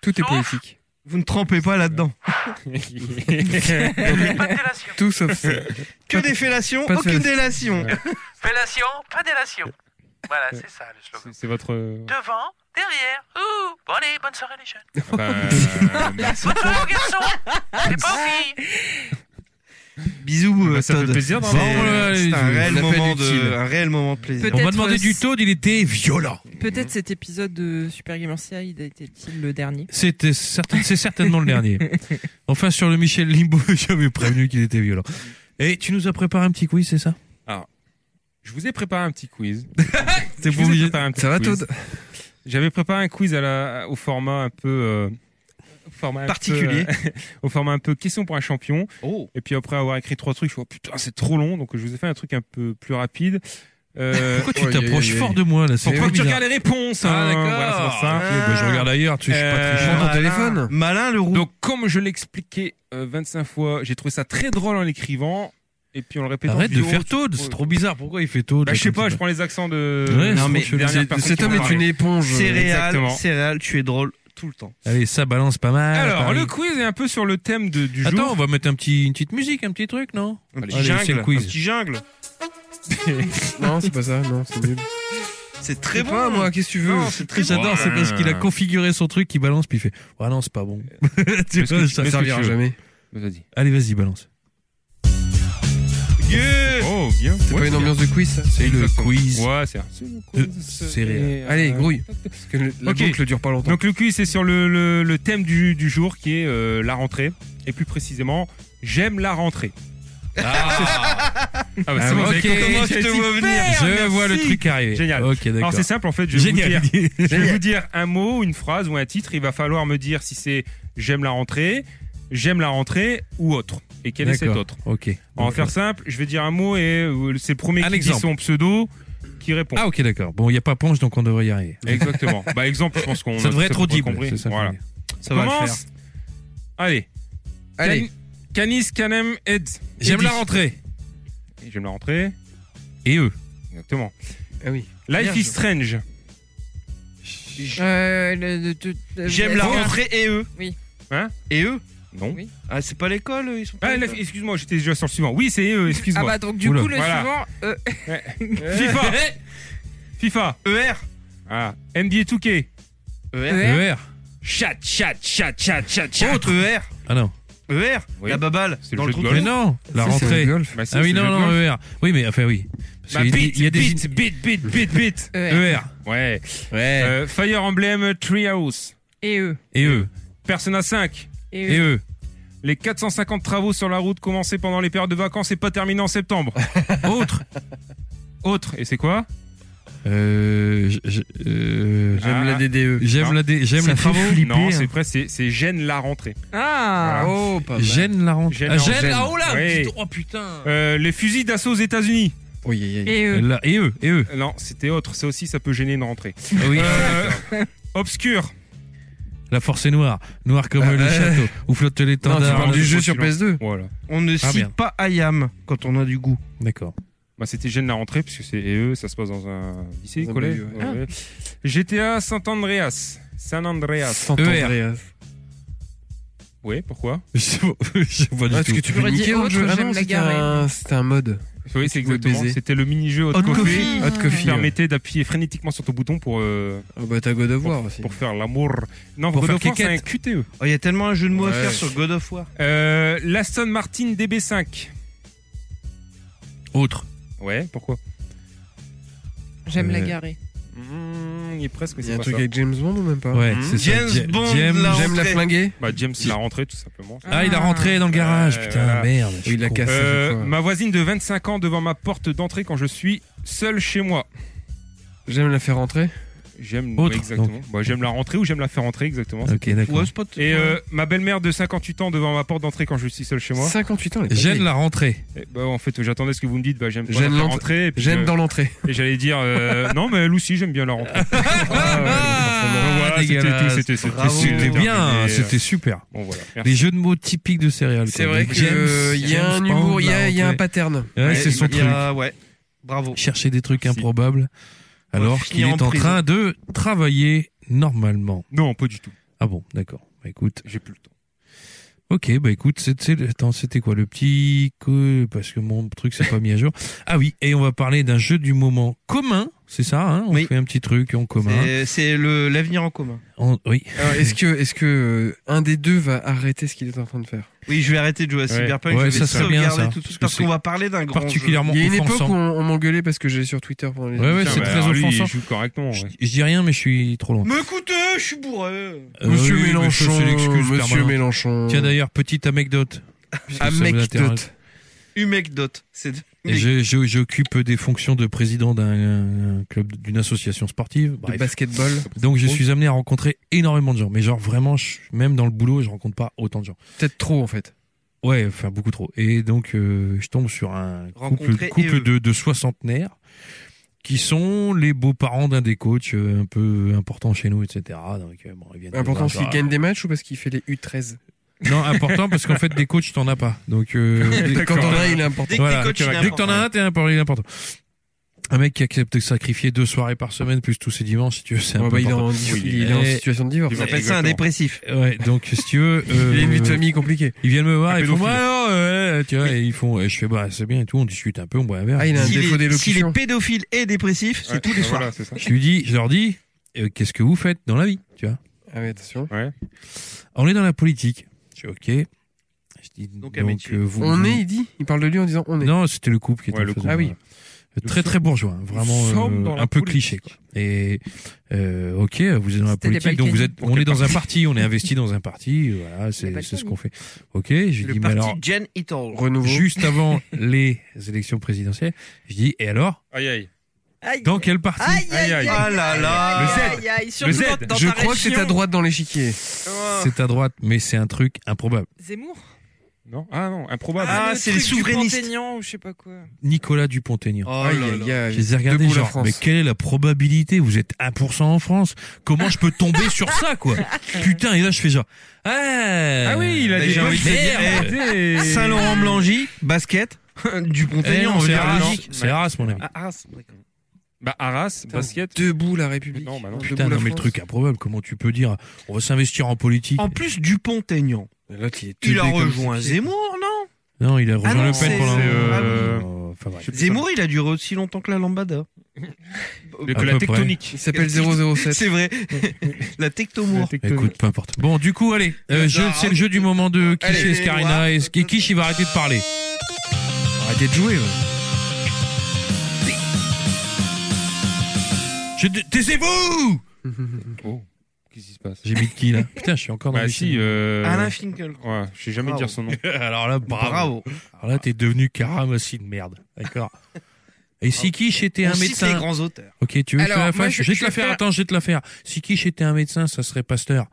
Speaker 3: Tout est
Speaker 6: Sauf-
Speaker 3: politique.
Speaker 2: Vous ne trempez pas là-dedans.
Speaker 5: euh,
Speaker 6: Pas de délation.
Speaker 3: Tout sauf ça.
Speaker 2: Que des fellations,
Speaker 3: Pas de
Speaker 2: aucune délation.
Speaker 5: Ouais.
Speaker 6: Fellation, pas délation. Voilà, c'est ça le slogan.
Speaker 5: c'est- C'est votre. euh,
Speaker 6: Devant, derrière. Ouh. Bon allez, bonne soirée les jeunes.
Speaker 5: ah bah, euh, merci.
Speaker 6: Bonne soirée aux garçons. C'est pas aux filles.
Speaker 2: Bisous,
Speaker 5: Bah,
Speaker 2: euh,
Speaker 5: ça fait
Speaker 2: Todd.
Speaker 5: plaisir
Speaker 2: C'est
Speaker 5: d'avoir-
Speaker 1: Voilà, les-
Speaker 2: c'est un réel
Speaker 3: l'appel
Speaker 2: moment
Speaker 3: utile.
Speaker 2: de, un réel moment de plaisir.
Speaker 1: On
Speaker 4: Peut-être,
Speaker 1: m'a demandé
Speaker 4: euh,
Speaker 1: du Todd, il était violent.
Speaker 4: Peut-être cet épisode de Super Gamer CA, il a été-il le dernier
Speaker 1: C'était certain- c'est certainement le dernier. Enfin, sur le Michel Limbo, j'avais prévenu qu'il était violent. Et tu nous as préparé un petit quiz, c'est ça
Speaker 5: Je vous ai préparé un petit quiz.
Speaker 1: T'es
Speaker 5: Je vous ai
Speaker 1: obligé.
Speaker 5: préparé un petit
Speaker 3: Ça va,
Speaker 5: quiz.
Speaker 3: Todd
Speaker 5: J'avais préparé un quiz à la, au format un peu. euh, au format un
Speaker 2: Particulier.
Speaker 5: peu, euh, au format un peu question pour un champion.
Speaker 2: Oh.
Speaker 5: Et puis après avoir écrit trois trucs, je me suis dit, putain, c'est trop long. Donc je vous ai fait un truc un peu plus rapide. Euh,
Speaker 1: Pourquoi tu
Speaker 3: Ouais,
Speaker 1: t'approches
Speaker 3: ouais, ouais.
Speaker 1: fort de moi là C'est
Speaker 5: pourquoi
Speaker 1: trop
Speaker 5: tu
Speaker 1: bizarre. Ah,
Speaker 5: regardes les réponses hein, Voilà, c'est pour ça. Eh
Speaker 1: Ok, bah, je regarde ailleurs, tu je suis pas
Speaker 5: Euh,
Speaker 1: trichant.
Speaker 3: Prends ton téléphone.
Speaker 2: Malin le roux.
Speaker 5: Donc, comme je l'expliquais euh, 25 fois, j'ai trouvé ça très drôle en l'écrivant. Et puis, on le répète
Speaker 1: Arrête de faire Toad, c'est trop bizarre. Pourquoi il fait Toad
Speaker 5: Bah, je sais pas, je prends les accents de.
Speaker 1: Ouais,
Speaker 5: non,
Speaker 1: c'est
Speaker 5: mais
Speaker 1: trop chelou.
Speaker 5: dernière
Speaker 1: C'est-
Speaker 5: personne
Speaker 3: Cet
Speaker 5: qui
Speaker 3: homme
Speaker 5: m'a
Speaker 3: est
Speaker 5: parlé.
Speaker 3: une éponge.
Speaker 2: Céréales,
Speaker 5: exactement.
Speaker 2: céréales, tu es drôle tout le temps.
Speaker 1: Allez, ça balance pas mal.
Speaker 5: Alors,
Speaker 1: Paris.
Speaker 5: le quiz est un peu sur le thème de- du
Speaker 1: Attends, on
Speaker 5: jour.
Speaker 1: va mettre un petit, une petite musique, un petit truc, non
Speaker 2: Un petit
Speaker 1: Allez, c'est le
Speaker 2: jungle.
Speaker 1: quiz.
Speaker 2: Un petit jungle.
Speaker 3: Non, c'est pas ça, non, c'est nul.
Speaker 2: C'est
Speaker 3: C'est
Speaker 2: très bon.
Speaker 3: pas moi, qu'est-ce que tu veux
Speaker 2: Non,
Speaker 1: Ce
Speaker 2: c'est
Speaker 1: que
Speaker 2: très bon.
Speaker 1: j'adore, c'est parce qu'il a
Speaker 5: Ouais.
Speaker 1: configuré son truc, il balance, puis il fait Ah non, c'est pas bon. tu
Speaker 5: Mais ce
Speaker 1: vois, ça-
Speaker 5: que- mais ce que
Speaker 3: servira
Speaker 5: tu veux.
Speaker 3: jamais.
Speaker 5: Vas-y.
Speaker 1: Allez, vas-y, balance.
Speaker 2: Yeah.
Speaker 5: Oh, bien.
Speaker 3: C'est pas une ambiance de quiz, ça
Speaker 1: C'est le quiz.
Speaker 5: Ouais, c'est
Speaker 1: Euh, c'est réel.
Speaker 3: Allez, grouille. Parce que le- la
Speaker 5: Ok.
Speaker 3: boucle dure pas longtemps.
Speaker 5: Donc, le quiz est sur le, le- le thème du, du jour qui est euh, la rentrée. Et plus précisément, j'aime la rentrée. Ah, bah,
Speaker 1: Ah,
Speaker 5: c'est bon,
Speaker 1: ok,
Speaker 5: j'avais compris.
Speaker 1: je
Speaker 5: J'ai
Speaker 1: te
Speaker 5: dit,
Speaker 1: vois venir.
Speaker 5: merde,
Speaker 1: Je vois le
Speaker 5: merci.
Speaker 1: truc arriver.
Speaker 5: Génial.
Speaker 1: Ok, d'accord.
Speaker 5: Alors, c'est simple, en fait, je vais vous dire.
Speaker 1: Génial.
Speaker 5: Je vais vous dire un mot, une phrase ou un titre. Il va falloir me dire si c'est j'aime la rentrée, j'aime la rentrée ou autre. Et quel est cet
Speaker 1: D'accord.
Speaker 5: autre
Speaker 1: Ok.
Speaker 5: On va faire simple. Je vais dire un mot et euh, c'est le premier
Speaker 1: euh, Un
Speaker 5: qui
Speaker 1: exemple.
Speaker 5: dit son pseudo qui répond.
Speaker 1: Ah, ok, d'accord. Bon, il n'y a pas Ponche, donc on devrait y arriver.
Speaker 5: Exactement. bah exemple, je pense qu'on
Speaker 1: Ça
Speaker 5: a
Speaker 1: devrait
Speaker 5: tous à
Speaker 1: être
Speaker 5: peu près
Speaker 1: audible.
Speaker 5: compris.
Speaker 1: c'est ça que je
Speaker 5: Voilà.
Speaker 1: veux dire.
Speaker 2: Ça va le faire.
Speaker 5: Commence. Allez.
Speaker 3: Allez.
Speaker 5: Can- Canis, canem, ed.
Speaker 1: J'aime
Speaker 5: Eddy.
Speaker 1: la rentrée.
Speaker 5: Et J'aime la rentrée.
Speaker 1: Et E. eux.
Speaker 5: Exactement.
Speaker 3: Ah oui.
Speaker 5: Life
Speaker 3: Merde.
Speaker 5: is strange.
Speaker 4: Euh, le- le- tout- euh,
Speaker 2: J'aime la
Speaker 4: bon,
Speaker 2: rentrée et eux.
Speaker 4: Oui.
Speaker 5: Hein
Speaker 2: E. Et eux
Speaker 5: Non.
Speaker 4: Oui.
Speaker 2: Ah, c'est pas l'école, eux, ils sont pas. E à
Speaker 5: Ah,
Speaker 2: l'école.
Speaker 5: la- excuse-moi, j'étais déjà sur le suivant. Oui, c'est eux,
Speaker 4: Ah
Speaker 5: excuse-moi.
Speaker 4: bah donc du
Speaker 5: Oula.
Speaker 4: coup le
Speaker 5: Voilà.
Speaker 4: suivant euh,
Speaker 1: bah,
Speaker 5: FIFA. FIFA.
Speaker 2: ER.
Speaker 5: Ah. NBA 2K.
Speaker 2: ER.
Speaker 4: ER.
Speaker 1: ER.
Speaker 5: Chat, chat, chat, chat, chat,
Speaker 2: Autre ER.
Speaker 1: Ah non.
Speaker 2: ER.
Speaker 5: Oui.
Speaker 2: La baballe.
Speaker 5: C'est le
Speaker 2: dans
Speaker 5: jeu
Speaker 2: le
Speaker 5: de
Speaker 2: trou.
Speaker 5: golf.
Speaker 1: Mais non, la
Speaker 3: Ça, c'est
Speaker 1: rentrée.
Speaker 3: le golf.
Speaker 5: Bah, si,
Speaker 1: Ah oui,
Speaker 5: c'est
Speaker 1: non,
Speaker 5: le
Speaker 1: non,
Speaker 5: golf.
Speaker 1: ER. Oui, mais enfin, oui. Parce
Speaker 5: Bah,
Speaker 1: qu'il y a-
Speaker 5: beat,
Speaker 1: il y a des.
Speaker 5: beat, beat, beat, beat, beat.
Speaker 4: ER.
Speaker 1: ER.
Speaker 5: Ouais.
Speaker 1: Ouais.
Speaker 5: Euh, Fire Emblem Treehouse.
Speaker 4: et eux.
Speaker 1: Et eux.
Speaker 5: Persona 5.
Speaker 1: Et E.
Speaker 4: Et eux.
Speaker 1: eux.
Speaker 5: Les 450 travaux sur la route commencés pendant les périodes de vacances et pas terminés en septembre.
Speaker 1: Autre.
Speaker 5: Autre. Et c'est quoi
Speaker 1: Euh, je- je- euh,
Speaker 5: Ah.
Speaker 3: J'aime la DDE.
Speaker 1: J'aime
Speaker 5: Non.
Speaker 1: la dé- j'aime
Speaker 5: C'est
Speaker 1: la
Speaker 5: tout
Speaker 1: travaux.
Speaker 5: flippé, Non, c'est presque, c'est- c'est gêne la rentrée.
Speaker 4: Ah.
Speaker 5: Voilà.
Speaker 3: Oh, pas mal.
Speaker 1: Gêne la rentrée.
Speaker 5: Gêne
Speaker 1: Ah,
Speaker 5: la
Speaker 1: gêne,
Speaker 5: rentrée.
Speaker 1: ah, oh là,
Speaker 5: Oui.
Speaker 1: putain, oh putain.
Speaker 5: Euh, les fusils d'assaut aux États-Unis.
Speaker 3: Oui, oui, oui.
Speaker 4: Et eux.
Speaker 1: Là, et eux, et eux.
Speaker 5: Euh, Non, c'était autre. Ça aussi, ça peut gêner une rentrée.
Speaker 1: Oui.
Speaker 5: Euh, obscur.
Speaker 1: La force est noire, noire comme
Speaker 3: Ah,
Speaker 1: le
Speaker 3: euh.
Speaker 1: château, où flotte
Speaker 3: Non, tu
Speaker 1: l'étendard.
Speaker 3: parles
Speaker 5: non,
Speaker 3: du
Speaker 5: c'est
Speaker 3: jeu
Speaker 5: trop
Speaker 3: sur
Speaker 5: silence.
Speaker 3: PS2.
Speaker 5: Voilà.
Speaker 2: On ne cite
Speaker 1: bien.
Speaker 2: pas Ayam quand on a du goût.
Speaker 1: D'accord.
Speaker 5: Bah, c'était gêne la rentrée puisque c'est et eux, ça se passe dans un lycée,
Speaker 3: Dans un
Speaker 5: collège. Ah.
Speaker 3: milieu,
Speaker 5: Ouais. GTA San Andreas. San Andreas.
Speaker 1: ER.
Speaker 5: Ouais, pourquoi
Speaker 1: Je sais pas, je sais pas du
Speaker 3: Ah, Est-ce
Speaker 1: tout.
Speaker 3: que tu peux
Speaker 4: J'aurais dit
Speaker 3: niquer dans le
Speaker 4: autre,
Speaker 3: jeu Ah
Speaker 4: j'aime
Speaker 3: non,
Speaker 4: la
Speaker 3: c'était
Speaker 4: garer.
Speaker 3: un- c'était un mode.
Speaker 5: Oui,
Speaker 3: Tu
Speaker 5: c'est
Speaker 3: pouvais
Speaker 5: exactement.
Speaker 3: baiser.
Speaker 5: C'était le mini-jeu Hot,
Speaker 2: Hot
Speaker 5: Coffee.
Speaker 2: Coffee.
Speaker 3: Hot
Speaker 5: qui
Speaker 3: Coffee. ouais.
Speaker 5: permettait d'appuyer frénétiquement sur ton bouton pour, euh,
Speaker 3: Ah bah t'as God of War aussi.
Speaker 5: pour faire l'amour. Non,
Speaker 1: Pour
Speaker 5: God
Speaker 1: faire
Speaker 5: of War, c'est un
Speaker 1: quéquette.
Speaker 5: QTE.
Speaker 2: Oh, il y a tellement un jeu de mots à
Speaker 3: Ouais.
Speaker 2: faire sur God of War.
Speaker 5: Euh, L'Aston Martin DB5.
Speaker 1: Autre.
Speaker 5: Ouais, pourquoi
Speaker 4: J'aime la
Speaker 1: Euh,
Speaker 4: garer.
Speaker 5: Mmh, Il est presque, mais
Speaker 3: Il y
Speaker 5: c'est
Speaker 3: a un
Speaker 5: pas
Speaker 3: truc
Speaker 5: ça.
Speaker 3: avec James Bond ou même pas
Speaker 1: Ouais,
Speaker 5: Hmm.
Speaker 1: c'est ça.
Speaker 2: James
Speaker 1: Ja-
Speaker 2: Bond,
Speaker 1: James-
Speaker 2: là.
Speaker 3: J'aime la
Speaker 2: Rentrée.
Speaker 3: flinguer
Speaker 5: Bah, James l'a rentré, tout simplement.
Speaker 1: Ah, il a rentré dans le garage,
Speaker 5: Ouais,
Speaker 1: putain,
Speaker 5: voilà.
Speaker 1: merde. je suis
Speaker 3: Il la
Speaker 1: con.
Speaker 3: casse à chaque
Speaker 5: Euh,
Speaker 3: fois.
Speaker 5: ma voisine de 25 ans devant ma porte d'entrée quand je suis seul chez moi.
Speaker 3: J'aime la faire rentrer
Speaker 5: J'aime
Speaker 1: Autre,
Speaker 5: ouais, exactement. Bah, j'aime la rentrée ou j'aime la faire rentrer exactement.
Speaker 2: Ok, d'accord.
Speaker 1: Ouais, c'est pas t-
Speaker 5: Et euh, ma belle-mère de 58 ans devant ma porte d'entrée quand je suis seul chez moi.
Speaker 3: 58 ans, elle est pas
Speaker 1: J'aime
Speaker 3: vieille.
Speaker 1: la rentrée.
Speaker 5: Et bah, en fait, j'attendais ce que vous me dites. Bah, j'aime pas
Speaker 3: J'aime
Speaker 5: la faire
Speaker 3: l'entrée-
Speaker 5: rentrer. Et, puis,
Speaker 3: J'aime
Speaker 5: euh,
Speaker 3: dans l'entrée.
Speaker 5: et j'allais dire euh, non, mais elle aussi j'aime bien la rentrée.
Speaker 1: Ah,
Speaker 5: Voilà, c'était
Speaker 1: dégueulasse.
Speaker 5: tout, c'était- c'était-
Speaker 1: Bravo.
Speaker 5: c'était
Speaker 1: C'était bien, hein,
Speaker 5: terminé. euh,
Speaker 1: c'était super.
Speaker 5: Bon voilà. Merci.
Speaker 1: Les jeux de mots typiques de céréales.
Speaker 3: C'est
Speaker 1: quoi.
Speaker 3: vrai
Speaker 1: Donc,
Speaker 3: que
Speaker 1: James-
Speaker 3: euh, il y a
Speaker 1: James
Speaker 3: un
Speaker 1: Bond, bah,
Speaker 3: humour, il y
Speaker 1: la
Speaker 3: a- il y a un
Speaker 1: rentrée.
Speaker 3: pattern.
Speaker 1: Ouais, c'est son
Speaker 2: il y
Speaker 1: truc.
Speaker 2: a- Ouais. Bravo.
Speaker 1: Chercher des trucs
Speaker 2: Merci.
Speaker 1: improbables alors qu'il
Speaker 2: finir
Speaker 1: est
Speaker 2: en
Speaker 1: en
Speaker 2: prison.
Speaker 1: train de travailler normalement.
Speaker 5: Non, pas du tout.
Speaker 1: Ah bon, d'accord. Bah, écoute,
Speaker 5: J'ai plus le temps.
Speaker 1: ok, bah écoute, c'est- c'est- attends, c'était quoi le petit que parce que mon truc s'est pas mis à jour. Ah oui, et on va parler d'un jeu du moment commun, c'est ça hein On
Speaker 2: Oui.
Speaker 1: fait un petit truc en commun.
Speaker 2: C'est- C'est le l'avenir en commun.
Speaker 1: En- oui.
Speaker 3: Alors, Est-ce que, est-ce que euh, un des deux va arrêter ce qu'il est en train de faire
Speaker 2: Oui, je vais arrêter de jouer à
Speaker 5: Ouais.
Speaker 2: Cyberpunk.
Speaker 1: Ouais,
Speaker 2: je
Speaker 1: ça
Speaker 2: vais
Speaker 1: serait bien,
Speaker 2: sauvegarder
Speaker 1: ça.
Speaker 2: tout de
Speaker 1: Parce
Speaker 2: suite
Speaker 1: que
Speaker 2: parce qu'on
Speaker 1: c'est
Speaker 2: va parler d'un grand jeu.
Speaker 1: particulièrement
Speaker 3: Il y a une époque où
Speaker 1: offensant.
Speaker 3: on, on m'engueulait parce que j'allais sur Twitter pendant les.
Speaker 1: Ouais, ouais,
Speaker 5: Putain,
Speaker 1: c'est
Speaker 5: bah,
Speaker 1: très
Speaker 5: alors, lui,
Speaker 1: offensant.
Speaker 5: Il joue correctement.
Speaker 1: Je,
Speaker 5: ouais.
Speaker 1: je dis rien, mais je suis trop loin.
Speaker 2: Me coûteux, je suis bourreux.
Speaker 1: Euh,
Speaker 3: Monsieur
Speaker 1: oui, oui,
Speaker 3: Mélenchon,
Speaker 1: mais ça, c'est l'excuse
Speaker 3: Monsieur
Speaker 1: permanente.
Speaker 3: Mélenchon.
Speaker 1: Tiens d'ailleurs, petite anecdote. puisque ça vous intéresse.
Speaker 3: Anecdote.
Speaker 2: Humecdote. C'est
Speaker 1: Et je- je- J'occupe des fonctions de président d'un euh, club, d'une association sportive.
Speaker 3: De
Speaker 1: Bref.
Speaker 3: basketball.
Speaker 1: Donc je suis amené à rencontrer énormément de gens, mais genre vraiment, je- même dans le boulot, je rencontre pas autant de gens.
Speaker 3: Peut-être trop en fait.
Speaker 1: Ouais, enfin beaucoup trop. Et donc euh, je tombe sur un couple,
Speaker 2: Rencontrer et
Speaker 1: couple
Speaker 2: eux.
Speaker 1: de, de soixantenaires qui sont les beaux-parents d'un des coachs euh, un peu important chez nous, etc. Donc, euh, bon, ils viennent
Speaker 3: Important
Speaker 1: de voir,
Speaker 3: parce qu'il
Speaker 1: genre,
Speaker 3: gagne des matchs ou parce qu'il fait les U13.
Speaker 1: Non, important parce qu'en fait des coachs t'en as pas. Donc euh,
Speaker 3: Quand on a, il est important.
Speaker 2: Dès que
Speaker 1: Voilà,
Speaker 2: t'es coach,
Speaker 1: ok,
Speaker 2: il est
Speaker 1: Dès que t'en as
Speaker 2: important.
Speaker 1: un, t'es un pour l'important. Un mec qui accepte de sacrifier deux soirées par semaine, plus tous ses dimanches, si tu veux, c'est un
Speaker 3: Ouais,
Speaker 1: peu
Speaker 3: bah, il est
Speaker 1: important.
Speaker 3: en,
Speaker 5: Oui,
Speaker 3: il est en
Speaker 1: et-
Speaker 3: situation de divorce.
Speaker 5: Il
Speaker 2: On appelle ça un dépressif.
Speaker 1: Ouais, donc si tu veux, euh,
Speaker 3: Il est une famille compliquée.
Speaker 1: ils viennent me voir,
Speaker 5: Un
Speaker 1: ils font,
Speaker 5: pédophile.
Speaker 1: bah alors, euh, tu vois, et ils font, et je fais, bah c'est bien et tout, on discute un peu, on boit un verre.
Speaker 3: Ah, il a un
Speaker 2: S'il
Speaker 3: défaut
Speaker 2: est, s'il est
Speaker 3: d'élocution.
Speaker 2: pédophile et dépressif, c'est
Speaker 5: Ouais,
Speaker 2: tous les
Speaker 5: bah,
Speaker 2: soirs.
Speaker 5: Voilà, c'est ça.
Speaker 1: Je lui dis, je leur dis, euh, qu'est-ce que vous faites dans la vie, tu vois
Speaker 3: Ah oui, attention.
Speaker 1: On est dans la politique. Je dis, ok. Je dis,
Speaker 2: Donc,
Speaker 1: donc,
Speaker 2: un métier.
Speaker 1: euh, vous,
Speaker 3: On
Speaker 1: vous-
Speaker 3: est, il dit. Il parle de lui en disant on est.
Speaker 1: Non, c'était le couple qui était
Speaker 5: Ouais,
Speaker 1: en
Speaker 5: le
Speaker 1: face de
Speaker 5: couple.
Speaker 1: moi.
Speaker 5: Ah
Speaker 1: Euh, Très très bourgeois, hein, vraiment
Speaker 5: Nous
Speaker 1: euh,
Speaker 5: sommes dans la
Speaker 1: un peu
Speaker 5: politique.
Speaker 1: cliché. Quoi. Et euh, ok, vous êtes dans la
Speaker 4: C'était les
Speaker 1: politique, donc vous
Speaker 4: Balkany.
Speaker 1: êtes,
Speaker 5: Pour
Speaker 1: on
Speaker 5: quel
Speaker 1: est dans un parti, on est investi dans un parti, voilà, c'est
Speaker 4: Balkany.
Speaker 1: c'est ce qu'on fait. Ok, je
Speaker 2: Le
Speaker 1: dis mais
Speaker 2: parti
Speaker 1: alors
Speaker 2: Jen Ital.
Speaker 3: Renouveau.
Speaker 1: juste avant les élections présidentielles, je dis et alors
Speaker 5: Aïe aïe.
Speaker 4: Aïe.
Speaker 1: dans quel parti
Speaker 4: Aïe, aïe, aïe,
Speaker 2: Ah là là.
Speaker 4: aïe, aïe, aïe, surtout
Speaker 5: Le Z.
Speaker 4: dans- dans
Speaker 3: Je
Speaker 4: ta
Speaker 3: crois que c'est
Speaker 4: région.
Speaker 3: à droite dans l'échiquier.
Speaker 2: Oh
Speaker 1: C'est à droite, mais c'est un truc improbable.
Speaker 4: Zemmour
Speaker 5: Non. Ah non, improbable.
Speaker 2: Ah,
Speaker 4: le
Speaker 2: c'est les
Speaker 4: truc du
Speaker 2: souverainistes.
Speaker 4: Panthéon ou je sais pas quoi.
Speaker 1: Nicolas Dupont-Aignan.
Speaker 2: Oh
Speaker 3: Aïe,
Speaker 2: là
Speaker 3: aïe,
Speaker 2: là.
Speaker 1: Je
Speaker 3: aïe.
Speaker 1: les ai regardés
Speaker 3: Debout la
Speaker 1: genre,
Speaker 3: France.
Speaker 1: mais quelle est la probabilité Vous êtes 1% en France. Comment je peux tomber sur ça, quoi Putain, et là, je fais genre... Ah,
Speaker 5: Ah oui, il a
Speaker 2: Mais
Speaker 5: des
Speaker 2: j'ai envie de
Speaker 1: merde.
Speaker 2: dire, Saint-Laurent-Blangy, basket, du
Speaker 1: Eh non,
Speaker 2: Pont-Aignan, on veut
Speaker 1: c'est
Speaker 2: dire
Speaker 1: Arras,
Speaker 2: logique.
Speaker 1: c'est Arras, mon ami.
Speaker 2: Ah, Arras, d'accord.
Speaker 5: Bah Arras, basket.
Speaker 3: Debout la République.
Speaker 5: Non, bah non.
Speaker 3: Debout
Speaker 1: Putain,
Speaker 3: la
Speaker 1: non, mais le
Speaker 3: France.
Speaker 1: truc improbable, comment tu peux dire on va s'investir en politique
Speaker 2: En plus, Dupont-Aignan,
Speaker 3: L'autre, il est
Speaker 2: il a
Speaker 3: teubé comme-
Speaker 2: rejoint Zemmour, non
Speaker 1: Non, il a rejoint
Speaker 2: non,
Speaker 1: Le Pen
Speaker 2: c'est-
Speaker 1: pendant
Speaker 5: c'est, euh,
Speaker 1: Oh, enfin, bref.
Speaker 2: Zemmour, il a duré aussi longtemps que la lambada.
Speaker 5: Le-
Speaker 1: À
Speaker 5: Que la
Speaker 1: peu près.
Speaker 5: tectonique.
Speaker 3: Il s'appelle 007.
Speaker 2: C'est vrai. la
Speaker 5: La
Speaker 2: tectomour.
Speaker 5: tectonique.
Speaker 1: Écoute, peu importe. Bon, du coup, allez, euh, je- c'est le jeu du moment de Kish
Speaker 2: Allez,
Speaker 1: et Scarina. Et, et Kish, il va arrêter de parler. Arrêtez de jouer. ouais. Je te- Taisez-vous
Speaker 5: Oh, qu'est-ce qui se passe
Speaker 1: J'ai mis de qui, là Putain, je suis encore dans
Speaker 5: Bah
Speaker 1: le
Speaker 5: si. euh,
Speaker 2: Alain Finkiel.
Speaker 5: Ouais, je sais jamais
Speaker 2: Bravo.
Speaker 5: dire son nom.
Speaker 1: Alors là, bravo.
Speaker 2: Bravo.
Speaker 1: Alors là, t'es devenu aussi de merde. D'accord Et si Kish était un
Speaker 2: On cite les
Speaker 1: médecin
Speaker 2: grands auteurs.
Speaker 1: Ok, tu veux que je te
Speaker 4: Alors,
Speaker 1: la
Speaker 4: moi,
Speaker 1: fasse
Speaker 4: je-
Speaker 1: Je vais
Speaker 4: je
Speaker 1: te la
Speaker 4: vais
Speaker 1: faire,
Speaker 4: faire-
Speaker 1: attends, je vais te la faire. Si Kish était un médecin, ça serait Pasteur.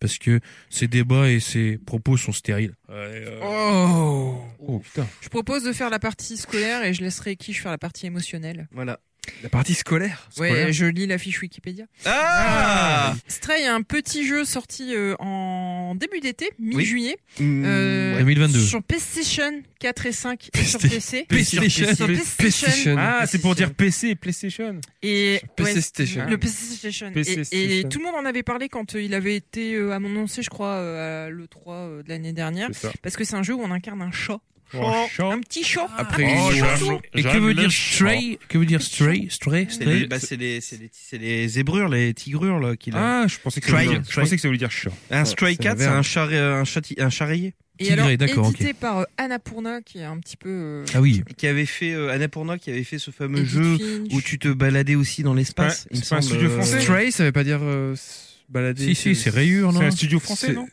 Speaker 1: Parce que ses débats et ses propos sont stériles.
Speaker 3: euh, Oh
Speaker 5: Oh putain.
Speaker 4: Je propose de faire la partie scolaire et je laisserai Kish faire la partie émotionnelle.
Speaker 2: Voilà.
Speaker 3: La partie scolaire. euh,
Speaker 4: Ouais, je lis la fiche Wikipédia.
Speaker 2: Ah
Speaker 4: Stray, un petit jeu sorti euh, en début d'été, mi-juillet,
Speaker 2: Mmh,
Speaker 4: Euh,
Speaker 2: ouais.
Speaker 1: 2022.
Speaker 4: sur PlayStation 4 et 5 et sur PC.
Speaker 1: PlayStation.
Speaker 4: Sur PlayStation.
Speaker 5: Ah, c'est pour dire PC et PlayStation.
Speaker 4: Et ouais,
Speaker 3: PC Station.
Speaker 4: Le PC Station.
Speaker 5: PC
Speaker 4: et,
Speaker 5: Station.
Speaker 4: et tout le monde en avait parlé quand euh, il avait été euh, annoncé, je crois, euh, à l'E3 euh, de l'année dernière.
Speaker 5: C'est ça.
Speaker 4: Parce que c'est un jeu où on incarne un chat.
Speaker 5: Oh, chat.
Speaker 4: Un petit chat.
Speaker 2: Ah.
Speaker 3: Après
Speaker 4: un
Speaker 2: Oh,
Speaker 4: petit
Speaker 3: une nuit.
Speaker 4: chaton.
Speaker 1: Et que veut dire stray Que veut dire stray Stray
Speaker 2: C'est
Speaker 1: Stray
Speaker 2: les, bah, c'est les, c'est les, c'est les zébrures, les tigrures, là, qu'il a.
Speaker 5: Ah, je pensais que ça
Speaker 2: Try,
Speaker 5: voulait dire- je
Speaker 2: try.
Speaker 5: pensais que ça voulait dire chat.
Speaker 2: un stray
Speaker 3: c'est
Speaker 2: cat,
Speaker 3: la
Speaker 2: c'est
Speaker 3: verbe.
Speaker 2: un char, un chati- un charrier.
Speaker 4: Et
Speaker 1: Tigré,
Speaker 4: alors,
Speaker 1: d'accord,
Speaker 4: édité par euh, Annapurna, qui est un petit peu. euh,
Speaker 1: Ah oui.
Speaker 2: Qui avait fait, euh, Annapurna, qui avait fait ce fameux
Speaker 4: Edith
Speaker 2: jeu
Speaker 4: Finch.
Speaker 2: où tu te baladais aussi dans l'espace.
Speaker 5: Ouais,
Speaker 2: il me
Speaker 5: c'est pas un
Speaker 2: semble,
Speaker 5: studio
Speaker 2: euh,
Speaker 5: français.
Speaker 3: Stray, ça veut pas dire euh, s- balader.
Speaker 1: Si, si, c'est rayure, non
Speaker 5: C'est un studio français,
Speaker 3: c'est-
Speaker 5: non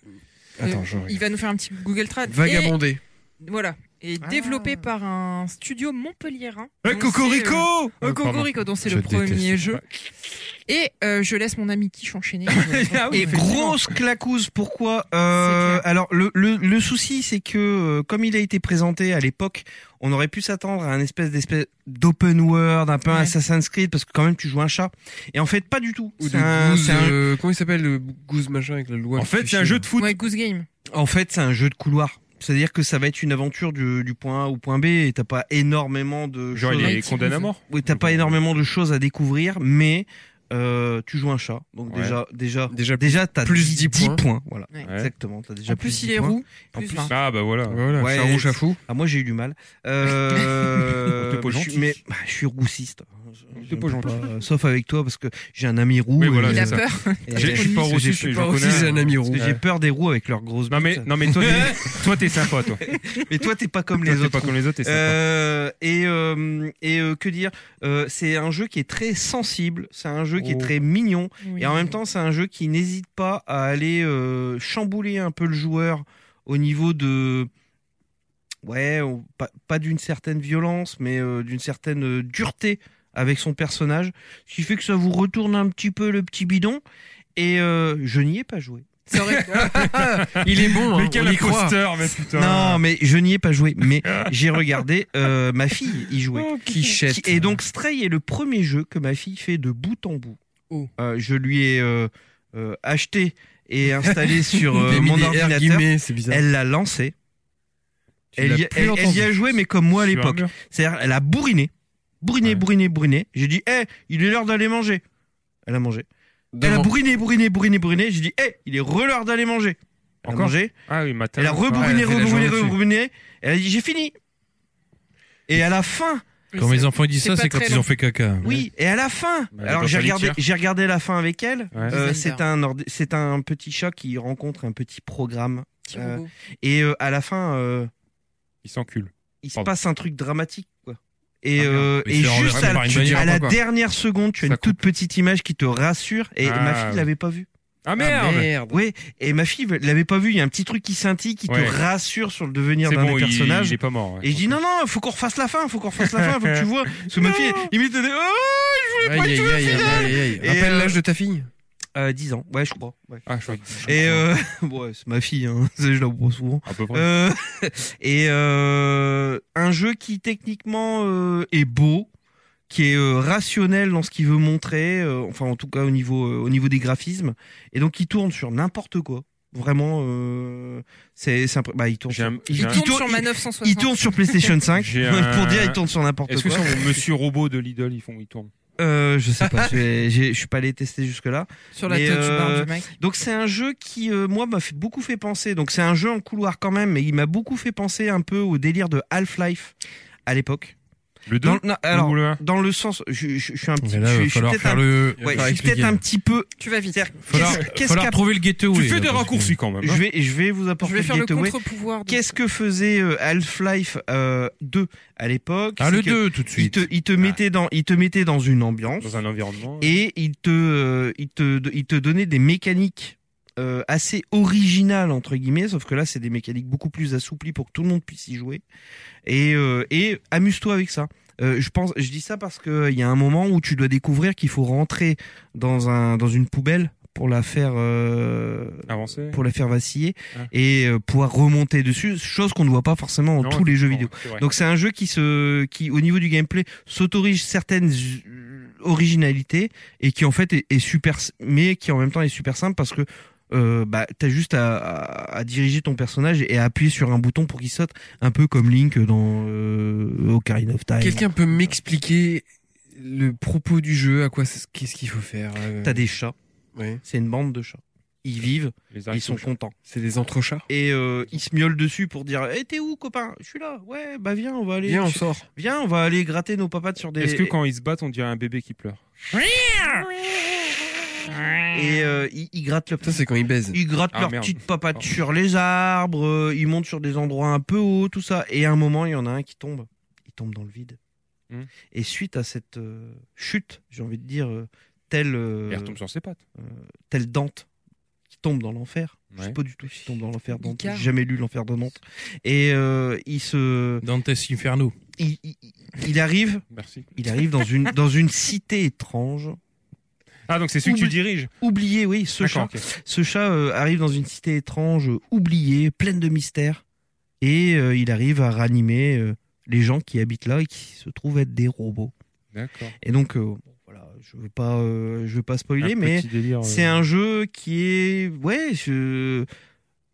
Speaker 3: Attends, je regarde.
Speaker 4: Il va nous faire un petit Google Trad.
Speaker 3: Vagabonder.
Speaker 4: Et, voilà. Et développé par un studio montpelliérain.
Speaker 5: Eh,
Speaker 4: dont c'est, euh,
Speaker 5: Cocorico
Speaker 2: Oh,
Speaker 4: euh, Cocorico, dont c'est
Speaker 1: Je
Speaker 4: le premier
Speaker 1: déteste.
Speaker 4: jeu. Et euh, je laisse mon ami Kish enchaîner.
Speaker 2: Ah Et grosse claquouse, pourquoi euh,
Speaker 4: Ah C'est
Speaker 2: Alors le, le, le souci c'est que euh, comme il a été présenté à l'époque, on aurait pu s'attendre à un espèce d'espèce d'open world, un peu
Speaker 4: Ouais.
Speaker 2: Assassin's Creed parce que quand même tu joues un chat. Et en fait pas du tout.
Speaker 3: Ou de
Speaker 2: C'est un-
Speaker 3: Goose,
Speaker 2: c'est un-
Speaker 3: euh, comment il s'appelle le Goose machin avec la loi
Speaker 5: En fait, c'est un jeu de foot.
Speaker 4: Ouais, Goose Game.
Speaker 2: En fait c'est un jeu de couloir. C'est-à-dire que ça va être une aventure du, du point A au point B et t'as pas énormément de
Speaker 5: Genre,
Speaker 2: choses
Speaker 5: il
Speaker 2: à
Speaker 5: est condamné à mort.
Speaker 2: Oui, t'as pas énormément de choses à découvrir, mais euh, tu joues un chat. Donc
Speaker 5: Ouais.
Speaker 2: déjà, déjà,
Speaker 3: Déjà,
Speaker 2: déjà t'as
Speaker 3: plus 10 points.
Speaker 2: Voilà,
Speaker 4: Ouais.
Speaker 2: exactement. T'as déjà
Speaker 4: En plus,
Speaker 2: plus
Speaker 4: il
Speaker 2: 10
Speaker 4: est
Speaker 2: points.
Speaker 4: roux.
Speaker 2: En
Speaker 4: Plus hein.
Speaker 2: plus,
Speaker 4: vingt.
Speaker 5: Ah, bah voilà.
Speaker 3: voilà,
Speaker 2: Ouais,
Speaker 3: c'est un rouge à fou.
Speaker 2: Ah, moi j'ai eu du mal. Euh,
Speaker 5: On t'est pas
Speaker 2: je
Speaker 5: gentil.
Speaker 2: suis- mais bah, je suis roussiste.
Speaker 5: t'es pas gentil.
Speaker 2: euh, sauf avec toi parce que j'ai un ami roux.
Speaker 5: Oui, voilà,
Speaker 2: et,
Speaker 4: Il a
Speaker 5: c'est ça.
Speaker 4: peur.
Speaker 2: et
Speaker 5: J'ai- Je suis pas
Speaker 2: j'ai-
Speaker 5: aussi,
Speaker 2: j'ai-
Speaker 5: je suis
Speaker 2: j'ai
Speaker 5: pas
Speaker 2: peur-
Speaker 5: aussi,
Speaker 2: j'ai-
Speaker 5: c'est un
Speaker 3: ami roux.
Speaker 2: parce que J'ai peur des roux avec leurs grosses
Speaker 5: Non, mais,
Speaker 2: bites.
Speaker 5: non, mais toi, t'es- toi, t'es sympa, toi.
Speaker 2: mais toi t'es pas comme
Speaker 5: Toi,
Speaker 2: les
Speaker 5: t'es
Speaker 2: autres.
Speaker 5: pas comme les autres, hein. t'es sympa.
Speaker 2: Euh, et euh, et euh, que dire Euh, C'est un jeu qui est très sensible. C'est un jeu qui est
Speaker 5: Oh.
Speaker 2: très mignon.
Speaker 4: Oui.
Speaker 2: Et en même temps, c'est un jeu qui n'hésite pas à aller euh, chambouler un peu le joueur au niveau de. Ouais, on- pas, pas d'une certaine violence, mais euh, d'une certaine euh, dureté avec son personnage. Ce qui fait que ça vous retourne un petit peu le petit bidon. Et euh, je n'y ai pas joué.
Speaker 4: Ça aurait-
Speaker 3: Il est bon,
Speaker 5: Mais
Speaker 3: hein,
Speaker 5: quel
Speaker 3: on y croit.
Speaker 5: imposteur, mais putain.
Speaker 2: Non, mais je n'y ai pas joué. Mais j'ai regardé euh, ma fille y jouer.
Speaker 3: Qui chète.
Speaker 2: Qui- Et donc Stray est le premier jeu que ma fille fait de bout en bout.
Speaker 4: Oh.
Speaker 2: Euh, je lui ai euh, euh, acheté et installé sur euh,
Speaker 3: T'as mis
Speaker 2: mon
Speaker 3: des R
Speaker 2: ordinateur.
Speaker 3: guillemets, c'est bizarre.
Speaker 2: Elle l'a lancé.
Speaker 3: Tu
Speaker 2: Elle
Speaker 3: l'as
Speaker 2: y, a-
Speaker 3: plus
Speaker 2: elle, elle y a
Speaker 3: entendu.
Speaker 2: joué, mais comme moi à
Speaker 5: Je suis un
Speaker 2: l'époque.
Speaker 5: mur.
Speaker 2: C'est-à-dire, elle a bourriné, bourriné,
Speaker 5: Ouais.
Speaker 2: bourriné, bourriné. J'ai dit, hé, il est l'heure d'aller manger. Elle a mangé. Elle a
Speaker 3: Devant-
Speaker 2: bourriné, bourriné, bourriné, bourriné. J'ai dit, hé, il est re l'heure d'aller manger. Elle
Speaker 5: Encore
Speaker 2: a mangé.
Speaker 5: Ah oui, matin.
Speaker 2: Elle a
Speaker 3: elle a fait
Speaker 2: rebourriné,
Speaker 3: la
Speaker 2: rebourriné,
Speaker 3: journée dessus.
Speaker 2: rebourriné. Elle a dit, j'ai fini. Et à la fin,
Speaker 1: Quand mes enfants ils disent
Speaker 4: c'est
Speaker 1: ça,
Speaker 4: pas
Speaker 1: c'est quand
Speaker 4: très
Speaker 1: ils
Speaker 4: long.
Speaker 1: ont fait caca.
Speaker 2: Oui, et à la fin.
Speaker 5: Bah, elle est
Speaker 2: alors
Speaker 5: pas
Speaker 2: j'ai regardé,
Speaker 5: solitaire.
Speaker 2: j'ai regardé la fin avec elle.
Speaker 5: Ouais.
Speaker 2: Euh,
Speaker 4: Designer.
Speaker 2: c'est un ordi- c'est un petit chat qui rencontre un petit programme
Speaker 4: Petit
Speaker 2: Euh,
Speaker 4: robot.
Speaker 2: et euh, à la fin euh,
Speaker 5: Il s'encule.
Speaker 2: il se
Speaker 5: Pardon.
Speaker 2: passe un truc dramatique quoi. Et,
Speaker 5: Ah, merde.
Speaker 2: euh,
Speaker 1: Il
Speaker 2: et
Speaker 1: se fait
Speaker 2: juste
Speaker 1: renverser
Speaker 2: à,
Speaker 1: par une
Speaker 2: tu-
Speaker 1: bagnole.
Speaker 2: à la
Speaker 3: Quoi.
Speaker 2: dernière seconde, tu as
Speaker 5: Ça
Speaker 2: une toute petite image qui te rassure et
Speaker 5: Ah,
Speaker 2: ma fille
Speaker 5: ouais.
Speaker 2: l'avait pas vue.
Speaker 5: Ah
Speaker 3: Ah,
Speaker 5: merde
Speaker 3: merde.
Speaker 2: Oui, et ma fille l'avait pas vue. Il y a un petit truc qui scintille qui
Speaker 5: Ouais.
Speaker 2: te rassure sur le devenir
Speaker 5: C'est
Speaker 2: d'un
Speaker 5: bon,
Speaker 2: des
Speaker 5: il-
Speaker 2: personnages.
Speaker 5: il est pas mort. ouais.
Speaker 2: Et je dis non non, faut qu'on refasse la fin, faut qu'on refasse la fin, faut que tu vois. Parce que ma fille, limite, elle est, oh
Speaker 3: Aïe, aïe, aïe, aïe, aïe, aïe.
Speaker 2: Et,
Speaker 3: Rappelle
Speaker 2: euh,
Speaker 3: l'âge de ta fille.
Speaker 2: Euh, 10 ans, ouais je crois. Ouais.
Speaker 5: Ah, je crois que-
Speaker 2: Et euh, bon, ouais, c'est ma fille, hein, je la vois souvent.
Speaker 5: À peu près.
Speaker 2: Euh, et euh, un jeu qui techniquement euh, est beau, qui est euh, rationnel dans ce qu'il veut montrer, euh, enfin en tout cas au niveau euh, au niveau des graphismes, et donc il tourne sur n'importe quoi. Vraiment, euh, c'est c'est impr- bah il tourne.
Speaker 5: J'ai
Speaker 2: Sur,
Speaker 5: un-
Speaker 2: il,
Speaker 5: j'ai un-
Speaker 4: Il
Speaker 2: il
Speaker 4: tourne sur
Speaker 2: tourne-
Speaker 4: ma 960.
Speaker 2: il tourne sur PlayStation 5.
Speaker 5: J'ai un-
Speaker 2: Pour dire, il tourne sur n'importe
Speaker 5: Est-ce que
Speaker 2: quoi.
Speaker 5: sur mon monsieur robot de Lidl, ils font, ils tournent
Speaker 2: Euh, je sais pas, j'ai- j'ai- je suis pas allé tester jusque là.
Speaker 4: Sur la
Speaker 2: Mais,
Speaker 4: touch bar
Speaker 2: euh,
Speaker 4: du Mac.
Speaker 2: Donc c'est un jeu qui euh, moi m'a fait beaucoup fait penser. Donc c'est un jeu en couloir quand même, mais il m'a beaucoup fait penser un peu au délire de Half-Life à l'époque.
Speaker 5: Le
Speaker 2: Dans,
Speaker 5: 2
Speaker 2: non, alors
Speaker 5: ou le 1
Speaker 2: dans le sens, je, je- je suis un petit,
Speaker 1: Mais là,
Speaker 2: je,
Speaker 1: il va
Speaker 2: je suis
Speaker 1: falloir
Speaker 2: peut-être
Speaker 1: faire
Speaker 2: un,
Speaker 1: le.
Speaker 2: ouais,
Speaker 1: falloir
Speaker 2: je suis peut-être
Speaker 1: expliquer.
Speaker 2: un petit peu.
Speaker 4: Tu vas vite.
Speaker 2: c'est-à-dire,
Speaker 1: Falloir,
Speaker 2: Qu'est-ce qu'est-ce
Speaker 1: falloir
Speaker 2: qu'a-
Speaker 1: trouver le
Speaker 5: Tu
Speaker 1: getaway.
Speaker 5: fais
Speaker 1: là,
Speaker 5: des
Speaker 1: parce que-
Speaker 5: raccourcis quand même.
Speaker 2: Je
Speaker 5: hein.
Speaker 2: vais, je vais vous
Speaker 4: Je
Speaker 2: apporter
Speaker 4: vais faire le
Speaker 2: gateway.
Speaker 4: contre-pouvoir. de-
Speaker 2: Qu'est-ce que faisait euh, Half-Life euh, 2 à l'époque
Speaker 1: Ah, le
Speaker 2: C'est que
Speaker 1: 2 tout de
Speaker 2: Il
Speaker 1: suite. Ah.
Speaker 2: te, il te mettait dans, il te mettait dans une ambiance.
Speaker 5: Dans un environnement.
Speaker 2: et il te, euh, il te, il te donnait des mécaniques euh, assez originales entre guillemets, sauf que là c'est des mécaniques beaucoup plus assouplies pour que tout le monde puisse y jouer. Et, euh, et amuse-toi avec ça. Euh, je pense, je dis ça parce que il y a un moment où tu dois découvrir qu'il faut rentrer dans un, dans une poubelle pour la faire, euh,
Speaker 5: Avancer.
Speaker 2: pour la faire vaciller
Speaker 5: Ah.
Speaker 2: et euh, pouvoir remonter dessus, chose qu'on ne voit pas forcément dans
Speaker 5: Non,
Speaker 2: tous les jeux
Speaker 5: effectivement,
Speaker 2: vidéo.
Speaker 5: c'est vrai.
Speaker 2: Donc c'est un jeu qui se, qui au niveau du gameplay s'autorise certaines euh, originalités et qui en fait est, est super, mais qui en même temps est super simple parce que euh, bah t'as juste à, à, à diriger ton personnage et à appuyer sur un bouton pour qu'il saute, un peu comme Link dans euh, Ocarina of Time.
Speaker 3: Quelqu'un peut m'expliquer le propos du jeu, à quoi, c'est- qu'est-ce qu'il faut faire euh,
Speaker 2: T'as des chats,
Speaker 3: ouais.
Speaker 2: c'est une bande de chats. Ils vivent,
Speaker 5: Les
Speaker 2: ils sont
Speaker 5: haricots,
Speaker 2: contents.
Speaker 3: C'est des entrechats.
Speaker 2: Et euh, ils se miaulent dessus pour dire Eh t'es où copain Je suis là. Ouais, bah viens, on va aller
Speaker 3: Viens, on sort.
Speaker 2: viens, on va aller gratter nos papates sur des
Speaker 5: Est-ce que quand ils se battent, on dirait un bébé qui pleure
Speaker 2: et euh, ils, ils grattent le
Speaker 3: Ça, c'est quand ils baisent.
Speaker 2: Ils grattent
Speaker 5: Ah,
Speaker 2: leurs
Speaker 5: merde.
Speaker 2: petites papates
Speaker 5: Pardon.
Speaker 2: sur les arbres, euh, ils montent sur des endroits un peu hauts, tout ça. Et à un moment, il y en a un qui tombe. Il tombe dans le vide.
Speaker 5: Hmm.
Speaker 2: Et suite à cette euh, chute, j'ai envie de dire, euh, telle, euh,
Speaker 5: Et elle retombe sur ses pattes.
Speaker 2: telle Dante qui tombe dans l'enfer. Je
Speaker 5: Ouais.
Speaker 2: sais pas du tout s'il tombe dans l'enfer. Dante. J'ai
Speaker 4: Icare.
Speaker 2: jamais lu l'enfer de Dante. Et euh, il se,
Speaker 1: Dantes Inferno.
Speaker 2: il, il- il arrive,
Speaker 5: Merci.
Speaker 2: il arrive dans une dans une cité étrange.
Speaker 5: Ah, donc c'est celui que tu
Speaker 2: Oublie-
Speaker 5: diriges.
Speaker 2: Oublié, oui, ce
Speaker 5: D'accord,
Speaker 2: chat.
Speaker 5: ok.
Speaker 2: Ce chat euh, arrive dans une cité étrange, euh, oubliée, pleine de mystères, et euh, il arrive à ranimer euh, les gens qui habitent là et qui se trouvent être des robots.
Speaker 5: D'accord.
Speaker 2: Et donc, euh, bon, voilà, je vais pas, euh, je vais pas spoiler,
Speaker 5: Un
Speaker 2: mais
Speaker 5: petit délire, euh,
Speaker 2: c'est un jeu qui est, ouais, je-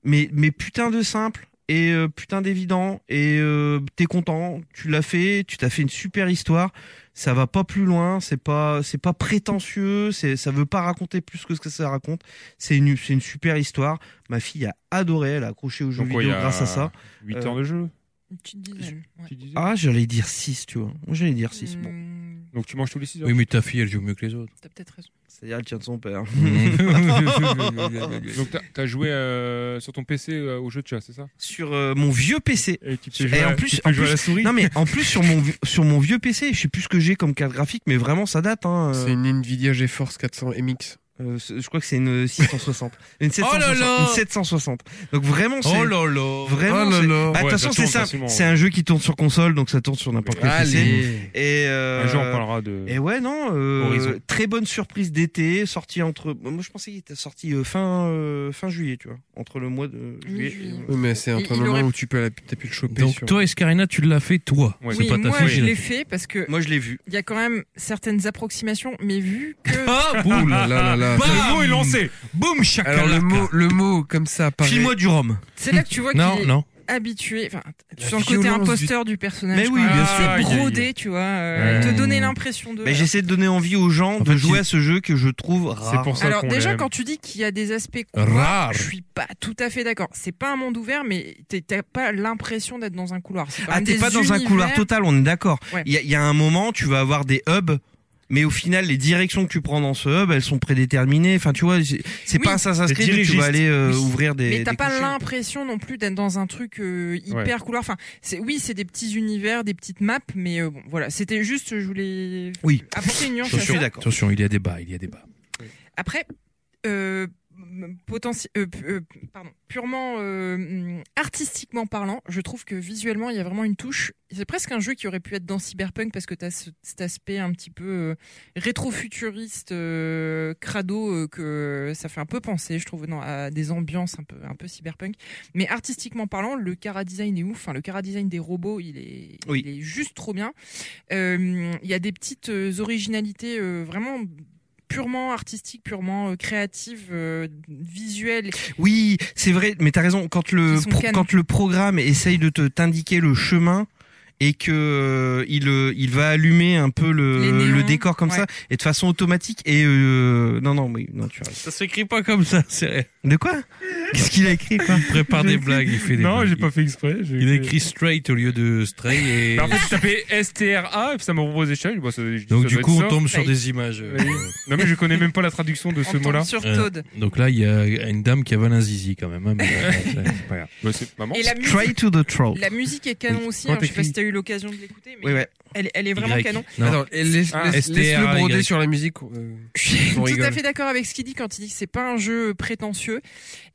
Speaker 2: mais mais putain de simple et euh, putain d'évident et euh, t'es content, tu l'as fait, tu t'as fait une super histoire. Ça va pas plus loin, c'est pas c'est pas prétentieux, c'est ça veut pas raconter plus que ce que ça raconte. C'est une c'est une super histoire. Ma fille a adoré, elle a accroché au jeu
Speaker 5: donc, ouais,
Speaker 2: vidéo
Speaker 5: il y a
Speaker 2: grâce à ça.
Speaker 5: 8
Speaker 2: Euh,
Speaker 5: heures de jeu,
Speaker 4: Une petite dizaine. ouais.
Speaker 5: tu disais.
Speaker 2: Ah, j'allais dire 6, tu vois. J'allais dire 6. Bon,
Speaker 4: Hmm,
Speaker 5: Donc tu manges tous les 6 heures.
Speaker 1: Oui, mais ta fille, elle joue mieux que les autres.
Speaker 4: T'as peut-être raison.
Speaker 2: c'est-à-dire elle tient de son père.
Speaker 5: Donc t'as- t'as joué euh, sur ton PC euh, au jeu de chat, c'est ça
Speaker 2: Sur euh, mon vieux PC,
Speaker 5: Et tu
Speaker 2: Et en plus- en
Speaker 5: à la souris.
Speaker 2: Non mais en plus sur mon sur mon vieux PC, je sais plus ce que j'ai comme carte graphique, mais vraiment ça date. Hein. euh,
Speaker 3: C'est une Nvidia GeForce 400 MX.
Speaker 2: euh, c'est- je crois que c'est une 660, une 760,
Speaker 1: là là
Speaker 2: une 760. Donc vraiment c'est
Speaker 1: Oh là là
Speaker 2: vraiment.
Speaker 3: Oh là
Speaker 2: c'est-
Speaker 3: là.
Speaker 2: Ah, de toute
Speaker 5: Ouais,
Speaker 2: façon c'est
Speaker 5: ça tourne
Speaker 2: simple.
Speaker 5: facilement,
Speaker 2: C'est
Speaker 5: ouais.
Speaker 2: un jeu qui tourne sur console, donc ça tourne sur n'importe quel PC.
Speaker 3: Allez
Speaker 2: Et euh,
Speaker 5: Un jour on parlera de.
Speaker 2: Et ouais non, euh,
Speaker 5: Horizon.
Speaker 2: très bonne surprise d'été, sorti entre. Moi je pensais qu'il était sorti euh, fin euh, fin juillet, tu vois, entre le mois de juillet. et
Speaker 4: juillet.
Speaker 2: le-
Speaker 3: Oui, mais c'est
Speaker 4: Il-
Speaker 3: entre
Speaker 4: il
Speaker 3: le moment
Speaker 4: aurait-
Speaker 3: où tu peux, la- t'as pu le choper.
Speaker 1: Donc
Speaker 3: sur-
Speaker 1: toi, Escarina, tu l'as fait toi.
Speaker 5: Ouais.
Speaker 1: C'est
Speaker 4: oui,
Speaker 1: pas ta
Speaker 4: moi
Speaker 1: fille.
Speaker 4: je l'ai fait parce que
Speaker 2: Moi je l'ai vu.
Speaker 4: il y a quand même certaines approximations, mais vu que
Speaker 1: Ah, boum
Speaker 3: là là là là.
Speaker 1: Bam
Speaker 5: Le mot est lancé.
Speaker 1: Boum, chakalaka
Speaker 3: Alors le mot, le mot comme ça apparaît.
Speaker 2: File-moi du rhum.
Speaker 4: c'est là que tu vois qu'il
Speaker 1: Non,
Speaker 4: est
Speaker 1: non.
Speaker 4: habitué. Enfin, tu
Speaker 3: La
Speaker 4: sens le côté
Speaker 3: violence
Speaker 4: imposteur du, personnage.
Speaker 2: Mais oui,
Speaker 4: quoi.
Speaker 2: bien
Speaker 5: sûr.
Speaker 4: C'est brodé, tu vois. euh,
Speaker 5: Ouais.
Speaker 4: Te donner l'impression de.
Speaker 2: Mais Ben, j'essaie de donner envie aux gens de
Speaker 1: fait,
Speaker 2: jouer
Speaker 1: il-
Speaker 2: à ce jeu que je trouve rare.
Speaker 5: C'est pour ça
Speaker 4: Alors
Speaker 5: qu'on
Speaker 4: déjà
Speaker 5: l'aime.
Speaker 4: quand tu dis qu'il y a des aspects couloirs,
Speaker 1: Rare.
Speaker 4: je suis pas tout à fait d'accord. C'est pas un monde ouvert, mais t'es- t'as pas l'impression d'être dans un couloir. C'est quand
Speaker 2: Ah,
Speaker 4: même
Speaker 2: t'es
Speaker 4: des
Speaker 2: pas dans un
Speaker 4: univers.
Speaker 2: couloir total, on est d'accord. Il
Speaker 4: Ouais.
Speaker 2: y, a, il y a un moment, tu vas avoir des hubs, mais au final, les directions que tu prends dans ce hub, elles sont prédéterminées. Enfin, tu vois, c'est c'est
Speaker 4: Oui.
Speaker 2: pas Assassin's
Speaker 5: Les
Speaker 2: Creed où tu vas
Speaker 5: dirigistes.
Speaker 2: aller euh,
Speaker 5: Oui.
Speaker 2: ouvrir des.
Speaker 4: Mais t'as
Speaker 2: des
Speaker 4: pas
Speaker 2: cochons.
Speaker 4: l'impression non plus d'être dans un truc euh, hyper
Speaker 5: Ouais.
Speaker 4: couloir. Enfin, c'est oui, c'est des petits univers, des petites maps, mais euh, bon, voilà. C'était juste, je voulais
Speaker 2: Oui.
Speaker 4: apporter une nuance.
Speaker 2: Je
Speaker 4: à
Speaker 2: suis
Speaker 4: ça.
Speaker 2: d'accord.
Speaker 1: Attention, il y a des bas, il y a des bas.
Speaker 4: Après, euh, potentie- euh, pu- euh, pardon, purement euh, hum, artistiquement parlant, je trouve que visuellement, il y a vraiment une touche. C'est presque un jeu qui aurait pu être dans Cyberpunk parce que tu as cet aspect un petit peu euh, rétro-futuriste, euh, crado, euh, que ça fait un peu penser, je trouve, non, à des ambiances un peu, un peu Cyberpunk. Mais artistiquement parlant, le chara-design est ouf. Enfin, le chara-design des robots, il est,
Speaker 2: Oui.
Speaker 4: il est juste trop bien. Euh, Il y a des petites euh, originalités euh, vraiment purement artistique, purement euh, créative, euh, visuelle.
Speaker 2: Oui, c'est vrai, mais t'as raison. Quand le
Speaker 4: Qui sont
Speaker 2: pro-
Speaker 4: cannes.
Speaker 2: quand le programme essaye de te t'indiquer le chemin et que euh, il euh, il va allumer un peu
Speaker 4: Les
Speaker 2: le,
Speaker 4: néons,
Speaker 2: le décor comme
Speaker 4: ouais.
Speaker 2: ça et de façon automatique et euh, non non oui non tu as raison.
Speaker 1: Ça s'écrit pas comme ça, c'est vrai.
Speaker 2: de quoi qu'est-ce qu'il a écrit quoi
Speaker 1: Il prépare des blagues, il fait des
Speaker 5: Non,
Speaker 1: blagues.
Speaker 5: j'ai pas fait exprès. j'ai-
Speaker 1: Il a écrit straight au lieu de stray et...
Speaker 5: Mais En fait, j'ai tapé STRA et puis ça m'a proposé Shell. Bon, ça- je dis,
Speaker 1: Donc
Speaker 5: ça
Speaker 1: du
Speaker 5: doit
Speaker 1: coup,
Speaker 5: être
Speaker 1: on
Speaker 5: ça.
Speaker 1: tombe sur
Speaker 4: Bah,
Speaker 1: des images. euh,
Speaker 5: Oui. Non, mais je connais même pas la traduction de
Speaker 4: On
Speaker 5: ce
Speaker 4: tombe
Speaker 5: mot-là.
Speaker 4: Sur
Speaker 1: euh,
Speaker 4: Todd.
Speaker 1: donc là, il y a une dame qui avale un zizi quand même. hein, mais, euh, c'est pas grave.
Speaker 5: Bah, c'est maman.
Speaker 4: Et la musique,
Speaker 2: Try to the troll.
Speaker 4: la musique est canon aussi. hein,
Speaker 5: Quand
Speaker 4: je sais pas
Speaker 5: t'écris-
Speaker 4: si t'as eu l'occasion de l'écouter, mais
Speaker 2: Oui ouais.
Speaker 4: elle, elle est vraiment
Speaker 1: Y.
Speaker 4: canon.
Speaker 1: Non.
Speaker 3: Attends, et laisse,
Speaker 5: Ah,
Speaker 3: laisse-
Speaker 1: STR,
Speaker 3: laisse-le broder
Speaker 1: Y.
Speaker 3: sur la musique. euh,
Speaker 4: Je suis
Speaker 3: On
Speaker 4: tout
Speaker 3: rigole.
Speaker 4: à fait d'accord avec ce qu'il dit quand il dit que c'est pas un jeu euh, prétentieux.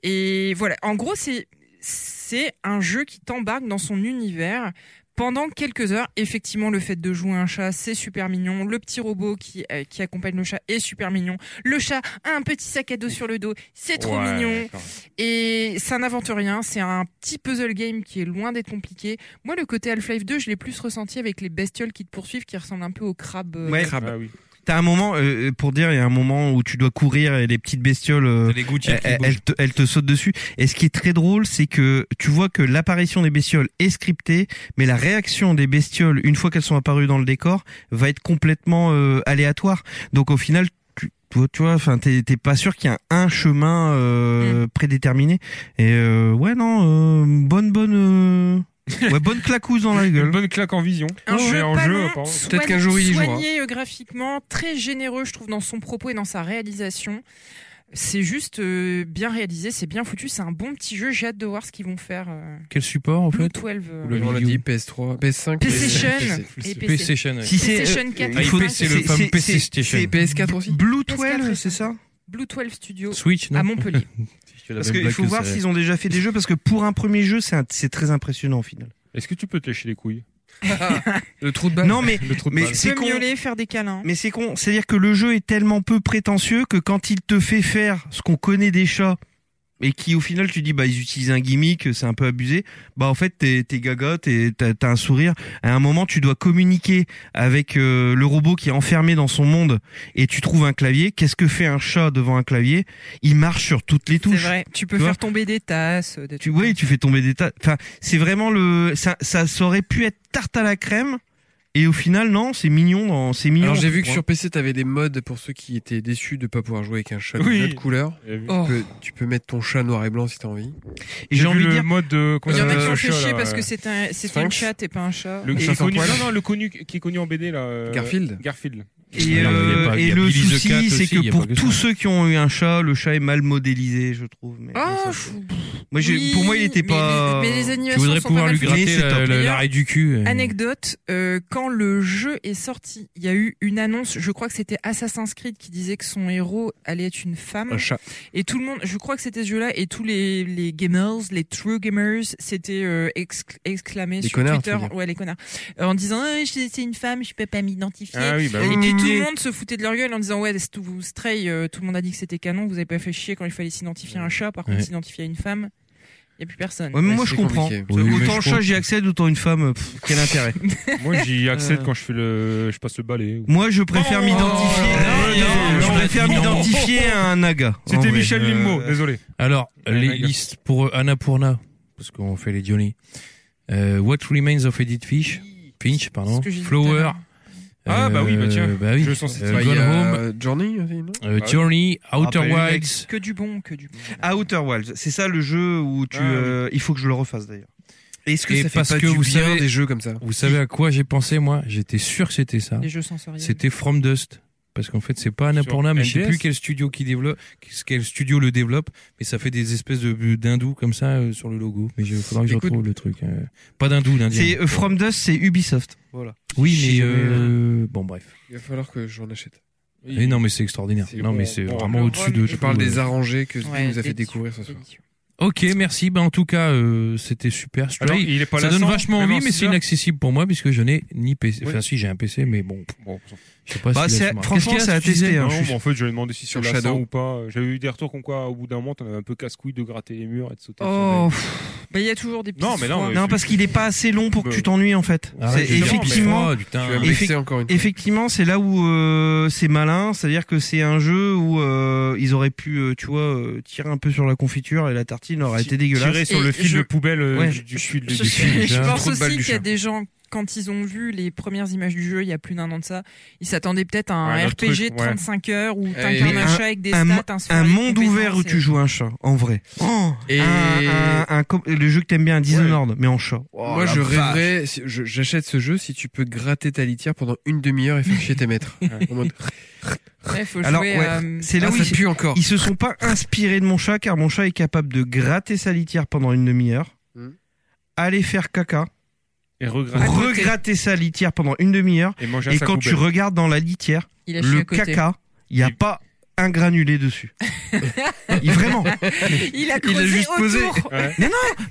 Speaker 4: Et voilà, en gros, c'est c'est un jeu qui t'embarque dans son univers pendant quelques heures. Effectivement, le fait de jouer un chat, c'est super mignon. Le petit robot qui euh, qui accompagne le chat est super mignon. Le chat a un petit sac à dos sur le dos, c'est trop
Speaker 5: Ouais,
Speaker 4: mignon.
Speaker 5: d'accord.
Speaker 4: Et ça n'invente rien, c'est un petit puzzle game qui est loin d'être compliqué. Moi, le côté Half-Life 2, je l'ai plus ressenti avec les bestioles qui te poursuivent, qui ressemblent un peu aux crabes. euh,
Speaker 2: Ouais.
Speaker 5: Ah oui.
Speaker 2: T'as un moment euh, pour dire, il y a un moment où tu dois courir et les petites bestioles, euh,
Speaker 1: T'as des gouttières
Speaker 2: elles,
Speaker 1: qui
Speaker 2: elles-
Speaker 1: bougent.
Speaker 2: elles te, elles te sautent dessus. Et ce qui est très drôle, c'est que tu vois que l'apparition des bestioles est scriptée, mais la réaction des bestioles une fois qu'elles sont apparues dans le décor va être complètement euh, aléatoire. Donc au final. tu- tu vois- tu vois, enfin, t'es t'es pas sûr qu'il y a un chemin euh, prédéterminé. Et euh, ouais, non, euh, bonne, bonne, euh, ouais, bonne claquouse dans la
Speaker 5: Une
Speaker 2: gueule.
Speaker 5: bonne claque en vision.
Speaker 4: un
Speaker 5: Ouais,
Speaker 4: jeu
Speaker 5: en
Speaker 4: pas
Speaker 5: jeu,
Speaker 4: long,
Speaker 5: apparemment.
Speaker 4: soigne-
Speaker 3: Peut-être qu'un jour, il y jouera.
Speaker 4: soigné euh, graphiquement, très généreux, je trouve, dans son propos et dans sa réalisation. C'est juste euh, bien réalisé, c'est bien foutu, c'est un bon petit jeu. J'ai hâte de voir ce qu'ils vont faire. euh,
Speaker 1: Quel support en
Speaker 4: Blue
Speaker 1: fait
Speaker 4: 12. euh,
Speaker 1: Le
Speaker 3: on l'a
Speaker 1: vidéo.
Speaker 3: dit, PS3, PS5,
Speaker 4: PlayStation
Speaker 3: PC.
Speaker 4: et PC.
Speaker 1: PlayStation. ouais.
Speaker 2: Si c'est
Speaker 4: PlayStation 4.
Speaker 2: euh, il faut-
Speaker 1: Ah, c'est le
Speaker 2: c'est-
Speaker 1: fameux
Speaker 2: c'est-
Speaker 1: PC
Speaker 2: c'est-
Speaker 1: Station.
Speaker 2: c'est
Speaker 3: PS4 aussi.
Speaker 2: Blue
Speaker 4: PS4,
Speaker 2: 12, c'est ça
Speaker 4: Blue 12 Studio
Speaker 1: Switch,
Speaker 5: Ah
Speaker 1: non
Speaker 4: à Montpellier.
Speaker 2: Parce qu'il faut voir s'ils ont déjà fait des jeux, parce que pour un premier jeu, c'est un- c'est très impressionnant au final.
Speaker 5: Est-ce que tu peux te lécher les couilles
Speaker 3: Le trou de balle.
Speaker 2: Non, mais,
Speaker 5: Le trou de
Speaker 2: mais
Speaker 5: balle.
Speaker 2: c'est con.
Speaker 4: miauler, faire des câlins.
Speaker 2: Mais c'est con. C'est-à-dire que le jeu est tellement peu prétentieux que quand il te fait faire ce qu'on connaît des chats et qui au final tu dis bah ils utilisent un gimmick, c'est un peu abusé, bah en fait t'es t'es gaga, t'es- t'as t'as un sourire. À un moment tu dois communiquer avec euh, le robot qui est enfermé dans son monde et tu trouves un clavier. Qu'est-ce que fait un chat devant un clavier Il marche sur toutes les
Speaker 4: C'est
Speaker 2: touches.
Speaker 4: vrai. Tu peux
Speaker 2: Tu vois
Speaker 4: faire tomber des tasses. Des
Speaker 2: Tu
Speaker 4: trucs
Speaker 2: oui, tu fais tomber des tas. Enfin, c'est vraiment le ça, ça ça aurait pu être tarte à la crème et au final non, c'est mignon dans c'est mignon.
Speaker 3: Alors j'ai vu
Speaker 2: Ouais.
Speaker 3: que sur PC t'avais des modes pour ceux qui étaient déçus de pas pouvoir jouer avec un chat
Speaker 5: Oui.
Speaker 3: de notre couleur.
Speaker 5: J'ai vu-
Speaker 4: Oh.
Speaker 3: Tu peux- Tu peux mettre ton chat noir et blanc si t'as envie.
Speaker 2: Et
Speaker 5: j'ai
Speaker 2: j'ai
Speaker 5: vu
Speaker 2: envie de
Speaker 5: le
Speaker 2: dire
Speaker 5: mode de
Speaker 4: Il y en a qui
Speaker 5: euh,
Speaker 4: ont fait
Speaker 5: chat,
Speaker 4: chier
Speaker 5: là,
Speaker 4: parce
Speaker 5: ouais.
Speaker 4: que c'était un- c'était
Speaker 3: Sphinx.
Speaker 4: une chatte et pas un chat.
Speaker 5: le,
Speaker 2: Et-
Speaker 5: le connu,
Speaker 3: Garfield.
Speaker 5: non, non, le connu qui est connu en BD là. euh,
Speaker 3: Garfield.
Speaker 5: Garfield.
Speaker 2: Et,
Speaker 1: Non, mais il y a
Speaker 2: euh,
Speaker 1: pas- il y
Speaker 2: et
Speaker 1: a
Speaker 2: le
Speaker 1: Billy the Cat
Speaker 2: souci, c'est
Speaker 1: aussi, il y
Speaker 2: que
Speaker 1: a
Speaker 2: pour
Speaker 1: pas que
Speaker 2: tous
Speaker 1: ça.
Speaker 2: ceux qui ont eu un chat, le chat est mal modélisé, je trouve. Mais
Speaker 4: Ah,
Speaker 2: bon, ça, moi, j'ai- pour moi, il était pas.
Speaker 4: Mais, les
Speaker 1: Tu
Speaker 4: animations
Speaker 1: voudrais
Speaker 4: sont
Speaker 1: pouvoir
Speaker 4: pas mal
Speaker 1: lui
Speaker 4: faites.
Speaker 1: gratter
Speaker 2: Mais c'est
Speaker 1: la-
Speaker 2: top.
Speaker 1: la- l'arrêt du cul. euh.
Speaker 4: Anecdote, euh, quand le jeu est sorti, il y a eu une annonce, je crois que c'était Assassin's Creed qui disait que son héros allait être une femme.
Speaker 3: Un chat.
Speaker 4: Et tout le monde, je crois que c'était ce jeu-là, et tous les, les gamers, les true gamers, s'étaient euh, exc- exclamés
Speaker 3: Les
Speaker 4: sur
Speaker 3: connards,
Speaker 4: Twitter,
Speaker 3: tu veux dire.
Speaker 4: ouais les connards, Euh, en disant Ah, je- c'est une femme, je peux pas m'identifier.
Speaker 5: Ah oui, bah oui.
Speaker 4: Et puis tout le monde se foutait de leur gueule en disant ouais c'est tout vous stray, euh, tout le monde a dit que c'était canon, vous avez pas fait chier quand il fallait s'identifier à un chat, par contre
Speaker 1: Ouais.
Speaker 4: s'identifier à une femme, il y a plus personne.
Speaker 2: Ouais, mais moi,
Speaker 3: c'est
Speaker 2: je comprends.
Speaker 3: compliqué.
Speaker 1: Oui, mais je
Speaker 2: autant
Speaker 1: comprends.
Speaker 2: chat, j'y accède, autant une femme, pff, quel intérêt.
Speaker 5: Moi j'y accède
Speaker 2: Euh.
Speaker 5: quand je fais le, je passe le balai. ou-
Speaker 2: Moi, je préfère
Speaker 1: Oh,
Speaker 2: m'identifier.
Speaker 1: non, non,
Speaker 2: je
Speaker 1: non,
Speaker 2: préfère
Speaker 1: non.
Speaker 2: m'identifier à un naga. en
Speaker 5: C'était
Speaker 2: vrai.
Speaker 5: Michel
Speaker 2: Euh,
Speaker 5: Limbo, désolé.
Speaker 1: Alors,
Speaker 5: Ouais,
Speaker 1: les
Speaker 5: d'accord.
Speaker 1: listes pour Annapurna, parce qu'on fait les Johnny. Euh, What Remains of Edith Finch, Finch, pardon.
Speaker 4: Ce que j'ai dit tout à
Speaker 1: Flower.
Speaker 4: l'heure.
Speaker 5: Ah, bah oui, bah tiens.
Speaker 1: Euh, bah oui.
Speaker 5: Je le sens, c'est-
Speaker 1: Euh,
Speaker 3: Bah, il y
Speaker 1: Gone
Speaker 3: a
Speaker 1: Home,
Speaker 3: Journey aussi, non
Speaker 1: euh,
Speaker 5: bah oui.
Speaker 1: Journey, Outer
Speaker 2: Rappelle les
Speaker 1: Wilds.
Speaker 4: Que du bon, que du bon.
Speaker 2: Euh, Outer Wilds, c'est ça le jeu où tu.
Speaker 5: Ah, oui.
Speaker 2: euh, il faut que je le refasse d'ailleurs.
Speaker 3: Est-ce
Speaker 1: que Et ça fait parce pas que du vous bien savez- des
Speaker 3: des jeux comme ça
Speaker 1: Vous savez à quoi j'ai pensé moi J'étais sûr que c'était ça.
Speaker 4: Les jeux sensoriels.
Speaker 1: C'était From Dust. Parce qu'en fait, c'est pas Annapurna,
Speaker 5: Sur
Speaker 1: mais je sais
Speaker 5: NDS?
Speaker 1: plus quel studio qui développe, quel studio le développe, mais ça fait des espèces de d'hindous comme ça euh, sur le logo. Mais il faudra que je
Speaker 3: Écoute-
Speaker 1: retrouve le truc. euh. Pas d'hindou, d'indien.
Speaker 2: C'est euh, From Dust, c'est Ubisoft. Voilà.
Speaker 1: Oui,
Speaker 2: J'ai
Speaker 1: mais
Speaker 2: jamais-
Speaker 1: euh, bon, bref.
Speaker 3: Il va falloir que j'en achète.
Speaker 1: Et non, mais c'est extraordinaire.
Speaker 5: C'est
Speaker 1: Non,
Speaker 5: bon,
Speaker 1: mais c'est
Speaker 5: bon,
Speaker 1: vraiment
Speaker 5: bon,
Speaker 1: au-dessus de.
Speaker 3: Je
Speaker 1: tout,
Speaker 3: parle
Speaker 1: euh.
Speaker 3: des arrangés que Zbi
Speaker 4: Ouais, des
Speaker 3: nous a fait
Speaker 4: petits-
Speaker 3: découvrir ce soir.
Speaker 1: Ok, merci. Ben en tout cas, euh, c'était super.
Speaker 5: Attends,
Speaker 1: Stray.
Speaker 5: il est pas
Speaker 1: ça donne
Speaker 5: lassant,
Speaker 1: vachement envie,
Speaker 5: non,
Speaker 1: mais c'est
Speaker 5: ça.
Speaker 1: inaccessible pour moi puisque je n'ai ni PC.
Speaker 5: Oui.
Speaker 1: Enfin, si j'ai un PC, mais bon,
Speaker 5: Bon,
Speaker 1: je sais pas.
Speaker 2: Bah,
Speaker 1: si
Speaker 2: c'est-
Speaker 1: là, ça marche.
Speaker 2: franchement,
Speaker 1: Qu'est-ce qu'il y a,
Speaker 2: c'est à
Speaker 1: tu disais
Speaker 2: tester, hein.
Speaker 5: Non,
Speaker 2: je suis-
Speaker 5: mais en fait, j'avais demandé si
Speaker 3: Sur
Speaker 5: sur Shadow
Speaker 3: Shadow.
Speaker 5: ou pas. J'avais eu des retours comme quoi, au bout d'un moment, t'en avais un peu casse-couille de gratter les murs et de sauter.
Speaker 4: Oh,
Speaker 5: sur
Speaker 4: pff, bah il y a toujours des petits.
Speaker 5: Non, mais non,
Speaker 4: froids.
Speaker 5: mais-
Speaker 2: Non, parce qu'il est pas assez long pour que tu t'ennuies en fait.
Speaker 1: Ah,
Speaker 2: C'est
Speaker 1: ouais, j'ai
Speaker 2: effectivement.
Speaker 1: froid,
Speaker 3: Tu
Speaker 1: putain.
Speaker 3: vas me
Speaker 2: Et-
Speaker 3: vexer encore une fois.
Speaker 2: Effectivement, c'est là où euh, c'est malin, c'est-à-dire que c'est un jeu où euh, ils auraient pu, euh, tu vois, euh, tirer un peu sur la confiture et la tartine aurait été dégueulasse.
Speaker 5: Tirer sur
Speaker 4: Et
Speaker 5: le fil
Speaker 4: je-
Speaker 5: de poubelle euh,
Speaker 2: Ouais.
Speaker 5: du, du fil du-
Speaker 4: Je,
Speaker 5: du fil,
Speaker 4: suis- je
Speaker 5: déjà.
Speaker 4: pense
Speaker 5: Trop de balles
Speaker 4: aussi
Speaker 5: du
Speaker 4: qu'il y a
Speaker 5: chat.
Speaker 4: des gens, quand ils ont vu les premières images du jeu il y a plus d'un an de ça, ils s'attendaient peut-être à un
Speaker 5: Ouais, un autre
Speaker 4: RPG
Speaker 5: truc,
Speaker 4: de
Speaker 5: ouais.
Speaker 4: 35 heures où
Speaker 3: Mais
Speaker 4: t'incarnes un,
Speaker 2: un-
Speaker 4: chat avec des
Speaker 2: un mo-
Speaker 4: stats, un,
Speaker 2: Un
Speaker 4: safari de
Speaker 2: monde ouvert où
Speaker 4: compétences
Speaker 2: tu joues un chat, en vrai.
Speaker 3: Et-
Speaker 2: Un- un- un com- le jeu que t'aimes bien, Dishonored, mais en chat.
Speaker 3: Moi, je rêverais, si- je- j'achète ce jeu si tu peux gratter ta litière pendant une demi-heure et faire chier tes maîtres. En mode,
Speaker 4: et- Ouais, faut
Speaker 2: Alors,
Speaker 4: jouer
Speaker 2: ouais,
Speaker 4: à-
Speaker 2: c'est là
Speaker 3: ah,
Speaker 2: où
Speaker 3: ça
Speaker 2: ils,
Speaker 3: pue encore.
Speaker 2: ils se sont pas inspirés de mon chat, car mon chat est capable de gratter sa litière pendant une demi-heure,
Speaker 3: Hmm.
Speaker 2: aller faire caca,
Speaker 5: Et regret.
Speaker 2: regratter sa litière pendant une demi-heure,
Speaker 5: Et manger à
Speaker 2: et
Speaker 5: sa
Speaker 2: quand tu
Speaker 5: poubelle.
Speaker 2: regardes dans la litière,
Speaker 4: il a chié
Speaker 2: le
Speaker 4: à côté.
Speaker 2: caca, il n'y a
Speaker 5: Il-
Speaker 2: pas un granulé dessus. Il- vraiment.
Speaker 4: Il a creusé
Speaker 2: juste posé.
Speaker 4: autour.
Speaker 5: Ouais.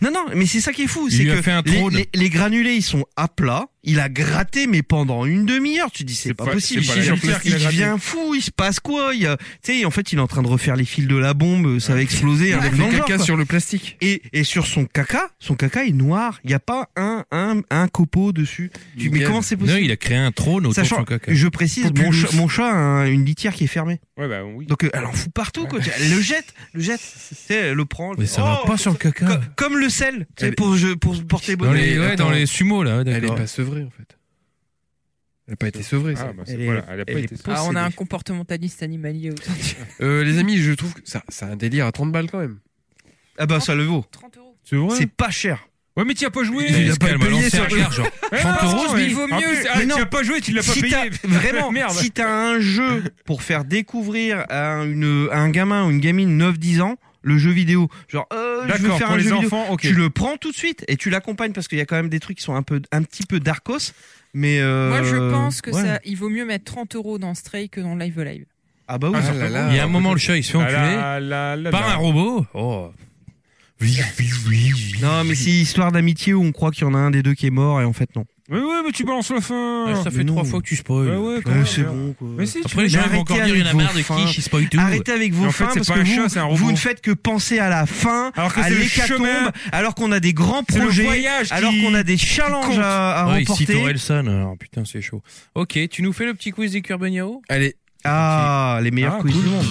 Speaker 2: Non, non, mais c'est ça qui est fou.
Speaker 1: Il
Speaker 2: C'est
Speaker 1: lui a
Speaker 2: que
Speaker 1: fait un
Speaker 2: les,
Speaker 1: trône.
Speaker 2: les- les granulés, ils sont à plat. Il a gratté, mais pendant une demi-heure. Tu dis, c'est
Speaker 5: C'est
Speaker 2: pas,
Speaker 5: pas-
Speaker 2: possible.
Speaker 5: c'est pas
Speaker 2: il,
Speaker 5: la
Speaker 2: il-
Speaker 5: litière qu'il a
Speaker 2: il
Speaker 5: grattée.
Speaker 2: devient fou. Il se passe quoi Il y a- Tu sais, en fait, il est en train de refaire les fils de la bombe. Ça va exploser. un
Speaker 3: Il a
Speaker 2: truc
Speaker 3: fait
Speaker 2: dans le genre,
Speaker 3: caca
Speaker 2: quoi.
Speaker 3: sur le plastique.
Speaker 2: Et, et sur son caca, son caca est noir. Il n'y a pas un, un, un copeau dessus. Tu, mais
Speaker 3: Nickel.
Speaker 2: comment c'est
Speaker 1: Non,
Speaker 2: possible
Speaker 1: il a créé un trône autour de
Speaker 2: Sachant,
Speaker 1: son caca.
Speaker 2: je précise, mon
Speaker 3: Populus.
Speaker 2: chat, mon chat a un- une litière qui est fermée.
Speaker 5: Ouais, bah oui.
Speaker 2: Donc euh, elle en fout partout, quoi. Tu- Elle le jette, le jette. Tu sais, elle le prend. elle
Speaker 1: Mais
Speaker 2: fait,
Speaker 1: ça va
Speaker 2: oh,
Speaker 1: pas sur le
Speaker 2: co-
Speaker 1: caca.
Speaker 2: Comme, le sel, tu
Speaker 5: Eh ben,
Speaker 2: sais,
Speaker 3: Elle-
Speaker 2: pour, je- pour porter
Speaker 1: Dans
Speaker 2: bonheur.
Speaker 1: les,
Speaker 3: Mais
Speaker 1: ouais,
Speaker 3: attends.
Speaker 1: dans les sumo là, ouais,
Speaker 3: Elle est
Speaker 1: d'accord.
Speaker 3: pas sevrée, en fait. Elle n'a pas été sevrée, ça.
Speaker 5: Ah, bah, c'est-
Speaker 2: Elle est-
Speaker 5: voilà, elle a pas
Speaker 2: elle
Speaker 5: été.
Speaker 2: est-
Speaker 4: Ah, on a un comportementaliste animalier aujourd'hui.
Speaker 3: Euh, les amis, je trouve que ça, ça a un délire à 30 balles quand même.
Speaker 2: Ah bah ça le vaut.
Speaker 4: 30 euros.
Speaker 5: C'est vrai.
Speaker 2: C'est pas cher.
Speaker 5: Ouais, mais tu as pas joué.
Speaker 1: Il a
Speaker 2: pas
Speaker 1: calme,
Speaker 2: payé
Speaker 1: lancé
Speaker 2: sur
Speaker 1: un
Speaker 2: le-
Speaker 1: regard, genre.
Speaker 5: Ouais,
Speaker 1: 30
Speaker 5: non,
Speaker 1: euros,
Speaker 5: non,
Speaker 1: mais-
Speaker 5: il vaut
Speaker 2: En
Speaker 5: mieux.
Speaker 2: plus,
Speaker 5: Ah,
Speaker 2: mais
Speaker 5: tu
Speaker 2: non.
Speaker 5: as pas joué, tu l'as pas
Speaker 2: si
Speaker 5: payé.
Speaker 2: t'as- vraiment,
Speaker 5: Merde.
Speaker 2: si t'as un jeu pour faire découvrir à, une, à un gamin ou une gamine 9-10 ans le jeu vidéo, genre euh, je veux
Speaker 5: D'accord,
Speaker 2: faire
Speaker 5: pour
Speaker 2: un
Speaker 5: les
Speaker 2: jeu vidéo,
Speaker 5: enfants, ok.
Speaker 2: tu le prends tout de suite et tu l'accompagnes parce qu'il y a quand même des trucs qui sont un peu un petit peu darkos. Mais euh,
Speaker 4: Moi, je pense que
Speaker 2: ouais.
Speaker 4: ça, il vaut mieux mettre 30 euros dans Stray que dans Live Alive.
Speaker 2: Ah bah oui.
Speaker 5: Ah,
Speaker 2: ça-
Speaker 5: là, là.
Speaker 1: Il y a un moment, le chat il se fait
Speaker 5: Ah,
Speaker 1: enculer
Speaker 5: là, là, là,
Speaker 1: par
Speaker 5: là.
Speaker 1: un robot. Oh. Oui, oui, oui, oui.
Speaker 2: Non mais c'est histoire d'amitié où on croit qu'il y en a un des deux qui est mort et en fait non.
Speaker 5: Mais ouais, mais tu balances la fin.
Speaker 1: Ah, ça
Speaker 2: mais
Speaker 1: fait trois
Speaker 2: non.
Speaker 1: fois que tu spoil.
Speaker 5: Ouais, ouais, quand
Speaker 2: Ouais,
Speaker 5: même,
Speaker 2: Euh, c'est
Speaker 5: merde.
Speaker 2: bon quoi.
Speaker 5: Mais si, tu
Speaker 1: Après, les gens ils vont
Speaker 2: arrêtez
Speaker 1: encore dire, il y en a
Speaker 2: avec
Speaker 1: marre
Speaker 2: vos
Speaker 1: de
Speaker 2: fins.
Speaker 1: qui, qui spoil tout.
Speaker 2: Arrêtez avec vos
Speaker 5: Mais en fait,
Speaker 2: fins
Speaker 5: c'est
Speaker 2: parce
Speaker 5: pas
Speaker 2: que
Speaker 5: un
Speaker 2: vous,
Speaker 5: chat, c'est un robot.
Speaker 2: vous ne faites que penser à la fin,
Speaker 5: Alors que
Speaker 2: à
Speaker 5: c'est le
Speaker 2: l'hécatombe,
Speaker 5: chemin,
Speaker 2: alors qu'on a des grands
Speaker 5: c'est le
Speaker 2: projets,
Speaker 5: voyage
Speaker 2: alors
Speaker 5: qui-
Speaker 2: qu'on a des
Speaker 5: compte.
Speaker 2: challenges à, à
Speaker 1: Ouais, il cite
Speaker 2: remporter.
Speaker 1: Orelsan, alors putain, c'est chaud. Ok, tu nous fais le petit quiz des Curbeniao
Speaker 3: Allez,
Speaker 2: ah, les meilleurs
Speaker 5: Ah,
Speaker 2: quiz
Speaker 5: cool.
Speaker 2: du monde.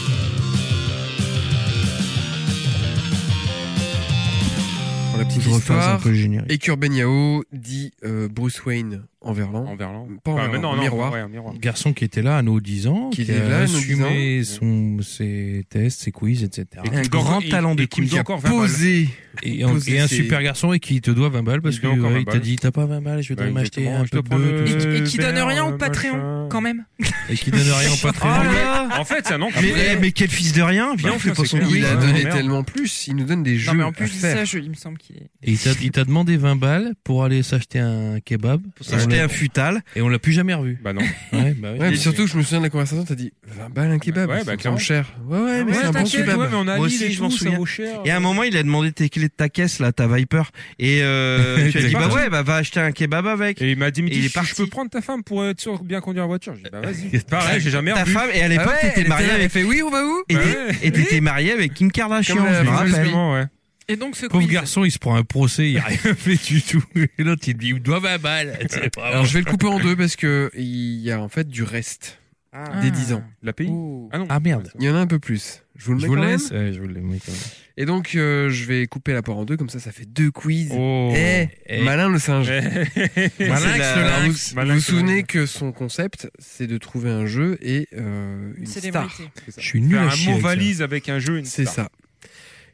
Speaker 3: pour la petite
Speaker 2: Je refasse un
Speaker 3: histoire.
Speaker 2: peu le générique.
Speaker 3: Et Kurben Yao dit euh, Bruce Wayne en Verlan.
Speaker 5: En verlan.
Speaker 3: Pas en
Speaker 5: Enfin,
Speaker 3: verlan,
Speaker 5: mais non,
Speaker 3: en
Speaker 5: non,
Speaker 3: miroir.
Speaker 5: ouais, en miroir.
Speaker 1: Garçon qui était là à nos 10 ans,
Speaker 3: Qui
Speaker 1: qui,
Speaker 3: était là
Speaker 1: a
Speaker 3: à nos
Speaker 1: assumé son, ses tests, ses quiz, etc.
Speaker 5: Et
Speaker 2: Un
Speaker 5: qui-
Speaker 2: grand
Speaker 5: et-
Speaker 2: talent de
Speaker 5: et qui me
Speaker 2: quiz.
Speaker 5: doit encore 20 balles.
Speaker 3: Posé.
Speaker 1: Et, un-
Speaker 3: Posé,
Speaker 1: et un
Speaker 3: c'est-
Speaker 1: super garçon et qui te doit 20 balles parce
Speaker 5: Il
Speaker 1: que
Speaker 5: doit encore
Speaker 1: ouais,
Speaker 5: 20
Speaker 1: il t'a
Speaker 5: balles.
Speaker 1: dit t'as pas 20 balles, je vais
Speaker 5: Bah,
Speaker 1: t'en m'acheter
Speaker 5: exactement,
Speaker 1: un
Speaker 5: je dois
Speaker 1: peu
Speaker 5: prendre
Speaker 1: de...
Speaker 5: le-
Speaker 4: Et, et qui donne
Speaker 5: Bernard,
Speaker 4: rien au
Speaker 5: machin.
Speaker 4: Patreon, quand même.
Speaker 1: et qui donne rien au
Speaker 5: Ah,
Speaker 4: Oh
Speaker 1: Patreon.
Speaker 4: là
Speaker 5: En fait, c'est un nom qui
Speaker 2: Mais,
Speaker 5: me-
Speaker 2: eh, mais quel fils de rien, viens,
Speaker 5: Bah,
Speaker 2: on fait
Speaker 5: ça,
Speaker 2: pas
Speaker 5: c'est
Speaker 2: son
Speaker 5: clair.
Speaker 2: quiz.
Speaker 3: Il a
Speaker 5: Ouais,
Speaker 3: donné
Speaker 5: merde.
Speaker 3: tellement plus. Il nous donne des jeux
Speaker 4: Non, mais en plus
Speaker 3: à
Speaker 4: de
Speaker 3: faire.
Speaker 4: ça, je- il me semble qu'il est.
Speaker 1: Et il t'a- il t'a demandé 20 balles pour aller s'acheter un kebab.
Speaker 2: Pour s'acheter un futal.
Speaker 1: Et on l'a plus jamais revu.
Speaker 5: Bah non.
Speaker 1: Ouais, bah oui.
Speaker 3: Ouais, mais
Speaker 5: Il-
Speaker 3: surtout, je me souviens de la conversation, t'as dit 20 balles un kebab.
Speaker 5: Ouais,
Speaker 3: ça
Speaker 5: bah,
Speaker 3: me
Speaker 5: clairement.
Speaker 3: semble cher. Ouais, ouais, mais
Speaker 5: Ouais,
Speaker 3: c'est un bon
Speaker 5: t'inquiète,
Speaker 3: kebab.
Speaker 5: ouais, mais on a
Speaker 2: Moi
Speaker 5: Lille
Speaker 2: aussi,
Speaker 5: et
Speaker 2: je
Speaker 5: tout,
Speaker 2: m'en
Speaker 5: ça
Speaker 2: souviens.
Speaker 5: vaut cher.
Speaker 2: Et à un moment, il a demandé tes clés de ta caisse, là, ta Viper. Et euh, tu as
Speaker 1: T'as
Speaker 2: dit,
Speaker 5: pas
Speaker 2: bah
Speaker 5: dit.
Speaker 2: ouais, bah va acheter un kebab avec.
Speaker 5: Et il m'a dit, mais
Speaker 2: Et il est
Speaker 5: je,
Speaker 2: parti.
Speaker 5: je peux prendre ta femme pour être sûr de bien conduire la voiture. J'ai dit, bah vas-y. Pareil, j'ai jamais
Speaker 2: Ta
Speaker 5: revu.
Speaker 2: femme, et à l'époque,
Speaker 3: Ah ouais, elle
Speaker 2: t'étais
Speaker 3: était
Speaker 2: marié
Speaker 3: là, elle
Speaker 2: avec.
Speaker 3: fait oui, on va où
Speaker 2: Et
Speaker 5: Bah
Speaker 2: t'es-
Speaker 5: ouais.
Speaker 2: et t'étais marié avec Kim Kardashian,
Speaker 3: Comme la-
Speaker 2: je me rappelle.
Speaker 5: Exactement, ouais.
Speaker 4: Et donc ce
Speaker 1: Pauvre
Speaker 4: quiz.
Speaker 1: garçon, il se prend un procès, il a rien fait du tout. Et l'autre, il dit, il me doit 20 balles. C'est vraiment-
Speaker 3: Alors, je vais le couper en deux parce que il y a en fait du reste.
Speaker 4: Ah.
Speaker 3: Des 10 ans.
Speaker 5: La pays Ah non.
Speaker 1: Ah merde.
Speaker 3: Il y en a un peu plus. Je vous le
Speaker 1: Je
Speaker 3: mets
Speaker 1: vous
Speaker 3: quand même.
Speaker 1: laisse. Ouais, je vous le mets quand même.
Speaker 3: Et donc, euh, je vais couper la poire en deux, comme ça, ça fait deux quiz.
Speaker 5: Oh.
Speaker 3: Eh,
Speaker 1: Eh.
Speaker 3: malin le singe.
Speaker 5: Eh.
Speaker 1: Malinx,
Speaker 2: c'est la-
Speaker 1: le
Speaker 3: Alors, vous
Speaker 1: lynx.
Speaker 5: Malin,
Speaker 3: vous vous
Speaker 5: c'est vrai.
Speaker 3: souvenez que son concept, c'est de trouver un jeu et euh,
Speaker 4: Une
Speaker 3: une star.
Speaker 4: célébrité.
Speaker 1: Je suis nul
Speaker 5: Faire
Speaker 1: à
Speaker 5: un
Speaker 1: chier.
Speaker 5: mot
Speaker 1: avec ça.
Speaker 5: valise avec un jeu, une
Speaker 3: C'est
Speaker 5: star.
Speaker 3: ça.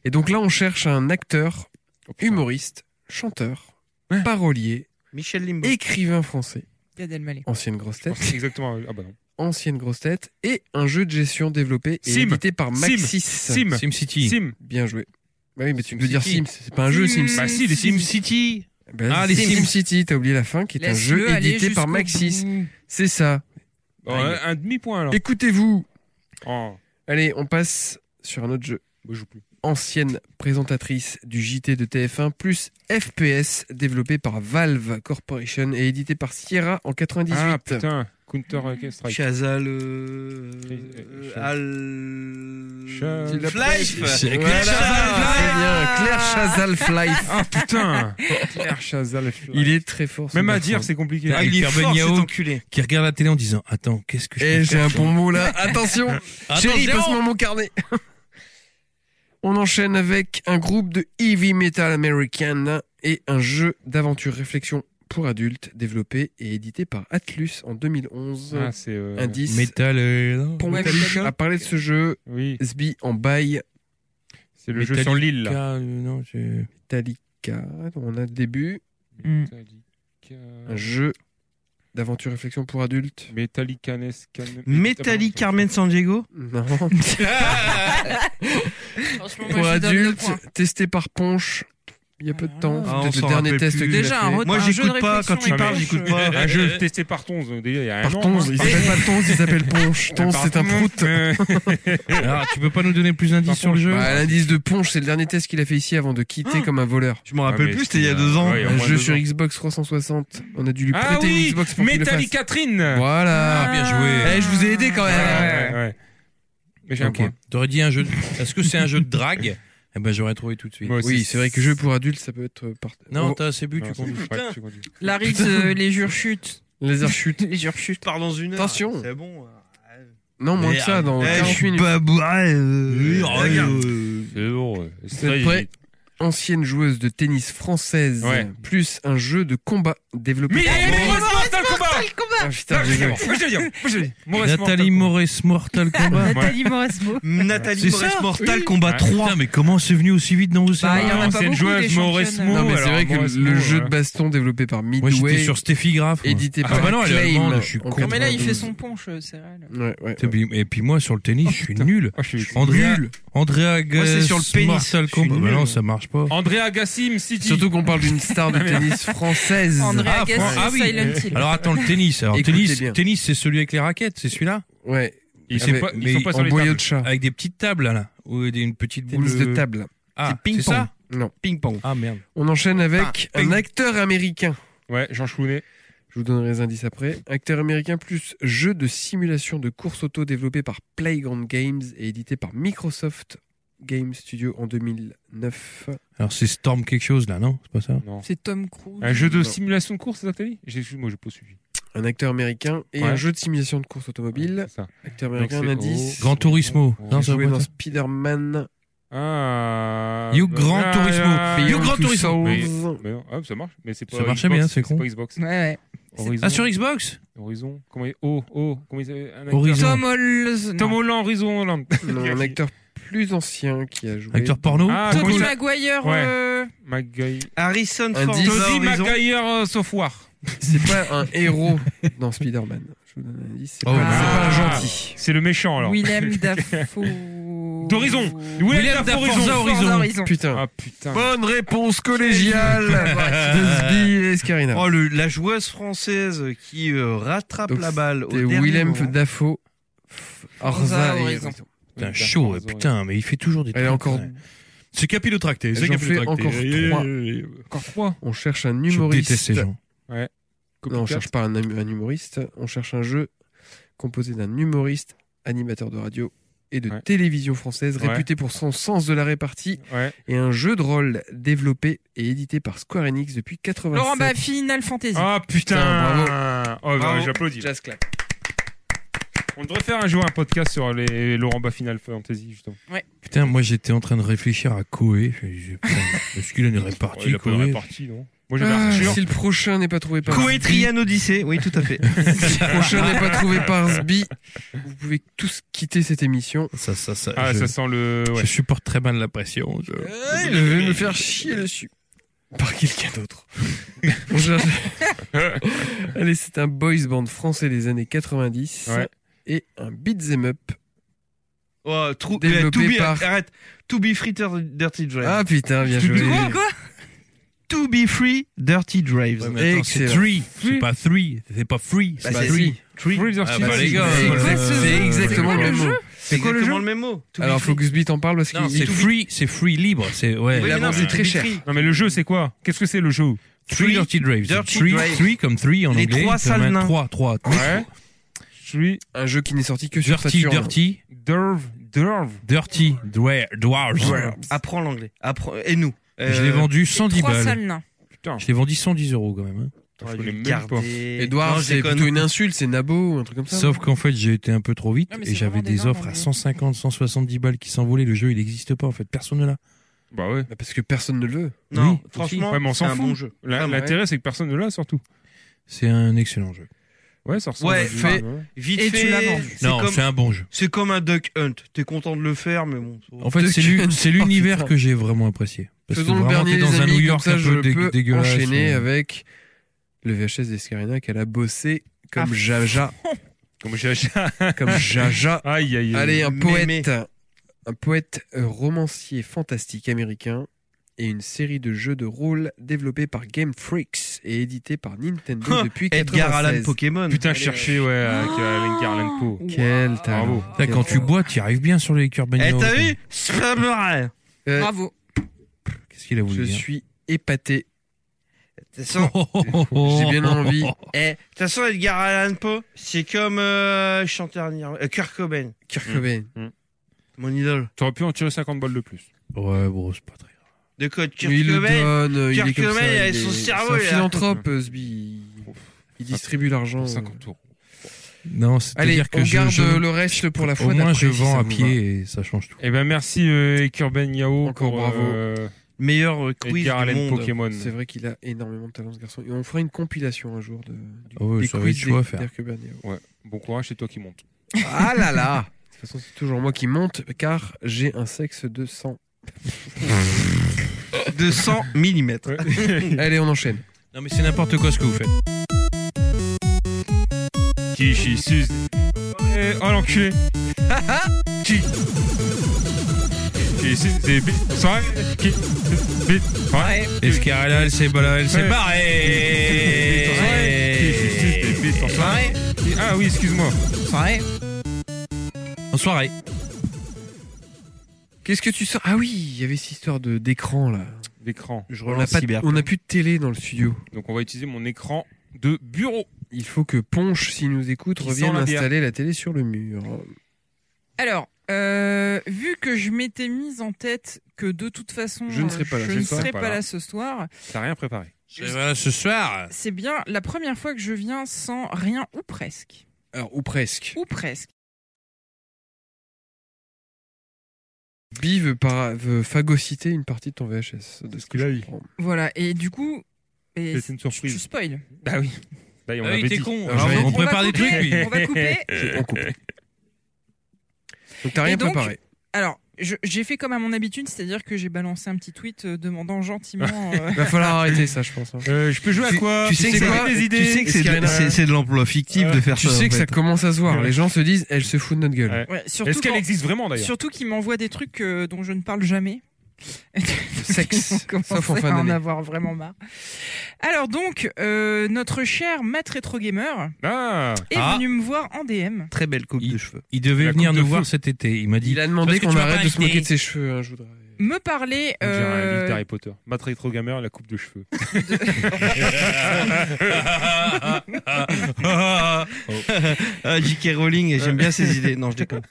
Speaker 3: Et donc là, on cherche un acteur,
Speaker 5: Oh, putain.
Speaker 3: humoriste, chanteur,
Speaker 5: Ouais.
Speaker 3: parolier,
Speaker 2: Michel Limbo.
Speaker 3: écrivain français,
Speaker 4: Gad Elmaleh.
Speaker 3: ancienne grosse
Speaker 5: Je
Speaker 3: tête,
Speaker 5: pensais Exactement. Ah bah non.
Speaker 3: ancienne grosse tête, et un jeu de gestion développé et
Speaker 5: Sim.
Speaker 3: édité par
Speaker 5: Sim.
Speaker 3: Maxis.
Speaker 5: Sim.
Speaker 1: SimCity.
Speaker 5: Sim.
Speaker 3: Bien joué. Bah oui, mais tu
Speaker 1: Sim
Speaker 3: peux dire
Speaker 1: City.
Speaker 3: Sims, c'est pas un jeu Sims.
Speaker 5: Bah si, les Sims.
Speaker 1: SimCity.
Speaker 3: Bah,
Speaker 1: Ah, les Sims.
Speaker 3: City, t'as oublié la fin, qui est un
Speaker 4: Laisse-le
Speaker 3: jeu
Speaker 4: aller
Speaker 3: édité par
Speaker 4: jusqu'au
Speaker 3: Maxis.
Speaker 4: bout.
Speaker 3: C'est ça.
Speaker 5: Bon, Oh, un un demi-point alors.
Speaker 3: Écoutez-vous.
Speaker 5: Oh,
Speaker 3: Allez, on passe sur un autre jeu.
Speaker 5: moi, je joue plus.
Speaker 3: ancienne présentatrice du JT de TF1 plus FPS développé par Valve Corporation et édité par Sierra en 98.
Speaker 5: Ah putain, Counter Strike.
Speaker 2: Chazal. euh,
Speaker 5: Chaz-
Speaker 2: Al.
Speaker 5: Chaz-
Speaker 2: Flife.
Speaker 1: C'est
Speaker 3: Voilà,
Speaker 1: Claire
Speaker 3: c'est bien, Claire Chazal Flife.
Speaker 5: Ah putain, Claire Chazal.
Speaker 3: Il est très fort. ce
Speaker 5: Même à
Speaker 3: garçon.
Speaker 5: dire, c'est compliqué.
Speaker 1: Ah, il est
Speaker 2: Il est fort, cet
Speaker 1: Benyao.
Speaker 2: enculé.
Speaker 1: Qui regarde la télé en disant Attends, qu'est-ce que je
Speaker 3: Eh,
Speaker 1: peux
Speaker 3: j'ai
Speaker 1: faire
Speaker 3: un
Speaker 1: pour-
Speaker 3: bon mot là. Attention, chérie,
Speaker 1: Attention.
Speaker 3: passe-moi mon carnet. On enchaîne avec un groupe de heavy metal américain et un jeu d'aventure réflexion pour adultes développé et édité par Atlus en 2011.
Speaker 5: Ah, c'est. euh,
Speaker 3: Indice.
Speaker 1: Metal. euh, non.
Speaker 3: Pompidou
Speaker 1: Metallica.
Speaker 3: a parlé de ce jeu,
Speaker 5: Oui,
Speaker 3: Sbi en bail,
Speaker 5: c'est le jeu sur l'île. là.
Speaker 1: Metallica, euh, non, je-
Speaker 3: Metallica, on a le début,
Speaker 4: Mm.
Speaker 5: Metallica.
Speaker 3: Hmm. un jeu d'aventure réflexion pour adultes.
Speaker 5: Metallicanes.
Speaker 2: Metallic Carmen San Diego.
Speaker 3: Non,
Speaker 4: Franchement, moi,
Speaker 3: pour
Speaker 4: je lui donne le
Speaker 3: adultes,
Speaker 4: point.
Speaker 3: testé par Ponche, il y a peu de temps.
Speaker 2: Ah, on
Speaker 3: C'était
Speaker 2: s'en
Speaker 3: le dernier
Speaker 2: rappelle
Speaker 3: test
Speaker 2: plus.
Speaker 3: qu'il a
Speaker 4: Déjà,
Speaker 3: fait.
Speaker 4: un retour.
Speaker 2: Moi,
Speaker 4: jeu de
Speaker 2: j'écoute pas.
Speaker 4: réflexion
Speaker 2: Quand il
Speaker 4: et
Speaker 2: parle,
Speaker 4: planche,
Speaker 2: j'écoute
Speaker 4: euh,
Speaker 2: pas.
Speaker 5: Un jeu testé par Tonz. euh, déjà, Il y a un
Speaker 3: Par
Speaker 5: an,
Speaker 3: Tonz,
Speaker 5: hein.
Speaker 3: il s'appelle pas Tonz, il s'appelle Ponche. Tonz, c'est un prout.
Speaker 5: Ah, Euh,
Speaker 1: Alors, Ah, tu peux pas nous donner plus d'indices
Speaker 5: Par
Speaker 1: sur le jeu
Speaker 3: Bah, L'indice de Ponche, c'est le dernier test qu'il a fait ici avant de quitter comme un voleur.
Speaker 2: Je m'en
Speaker 5: Ah,
Speaker 2: rappelle
Speaker 5: mais
Speaker 2: plus, c'était il y a
Speaker 5: c'était,
Speaker 2: deux
Speaker 5: euh,
Speaker 2: ans.
Speaker 5: ouais, il y a
Speaker 3: Un
Speaker 5: moins
Speaker 3: jeu
Speaker 5: de
Speaker 3: sur
Speaker 5: deux ans.
Speaker 3: Xbox 360. On a dû lui
Speaker 5: Ah
Speaker 3: prêter une
Speaker 5: oui,
Speaker 3: Xbox pour qu'il le fasse.
Speaker 5: Metallicatrine.
Speaker 3: Voilà.
Speaker 1: Ah, bien joué.
Speaker 3: Eh, je vous ai aidé quand même.
Speaker 5: Ah, Ouais, ouais. Mais j'ai un
Speaker 3: Ok.
Speaker 5: point.
Speaker 1: T'aurais dit un jeu. de- Est-ce que c'est un jeu de drague Eh ben, j'aurais trouvé tout de suite.
Speaker 5: Moi aussi.
Speaker 3: Oui, c'est vrai que jeu pour adultes, ça peut être par... Oh,
Speaker 1: Non, t'as assez bu,
Speaker 5: Non,
Speaker 1: tu
Speaker 5: c'est-
Speaker 1: conduis.
Speaker 5: ouais, tu conduis.
Speaker 4: La rixe, euh, les jures chutent.
Speaker 3: Laser chute.
Speaker 4: Les jures chutent.
Speaker 2: pars dans une
Speaker 3: heure. Attention.
Speaker 2: C'est bon.
Speaker 3: Non, moins que ça, dans
Speaker 2: Eh, je
Speaker 3: 40
Speaker 2: suis
Speaker 3: minutes.
Speaker 2: pas bourré. euh,
Speaker 1: Ouais,
Speaker 2: regarde.
Speaker 5: C'est bon. ouais.
Speaker 3: Vous êtes prêts Ancienne joueuse de tennis française,
Speaker 5: Ouais.
Speaker 3: plus un jeu de combat développé
Speaker 5: Mais
Speaker 3: par
Speaker 5: mais
Speaker 3: Maurice-
Speaker 5: Maurice Mortal Kombat
Speaker 3: Ah, putain, j'ai joué.
Speaker 5: Moi, je l'ai dit, moi, je l'ai dit. Maurice
Speaker 1: Nathalie
Speaker 5: Mortal
Speaker 1: Morris, Mortal Kombat.
Speaker 4: Nathalie Moresmo.
Speaker 2: Nathalie
Speaker 1: C'est
Speaker 2: Morris
Speaker 1: ça
Speaker 2: Mortal Combat
Speaker 5: Ouais.
Speaker 2: 3.
Speaker 1: Putain, mais comment c'est venu aussi vite dans vos
Speaker 4: Bah,
Speaker 1: cerveaux
Speaker 4: il y en a pas
Speaker 5: Ancienne
Speaker 4: beaucoup,
Speaker 5: joueuse,
Speaker 4: des
Speaker 5: Maurice
Speaker 4: championnes.
Speaker 5: Mo.
Speaker 3: Non, mais
Speaker 5: alors,
Speaker 3: c'est vrai que
Speaker 5: Maurice
Speaker 3: le
Speaker 5: Mo,
Speaker 3: jeu
Speaker 5: ouais.
Speaker 3: de baston développé par
Speaker 1: Moi, j'étais
Speaker 3: Midway,
Speaker 1: sur Steffi Graf. moi.
Speaker 3: édité
Speaker 5: Ah,
Speaker 3: par
Speaker 1: bah non, elle est
Speaker 3: Acclaim
Speaker 1: allemande, je suis
Speaker 3: en
Speaker 1: con.
Speaker 4: Non, mais là, il fait
Speaker 3: 92.
Speaker 4: son punch, euh, c'est vrai. là.
Speaker 3: Ouais, ouais.
Speaker 1: Et puis- Et puis moi, sur le tennis, je suis nul.
Speaker 5: Ah, je suis-
Speaker 1: Andrea, Andrea Gassi,
Speaker 2: c'est sur le pénis.
Speaker 1: Mortal
Speaker 2: Je suis
Speaker 1: Kombat. Bah
Speaker 2: nul.
Speaker 1: non, ça marche pas.
Speaker 5: André Agassim, City.
Speaker 3: Surtout qu'on parle d'une star de tennis française.
Speaker 4: André
Speaker 1: Ah,
Speaker 4: Agassi,
Speaker 1: Fran- ah oui.
Speaker 4: Silent Hill.
Speaker 1: Alors attends, le tennis. Alors
Speaker 3: Écoutez
Speaker 1: tennis,
Speaker 3: bien.
Speaker 1: tennis, c'est celui avec les raquettes, c'est celui-là
Speaker 3: Ouais.
Speaker 5: Ils sont
Speaker 3: Avec-
Speaker 5: pas- ils
Speaker 1: mais
Speaker 5: sont pas sur
Speaker 3: en
Speaker 5: les
Speaker 3: Ah, boyau
Speaker 5: tables.
Speaker 3: de chat.
Speaker 1: avec des petites tables là, ou des- une petite boule
Speaker 3: Ah. Tennis de table.
Speaker 1: Ah,
Speaker 2: C'est
Speaker 1: c'est
Speaker 2: ping-pong.
Speaker 1: ça
Speaker 3: Non.
Speaker 2: Ping pong.
Speaker 1: Ah merde.
Speaker 3: On enchaîne avec
Speaker 2: Ah, ping.
Speaker 3: un acteur américain.
Speaker 5: Ouais, Jean Chounet.
Speaker 3: Je vous donnerai les indices après. Acteur américain plus jeu de simulation de course auto développé par Playground Games et édité par Microsoft Game Studio en 2009.
Speaker 1: Alors c'est Storm quelque chose là, non C'est pas ça
Speaker 5: Non.
Speaker 4: C'est Tom Cruise.
Speaker 5: Un jeu de
Speaker 3: Non.
Speaker 5: simulation de course, c'est ça que t'as dit J'ai- Moi, j'ai pas suivi.
Speaker 3: Un acteur américain et
Speaker 5: Ouais.
Speaker 3: un jeu de simulation de course automobile.
Speaker 5: C'est ça.
Speaker 3: Acteur
Speaker 5: Donc,
Speaker 3: américain, un
Speaker 5: c'est-
Speaker 3: indice.
Speaker 5: oh,
Speaker 1: Grand Turismo.
Speaker 5: J'ai
Speaker 1: Non,
Speaker 3: Il
Speaker 1: Hein, ça
Speaker 3: jouait
Speaker 1: va pas
Speaker 3: dans
Speaker 1: être ça
Speaker 3: Spider-Man.
Speaker 5: Ah.
Speaker 1: You
Speaker 5: bah,
Speaker 1: Grand
Speaker 5: ah,
Speaker 1: Turismo.
Speaker 5: ah,
Speaker 1: You
Speaker 5: ah,
Speaker 1: Grand
Speaker 3: Two
Speaker 1: Turismo.
Speaker 3: Souls.
Speaker 5: Mais- mais non, ah, ça marche, mais c'est pas.
Speaker 1: Ça marchait
Speaker 5: Xbox,
Speaker 1: bien, c'est con.
Speaker 5: pas Xbox.
Speaker 4: Ouais, ouais.
Speaker 5: Horizon.
Speaker 1: Ah sur Xbox
Speaker 5: Horizon. Comment il. Oh, oh. Comment il s'appelle un acteur-
Speaker 1: Horizon.
Speaker 4: Tom Holland.
Speaker 5: Tom Holland, Horizon Holland.
Speaker 3: Non, un acteur plus ancien qui a joué.
Speaker 1: Acteur porno
Speaker 5: Ah,
Speaker 4: Tobey
Speaker 5: comment il s'appelle
Speaker 4: Maguire.
Speaker 5: Ouais.
Speaker 4: euh,
Speaker 5: McGuy.
Speaker 2: Harrison
Speaker 3: Indice.
Speaker 2: Ford.
Speaker 5: Tony
Speaker 2: Horizon.
Speaker 5: McGuire euh, Software.
Speaker 3: C'est pas un héros dans Spider-Man. Je vous donne un indice. C'est
Speaker 1: Oh,
Speaker 3: pas,
Speaker 1: non.
Speaker 3: c'est pas un
Speaker 5: Ah.
Speaker 3: gentil.
Speaker 5: C'est le méchant alors.
Speaker 4: Willem Dafoe.
Speaker 5: D'Horizon.
Speaker 1: Dafoe,
Speaker 5: William Dafoe,
Speaker 1: Forza Horizon.
Speaker 4: Forza Horizon.
Speaker 3: Putain.
Speaker 5: Ah putain.
Speaker 3: Bonne réponse collégiale de Sbi et Scarina.
Speaker 2: Oh, le- la joueuse française qui euh, rattrape
Speaker 3: Donc,
Speaker 2: la balle au
Speaker 3: C'était
Speaker 2: dernier
Speaker 3: Willem
Speaker 2: moment.
Speaker 3: Dafoe. Orza
Speaker 4: Orza
Speaker 3: et
Speaker 4: Horizon.
Speaker 3: Horizon.
Speaker 1: Putain, chaud, ouais, putain, mais il fait toujours des
Speaker 3: Elle est
Speaker 1: trucs,
Speaker 3: encore-
Speaker 1: ouais. C'est capillotracté, c'est
Speaker 3: J'en fais
Speaker 1: capillotracté.
Speaker 3: encore trois.
Speaker 5: Encore trois.
Speaker 3: On cherche un
Speaker 1: Je déteste
Speaker 3: humoriste.
Speaker 1: ces gens.
Speaker 3: Non, on cherche pas un, hum- un humoriste. On cherche un jeu composé d'un humoriste, animateur de radio et de
Speaker 5: Ouais.
Speaker 3: télévision française
Speaker 5: Ouais.
Speaker 3: réputé pour son sens de la répartie
Speaker 5: Ouais.
Speaker 3: et un jeu de rôle développé et édité par Square Enix depuis 87.
Speaker 4: Laurent Baffi, Final Fantasy.
Speaker 5: Ah putain.
Speaker 3: Putain,
Speaker 5: Oh, bah,
Speaker 3: Bravo.
Speaker 5: j'applaudis.
Speaker 3: Jazz clap.
Speaker 5: On devrait faire un jour un podcast sur les Laurent Bas Final Fantasy justement.
Speaker 1: Putain, moi j'étais en train de réfléchir à Koé. Je- je- putain, Est-ce qu'il a une
Speaker 5: Ouais,
Speaker 1: répartie,
Speaker 5: il a pas de
Speaker 1: Koé
Speaker 5: répartie, non Moi j'avais
Speaker 3: Ah,
Speaker 5: Arthur.
Speaker 3: si le prochain n'est pas trouvé par Sbi,
Speaker 2: Coétrian Odyssée, oui, tout à fait.
Speaker 3: si le prochain n'est pas trouvé par Sbi, vous pouvez tous quitter cette émission.
Speaker 1: Ça, ça, ça.
Speaker 5: Ah,
Speaker 1: je,
Speaker 5: ça sent le. Ouais.
Speaker 1: je supporte très mal la pression. je-
Speaker 3: Euh, il vais me faire chier dessus. Par quelqu'un d'autre. On cherche- Allez, c'est un boys band français des années 90
Speaker 5: Ouais.
Speaker 3: et un beat'em up.
Speaker 2: Oh, trou-
Speaker 3: Développé
Speaker 2: euh, to be,
Speaker 3: par-
Speaker 2: Arrête. To be free Dir- dirty drive.
Speaker 3: Ah putain, bien
Speaker 2: Tu
Speaker 3: joué.
Speaker 2: dis
Speaker 4: Quoi, quoi
Speaker 2: to be free dirty drives.
Speaker 1: Ouais, mais attends, c'est
Speaker 3: Excellent.
Speaker 1: three. C'est pas three. C'est pas free.
Speaker 2: Bah,
Speaker 1: C'est pas
Speaker 2: c'est-
Speaker 1: three.
Speaker 2: Free.
Speaker 5: Free
Speaker 1: Ah,
Speaker 5: Dirty
Speaker 1: bah, les
Speaker 5: Sexy.
Speaker 1: gars,
Speaker 3: C'est
Speaker 1: euh,
Speaker 4: quoi ce
Speaker 1: c'est
Speaker 4: jeu
Speaker 1: exactement
Speaker 4: C'est quoi
Speaker 1: le
Speaker 4: le
Speaker 1: mot.
Speaker 4: jeu
Speaker 2: C'est
Speaker 1: quoi le
Speaker 2: exactement le même mot. To be
Speaker 3: Alors,
Speaker 2: free.
Speaker 3: faut que Sbi t'en parle parce
Speaker 1: Non,
Speaker 3: qu'il
Speaker 1: c'est
Speaker 3: est
Speaker 1: free, c'est free libre. C'est ouais.
Speaker 2: Oui, mais non,
Speaker 3: l'avance
Speaker 2: c'est
Speaker 3: est très
Speaker 2: to be
Speaker 3: chère.
Speaker 2: free.
Speaker 5: Non mais le jeu c'est quoi Qu'est-ce que c'est le jeu
Speaker 1: Three dirty drives.
Speaker 2: Dirty
Speaker 1: three,
Speaker 2: Drive.
Speaker 1: three comme three en
Speaker 2: Les
Speaker 1: anglais.
Speaker 2: trois
Speaker 1: ça
Speaker 2: sales
Speaker 1: met
Speaker 2: nains.
Speaker 1: Trois, trois.
Speaker 5: Ouais. Je suis
Speaker 3: un jeu qui n'est sorti que sur
Speaker 1: Dirty,
Speaker 3: Saturn.
Speaker 1: dirty,
Speaker 5: Derv. Derv.
Speaker 1: dirty, dwa- dwarves.
Speaker 2: Apprends l'anglais. Apprends. Et nous.
Speaker 1: Je l'ai
Speaker 2: Euh,
Speaker 1: vendu 110
Speaker 4: Trois
Speaker 1: balles.
Speaker 4: salles nains.
Speaker 5: Putain.
Speaker 1: Je l'ai vendu 110 euros quand même. hein.
Speaker 2: Euh,
Speaker 5: je connais même pas.
Speaker 3: Edouard, c'est plutôt une insulte, c'est Nabo ou un truc comme ça.
Speaker 1: Sauf qu'en fait, j'ai été un peu trop vite
Speaker 4: Ouais, mais
Speaker 1: et
Speaker 4: c'est
Speaker 1: j'avais
Speaker 4: vraiment
Speaker 1: des
Speaker 4: énorme,
Speaker 1: offres
Speaker 4: hein.
Speaker 1: à 150, 170 balles qui s'envolaient. Le jeu, il n'existe pas en fait. Personne ne l'a.
Speaker 5: Bah ouais.
Speaker 3: Bah, Parce que personne ne le veut.
Speaker 2: Non,
Speaker 1: Oui,
Speaker 2: franchement,
Speaker 5: Ouais, mais on
Speaker 2: c'est
Speaker 5: s'en
Speaker 2: un
Speaker 5: fout.
Speaker 2: bon jeu.
Speaker 5: La-
Speaker 3: Ah, ouais.
Speaker 5: L'intérêt c'est que personne ne l'a surtout.
Speaker 1: C'est un excellent jeu.
Speaker 5: Ouais, ça ressemble.
Speaker 2: Ouais,
Speaker 5: à du- Ah,
Speaker 2: fait-
Speaker 5: ouais.
Speaker 2: Vite
Speaker 4: Et tu
Speaker 2: fait,
Speaker 4: l'as vendu.
Speaker 2: c'est
Speaker 1: Non,
Speaker 2: comme-
Speaker 1: c'est un bon jeu.
Speaker 2: c'est comme, un Duck Hunt. T'es content de le faire, mais bon.
Speaker 1: En fait,
Speaker 3: Duck
Speaker 1: c'est l'u-
Speaker 3: Hunt.
Speaker 1: c'est
Speaker 3: Oh,
Speaker 1: l'univers
Speaker 3: putain.
Speaker 1: que j'ai vraiment apprécié. Parce
Speaker 3: Faisons
Speaker 1: que
Speaker 3: le
Speaker 1: vraiment,
Speaker 3: dernier,
Speaker 1: t'es
Speaker 3: les
Speaker 1: dans un
Speaker 3: amis,
Speaker 1: New
Speaker 3: comme
Speaker 1: York
Speaker 3: ça,
Speaker 1: un
Speaker 3: je
Speaker 1: peu dé-
Speaker 3: peux
Speaker 1: dégueulasse.
Speaker 3: enchaîner
Speaker 1: euh,
Speaker 3: avec le VHS d'Escarina qu'elle a bossé comme
Speaker 4: Ah.
Speaker 3: Jaja,
Speaker 5: Comme j'ai acheté.
Speaker 3: comme Jaja.
Speaker 5: Aïe aïe. aïe.
Speaker 3: Allez, un
Speaker 2: Mémé.
Speaker 3: poète, un poète euh, romancier fantastique américain et une série de jeux de rôle développés par Game Freaks et édité par Nintendo depuis
Speaker 2: Edgar Allan
Speaker 3: 96.
Speaker 2: Pokémon.
Speaker 5: Putain, je cherchais ouais avec
Speaker 4: Oh.
Speaker 1: Ah
Speaker 5: euh, Edgar Allan Poe.
Speaker 3: Quel talent.
Speaker 5: Bravo.
Speaker 1: Putain, euh, Quand tu bois, tu arrives bien sur les
Speaker 2: Eh,
Speaker 1: Curbano.
Speaker 2: t'as vu C'est pas vrai.
Speaker 3: Euh,
Speaker 4: Bravo.
Speaker 1: Qu'est-ce qu'il a
Speaker 3: Je
Speaker 1: voulu dire
Speaker 3: suis épaté.
Speaker 2: T'as senti-
Speaker 1: Oh.
Speaker 3: J'ai bien envie.
Speaker 2: Eh, de toute façon, Edgar Allan Poe, c'est comme euh, chanteur nir- euh, Kurt Cobain,
Speaker 3: Kurt Cobain.
Speaker 2: mon idole.
Speaker 5: T'aurais pu en tirer 50 balles de plus.
Speaker 1: Ouais, bon, c'est pas très grave.
Speaker 2: De code Kurt
Speaker 3: Mais il le
Speaker 2: Cobain.
Speaker 3: donne, euh, il
Speaker 2: Kurt
Speaker 3: est comme
Speaker 2: Cobain,
Speaker 3: ça,
Speaker 2: il a
Speaker 3: il
Speaker 2: son
Speaker 3: est-
Speaker 2: cerveau, il
Speaker 3: C'est un
Speaker 2: a-
Speaker 3: philanthrope, euh, Sbi. Il- Il distribue l'argent.
Speaker 5: Pour
Speaker 3: euh.
Speaker 5: 50 euros.
Speaker 1: Non, c'est-à-dire
Speaker 3: Allez,
Speaker 1: que
Speaker 3: on
Speaker 1: je,
Speaker 3: garde
Speaker 1: je-
Speaker 3: le reste pour la fois
Speaker 1: au moins,
Speaker 3: d'après,
Speaker 1: je
Speaker 3: si
Speaker 1: vends
Speaker 3: ça
Speaker 1: à
Speaker 3: vous va.
Speaker 1: pied et ça change tout.
Speaker 5: Eh ben merci euh, Kurben Yao
Speaker 3: Encore
Speaker 5: pour,
Speaker 3: bravo.
Speaker 5: euh,
Speaker 2: Meilleur euh, quiz
Speaker 5: Edgar
Speaker 2: du
Speaker 5: Allan
Speaker 2: monde.
Speaker 5: Pokémon.
Speaker 3: C'est vrai qu'il a énormément de talent ce garçon. Et on fera une compilation un jour de du-
Speaker 1: Ah ouais,
Speaker 3: des
Speaker 1: ça va être
Speaker 3: quiz
Speaker 1: chaud à
Speaker 3: des-
Speaker 1: faire.
Speaker 3: d'Eric Bernier.
Speaker 5: Bon courage, c'est toi qui monte.
Speaker 3: Ah là là De toute façon, c'est toujours moi qui monte car j'ai un sexe de sang.
Speaker 2: De 100 mm.
Speaker 3: Allez, on enchaîne.
Speaker 1: Non, mais c'est n'importe quoi ce que vous faites.
Speaker 5: Qui chie sus. Eh, Oh l'enculé. Qui. Qui suce des bites. Ça va Qui. Bites. Ouais.
Speaker 1: Escarella, elle s'est barrée. Elle s'est
Speaker 5: Ouais.
Speaker 1: barrée.
Speaker 5: Qui suce des bites en soirée. Qui- Ah oui, excuse-moi.
Speaker 1: En soirée.
Speaker 3: Qu'est-ce que tu sors Ah oui, il y avait cette histoire de d'écran là.
Speaker 5: L'écran.
Speaker 2: Je
Speaker 3: On n'a
Speaker 1: Oh,
Speaker 2: relance
Speaker 3: pas de-
Speaker 2: cyber.
Speaker 3: on n'a plus de télé dans le studio.
Speaker 5: Donc on va utiliser mon écran de bureau.
Speaker 3: Il faut que Ponche, s'il nous écoute,
Speaker 5: Qui
Speaker 3: revienne
Speaker 5: sent la bière.
Speaker 3: installer la télé sur le mur.
Speaker 4: Alors, euh, vu que je m'étais mise en tête que de toute façon,
Speaker 5: Je ne
Speaker 4: euh,
Speaker 5: serai pas là
Speaker 4: je
Speaker 5: ce
Speaker 4: ne
Speaker 5: soir.
Speaker 4: serai
Speaker 5: Pas
Speaker 4: pas
Speaker 5: là.
Speaker 4: là ce soir,
Speaker 5: T'as rien préparé.
Speaker 1: Et voilà, ce soir.
Speaker 4: c'est bien la première fois que je viens sans rien ou presque.
Speaker 3: Alors, ou presque.
Speaker 4: Ou presque.
Speaker 3: Bi veut, para- veut phagocyter une partie de ton VHS. De ce que
Speaker 5: Là,
Speaker 3: je
Speaker 5: oui.
Speaker 3: comprends.
Speaker 4: Voilà, et du coup. et
Speaker 5: C'est une
Speaker 4: tu
Speaker 5: surprise.
Speaker 4: spoil.
Speaker 5: Bah oui. Bah,
Speaker 1: Ah
Speaker 5: on
Speaker 1: oui,
Speaker 5: l'avait
Speaker 1: t'es
Speaker 5: dit.
Speaker 1: con.
Speaker 3: Alors,
Speaker 1: Alors,
Speaker 3: on
Speaker 1: on
Speaker 4: va
Speaker 1: prépare des
Speaker 4: couper,
Speaker 1: trucs, lui.
Speaker 4: On va couper.
Speaker 3: On coupe. Donc, t'as
Speaker 4: Et
Speaker 3: rien
Speaker 4: donc-
Speaker 3: préparé.
Speaker 4: Alors, je- j'ai fait comme à mon habitude, c'est-à-dire que j'ai balancé un petit tweet euh, demandant gentiment. euh,
Speaker 3: Va falloir arrêter ça, je pense. hein.
Speaker 5: Euh, je peux jouer à
Speaker 2: Tu-
Speaker 5: quoi
Speaker 2: Ah, Tu sais que
Speaker 3: c'est
Speaker 2: c'est-
Speaker 3: quoi
Speaker 2: tu
Speaker 3: idées,
Speaker 2: sais que c'est de-
Speaker 3: Escarina
Speaker 2: c'est c'est de l'emploi fictif
Speaker 5: Ouais.
Speaker 2: de faire
Speaker 3: Tu
Speaker 2: ça. en
Speaker 3: sais que
Speaker 2: fait.
Speaker 3: ça commence à se voir.
Speaker 5: Ouais.
Speaker 3: Les gens se disent, elle se fout de notre gueule.
Speaker 5: Ouais.
Speaker 4: ouais, surtout
Speaker 5: Est-ce qu'elle
Speaker 4: quand-
Speaker 5: existe vraiment d'ailleurs
Speaker 4: Surtout qu'il m'envoie des trucs euh, dont je ne parle jamais.
Speaker 3: sexe,
Speaker 4: On commence
Speaker 3: sauf en fin
Speaker 4: à en
Speaker 3: d'année.
Speaker 4: avoir vraiment marre. Alors donc, euh, notre cher Matt Retro Gamer
Speaker 5: Ah
Speaker 4: est
Speaker 1: Ah.
Speaker 4: venu me voir en DM.
Speaker 2: Très belle coupe
Speaker 1: Il-
Speaker 2: de cheveux.
Speaker 1: Il devait
Speaker 5: La
Speaker 1: venir
Speaker 5: coupe de
Speaker 1: nous
Speaker 5: fou.
Speaker 1: voir cet été. Il m'a dit.
Speaker 3: Il a
Speaker 1: Parce
Speaker 3: demandé
Speaker 1: que
Speaker 3: qu'on
Speaker 1: tu vas
Speaker 3: arrête
Speaker 1: pas
Speaker 3: de se
Speaker 1: rester.
Speaker 3: moquer de ses cheveux, hein, je voudrais.
Speaker 4: Me parler
Speaker 5: On dirait un livre
Speaker 4: euh,
Speaker 5: d'Harry Potter. Matt Retro Gamer, la coupe de cheveux.
Speaker 2: ah, J.K. Ah, Rowling, j'aime bien ses idées. Non, je déconne.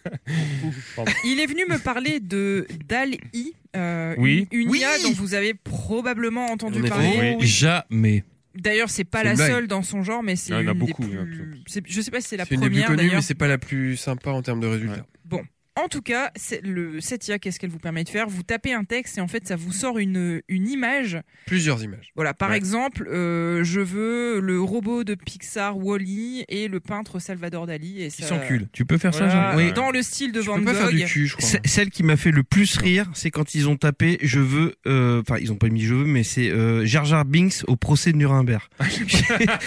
Speaker 4: Il est venu me parler de DAL-I, euh,
Speaker 5: Oui.
Speaker 4: une, une
Speaker 2: Oui.
Speaker 4: IA dont vous avez probablement entendu
Speaker 3: En effet.
Speaker 4: parler.
Speaker 5: Ah, Oui.
Speaker 1: Jamais.
Speaker 4: D'ailleurs, c'est pas
Speaker 3: C'est
Speaker 4: la
Speaker 3: une blague.
Speaker 4: seule dans son genre, mais c'est
Speaker 5: Il y en a
Speaker 4: une
Speaker 5: beaucoup,
Speaker 4: des
Speaker 5: hein,
Speaker 4: plus... c'est- Je sais pas si c'est la
Speaker 3: C'est une des plus
Speaker 4: première
Speaker 3: connues,
Speaker 4: d'ailleurs.
Speaker 3: mais c'est pas la plus sympa en termes de résultats.
Speaker 4: En tout cas, c'est le, cette IA, qu'est-ce qu'elle vous permet de faire Vous tapez un texte et en fait, ça vous sort une, une image
Speaker 3: Plusieurs images.
Speaker 4: Voilà, par
Speaker 5: Ouais.
Speaker 4: exemple, euh, je veux le robot de Pixar Wally et le peintre Salvador Dali. Et
Speaker 1: Qui
Speaker 4: ça-
Speaker 1: s'encule. Tu peux faire ça,
Speaker 5: Voilà.
Speaker 1: Jean
Speaker 5: Oui.
Speaker 4: Dans le style de
Speaker 3: Tu
Speaker 4: Van
Speaker 3: peux pas faire du
Speaker 4: Gogh.
Speaker 3: cul, je crois.
Speaker 2: Ce- Celle qui m'a fait le plus rire, c'est quand ils ont tapé je veux, euh, enfin ils ont pas mis je veux, mais c'est euh, Jar Jar Binks au procès de Nuremberg. J'étais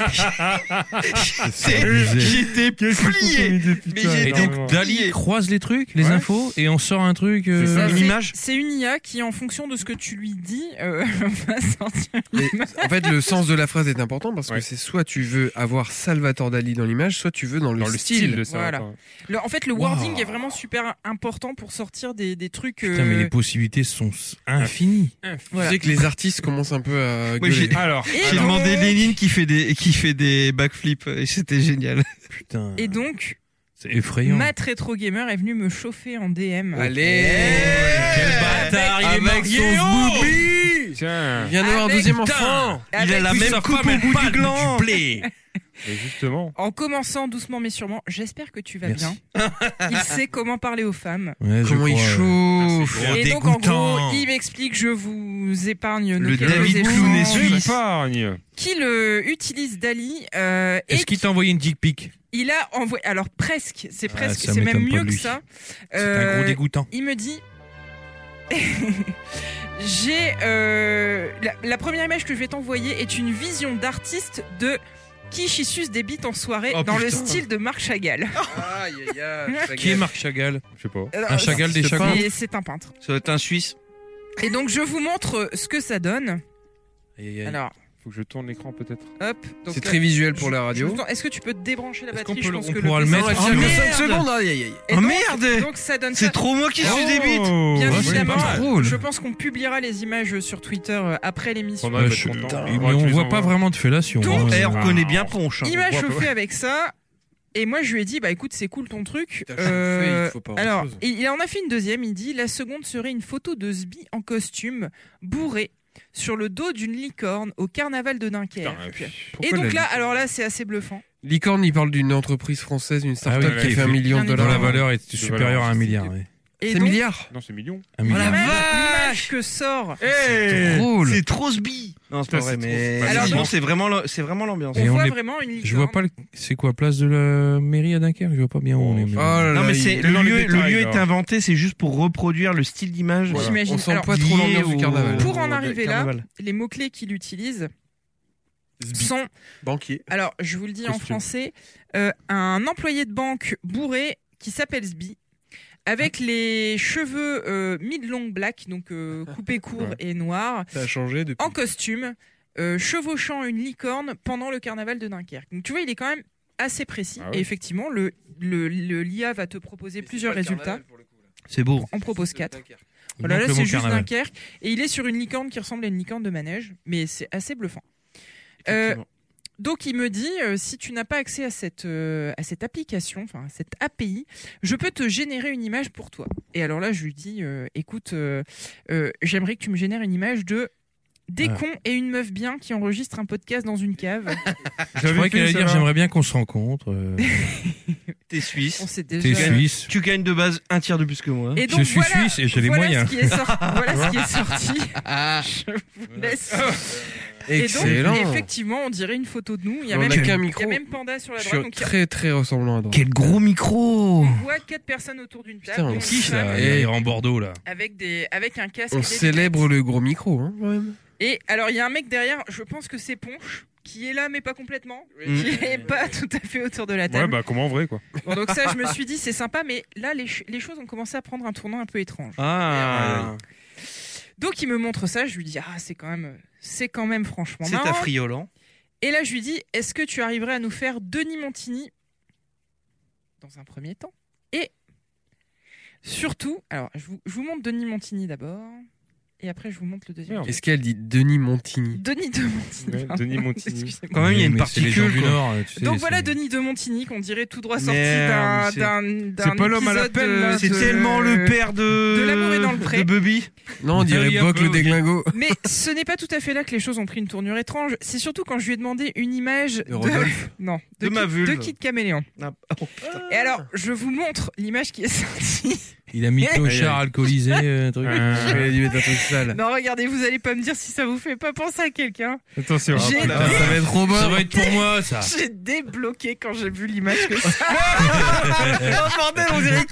Speaker 2: j'étais plié. Mais j'ai-
Speaker 1: Et donc, Dali croise les trucs, les
Speaker 5: Ouais.
Speaker 1: infos, et on sort un truc. euh,
Speaker 5: C'est ça.
Speaker 2: Une
Speaker 4: C'est-
Speaker 2: image
Speaker 4: C'est une IA qui, en fonction de ce que tu lui dis, euh, va sortir.
Speaker 3: Mais, en fait, le sens de la phrase est important parce
Speaker 5: Ouais.
Speaker 3: que c'est soit tu veux avoir Salvatore Dali dans l'image, soit tu veux dans le,
Speaker 5: Dans le style de ça.
Speaker 4: Voilà. Le- en fait, le wording est vraiment super important pour sortir des, des trucs. euh,
Speaker 1: Putain, mais les possibilités sont infinies.
Speaker 4: voilà.
Speaker 3: Tu sais que les artistes commencent un peu à
Speaker 2: Oui,
Speaker 3: gueuler.
Speaker 2: j'ai-
Speaker 5: Alors,
Speaker 4: Et
Speaker 2: J'ai
Speaker 4: donc-
Speaker 2: demandé Lénine qui fait des qui fait des backflips et c'était génial.
Speaker 1: Putain.
Speaker 4: Et donc,
Speaker 1: C'est effrayant.
Speaker 4: Matt Retro Gamer est venu me chauffer en DM.
Speaker 3: Allez
Speaker 1: Quel bâtard, il est marié, oh
Speaker 5: tiens.
Speaker 3: Il vient d'avoir un
Speaker 4: Avec-
Speaker 3: deuxième
Speaker 1: Putain.
Speaker 3: enfant
Speaker 1: Il a
Speaker 4: Avec-
Speaker 1: la
Speaker 2: Oui,
Speaker 1: même
Speaker 2: sa
Speaker 1: coupe
Speaker 2: femme,
Speaker 1: au
Speaker 2: elle
Speaker 1: bout
Speaker 2: parle
Speaker 1: du
Speaker 2: du
Speaker 1: gland.
Speaker 5: Et justement.
Speaker 4: En commençant doucement mais sûrement, j'espère que tu vas
Speaker 1: Merci.
Speaker 4: bien. Il sait comment parler aux femmes.
Speaker 1: Ouais, je
Speaker 3: Comment il
Speaker 1: crois, ouais.
Speaker 3: chauffe
Speaker 1: Oh,
Speaker 4: Et donc en
Speaker 1: dégoûtant.
Speaker 4: gros, il m'explique, je vous épargne
Speaker 2: Le
Speaker 4: nos quelques
Speaker 2: David
Speaker 4: échanges,
Speaker 2: Clown est
Speaker 5: Tu
Speaker 2: suisse.
Speaker 5: épargnes.
Speaker 4: Qu'il euh, utilise Dali euh, et
Speaker 1: Est-ce qu'il t'a envoyé une dick pic
Speaker 4: il a envoyé. Alors presque, c'est
Speaker 1: Ah,
Speaker 4: presque,
Speaker 1: ça
Speaker 4: c'est même
Speaker 1: m'étonne pas
Speaker 4: mieux
Speaker 1: de
Speaker 4: que
Speaker 1: lui.
Speaker 4: ça.
Speaker 1: C'est un
Speaker 4: Euh,
Speaker 1: gros dégoûtant.
Speaker 4: il me dit. J'ai euh, la, la première image que je vais t'envoyer est une vision d'artiste de Kishisus débite en soirée
Speaker 2: Oh,
Speaker 4: dans le
Speaker 2: putain.
Speaker 4: style de Marc Chagall.
Speaker 3: Aïe, aïe, aïe, ça
Speaker 1: Qui est
Speaker 3: gueule.
Speaker 1: Marc Chagall
Speaker 5: Je sais pas.
Speaker 4: Alors,
Speaker 1: Un Chagall des
Speaker 4: Euh, c'est-
Speaker 1: Chagalls.
Speaker 4: c'est- C'est un peintre.
Speaker 2: Ça doit être un Suisse.
Speaker 4: Et donc je vous montre ce que ça donne. Alors
Speaker 5: Faut que je tourne l'écran peut-être.
Speaker 4: hop. donc
Speaker 3: C'est
Speaker 4: là-
Speaker 3: très visuel pour la radio.
Speaker 4: Je vous- Est-ce que tu peux te débrancher la
Speaker 1: Est-ce
Speaker 4: batterie
Speaker 1: qu'on peut
Speaker 4: Je
Speaker 1: le-
Speaker 4: pense
Speaker 1: on
Speaker 4: que
Speaker 1: pourra le
Speaker 4: PC-
Speaker 1: mettre
Speaker 4: Ah,
Speaker 1: en
Speaker 4: merde.
Speaker 3: 5 secondes, aïe, aïe, aïe.
Speaker 4: Et
Speaker 2: Oh
Speaker 4: Ah, donc-
Speaker 2: merde
Speaker 4: Donc ça donne ça.
Speaker 2: C'est trop moi qui suis débite.
Speaker 5: Oh.
Speaker 4: Bien
Speaker 5: Ouais,
Speaker 4: évidemment,
Speaker 5: c'est pas mal.
Speaker 4: je pense qu'on publiera les images sur Twitter euh, après l'émission.
Speaker 5: Ouais,
Speaker 1: Ouais,
Speaker 5: bah,
Speaker 1: je-
Speaker 5: content.
Speaker 1: Putain,
Speaker 5: Ouais,
Speaker 1: mais
Speaker 5: tu
Speaker 1: on
Speaker 5: les
Speaker 1: voit pas
Speaker 5: envoies.
Speaker 1: vraiment de fellation.
Speaker 4: Donc-
Speaker 1: hein.
Speaker 2: Eh, on connaît bien Ponche. hein.
Speaker 4: Il m'a
Speaker 5: voit pas.
Speaker 4: chauffé avec ça. Et moi, je lui ai dit, bah écoute, c'est cool ton truc.
Speaker 3: T'as chauffé,
Speaker 4: Euh,
Speaker 3: il faut pas autre
Speaker 4: alors,
Speaker 3: chose.
Speaker 4: il il en a fait une deuxième. Il dit, la seconde serait une photo de Sbi en costume, bourré, sur le dos d'une licorne au carnaval de
Speaker 5: Putain,
Speaker 4: Dunkerque.
Speaker 5: pff.
Speaker 4: Et
Speaker 3: Pourquoi
Speaker 4: donc
Speaker 3: la
Speaker 4: là, alors là, c'est assez bluffant.
Speaker 3: Licorne, il parle d'une entreprise française, d'une start-up
Speaker 1: Ah oui,
Speaker 3: qui
Speaker 5: elle
Speaker 3: fait un
Speaker 1: fait
Speaker 3: million de
Speaker 4: plein
Speaker 1: Dont
Speaker 3: dollars.
Speaker 1: la valeur est
Speaker 5: De
Speaker 1: supérieure
Speaker 5: valeur,
Speaker 1: à un
Speaker 5: c'est-
Speaker 1: milliard. Oh ouais.
Speaker 4: Et
Speaker 3: C'est
Speaker 4: donc,
Speaker 3: milliard
Speaker 5: Non, c'est million.
Speaker 1: Un milliard.
Speaker 4: l'image- l'image que sort
Speaker 5: Hey
Speaker 3: Drôle
Speaker 2: Eh, C'est trop sbi. Non, c'est pas
Speaker 5: Putain,
Speaker 2: vrai,
Speaker 5: c'est
Speaker 2: mais
Speaker 5: trop-
Speaker 4: Alors,
Speaker 2: Sinon,
Speaker 4: donc-
Speaker 2: c'est vraiment la- c'est vraiment l'ambiance.
Speaker 1: Et on
Speaker 4: on voit
Speaker 1: est-
Speaker 4: vraiment une licorne.
Speaker 1: Je vois pas le... C'est quoi, place de la mairie à Dunkerque Je vois pas bien où on est. mais-
Speaker 3: Oh là
Speaker 2: Non,
Speaker 3: là,
Speaker 2: mais
Speaker 3: il-
Speaker 2: c'est
Speaker 5: il-
Speaker 2: le
Speaker 5: dans les
Speaker 2: lieu, le
Speaker 5: détails,
Speaker 2: lieu est
Speaker 5: là.
Speaker 2: inventé, c'est juste pour reproduire le style d'image.
Speaker 5: Voilà.
Speaker 4: J'imagine.
Speaker 3: On sent
Speaker 4: Alors,
Speaker 3: pas trop
Speaker 2: lié
Speaker 3: l'ambiance du
Speaker 2: au-
Speaker 3: carnaval.
Speaker 4: Pour en arriver là,
Speaker 2: Carnaval.
Speaker 4: les mots-clés qu'il utilise sont,
Speaker 3: Banquier.
Speaker 4: alors je vous le dis en
Speaker 5: Costume.
Speaker 4: français, euh, un employé de banque bourré qui s'appelle Sbi, avec
Speaker 1: Ah.
Speaker 4: les cheveux euh, mid-long black, donc euh, coupés courts
Speaker 5: Ouais.
Speaker 4: et noirs,
Speaker 3: Ça a changé depuis.
Speaker 4: en costume, euh, chevauchant une licorne pendant le carnaval de Dunkerque. Donc tu vois, il est quand même assez précis.
Speaker 5: Ah ouais.
Speaker 4: Et effectivement, le, le, le- l'IA va te proposer plusieurs résultats.
Speaker 2: C'est beau.
Speaker 4: On propose quatre.
Speaker 1: Il
Speaker 4: Voilà,
Speaker 1: manque
Speaker 4: là,
Speaker 1: le
Speaker 4: c'est
Speaker 1: mot
Speaker 4: juste
Speaker 1: carnaval.
Speaker 4: Dunkerque. Et il est sur une licorne qui ressemble à une licorne de manège, mais c'est assez bluffant. Euh, Donc il me dit, euh, si tu n'as pas accès à cette, euh, à cette application, enfin à cette API, je peux te générer une image pour toi. Et alors là, je lui dis, euh, écoute, euh, euh, j'aimerais que tu me génères une image de des
Speaker 1: Ouais.
Speaker 4: cons et une meuf bien qui enregistre un podcast dans une cave.
Speaker 1: Je Ah, croyais qu'elle allait dire
Speaker 5: j'aimerais.
Speaker 1: j'aimerais bien qu'on se rencontre. euh,
Speaker 2: T'es suisse.
Speaker 4: On s'est
Speaker 1: T'es
Speaker 4: déjà.
Speaker 1: suisse.
Speaker 2: Tu gagnes de base un tiers de plus que moi.
Speaker 4: Et
Speaker 1: Je suis suisse et j'ai les
Speaker 4: voilà
Speaker 1: moyens.
Speaker 4: Ce qui est sorti, voilà ce qui est sorti. Je vous laisse. Et donc,
Speaker 3: Ah. Oh. Excellent.
Speaker 4: effectivement, on dirait une photo de nous. Il y a,
Speaker 3: On
Speaker 4: même,
Speaker 3: a qu'un
Speaker 4: il y a
Speaker 3: micro.
Speaker 4: même Panda sur la
Speaker 3: Je
Speaker 4: droite.
Speaker 3: suis
Speaker 4: Donc, il y a-
Speaker 3: très très ressemblant à droite.
Speaker 2: Quel gros micro
Speaker 4: on voit quatre personnes autour d'une table.
Speaker 3: Putain,
Speaker 4: dont
Speaker 3: on
Speaker 4: une
Speaker 3: kiffe, là.
Speaker 4: femme
Speaker 1: Et
Speaker 3: Et-
Speaker 1: il est en Bordeaux là.
Speaker 4: Avec, des, avec un casque. et
Speaker 3: On
Speaker 4: des
Speaker 3: célèbre le gros micro, hein, quand même.
Speaker 4: Et alors, il y a un mec derrière, je pense que c'est Ponche, qui est là, mais pas complètement,
Speaker 2: Mm.
Speaker 4: qui est pas tout à fait autour de la
Speaker 5: Ouais,
Speaker 4: table.
Speaker 5: bah, comment en vrai, quoi.
Speaker 4: Bon, donc, ça, je me suis dit, c'est sympa, mais là, les, ch- les choses ont commencé à prendre un tournant un peu étrange.
Speaker 2: Ah,
Speaker 4: Donc, il me montre ça, je lui dis, ah, c'est quand même, c'est quand même franchement
Speaker 2: c'est
Speaker 4: marrant.
Speaker 2: affriolant.
Speaker 4: Et là, je lui dis, est-ce que tu arriverais à nous faire Denis Montini dans un premier temps Et surtout, alors, je vous, je vous montre Denis Montini d'abord, et après, je vous montre le deuxième.
Speaker 5: Merde.
Speaker 3: Est-ce qu'elle dit Denis Montigny
Speaker 4: Denis de Montini.
Speaker 5: Ouais,
Speaker 4: pardon.
Speaker 5: Denis Montini.
Speaker 4: Excusez-moi.
Speaker 2: Quand même, il y a une
Speaker 1: Mais c'est les gens
Speaker 2: particule,
Speaker 1: du
Speaker 2: quoi.
Speaker 1: Nord. euh, tu sais,
Speaker 4: Donc
Speaker 1: c'est-
Speaker 4: voilà Denis de Montigny qu'on dirait tout droit sorti
Speaker 2: Merde,
Speaker 4: d'un
Speaker 2: c'est-
Speaker 4: d'un d'un
Speaker 5: c'est pas l'homme à la
Speaker 4: épisode
Speaker 5: pelle, là,
Speaker 4: de-
Speaker 2: C'est
Speaker 4: de-
Speaker 2: tellement le père de.
Speaker 4: de l'amour est dans le pré.
Speaker 2: De Bubby.
Speaker 3: Non, on dirait
Speaker 1: Denis
Speaker 3: Boc le
Speaker 1: Apollo.
Speaker 3: déglingo.
Speaker 4: Mais ce n'est pas tout à fait là que les choses ont pris une tournure étrange. C'est surtout quand je lui ai demandé une image de,
Speaker 3: Rodolphe.
Speaker 4: non
Speaker 2: De ma
Speaker 4: Kid-
Speaker 2: vulve.
Speaker 4: de Kid Caméléon.
Speaker 2: Ah, oh, putain.
Speaker 4: Et alors je vous montre l'image qui est sortie.
Speaker 1: Il a mis clochard alcoolisé. euh, truc.
Speaker 5: Euh,
Speaker 3: J'avais dû mettre un truc sale.
Speaker 4: Non regardez vous allez pas me dire si ça vous fait pas penser à quelqu'un.
Speaker 5: Attention.
Speaker 4: J'ai-
Speaker 5: Ah,
Speaker 2: Putain,
Speaker 5: putain.
Speaker 2: ça va être Robin.
Speaker 1: Ça va être pour moi ça.
Speaker 2: Ah.
Speaker 4: J'ai débloqué quand j'ai vu l'image que ça. oh bordel on dirait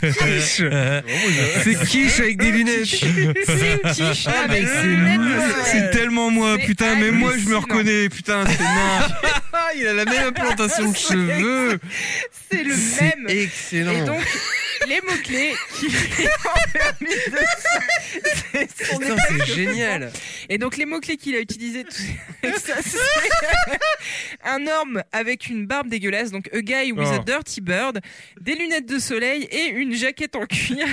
Speaker 3: C'est quiche avec des lunettes.
Speaker 4: c'est une quiche là,
Speaker 2: Ah, mais
Speaker 4: avec
Speaker 2: c'est
Speaker 4: des lunettes de
Speaker 2: moi, C'est
Speaker 4: soleil.
Speaker 2: tellement moi,
Speaker 4: C'est
Speaker 2: putain, mais moi je me
Speaker 4: hallucinant.
Speaker 2: reconnais, putain, c'est nain.
Speaker 3: Il a la même implantation de cheveux.
Speaker 4: c'est le
Speaker 3: C'est
Speaker 4: même. Et
Speaker 3: excellent.
Speaker 4: donc, les mots-clés qui ont permis de- c'est son
Speaker 3: Putain,
Speaker 4: époque
Speaker 3: c'est
Speaker 4: que
Speaker 3: génial.
Speaker 4: je pense. Et donc, les mots-clés qu'il a utilisés, tout... avec ça, c'est un homme avec une barbe dégueulasse, donc a guy with a
Speaker 5: Oh.
Speaker 4: dirty bird, des lunettes de soleil et une jaquette en cuir.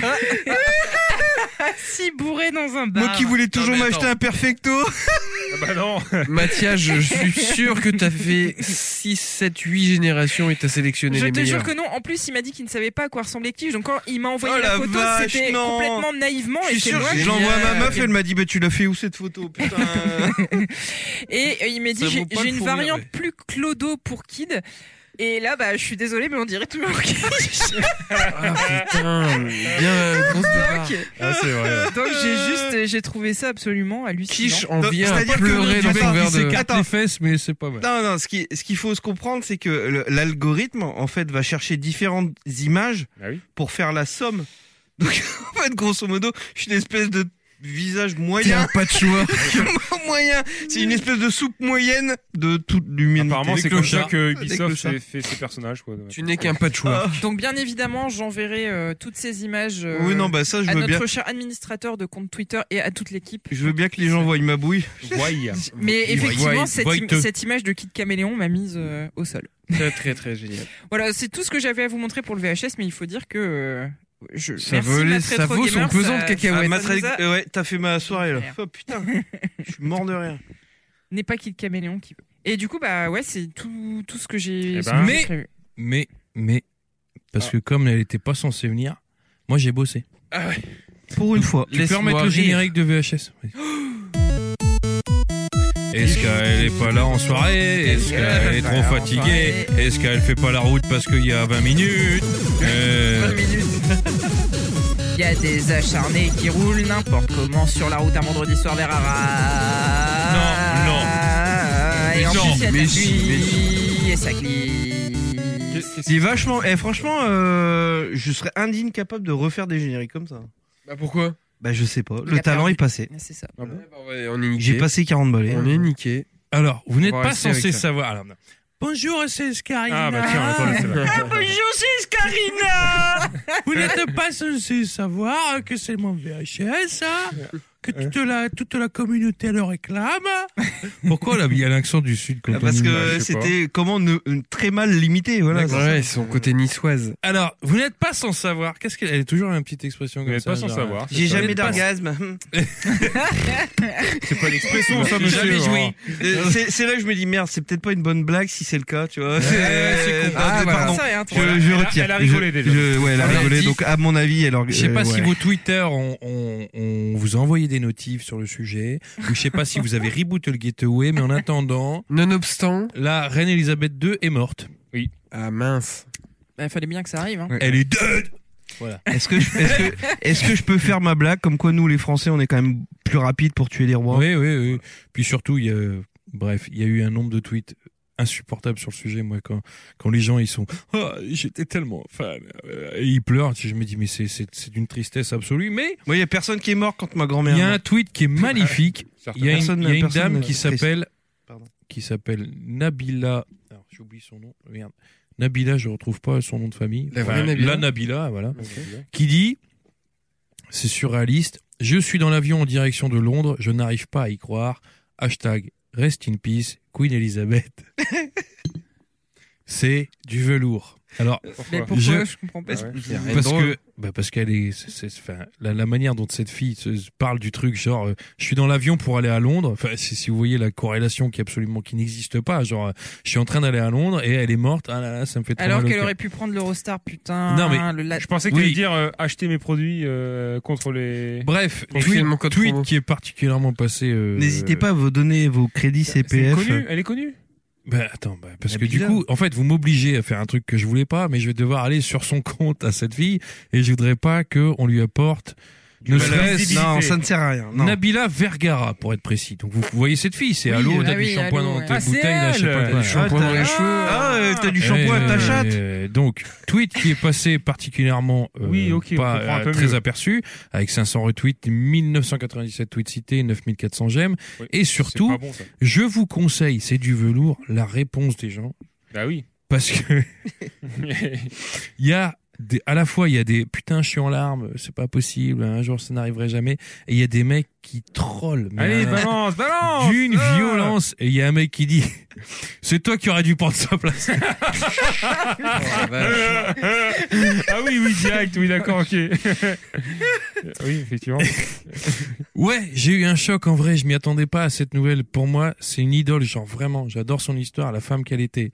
Speaker 4: Assis bourré dans un bar.
Speaker 2: Moi qui voulais toujours
Speaker 1: mais
Speaker 2: m'acheter
Speaker 1: attends.
Speaker 2: un perfecto.
Speaker 5: Ah, bah non.
Speaker 3: Mathias, je suis sûr que t'as fait 6, 7, 8 générations et t'as sélectionné
Speaker 4: Je
Speaker 3: les
Speaker 4: te
Speaker 3: meilleurs.
Speaker 4: jure que non. En plus, il m'a dit qu'il ne savait pas à quoi ressemblait qui. Donc, quand il m'a envoyé
Speaker 2: Oh
Speaker 4: la
Speaker 2: la
Speaker 4: photo,
Speaker 2: vache,
Speaker 4: c'était
Speaker 2: non.
Speaker 4: complètement naïvement.
Speaker 2: Je suis
Speaker 4: et oh, c'est
Speaker 2: sûr,
Speaker 4: moi
Speaker 2: je
Speaker 4: qui-
Speaker 2: l'envoie à ma
Speaker 3: génial.
Speaker 2: meuf, elle m'a dit, bah tu l'as fait où cette photo, putain.
Speaker 4: Et euh, il m'a dit
Speaker 2: Ça
Speaker 4: j'ai
Speaker 2: vaut pas
Speaker 4: j'ai
Speaker 2: le
Speaker 4: une
Speaker 2: fourmil,
Speaker 4: variante
Speaker 2: ouais.
Speaker 4: plus clodo pour Kid. Et là, bah, je suis désolée, mais on dirait toujours Kid.
Speaker 3: Ah putain, bien euh, grosse débarque.
Speaker 5: Ah, c'est vrai.
Speaker 4: Donc j'ai juste, euh, j'ai trouvé ça absolument hallucinant.
Speaker 3: Quiche en
Speaker 2: Donc,
Speaker 3: vient à
Speaker 2: c'est-à-dire que
Speaker 3: pleurer
Speaker 2: nous,
Speaker 3: dans
Speaker 2: du
Speaker 3: son
Speaker 2: bar,
Speaker 3: verre
Speaker 2: il
Speaker 3: de...
Speaker 2: s'écarte.
Speaker 1: Carte les fesses mais c'est pas mal.
Speaker 2: Non, non, ce qui- ce qu'il faut se comprendre, c'est que le- l'algorithme, en fait, va chercher différentes images
Speaker 5: Bah oui.
Speaker 2: pour faire la somme. Donc, en fait, grosso modo, je suis une espèce de visage
Speaker 3: T'es
Speaker 2: moyen,
Speaker 3: un patchwork.
Speaker 2: moyen. C'est une espèce de soupe moyenne de toute l'humanité.
Speaker 5: Apparemment, c'est comme ça que
Speaker 2: Avec le
Speaker 5: Ubisoft
Speaker 2: chat.
Speaker 5: fait fait ses personnages, quoi.
Speaker 3: Tu n'es qu'un patchwork.
Speaker 1: Ah.
Speaker 4: Donc bien évidemment, j'enverrai euh, toutes ces images euh,
Speaker 2: Oui, non, bah ça, je
Speaker 4: à
Speaker 2: veux
Speaker 4: notre
Speaker 2: bien.
Speaker 4: cher administrateur de compte Twitter et à toute l'équipe.
Speaker 2: Je veux bien que les gens voient ma bouille.
Speaker 5: Voyez.
Speaker 4: Mais effectivement,
Speaker 1: Voyez-
Speaker 4: cette, im-
Speaker 1: voyez-te.
Speaker 4: cette image de Kid Caméléon m'a mise euh, au sol.
Speaker 3: Très très très génial.
Speaker 4: Voilà, c'est tout ce que j'avais à vous montrer pour le VHS, mais il faut dire que euh, je
Speaker 3: Ça
Speaker 4: merci,
Speaker 3: vaut les-
Speaker 4: Matt
Speaker 3: ça
Speaker 4: Retro
Speaker 3: vaut son
Speaker 4: Gamer,
Speaker 3: pesant
Speaker 4: ça-
Speaker 3: de cacahuètes.
Speaker 4: ça nous
Speaker 2: Ah,
Speaker 4: a-
Speaker 2: Matrix- euh, ouais, t'as fait ma soirée là.
Speaker 4: Merde.
Speaker 2: Oh putain, je suis mort de rien.
Speaker 4: n'est pas Kid Caméléon qui veut. Et du coup, bah ouais, c'est tout, tout ce que j'ai
Speaker 5: Eh
Speaker 4: ce que
Speaker 5: ben.
Speaker 4: j'ai
Speaker 1: Mais-
Speaker 4: prévu.
Speaker 1: Mais mais parce que comme elle était pas censée venir, moi j'ai bossé.
Speaker 2: Pour une fois.
Speaker 1: Tu peux remettre le générique de VHS Vas-y. Est-ce qu'elle est pas là en soirée Est-ce qu'elle est trop fatiguée Est-ce qu'elle fait pas la route parce qu'il y a 20 minutes Euh,
Speaker 4: Il y a des acharnés qui roulent n'importe comment sur la route un vendredi soir vers Arras.
Speaker 1: Non, non.
Speaker 4: Et en
Speaker 1: Non,
Speaker 4: plus, il y a de la
Speaker 3: mais si,
Speaker 4: pluie,
Speaker 3: mais
Speaker 4: et ça glisse.
Speaker 2: C'est vachement. Eh, franchement, euh, je serais indigne capable de refaire des génériques comme ça.
Speaker 3: Bah pourquoi
Speaker 2: Bah, je sais pas.
Speaker 4: Il
Speaker 2: le
Speaker 4: a
Speaker 2: talent
Speaker 4: perdu.
Speaker 2: est passé.
Speaker 4: C'est ça.
Speaker 3: Ah bah, On est niqué.
Speaker 2: J'ai passé 40 balais.
Speaker 3: On est niqué.
Speaker 1: Alors, vous n'êtes
Speaker 3: va
Speaker 1: pas
Speaker 3: rester avec
Speaker 1: censé
Speaker 3: ça.
Speaker 1: savoir. Alors, non. Bonjour, c'est Scarina.
Speaker 5: Ah, bah tiens, attendez, c'est vrai.
Speaker 4: Bonjour, c'est Scarina
Speaker 1: Vous n'êtes pas censé savoir que c'est mon VHS, hein, que toute la, toute la communauté le réclame. Pourquoi là, il y a l'accent du sud quand
Speaker 2: Ah,
Speaker 1: on
Speaker 2: Parce
Speaker 1: y va
Speaker 5: Bah, je
Speaker 2: que
Speaker 5: sais pas.
Speaker 2: c'était comment ne, euh, très mal limité, voilà.
Speaker 3: D'accord. Ouais, son côté niçoise.
Speaker 1: Alors, vous n'êtes pas sans savoir. Qu'est-ce qu'elle elle est toujours une petite expression
Speaker 5: Vous
Speaker 1: comme
Speaker 5: n'êtes
Speaker 1: ça
Speaker 5: pas sans
Speaker 1: genre,
Speaker 5: savoir.
Speaker 2: J'ai
Speaker 5: c'est ça.
Speaker 2: jamais d'orgasme.
Speaker 5: C'est pas l'expression, ça,
Speaker 1: J'ai
Speaker 5: monsieur.
Speaker 1: jamais joui.
Speaker 5: hein.
Speaker 2: Euh, c'est c'est là que je me dis merde, c'est peut-être pas une bonne blague si c'est le cas, tu vois.
Speaker 1: c'est con.
Speaker 2: Ah,
Speaker 4: Comme
Speaker 2: pardon.
Speaker 4: ça, hein, tu
Speaker 2: Je,
Speaker 4: vois.
Speaker 2: je
Speaker 5: Elle a-
Speaker 2: retire.
Speaker 5: elle a rigolé
Speaker 2: Je-
Speaker 5: déjà.
Speaker 2: je- ouais, elle a
Speaker 1: Elle a
Speaker 2: rigolé.
Speaker 1: dit-
Speaker 2: Donc à mon avis, elle. orga-
Speaker 1: Je sais pas
Speaker 2: euh,
Speaker 1: si
Speaker 2: ouais.
Speaker 1: vos Twitter ont, ont- ont- vous envoyé des notifs sur le sujet, ou je sais pas si vous avez reboot le gateway, mais en attendant,
Speaker 3: Nonobstant.
Speaker 1: la reine Elisabeth II est morte.
Speaker 3: Ah mince.
Speaker 4: Bah, fallait bien que ça arrive. Hein.
Speaker 2: Ouais.
Speaker 1: Elle est dead
Speaker 2: Est-ce que je- est-ce que est-ce que je peux faire ma blague comme quoi nous les Français on est quand même plus rapide pour tuer les rois.
Speaker 1: Oui, oui, oui. Puis surtout, il y a, bref, il y a eu un nombre de tweets insupportables sur le sujet, moi, quand, quand les gens, ils sont, oh, j'étais tellement fan, euh, et ils pleurent, je me dis, mais c'est, c'est, c'est d'une tristesse absolue, mais
Speaker 2: Moi, il y a personne qui est mort quand ma
Speaker 1: il
Speaker 2: grand-mère.
Speaker 1: y a
Speaker 2: est
Speaker 1: un
Speaker 2: morte.
Speaker 1: tweet qui est magnifique, il y a une,
Speaker 2: Personne-
Speaker 1: il y a une
Speaker 2: personne
Speaker 1: dame
Speaker 2: ne-
Speaker 1: qui s'appelle,
Speaker 2: Pardon.
Speaker 1: qui s'appelle Nabila, alors j'oublie son nom, merde. Nabila, je retrouve pas son nom de famille.
Speaker 3: La vraie Nabila
Speaker 1: La Nabila, voilà. qui dit c'est surréaliste. Je suis dans l'avion en direction de Londres, je n'arrive pas à y croire. Hashtag rest in peace, Queen Elizabeth. c'est du velours. Alors,
Speaker 4: Mais
Speaker 5: Pourquoi
Speaker 4: pourquoi
Speaker 1: Je-
Speaker 4: je... comprends pas.
Speaker 5: Ah ouais.
Speaker 3: Il y a rien de
Speaker 1: parce
Speaker 3: drôle.
Speaker 1: que, bah parce qu'elle est, c'est- c'est- enfin, la, la manière dont cette fille se- se parle du truc, genre, euh, je suis dans l'avion pour aller à Londres. Enfin, si si vous voyez la corrélation qui est absolument, qui n'existe pas, genre, euh, je suis en train d'aller à Londres et elle est morte. Ah là là, ça me fait trop
Speaker 4: Alors
Speaker 1: mal au
Speaker 4: qu'elle
Speaker 1: cœur.
Speaker 4: aurait pu prendre l'Eurostar, putain.
Speaker 1: Non, mais
Speaker 4: le la-
Speaker 5: Je pensais que
Speaker 1: Oui.
Speaker 5: tu dire euh, acheter mes produits euh, contre les.
Speaker 1: Bref,
Speaker 5: Donc,
Speaker 1: tweet,
Speaker 3: c'est mon code
Speaker 1: tweet
Speaker 3: promo.
Speaker 1: qui est particulièrement passé. euh,
Speaker 2: N'hésitez pas à vous donner vos crédits
Speaker 5: C'est
Speaker 2: CPF.
Speaker 5: connu, elle est connue.
Speaker 1: Bah attends, bah, parce
Speaker 2: Mais
Speaker 1: que du
Speaker 2: bizarre.
Speaker 1: coup, en fait, vous m'obligez à faire un truc que je voulais pas, mais je vais devoir aller sur son compte à cette fille, et je voudrais pas que on lui apporte ne
Speaker 5: Bah, la
Speaker 1: serait-ce
Speaker 5: visibilité.
Speaker 2: Non, ça ne sert à rien. Non.
Speaker 1: Nabila Vergara pour être précis. Donc vous voyez cette fille, c'est
Speaker 4: Oui,
Speaker 1: allô,
Speaker 4: ah
Speaker 1: t'as
Speaker 4: oui,
Speaker 1: du shampoing
Speaker 4: allô,
Speaker 1: dans
Speaker 4: ouais.
Speaker 1: tes
Speaker 5: Ah, c'est
Speaker 1: bouteilles, là, je sais
Speaker 5: elle,
Speaker 1: pas,
Speaker 5: du
Speaker 1: t'as-
Speaker 2: Ah,
Speaker 3: Shampoing dans
Speaker 2: t'as-
Speaker 3: les cheveux.
Speaker 2: Ah, euh, t'as du
Speaker 1: Eh,
Speaker 2: shampoing à ta chatte.
Speaker 1: euh, donc, tweet qui est passé particulièrement euh,
Speaker 5: Oui, ok, on
Speaker 1: pas,
Speaker 5: comprend un
Speaker 1: euh,
Speaker 5: peu
Speaker 1: très
Speaker 5: mieux.
Speaker 1: aperçu, avec 500 retweets, 1997 tweets cités, 9400 j'aime.
Speaker 5: Oui.
Speaker 1: Et surtout,
Speaker 5: C'est pas bon, ça.
Speaker 1: Je vous conseille, c'est du velours, la réponse des gens,
Speaker 5: Bah oui.
Speaker 1: parce que il y a des, à la fois il y a des putain je suis en larmes c'est pas possible un jour ça n'arriverait jamais et il y a des mecs qui trollent mais
Speaker 5: Allez,
Speaker 1: un-
Speaker 5: balance, balance
Speaker 1: d'une
Speaker 5: Ah
Speaker 1: violence et il y a un mec qui dit c'est toi qui aurais dû prendre sa place
Speaker 5: Ah oui, oui, direct, oui, d'accord, ok. oui, effectivement.
Speaker 1: ouais j'ai eu un choc en vrai je m'y attendais pas à cette nouvelle pour moi c'est une idole genre vraiment j'adore son histoire la femme qu'elle était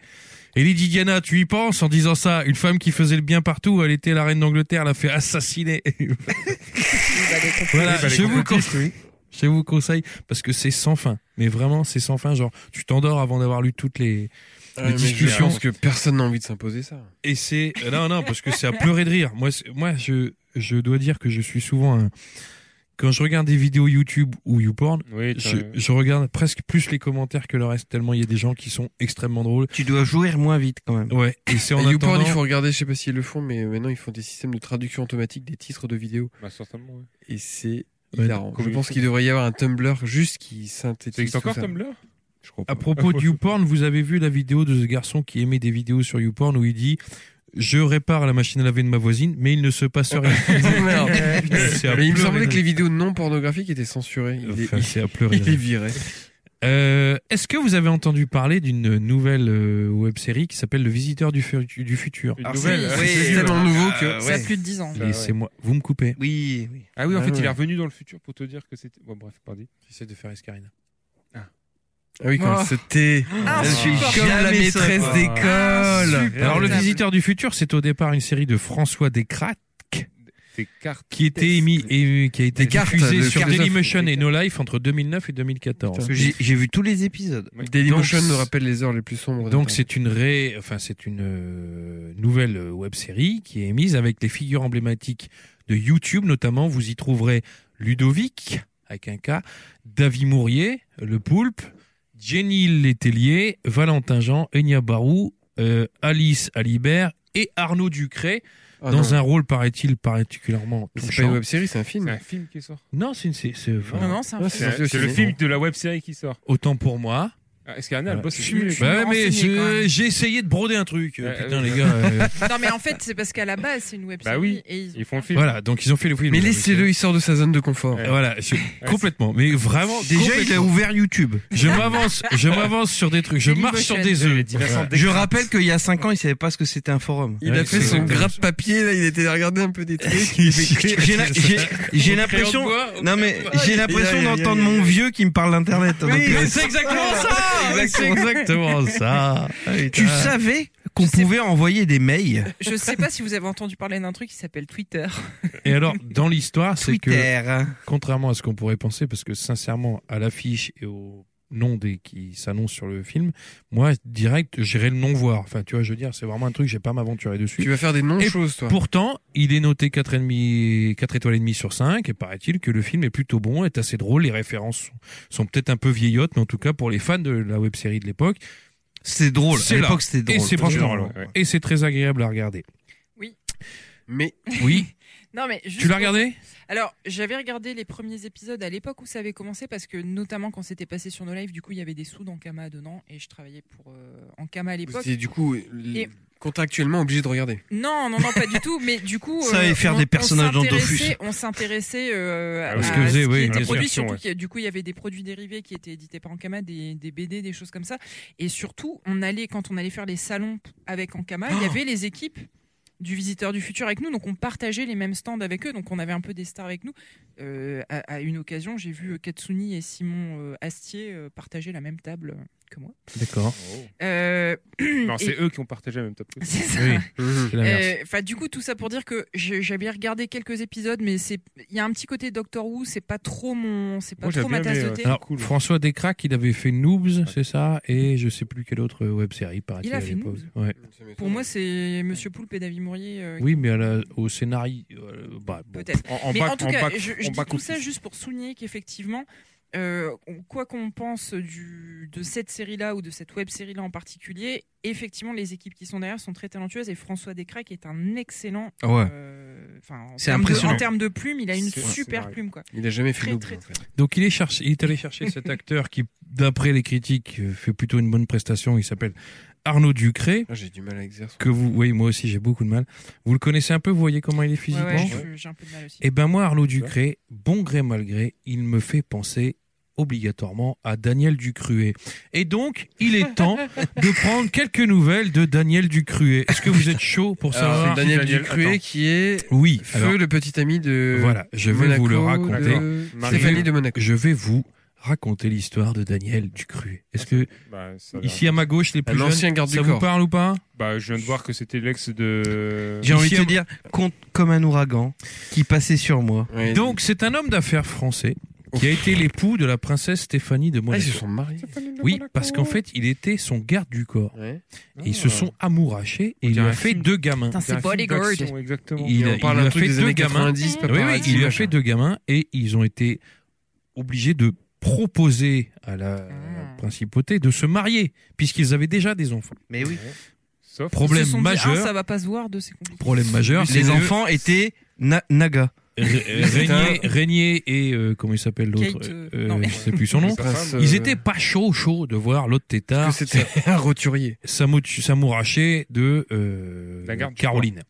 Speaker 1: et Lady Diana tu y penses en disant ça une femme qui faisait le bien partout elle était la reine d'Angleterre elle a fait assassiner voilà
Speaker 5: Oui, bah, les
Speaker 1: je vous
Speaker 5: complotistes,
Speaker 1: conseille Je vous conseille parce que c'est sans fin. Mais vraiment, c'est sans fin. Genre, tu t'endors avant d'avoir lu toutes les.
Speaker 3: Ah,
Speaker 1: Les
Speaker 3: mais Je
Speaker 1: discussions.
Speaker 3: pense que personne n'a envie de s'imposer ça.
Speaker 1: Et c'est euh, non non parce que c'est à pleurer de rire. Moi c'est- moi je je dois dire que je suis souvent un... quand je regarde des vidéos YouTube ou YouPorn,
Speaker 5: Oui, t'as-
Speaker 1: je, je regarde presque plus les commentaires que le reste tellement il y a des gens qui sont extrêmement drôles.
Speaker 2: Tu dois jouer moins vite quand même.
Speaker 1: Ouais. Et c'est en
Speaker 3: Et YouPorn,
Speaker 1: attendant.
Speaker 3: il faut regarder, je sais pas s'ils le font, mais maintenant ils font des systèmes de traduction automatique des titres de vidéos.
Speaker 5: bah, certainement, ouais.
Speaker 3: Et c'est
Speaker 1: Ouais,
Speaker 3: hilarant.
Speaker 5: comme
Speaker 3: je
Speaker 5: il
Speaker 3: pense
Speaker 5: faut.
Speaker 3: qu'il devrait y avoir un Tumblr juste qui
Speaker 5: Ça
Speaker 3: synthétise.
Speaker 5: existe
Speaker 3: tout
Speaker 5: encore
Speaker 3: ça.
Speaker 5: Tumblr
Speaker 3: Je crois pas.
Speaker 1: À propos de YouPorn, vous avez vu la vidéo de ce garçon qui émet des vidéos sur YouPorn où il dit je répare la machine à laver de ma voisine, mais il ne se passe rien.
Speaker 3: Merde.
Speaker 1: C'est à
Speaker 3: Mais il me
Speaker 1: pleurer de
Speaker 3: semblait que les
Speaker 1: rire.
Speaker 3: vidéos non pornographiques étaient censurées. Il est,
Speaker 1: Enfin,
Speaker 3: il-
Speaker 1: c'est à pleurer. de
Speaker 3: il est
Speaker 1: rire.
Speaker 3: viré.
Speaker 1: Euh, Est-ce que vous avez entendu parler d'une nouvelle euh, web série qui s'appelle Le Visiteur du, Fu- du Futur
Speaker 5: Une
Speaker 2: Ah,
Speaker 5: nouvelle
Speaker 4: c'est-
Speaker 5: ah,
Speaker 4: oui,
Speaker 5: c'est
Speaker 3: c'est
Speaker 5: vieux.
Speaker 3: tellement nouveau que.
Speaker 2: Bah
Speaker 4: Ça a plus de 10 ans.
Speaker 1: Et c'est moi. Vous me coupez.
Speaker 2: Oui, oui.
Speaker 5: Ah oui, en
Speaker 3: Ah
Speaker 5: fait, il
Speaker 3: ouais.
Speaker 5: est revenu dans le futur pour te dire que c'était. Bon, bref, pardon.
Speaker 1: J'essaie de faire Escarina.
Speaker 3: Ah oui, quand
Speaker 4: Oh.
Speaker 3: elle se tait.
Speaker 4: Ah,
Speaker 2: Je suis
Speaker 4: super.
Speaker 2: comme la maîtresse
Speaker 5: quoi.
Speaker 2: des.
Speaker 4: Insupportable.
Speaker 1: Alors, Le Visiteur du Futur, c'est au départ une série de François Descartes
Speaker 5: Tes cartes.
Speaker 1: qui était émis et euh, qui a été
Speaker 3: Descartes,
Speaker 1: diffusée
Speaker 3: le
Speaker 1: sur
Speaker 3: philosophe.
Speaker 1: Dailymotion et No Life entre 2009 et 2014.
Speaker 3: Putain.
Speaker 2: J'ai j'ai vu tous les épisodes.
Speaker 3: Dailymotion
Speaker 1: Donc,
Speaker 3: me rappelle les heures les plus sombres.
Speaker 1: Donc
Speaker 3: des
Speaker 1: c'est une ré, enfin c'est une euh, nouvelle web série qui est émise avec les figures emblématiques de YouTube notamment. Vous y trouverez Ludovic avec un K, David Mourier, le Poulpe, Jenny Letellier, Valentin Jean, Enya Barou, euh, Alice Alibert et Arnaud Ducret
Speaker 3: temps. Ah
Speaker 1: dans
Speaker 3: non.
Speaker 1: un rôle paraît-il particulièrement
Speaker 3: Mais C'est pas une
Speaker 1: touchant.
Speaker 3: web série, c'est un film.
Speaker 5: C'est un film qui sort.
Speaker 1: Non, c'est une- c'est- c'est- enfin,
Speaker 4: Non, non, c'est un
Speaker 3: Ouais,
Speaker 4: film.
Speaker 5: C'est
Speaker 3: sorti au
Speaker 5: c'est le
Speaker 3: ciné.
Speaker 5: film de la web série qui sort.
Speaker 1: autant pour moi.
Speaker 5: Ah, Est-ce qu'Anna, elle bosse
Speaker 4: Je
Speaker 5: chez lui,
Speaker 4: me-
Speaker 5: les
Speaker 4: je
Speaker 5: gars
Speaker 1: Bah ouais, mais
Speaker 4: renseigner, quand
Speaker 1: je-
Speaker 4: même.
Speaker 1: j'ai essayé de broder un truc. euh,
Speaker 5: Ouais,
Speaker 1: Putain,
Speaker 5: euh,
Speaker 1: les gars. euh,
Speaker 4: Non, mais en fait, c'est parce qu'à la base, c'est une web
Speaker 5: Bah
Speaker 4: série
Speaker 5: oui.
Speaker 4: et ils ont-
Speaker 5: Ils font le film.
Speaker 1: voilà, donc ils ont fait le film.
Speaker 3: Mais laissez-le, il sort de sa zone de confort.
Speaker 5: Ouais.
Speaker 1: Voilà, je- complètement. Mais vraiment,
Speaker 2: Déjà, il a
Speaker 1: complètement.
Speaker 2: ouvert YouTube.
Speaker 1: Je m'avance, je m'avance sur des trucs, je
Speaker 4: Dailymotion.
Speaker 1: marche sur des œufs. Voilà.
Speaker 2: Je rappelle qu'il y a 5 ans, il savait pas ce que c'était un forum.
Speaker 3: Il
Speaker 1: Ouais,
Speaker 3: a fait
Speaker 1: c'est
Speaker 3: son
Speaker 1: exactement
Speaker 3: grappe papier, là, il était regardé un peu des trucs.
Speaker 2: J'ai j'ai la- j'ai- j'ai l'impression, non mais j'ai l'impression d'entendre mon vieux qui me parle d'internet. Donc, euh,
Speaker 1: Mais c'est exactement ça Euh, Mais C'est exactement ça
Speaker 2: tu savais qu'on
Speaker 4: Je sais-
Speaker 2: pouvait envoyer des mails
Speaker 4: Je sais pas si vous avez entendu parler d'un truc qui s'appelle Twitter.
Speaker 1: Et alors, dans l'histoire, c'est que,
Speaker 2: Twitter.
Speaker 1: contrairement à ce qu'on pourrait penser, parce que sincèrement, à l'affiche et au nom des qui s'annoncent sur le film, moi, direct, j'irai le non-voir. Enfin, tu vois, je veux dire, c'est vraiment un truc, j'ai pas m'aventurer dessus.
Speaker 3: Tu vas faire des non-choses, toi.
Speaker 1: Pourtant, il est noté 4, et demi, 4 étoiles et demie sur 5 et paraît-il que le film est plutôt bon, est assez drôle, les références sont, sont peut-être un peu vieillottes, mais en tout cas pour les fans de la web-série de l'époque,
Speaker 2: C'est drôle.
Speaker 1: C'est
Speaker 2: À
Speaker 1: là.
Speaker 2: l'époque, c'était
Speaker 1: et
Speaker 2: drôle.
Speaker 1: c'est franchement
Speaker 5: drôle,
Speaker 1: drôle.
Speaker 5: ouais.
Speaker 1: et c'est très agréable à regarder.
Speaker 3: Mais
Speaker 1: Oui,
Speaker 4: Non, mais juste
Speaker 1: tu l'as
Speaker 4: pour-
Speaker 1: regardé
Speaker 4: Alors, j'avais regardé les premiers épisodes à l'époque où ça avait commencé parce que, notamment quand c'était passé sur nos lives, du coup, il y avait des sous d'Ankama dedans et je travaillais pour euh, Ankama à
Speaker 3: vous
Speaker 4: l'époque.
Speaker 3: étiez du coup l- contractuellement obligé de regarder.
Speaker 4: Non, non, non, pas du tout. Mais du coup, euh,
Speaker 2: Ça allait faire des personnages dans
Speaker 4: s'intéressait- On s'intéressait euh,
Speaker 5: Ah
Speaker 4: à
Speaker 5: oui,
Speaker 1: ce que faisait,
Speaker 4: qui
Speaker 1: oui,
Speaker 4: était
Speaker 1: bien sûr,
Speaker 4: produit.
Speaker 5: sûr,
Speaker 4: surtout
Speaker 5: ouais.
Speaker 4: qu'il y a- du coup, il y avait des produits dérivés qui étaient édités par Ankama, des, des BD, des choses comme ça. Et surtout, on allait quand on allait faire les salons avec Ankama,
Speaker 2: Ah.
Speaker 4: il y avait les équipes du visiteur du futur avec nous, donc on partageait les mêmes stands avec eux, donc on avait un peu des stars avec nous. Euh, à, à une occasion, j'ai vu euh, Katsuni et Simon euh, Astier euh, partager la même table euh, que moi.
Speaker 1: D'accord.
Speaker 4: Euh,
Speaker 5: Non,
Speaker 4: et-
Speaker 5: c'est eux qui ont partagé la même top.
Speaker 4: c'est ça.
Speaker 1: Oui,
Speaker 3: Mhm.
Speaker 1: c'est la merde.
Speaker 4: Euh, Enfin, du coup, tout ça pour dire que je- j'avais regardé quelques épisodes, mais c'est, il y a un petit côté Doctor Who, c'est pas trop mon, c'est pas
Speaker 5: Moi, j'ai
Speaker 4: trop ma
Speaker 5: bien
Speaker 4: tasse
Speaker 5: aimé,
Speaker 4: de
Speaker 5: ouais.
Speaker 4: thé.
Speaker 1: Alors,
Speaker 5: cool.
Speaker 1: François Descraques, il avait fait Noobs, c'est ça, et je sais plus quelle autre web-série, paraît-il,
Speaker 4: Il a
Speaker 1: à
Speaker 4: fait
Speaker 1: l'époque. Ouais.
Speaker 4: Pour moi, c'est Monsieur Poulpe et David Mourier. euh,
Speaker 1: Oui, mais à la- au scénario, euh, bah, bon.
Speaker 4: Peut-être.
Speaker 5: En, en
Speaker 4: mais
Speaker 5: bac-
Speaker 4: en tout
Speaker 5: en
Speaker 4: cas,
Speaker 5: bac-
Speaker 4: je, je
Speaker 5: en
Speaker 4: dis
Speaker 5: bac
Speaker 4: tout ça
Speaker 5: office.
Speaker 4: juste pour souligner qu'effectivement, euh, on- quoi qu'on pense du, de cette série-là ou de cette web-série-là en particulier, effectivement, les équipes qui sont derrière sont très talentueuses et François Descraques est un excellent.
Speaker 2: Ouais.
Speaker 4: euh, enfin, en
Speaker 2: C'est
Speaker 4: termes de-
Speaker 2: impressionnant.
Speaker 4: en termes de plume, il a une
Speaker 5: C'est-
Speaker 4: super
Speaker 5: c'est
Speaker 4: plume, quoi.
Speaker 3: Il a jamais fait
Speaker 4: Très,
Speaker 3: double.
Speaker 4: très,
Speaker 3: en fait.
Speaker 1: Donc il est, cherché, il est allé chercher cet acteur qui, d'après les critiques, euh, fait plutôt une bonne prestation. Il s'appelle Arnaud Ducré.
Speaker 3: Ah, J'ai du mal à exercer.
Speaker 1: Que vous, oui, moi aussi j'ai beaucoup de mal. Vous le connaissez un peu, vous voyez comment il est
Speaker 4: Ouais,
Speaker 1: physiquement.
Speaker 4: ouais, je- j'ai un peu de mal aussi.
Speaker 1: Eh ben moi, Arnaud Ducré, bon gré mal gré, il me fait penser obligatoirement à Daniel Ducruet. Et donc, il est temps de prendre quelques nouvelles de Daniel Ducruet. Est-ce que vous êtes chaud pour
Speaker 3: Alors,
Speaker 1: savoir
Speaker 5: c'est
Speaker 3: Euh, Daniel
Speaker 5: Daniel-
Speaker 3: Ducruet
Speaker 5: attends.
Speaker 3: qui est
Speaker 1: Oui,
Speaker 3: Feu,
Speaker 1: alors,
Speaker 3: le petit ami de
Speaker 1: voilà, je vais
Speaker 3: Monaco,
Speaker 1: vous le raconter.
Speaker 3: de
Speaker 5: Marie-
Speaker 3: Stéphanie de Monaco.
Speaker 1: Je vais vous raconter l'histoire de Daniel Ducruet. Est-ce que
Speaker 5: Bah, ça a l'air-
Speaker 1: Ici à ma gauche, les plus
Speaker 3: Un
Speaker 1: jeunes,
Speaker 3: ancien garde
Speaker 1: ça
Speaker 3: du
Speaker 1: vous
Speaker 3: corps.
Speaker 1: parle ou pas
Speaker 5: Bah, je viens de voir que c'était l'ex de.
Speaker 2: J'ai envie de te
Speaker 1: Ici,
Speaker 2: dire, compte comme un ouragan qui passait sur moi.
Speaker 3: Ouais.
Speaker 1: Donc c'est un homme d'affaires français qui a été l'époux de la princesse Stéphanie de
Speaker 3: ah, ils
Speaker 1: Monaco.
Speaker 3: se sont mariés.
Speaker 1: Oui, parce qu'en fait, il était son garde du corps.
Speaker 3: Ouais.
Speaker 1: Et ils se sont amourachés et il lui
Speaker 5: dirait
Speaker 1: a
Speaker 5: un
Speaker 1: fait
Speaker 5: film.
Speaker 1: deux gamins.
Speaker 4: Putain, c'est Bodyguard.
Speaker 5: Exactement.
Speaker 1: Il
Speaker 3: Et
Speaker 1: a-
Speaker 3: on parle
Speaker 1: il
Speaker 3: d'un
Speaker 1: a
Speaker 3: truc
Speaker 1: fait
Speaker 3: des
Speaker 1: deux
Speaker 3: années
Speaker 1: gamins.
Speaker 3: 90,
Speaker 1: Oui, oui,
Speaker 3: paparazzi,
Speaker 1: il lui a
Speaker 3: machin.
Speaker 1: fait deux gamins et ils ont été obligés de proposer à la
Speaker 4: Ah.
Speaker 1: principauté de se marier puisqu'ils avaient déjà des enfants.
Speaker 2: Mais oui.
Speaker 5: Sauf.
Speaker 4: Ils
Speaker 1: Problème
Speaker 4: se sont dit, Ah,
Speaker 1: majeur.
Speaker 4: ça va pas se voir de ces compliqués.
Speaker 1: Problème majeur. c'est
Speaker 2: Les
Speaker 1: que-
Speaker 2: enfants étaient na- naga.
Speaker 1: Ré- Régnier, Régnier et euh, comment il s'appelle l'autre
Speaker 4: Kate, euh,
Speaker 1: Euh,
Speaker 4: non.
Speaker 1: Je sais plus son nom.
Speaker 5: Sa femme,
Speaker 1: Ils
Speaker 5: euh,
Speaker 1: étaient pas chauds chauds de voir l'autre
Speaker 3: Parce
Speaker 1: tétard
Speaker 3: euh, que c'était un roturier.
Speaker 1: Samu- Samouraché de euh,
Speaker 5: La garde du
Speaker 1: Caroline.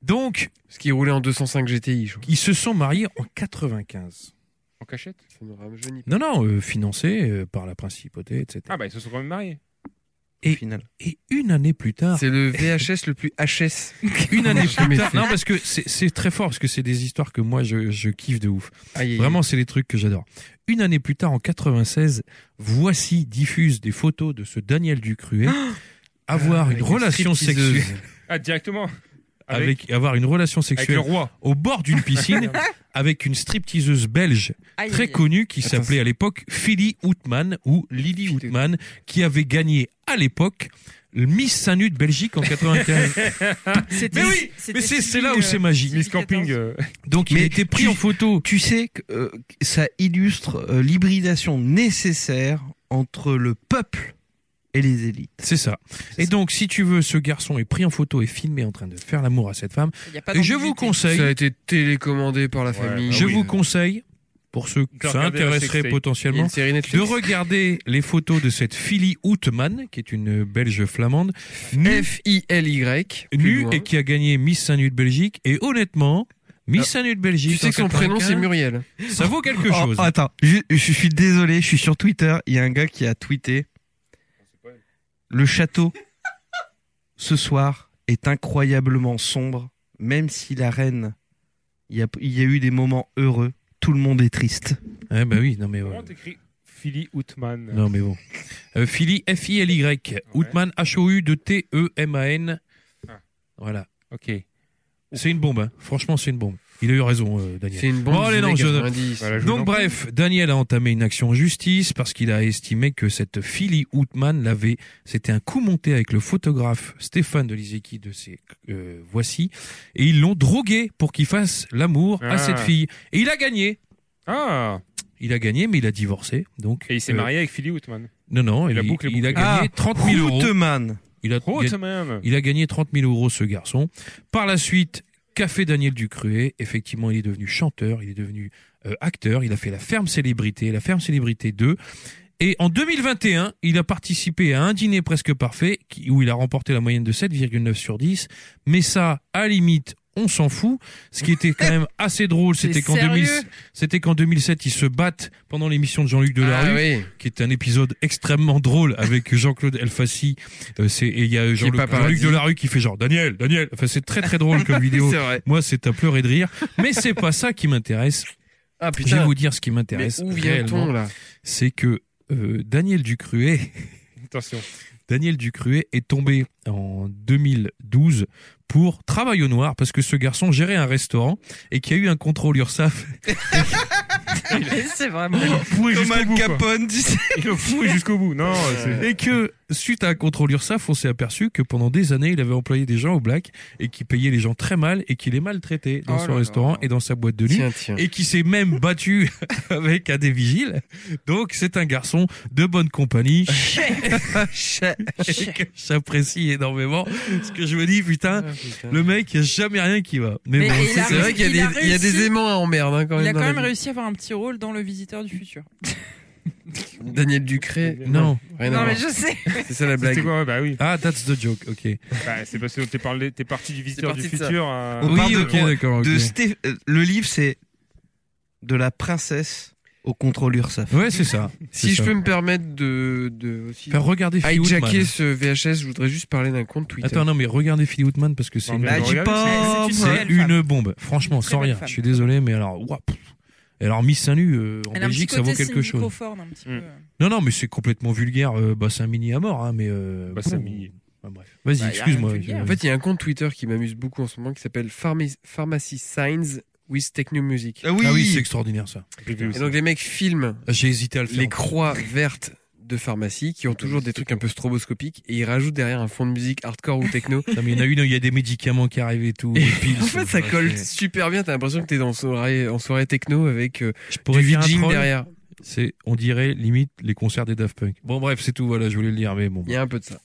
Speaker 1: Donc
Speaker 3: Parce qu'il roulait en 205 GTI, je crois.
Speaker 1: ils se sont mariés en 95.
Speaker 5: En cachette
Speaker 3: Ça me rajeunit.
Speaker 1: Non non, euh, financés euh, par la principauté, etc.
Speaker 5: Ah, bah, ils se sont quand même mariés.
Speaker 1: Et-
Speaker 2: Au final.
Speaker 1: Et une année plus tard,
Speaker 3: Ah. C'est le VHS le plus HS.
Speaker 1: une année
Speaker 3: J'ai jamais
Speaker 1: plus tard,
Speaker 3: fait.
Speaker 1: non parce que c'est c'est très fort parce que c'est des histoires que moi je, je kiffe de ouf.
Speaker 3: Aïe, aïe, aïe.
Speaker 1: Vraiment, c'est les trucs que j'adore. Une année plus tard, en 96, voici diffuse des photos de ce Daniel Ducruet avoir
Speaker 3: Ah,
Speaker 1: une
Speaker 3: avec
Speaker 1: relation
Speaker 3: une stripteaseuse.
Speaker 1: sexuelle
Speaker 5: Ah, directement. Avec,
Speaker 1: avec, avoir une relation
Speaker 5: avec le
Speaker 1: sexuelle
Speaker 5: roi.
Speaker 1: au bord d'une piscine avec une stripteaseuse belge
Speaker 4: Aïe,
Speaker 1: très
Speaker 4: aïe, aïe.
Speaker 1: connue qui
Speaker 3: Attends,
Speaker 1: s'appelait à l'époque Philly Outman ou Lily
Speaker 3: Putain.
Speaker 1: Outman qui avait gagné à l'époque le Miss Sanu de Belgique en 95.
Speaker 4: Ah, C'était-
Speaker 1: Mais oui,
Speaker 4: c'était
Speaker 1: Mais c'est c'est
Speaker 4: Sylvie,
Speaker 1: là où c'est
Speaker 4: euh,
Speaker 1: magique.
Speaker 5: Miss Camping. euh,
Speaker 1: Donc il
Speaker 2: Mais
Speaker 1: a été pris
Speaker 2: tu-
Speaker 1: en photo.
Speaker 2: Tu sais que euh, ça illustre euh, l'hybridation nécessaire entre le peuple et les élites.
Speaker 1: C'est ça. Et donc, si tu veux, ce garçon est pris en photo et filmé en train de faire l'amour à cette femme.
Speaker 4: il y a pas
Speaker 1: Et je
Speaker 4: d'ambiguïté.
Speaker 1: vous
Speaker 3: Ça a
Speaker 1: conseille,
Speaker 3: été télécommandé par la
Speaker 5: Ouais,
Speaker 3: famille.
Speaker 5: bah
Speaker 1: je
Speaker 5: oui.
Speaker 1: vous conseille pour ceux
Speaker 5: De
Speaker 1: que ça
Speaker 5: regarder la
Speaker 1: intéresserait
Speaker 5: sextape.
Speaker 3: Il y a
Speaker 1: potentiellement,
Speaker 3: une série Netflix.
Speaker 1: de regarder les photos de cette Philly Outman, qui est une Belge flamande, nue,
Speaker 3: F-I-L-Y. plus
Speaker 1: nue
Speaker 3: loin.
Speaker 1: et qui a gagné Miss Saint-Nuit de Belgique. Et honnêtement, Miss Saint-Nuit de Belgique,
Speaker 3: Ah, Tu sais que
Speaker 1: en
Speaker 3: son prénom,
Speaker 1: 95,
Speaker 3: c'est Ah, Muriel.
Speaker 1: Ça vaut quelque
Speaker 2: Oh,
Speaker 1: chose.
Speaker 2: attends, je, je suis désolé, je suis sur Twitter. Il y a un gars qui a tweeté Le château, ce soir, est incroyablement sombre. Même si la reine, il y a, il y a eu des moments heureux, tout le monde est triste.
Speaker 1: Eh ben oui, non mais... ouais.
Speaker 5: Comment t'écris Philly Outman
Speaker 1: Non, mais bon. Euh, Philly, F-I-L-Y. Outman, E H-O-U-D-T-E-M-A-N.
Speaker 5: Ah.
Speaker 1: Voilà.
Speaker 5: Ok.
Speaker 1: C'est une bombe, hein. Franchement, c'est une bombe. Il a eu raison, euh, Daniel.
Speaker 3: C'est une bande
Speaker 1: Bon, allez,
Speaker 3: des
Speaker 1: non,
Speaker 3: années
Speaker 1: je-
Speaker 3: 90.
Speaker 5: Voilà, Euh, je vous en
Speaker 1: Donc
Speaker 5: prie.
Speaker 1: bref, Daniel a entamé une action en justice parce qu'il a estimé que cette Philly Outman l'avait, c'était un coup monté avec le photographe Stéphane de Lisicki de ses euh, voici, et ils l'ont drogué pour qu'il fasse l'amour à
Speaker 5: Ah.
Speaker 1: cette fille. Et il a gagné.
Speaker 5: Ah
Speaker 1: Il a gagné, mais il a divorcé. Donc
Speaker 5: Et il s'est
Speaker 1: euh,
Speaker 5: marié avec Philly Outman.
Speaker 1: Non non, il,
Speaker 5: Il a bouclé,
Speaker 1: il a
Speaker 5: bouclé. Oh,
Speaker 1: gagné 30 000 euros.
Speaker 2: Houteman.
Speaker 1: Il a, il a-
Speaker 5: Outman
Speaker 1: il a gagné 30 000 euros ce garçon. Par la suite, Café Daniel Ducruet, effectivement, il est devenu chanteur, il est devenu euh, acteur, il a fait la ferme célébrité, la ferme célébrité 2. Et en 2021, il a participé à un dîner presque parfait qui- où il a remporté la moyenne de 7,9 sur 10. Mais ça, à la limite, on s'en fout. Ce qui était quand même assez drôle, c'était
Speaker 4: C'est
Speaker 1: qu'en
Speaker 4: sérieux
Speaker 1: 2000 c'était qu'en 2007, ils se battent pendant l'émission de Jean-Luc Delarue,
Speaker 3: Ah oui,
Speaker 1: qui est un épisode extrêmement drôle avec Jean-Claude Elfassi. Euh, c'est et il y a Jean-Luc
Speaker 3: pas paradis.
Speaker 1: Jean-Luc Delarue qui fait genre Daniel, Daniel. Enfin, c'est très très drôle comme vidéo.
Speaker 2: C'est vrai.
Speaker 1: Moi, c'est à pleurer de rire, mais c'est pas ça qui m'intéresse.
Speaker 3: Ah
Speaker 1: Je vais
Speaker 3: putain.
Speaker 1: vous dire ce qui
Speaker 3: Mais
Speaker 1: m'intéresse
Speaker 3: où
Speaker 1: réellement,
Speaker 3: vient-on là
Speaker 1: c'est que euh, Daniel Ducruet
Speaker 5: Attention.
Speaker 1: Daniel Ducruet est tombé en 2012 pour travail au noir parce que ce garçon gérait un restaurant et qu'il y a eu un contrôle URSAF.
Speaker 4: C'est vraiment.
Speaker 5: jusqu'au
Speaker 2: Comme Al
Speaker 5: bout, quoi.
Speaker 2: Capone, tu sais.
Speaker 5: Il le fou jusqu'au bout. Non, c'est-
Speaker 1: Et que, suite à un contrôle URSAF, on s'est aperçu que pendant des années, il avait employé des gens au black et qui payait les gens très mal et qui les maltraitait dans
Speaker 3: Oh
Speaker 1: son
Speaker 3: là là.
Speaker 1: restaurant et dans sa boîte de nuit.
Speaker 3: Tiens, tiens.
Speaker 1: et qui s'est même battu avec un des vigiles. Donc c'est un garçon de bonne compagnie. Et que J'apprécie énormément ce que je me dis, putain,
Speaker 3: Ah, putain.
Speaker 1: le mec, il a jamais rien qui va. Mais,
Speaker 4: Mais
Speaker 1: bon,
Speaker 4: il a
Speaker 3: C'est vrai qu'il y,
Speaker 4: il
Speaker 3: a
Speaker 4: a
Speaker 3: des- il y a des
Speaker 4: réussi.
Speaker 3: aimants à emmerde hein, quand même.
Speaker 4: Il a
Speaker 3: dans
Speaker 4: quand
Speaker 3: la
Speaker 4: même
Speaker 3: vie.
Speaker 4: réussi à avoir un petit rôle dans Le Visiteur du Futur.
Speaker 3: Daniel Ducré.
Speaker 1: non.
Speaker 3: Rien à
Speaker 4: Non, mais
Speaker 3: voir.
Speaker 4: je sais.
Speaker 3: C'est ça la
Speaker 5: C'était
Speaker 3: blague.
Speaker 5: quoi Bah oui.
Speaker 1: Ah, that's the joke, ok.
Speaker 5: Bah, c'est parce que t'es parlé- t'es parti du visiteur
Speaker 3: parti
Speaker 5: du
Speaker 3: de ça.
Speaker 5: futur. hein. à-
Speaker 2: On parle de-
Speaker 1: d'accord. ok.
Speaker 2: De Stéph- euh, le livre, c'est De la princesse au contrôle URSAF.
Speaker 1: Ouais, c'est ça.
Speaker 3: Si
Speaker 1: C'est
Speaker 3: je
Speaker 1: ça.
Speaker 3: peux me permettre de, de aussi
Speaker 1: Faire regarder Phil
Speaker 3: hijacker
Speaker 1: Woodman.
Speaker 3: ce VHS, je voudrais juste parler d'un compte Twitter.
Speaker 1: Attends, non, mais regardez Phil Woodman parce que c'est
Speaker 5: Non,
Speaker 1: une,
Speaker 5: mais
Speaker 2: Bah,
Speaker 5: on
Speaker 2: dis
Speaker 5: regarde,
Speaker 2: pas,
Speaker 4: c'est- c'est
Speaker 2: moi.
Speaker 4: une
Speaker 1: c'est
Speaker 4: belle
Speaker 1: une
Speaker 4: femme.
Speaker 1: bombe. Franchement,
Speaker 4: Très
Speaker 1: sans
Speaker 4: belle
Speaker 1: rien.
Speaker 4: femme.
Speaker 1: Je suis désolé, mais alors, ouah, pff. Alors, Miss Sanu, euh, en
Speaker 4: Elle a un petit
Speaker 1: Belgique, ça vaut
Speaker 4: côté
Speaker 1: quelque
Speaker 4: Cindy
Speaker 1: chose.
Speaker 4: Crawford, un petit
Speaker 5: Mm.
Speaker 4: peu.
Speaker 1: Non, non, mais c'est complètement vulgaire. euh, bah, c'est un mini à mort, hein, mais. Euh,
Speaker 5: Bah, c'est
Speaker 1: bon.
Speaker 5: mini.
Speaker 1: Bah, bref. Vas-y,
Speaker 4: Bah, y a
Speaker 1: excuse-moi.
Speaker 4: rien de vulgaire.
Speaker 1: je-
Speaker 3: En fait, il y a un compte Twitter qui m'amuse beaucoup en ce moment qui s'appelle Pharma- Pharmacy Signs with Techno Music.
Speaker 2: oui,
Speaker 1: Ah oui, c'est extraordinaire ça. Ah,
Speaker 5: J'ai vu
Speaker 3: Et
Speaker 5: aussi.
Speaker 3: donc les mecs filment
Speaker 1: J'ai hésité à le faire.
Speaker 3: les croix vertes de pharmacie qui ont toujours des trucs un peu stroboscopiques et ils rajoutent derrière un fond de musique hardcore ou techno.
Speaker 1: Non, mais il y en a une, il y a des médicaments qui arrivent et tout. des piles,
Speaker 3: en fait, ça
Speaker 1: ouais,
Speaker 3: colle
Speaker 1: c'est-
Speaker 3: super bien. T'as l'impression que t'es dans soirée, en soirée techno avec euh,
Speaker 1: Je
Speaker 3: du
Speaker 1: pourrais faire un
Speaker 3: Jim
Speaker 1: troll,
Speaker 3: derrière.
Speaker 1: C'est, on dirait limite les concerts des Daft Punk. Bon, bref, c'est tout. Voilà, je voulais le dire, mais bon.
Speaker 3: Il y a un peu de ça.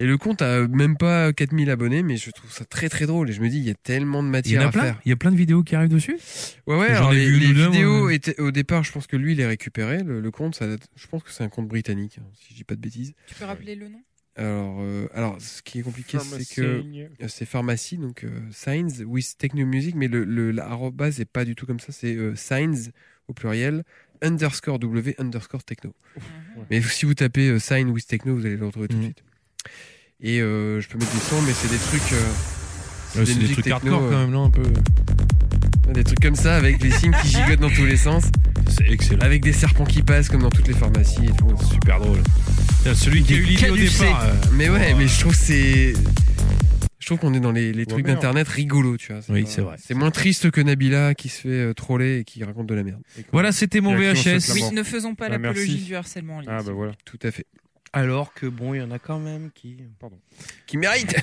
Speaker 3: Et le compte a même pas 4000 abonnés, mais je trouve ça très très drôle. Et je me dis, il y a tellement de
Speaker 1: Il y
Speaker 3: matière
Speaker 1: en a
Speaker 3: à
Speaker 1: plein.
Speaker 3: faire.
Speaker 1: Il y a plein de vidéos qui arrivent dessus.
Speaker 3: Ouais, ouais,
Speaker 1: J'en
Speaker 3: alors
Speaker 1: ai
Speaker 3: les,
Speaker 1: vu une
Speaker 3: les
Speaker 1: ou deux,
Speaker 3: vidéos
Speaker 1: moi.
Speaker 3: étaient au départ, je pense que lui, il les récupérait. Le, le compte, ça date- je pense que c'est un compte britannique, hein, si je dis pas de bêtises.
Speaker 4: Tu peux rappeler le nom
Speaker 3: Alors, euh, alors ce qui est compliqué, c'est
Speaker 5: Pharmacie.
Speaker 3: que euh, c'est pharmacie, donc euh, Signs with Techno Music, mais le, le la arrobase est pas du tout comme ça, c'est euh, Signs au pluriel underscore W underscore techno.
Speaker 5: ouais.
Speaker 3: Mais si vous tapez euh, Sign with Techno, vous allez le retrouver tout de
Speaker 1: Mhm.
Speaker 3: suite. Et euh, je peux mettre des sons, mais c'est des trucs, euh,
Speaker 1: Ouais, c'est des
Speaker 3: musiques
Speaker 1: trucs
Speaker 3: techno,
Speaker 1: hardcore
Speaker 3: euh.
Speaker 1: quand même, non, un peu.
Speaker 3: des trucs comme ça avec les signes qui gigotent dans tous les sens,
Speaker 1: C'est excellent.
Speaker 3: avec des serpents qui passent comme dans toutes les pharmacies et tout.
Speaker 1: Super drôle. Tiens, celui qui a eu l'idée au
Speaker 3: caducés.
Speaker 1: départ. euh,
Speaker 3: Mais ouais,
Speaker 1: Oh,
Speaker 3: mais je trouve que c'est. Je trouve qu'on est dans les, les trucs
Speaker 5: merde.
Speaker 3: d'internet rigolos, tu vois.
Speaker 1: Oui,
Speaker 3: pas-
Speaker 1: c'est vrai.
Speaker 3: C'est moins triste que Nabila qui se fait euh, troller et qui raconte de la merde.
Speaker 1: Voilà, c'était mon
Speaker 5: Il y a qui ont
Speaker 1: VHS.
Speaker 5: sauté
Speaker 4: Oui,
Speaker 5: Clairement.
Speaker 4: ne faisons pas
Speaker 5: Bah,
Speaker 4: l'apologie
Speaker 5: merci.
Speaker 4: du harcèlement en ligne.
Speaker 5: Ah bah voilà.
Speaker 3: Tout à fait.
Speaker 2: Alors que bon, il y en a quand même qui.
Speaker 3: Qui mérite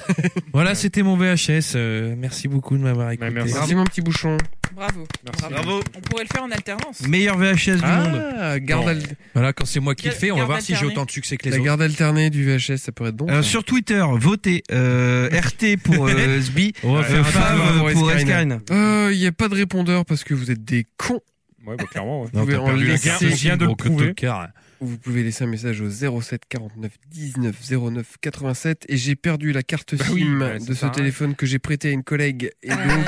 Speaker 1: Voilà, c'était mon VHS. euh, merci beaucoup de m'avoir écouté.
Speaker 5: merci.
Speaker 3: Merci mon petit bouchon.
Speaker 4: Bravo.
Speaker 5: Merci.
Speaker 4: Bravo. On pourrait le faire en alternance.
Speaker 2: Meilleur VHS
Speaker 1: Ah.
Speaker 3: Ah, garde
Speaker 1: Non.
Speaker 3: al-
Speaker 1: Voilà, quand c'est moi qui le fais, on va
Speaker 4: Garde
Speaker 1: voir si j'ai
Speaker 4: alternée.
Speaker 1: autant de succès que les
Speaker 3: la
Speaker 1: autres.
Speaker 3: garde alternée du VHS, ça pourrait être bon. ça.
Speaker 2: Euh, sur Twitter, votez euh, RT pour euh, SB,
Speaker 1: On va
Speaker 5: Ouais,
Speaker 1: faire
Speaker 2: euh,
Speaker 1: un
Speaker 2: Fav
Speaker 1: tableau.
Speaker 3: devoir
Speaker 2: euh,
Speaker 3: pour
Speaker 2: pour
Speaker 3: Escarina.
Speaker 2: Escarina.
Speaker 3: Euh, Il n'y a pas de répondeur parce que vous êtes des cons.
Speaker 5: Ouais, bah, clairement, ouais.
Speaker 3: Vous pouvez en
Speaker 5: perdu la
Speaker 3: laisser-
Speaker 5: guerre, on vient de le prouver.
Speaker 3: Vous pouvez laisser un message au 07 49 19 09 87 et j'ai perdu la carte
Speaker 5: Bah
Speaker 3: SIM
Speaker 5: oui, ouais,
Speaker 3: de
Speaker 5: ça
Speaker 3: ce
Speaker 5: sert à rien.
Speaker 3: téléphone que j'ai prêté à une collègue et
Speaker 2: Ah.
Speaker 3: donc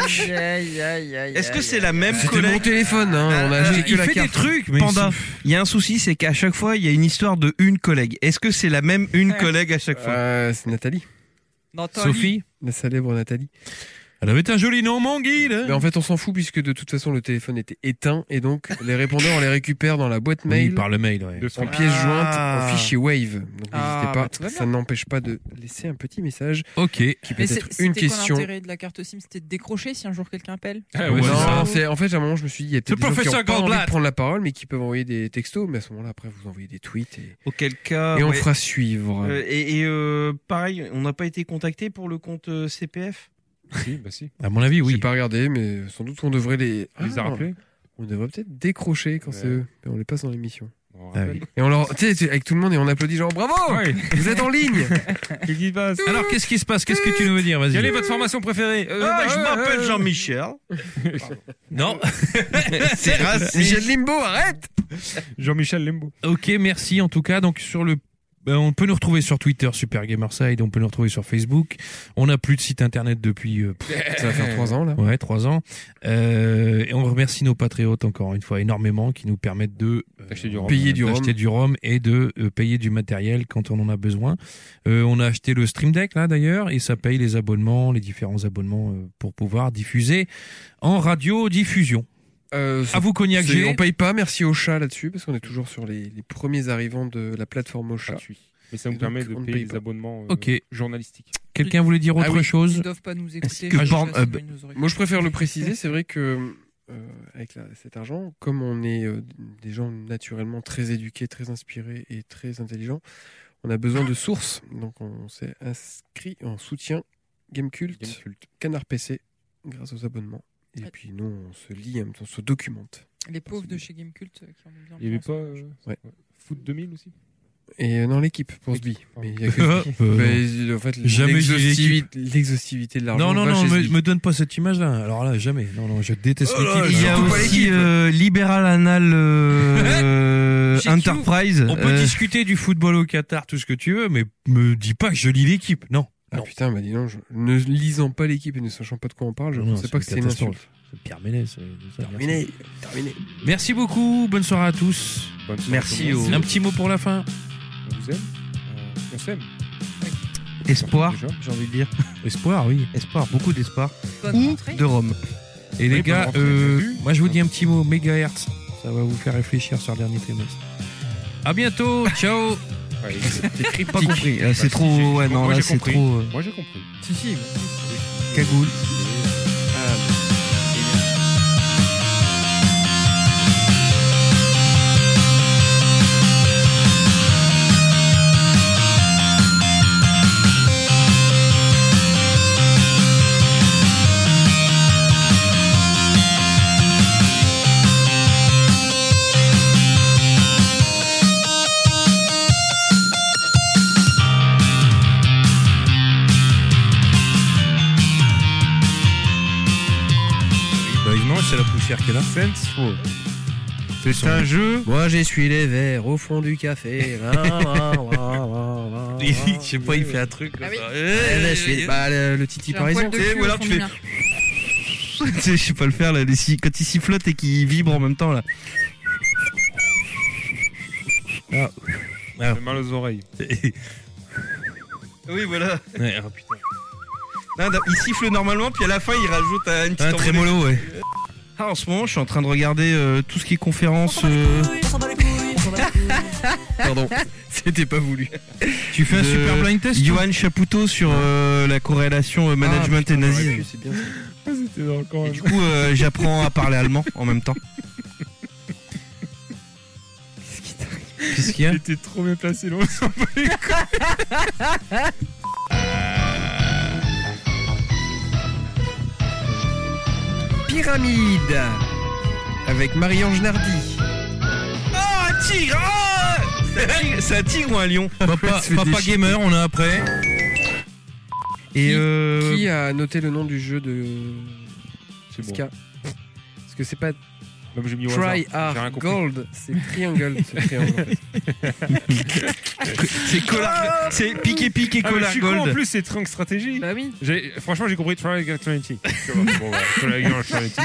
Speaker 2: Est-ce que c'est la même
Speaker 3: c'était mon
Speaker 2: collègue
Speaker 3: téléphone hein, on a acheté que
Speaker 2: Ah, Il
Speaker 3: la
Speaker 2: fait des
Speaker 3: carte.
Speaker 2: trucs,
Speaker 1: mais
Speaker 2: Panda. Il y a un souci, c'est qu'à chaque fois, il y a une histoire de une collègue. Est-ce que c'est la même une
Speaker 4: Ouais.
Speaker 2: collègue à chaque fois
Speaker 3: Euh, c'est Nathalie,
Speaker 1: Sophie
Speaker 3: la célèbre Nathalie.
Speaker 1: Elle avait un joli nom, mon guide
Speaker 3: Mais en fait, on s'en fout puisque de toute façon le téléphone était éteint et donc les répondeurs on les récupère dans la boîte
Speaker 1: Oui,
Speaker 3: mail
Speaker 1: par le mail, ouais.
Speaker 5: De
Speaker 3: en
Speaker 5: son-
Speaker 3: pièce
Speaker 2: Ah.
Speaker 3: jointe en fichier Wave. Donc n'hésitez
Speaker 4: Ah, bah,
Speaker 3: pas,
Speaker 4: tout va bien.
Speaker 3: ça n'empêche pas de laisser un petit message
Speaker 1: Ok.
Speaker 3: qui peut
Speaker 4: Mais c'est-
Speaker 3: être une
Speaker 4: c'était quoi
Speaker 3: question.
Speaker 4: L'intérêt de la carte SIM, c'était de décrocher si un jour quelqu'un appelle.
Speaker 5: Ah,
Speaker 1: Ouais,
Speaker 5: ouais,
Speaker 1: c'est
Speaker 3: non,
Speaker 1: ça.
Speaker 3: c'est en fait à un moment je me suis dit il y a peut-être
Speaker 1: Le
Speaker 3: des gens qui
Speaker 1: professeur
Speaker 3: ont pas envie
Speaker 1: Goldblatt.
Speaker 3: de prendre la parole mais qui peuvent envoyer des textos mais à ce moment-là après vous envoyez des tweets et,
Speaker 2: Auquel cas.
Speaker 3: et on
Speaker 2: Ah, ouais.
Speaker 3: fera suivre.
Speaker 2: Euh, et et, euh, pareil, on n'a pas été contacté pour le compte euh, CPF
Speaker 5: Si, bah si.
Speaker 1: À mon avis,
Speaker 3: J'ai
Speaker 1: oui.
Speaker 3: pas regardé mais sans doute on devrait les
Speaker 5: Il les a
Speaker 3: Ah,
Speaker 5: rappelés.
Speaker 3: On devrait peut-être décrocher quand
Speaker 5: Ouais.
Speaker 3: c'est eux mais on les passe dans l'émission.
Speaker 5: On
Speaker 1: Ah
Speaker 5: rappelle.
Speaker 3: Et on leur tu sais tu- avec tout le monde et on applaudit genre bravo
Speaker 5: Ouais,
Speaker 3: vous êtes en ligne.
Speaker 5: qu'est-ce qui se passe
Speaker 1: Alors, qu'est-ce qui se passe Qu'est-ce que tu nous veux dire Vas-y.
Speaker 5: Quelle est votre formation préférée Euh,
Speaker 2: Ah,
Speaker 5: bah,
Speaker 2: je
Speaker 5: euh,
Speaker 2: m'appelle
Speaker 5: euh,
Speaker 2: Jean-Michel.
Speaker 1: Non.
Speaker 2: C'est raciste.
Speaker 3: Michel Limbo arrête. Ah
Speaker 5: Jean-Michel Lembo.
Speaker 1: Ok, merci en tout cas. Donc sur le ben, on peut nous retrouver sur Twitter, Super Gamerside, on peut nous retrouver sur Facebook. On n'a plus de site internet depuis euh, pff,
Speaker 3: Ça va faire trois ans là.
Speaker 1: ouais, trois ans. Euh, et on remercie nos patriotes encore une fois énormément qui nous permettent de euh,
Speaker 5: Acheter du rhum.
Speaker 3: Payer du rhum.
Speaker 1: d'acheter du rhum et de euh, payer du matériel quand on en a besoin. Euh, on a acheté le Stream Deck là d'ailleurs et ça paye les abonnements, les différents abonnements euh, pour pouvoir diffuser en radio diffusion.
Speaker 3: Euh,
Speaker 1: À vous Cognac
Speaker 3: c'est-
Speaker 1: G.
Speaker 3: on paye pas merci au chat là-dessus parce qu'on est toujours sur les, les premiers arrivants de la plateforme au chat.
Speaker 5: gratuit. Mais ça
Speaker 3: Et
Speaker 5: vous permet
Speaker 3: donc,
Speaker 5: de
Speaker 3: on ne
Speaker 5: payer
Speaker 3: paye
Speaker 5: les
Speaker 3: pas.
Speaker 5: abonnements euh,
Speaker 1: Ok.
Speaker 5: journalistiques.
Speaker 1: Quelqu'un voulait dire autre
Speaker 3: Ah oui.
Speaker 1: chose
Speaker 4: Ils doivent pas nous écouter.
Speaker 1: que euh,
Speaker 4: parce
Speaker 1: Pornhub-
Speaker 4: là, sinon, ils nous auraient-
Speaker 3: Moi, je préfère le préciser. C'est vrai que euh, avec la- cet argent, comme on est euh, des gens naturellement très éduqués, très inspirés et très intelligents, on a besoin de sources. Donc, on s'est inscrit en soutien Gamecult,
Speaker 5: Game culte.
Speaker 3: Canard PC, grâce aux abonnements. Et
Speaker 4: Ouais.
Speaker 3: puis, nous, on se lit, en même temps, on se documente.
Speaker 4: Les pauvres de chez Gamecult euh, qui en ont bien
Speaker 5: Il y avait pas
Speaker 4: pensé.
Speaker 5: euh,
Speaker 3: Ouais.
Speaker 5: Foot 2000 aussi
Speaker 3: Et euh, non, l'équipe pour ce bi. Mais il y a que
Speaker 1: Euh, euh,
Speaker 3: Bah, euh, en fait,
Speaker 1: Jamais j'ai
Speaker 3: l'exhaustivité
Speaker 1: l'équipe.
Speaker 3: l'exhaustivité de l'argent.
Speaker 1: Non, non,
Speaker 3: va
Speaker 1: non,
Speaker 3: chez
Speaker 1: me,
Speaker 3: Sbi.
Speaker 1: me donne pas cette image-là. Alors là, jamais. Non, non, je déteste
Speaker 2: Oh là là,
Speaker 1: l'équipe.
Speaker 2: Il y a
Speaker 1: Alors,
Speaker 2: aussi euh, Liberal Anal euh,
Speaker 1: GQ.
Speaker 2: Enterprise.
Speaker 1: on peut
Speaker 2: Euh,
Speaker 1: discuter du football au Qatar, tout ce que tu veux, mais me dis pas que je lis l'équipe. Non.
Speaker 3: Ah
Speaker 1: Non.
Speaker 3: putain, bah dis donc, je- ne lisant pas l'équipe et ne sachant pas de quoi on parle, je
Speaker 1: Non, non,
Speaker 3: pensais pas que
Speaker 1: une
Speaker 3: c'était une insulte.
Speaker 1: catastrophe. C'est Pierre euh, Ménet, c'est- c'est-
Speaker 3: Terminé, terminé.
Speaker 1: Merci beaucoup. Bonne soirée à tous.
Speaker 3: euh,
Speaker 5: Bonne soirée
Speaker 2: Merci
Speaker 5: tout le
Speaker 2: au
Speaker 5: monde.
Speaker 1: Un petit mot pour la fin.
Speaker 5: On vous aime. Euh, on s'aime.
Speaker 2: Espoir,
Speaker 5: Déjà.
Speaker 2: j'ai envie de dire.
Speaker 1: Espoir, oui.
Speaker 2: Espoir, beaucoup d'espoir.
Speaker 4: Bonne
Speaker 2: Ou
Speaker 4: rentrée.
Speaker 2: de Rome.
Speaker 1: Et les
Speaker 5: Oui,
Speaker 1: gars,
Speaker 5: bonne rentrée,
Speaker 1: euh,
Speaker 5: j'ai vu.
Speaker 1: moi je vous dis un petit mot. Mégahertz. Ça va vous faire réfléchir sur le dernier trimestre. À bientôt. Ciao. Ah,
Speaker 5: Allez.
Speaker 2: Pas compris. euh, C'est trop. Ouais, non,
Speaker 5: Moi,
Speaker 2: là,
Speaker 5: j'ai
Speaker 2: c'est
Speaker 5: compris.
Speaker 2: trop. euh,
Speaker 5: Moi j'ai compris.
Speaker 3: Si, si,
Speaker 2: Cagoule.
Speaker 5: Euh,
Speaker 1: Bah, il mange, c'est la poussière qui est là.
Speaker 5: C'est un jeu.
Speaker 3: Moi j'essuie les verres au fond du café.
Speaker 2: Je sais pas, il fait un truc. euh,
Speaker 4: Ah
Speaker 2: comme
Speaker 4: oui.
Speaker 2: ça.
Speaker 3: Bah, le, le Titi
Speaker 4: J'ai un poil
Speaker 3: parisien.
Speaker 4: de
Speaker 2: tu sais,
Speaker 4: cul
Speaker 2: ou
Speaker 4: au
Speaker 2: alors
Speaker 4: fond
Speaker 2: tu
Speaker 4: du
Speaker 2: fais-
Speaker 4: mien.
Speaker 2: Tu sais, je sais pas le faire là, les si- quand il sifflote et qu'il vibre en même temps là.
Speaker 5: J'ai mal aux oreilles.
Speaker 2: Oui, voilà.
Speaker 1: Ouais, oh, putain.
Speaker 2: il siffle normalement, puis à la fin il rajoute un petit
Speaker 1: Un trémolo, ouais.
Speaker 2: Ah, en ce moment, je suis en train de regarder euh, tout ce qui est conférence. euh,
Speaker 3: Pardon, c'était pas voulu.
Speaker 1: Tu fais un
Speaker 2: De-
Speaker 1: super blind test toi Ah,
Speaker 2: Johan Chapoutot sur euh, la corrélation euh, management et nazisme.
Speaker 3: C'est bien. ça.
Speaker 5: C'était dans le corps.
Speaker 2: Et du coup, euh, j'apprends à parler allemand en même temps.
Speaker 1: Qu'est-ce qu'il y a
Speaker 5: J'étais trop bien placé. là, on s'en bat les couilles.
Speaker 3: Pyramide avec Marie-Ange Nardi.
Speaker 2: Ah, un tigre Ah C'est un tigre- C'est un tigre ou un lion
Speaker 1: Papa, Papa Gamer, on a après.
Speaker 2: Et
Speaker 3: Qui-
Speaker 2: euh,
Speaker 3: Qui a noté le nom du jeu de
Speaker 5: C'est bon.
Speaker 3: Ska Parce que c'est pas
Speaker 5: Même j'ai mis au hasard,
Speaker 3: Try
Speaker 5: j'ai rien
Speaker 3: Hard
Speaker 5: compris.
Speaker 3: Gold, c'est triangle. C'est triangle en fait.
Speaker 2: C'est Collar, c'est piqué piqué
Speaker 5: Ah, mais je
Speaker 2: Collar
Speaker 5: suis con, en
Speaker 2: Gold.
Speaker 5: plus, c'est Trunk Stratégie.
Speaker 4: Bah oui.
Speaker 5: J'ai- Franchement, j'ai compris Triangle Eternity. Tu vois, bon, voilà, Triangle Eternity.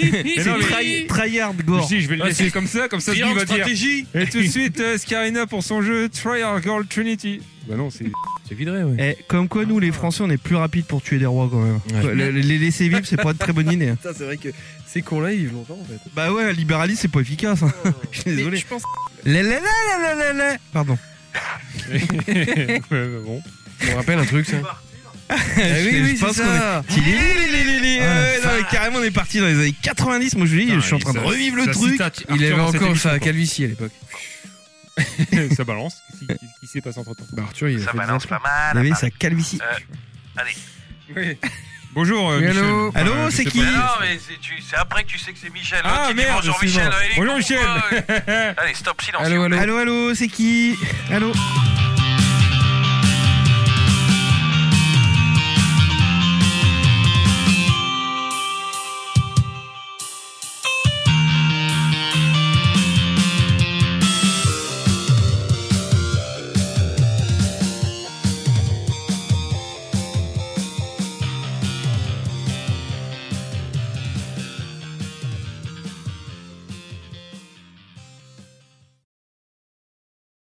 Speaker 1: C'est
Speaker 5: non, mais-
Speaker 1: trahi-
Speaker 2: Try- Tryhard
Speaker 5: Je
Speaker 2: Gore.
Speaker 5: dis, je vais le
Speaker 1: Ah,
Speaker 5: laisser
Speaker 1: c'est
Speaker 5: comme ça, comme ça, lui
Speaker 1: Triangle
Speaker 5: va dire.
Speaker 1: stratégie.
Speaker 5: Et tout de suite, euh, Scarina pour son jeu Triangle Trinity. Bah non, c'est.
Speaker 1: C'est vidré, ouais.
Speaker 2: Eh, comme quoi, nous les Français, on est plus rapides pour tuer des rois quand même.
Speaker 1: Ouais.
Speaker 2: Le- le- Les laisser vivre, c'est pas de très bonne idée.
Speaker 3: Putain, c'est vrai que ces cons-là, ils vivent longtemps en fait.
Speaker 2: Bah ouais, un libéralisme, c'est pas efficace. hein. Je suis
Speaker 4: Mais
Speaker 2: désolé.
Speaker 4: je pense
Speaker 2: La, la, la, la, la, la, la. Pardon.
Speaker 5: Ouais, bah bon.
Speaker 3: Je me rappelle un truc, ça.
Speaker 2: Je- je pense qu'on est- Ti- li- li- li- li- li-
Speaker 3: Ah, la
Speaker 2: ouais, non, mais carrément, on est parti dans les années 90. Moi, je vous dis, je suis en train de revivre le truc.
Speaker 3: Il avait encore sa calvitie à l'époque.
Speaker 5: ça balance. Qu'est-ce qui- Qu'est-ce qui s'est passé entre temps
Speaker 3: Bah, Arthur, il a
Speaker 6: Ça
Speaker 3: fait des
Speaker 6: balance pas mal.
Speaker 2: Il avait
Speaker 6: hein.
Speaker 2: sa calvitie.
Speaker 5: Bonjour, euh,
Speaker 3: Oui,
Speaker 5: Michel.
Speaker 3: allô
Speaker 5: Enfin,
Speaker 2: Allô,
Speaker 5: je
Speaker 2: c'est
Speaker 5: sais
Speaker 2: qui
Speaker 5: pas.
Speaker 6: Mais non, mais c'est tu- c'est après que tu sais que c'est Michel.
Speaker 5: Ah,
Speaker 6: L'autre, il dit
Speaker 5: merde,
Speaker 6: Bonjour
Speaker 5: c'est
Speaker 6: Michel.
Speaker 5: mort.
Speaker 6: euh, il est
Speaker 5: Bonjour,
Speaker 6: con,
Speaker 5: Michel.
Speaker 6: euh. Allez, stop, silence.
Speaker 3: Allô, allô
Speaker 2: Allô, allô, c'est qui Allô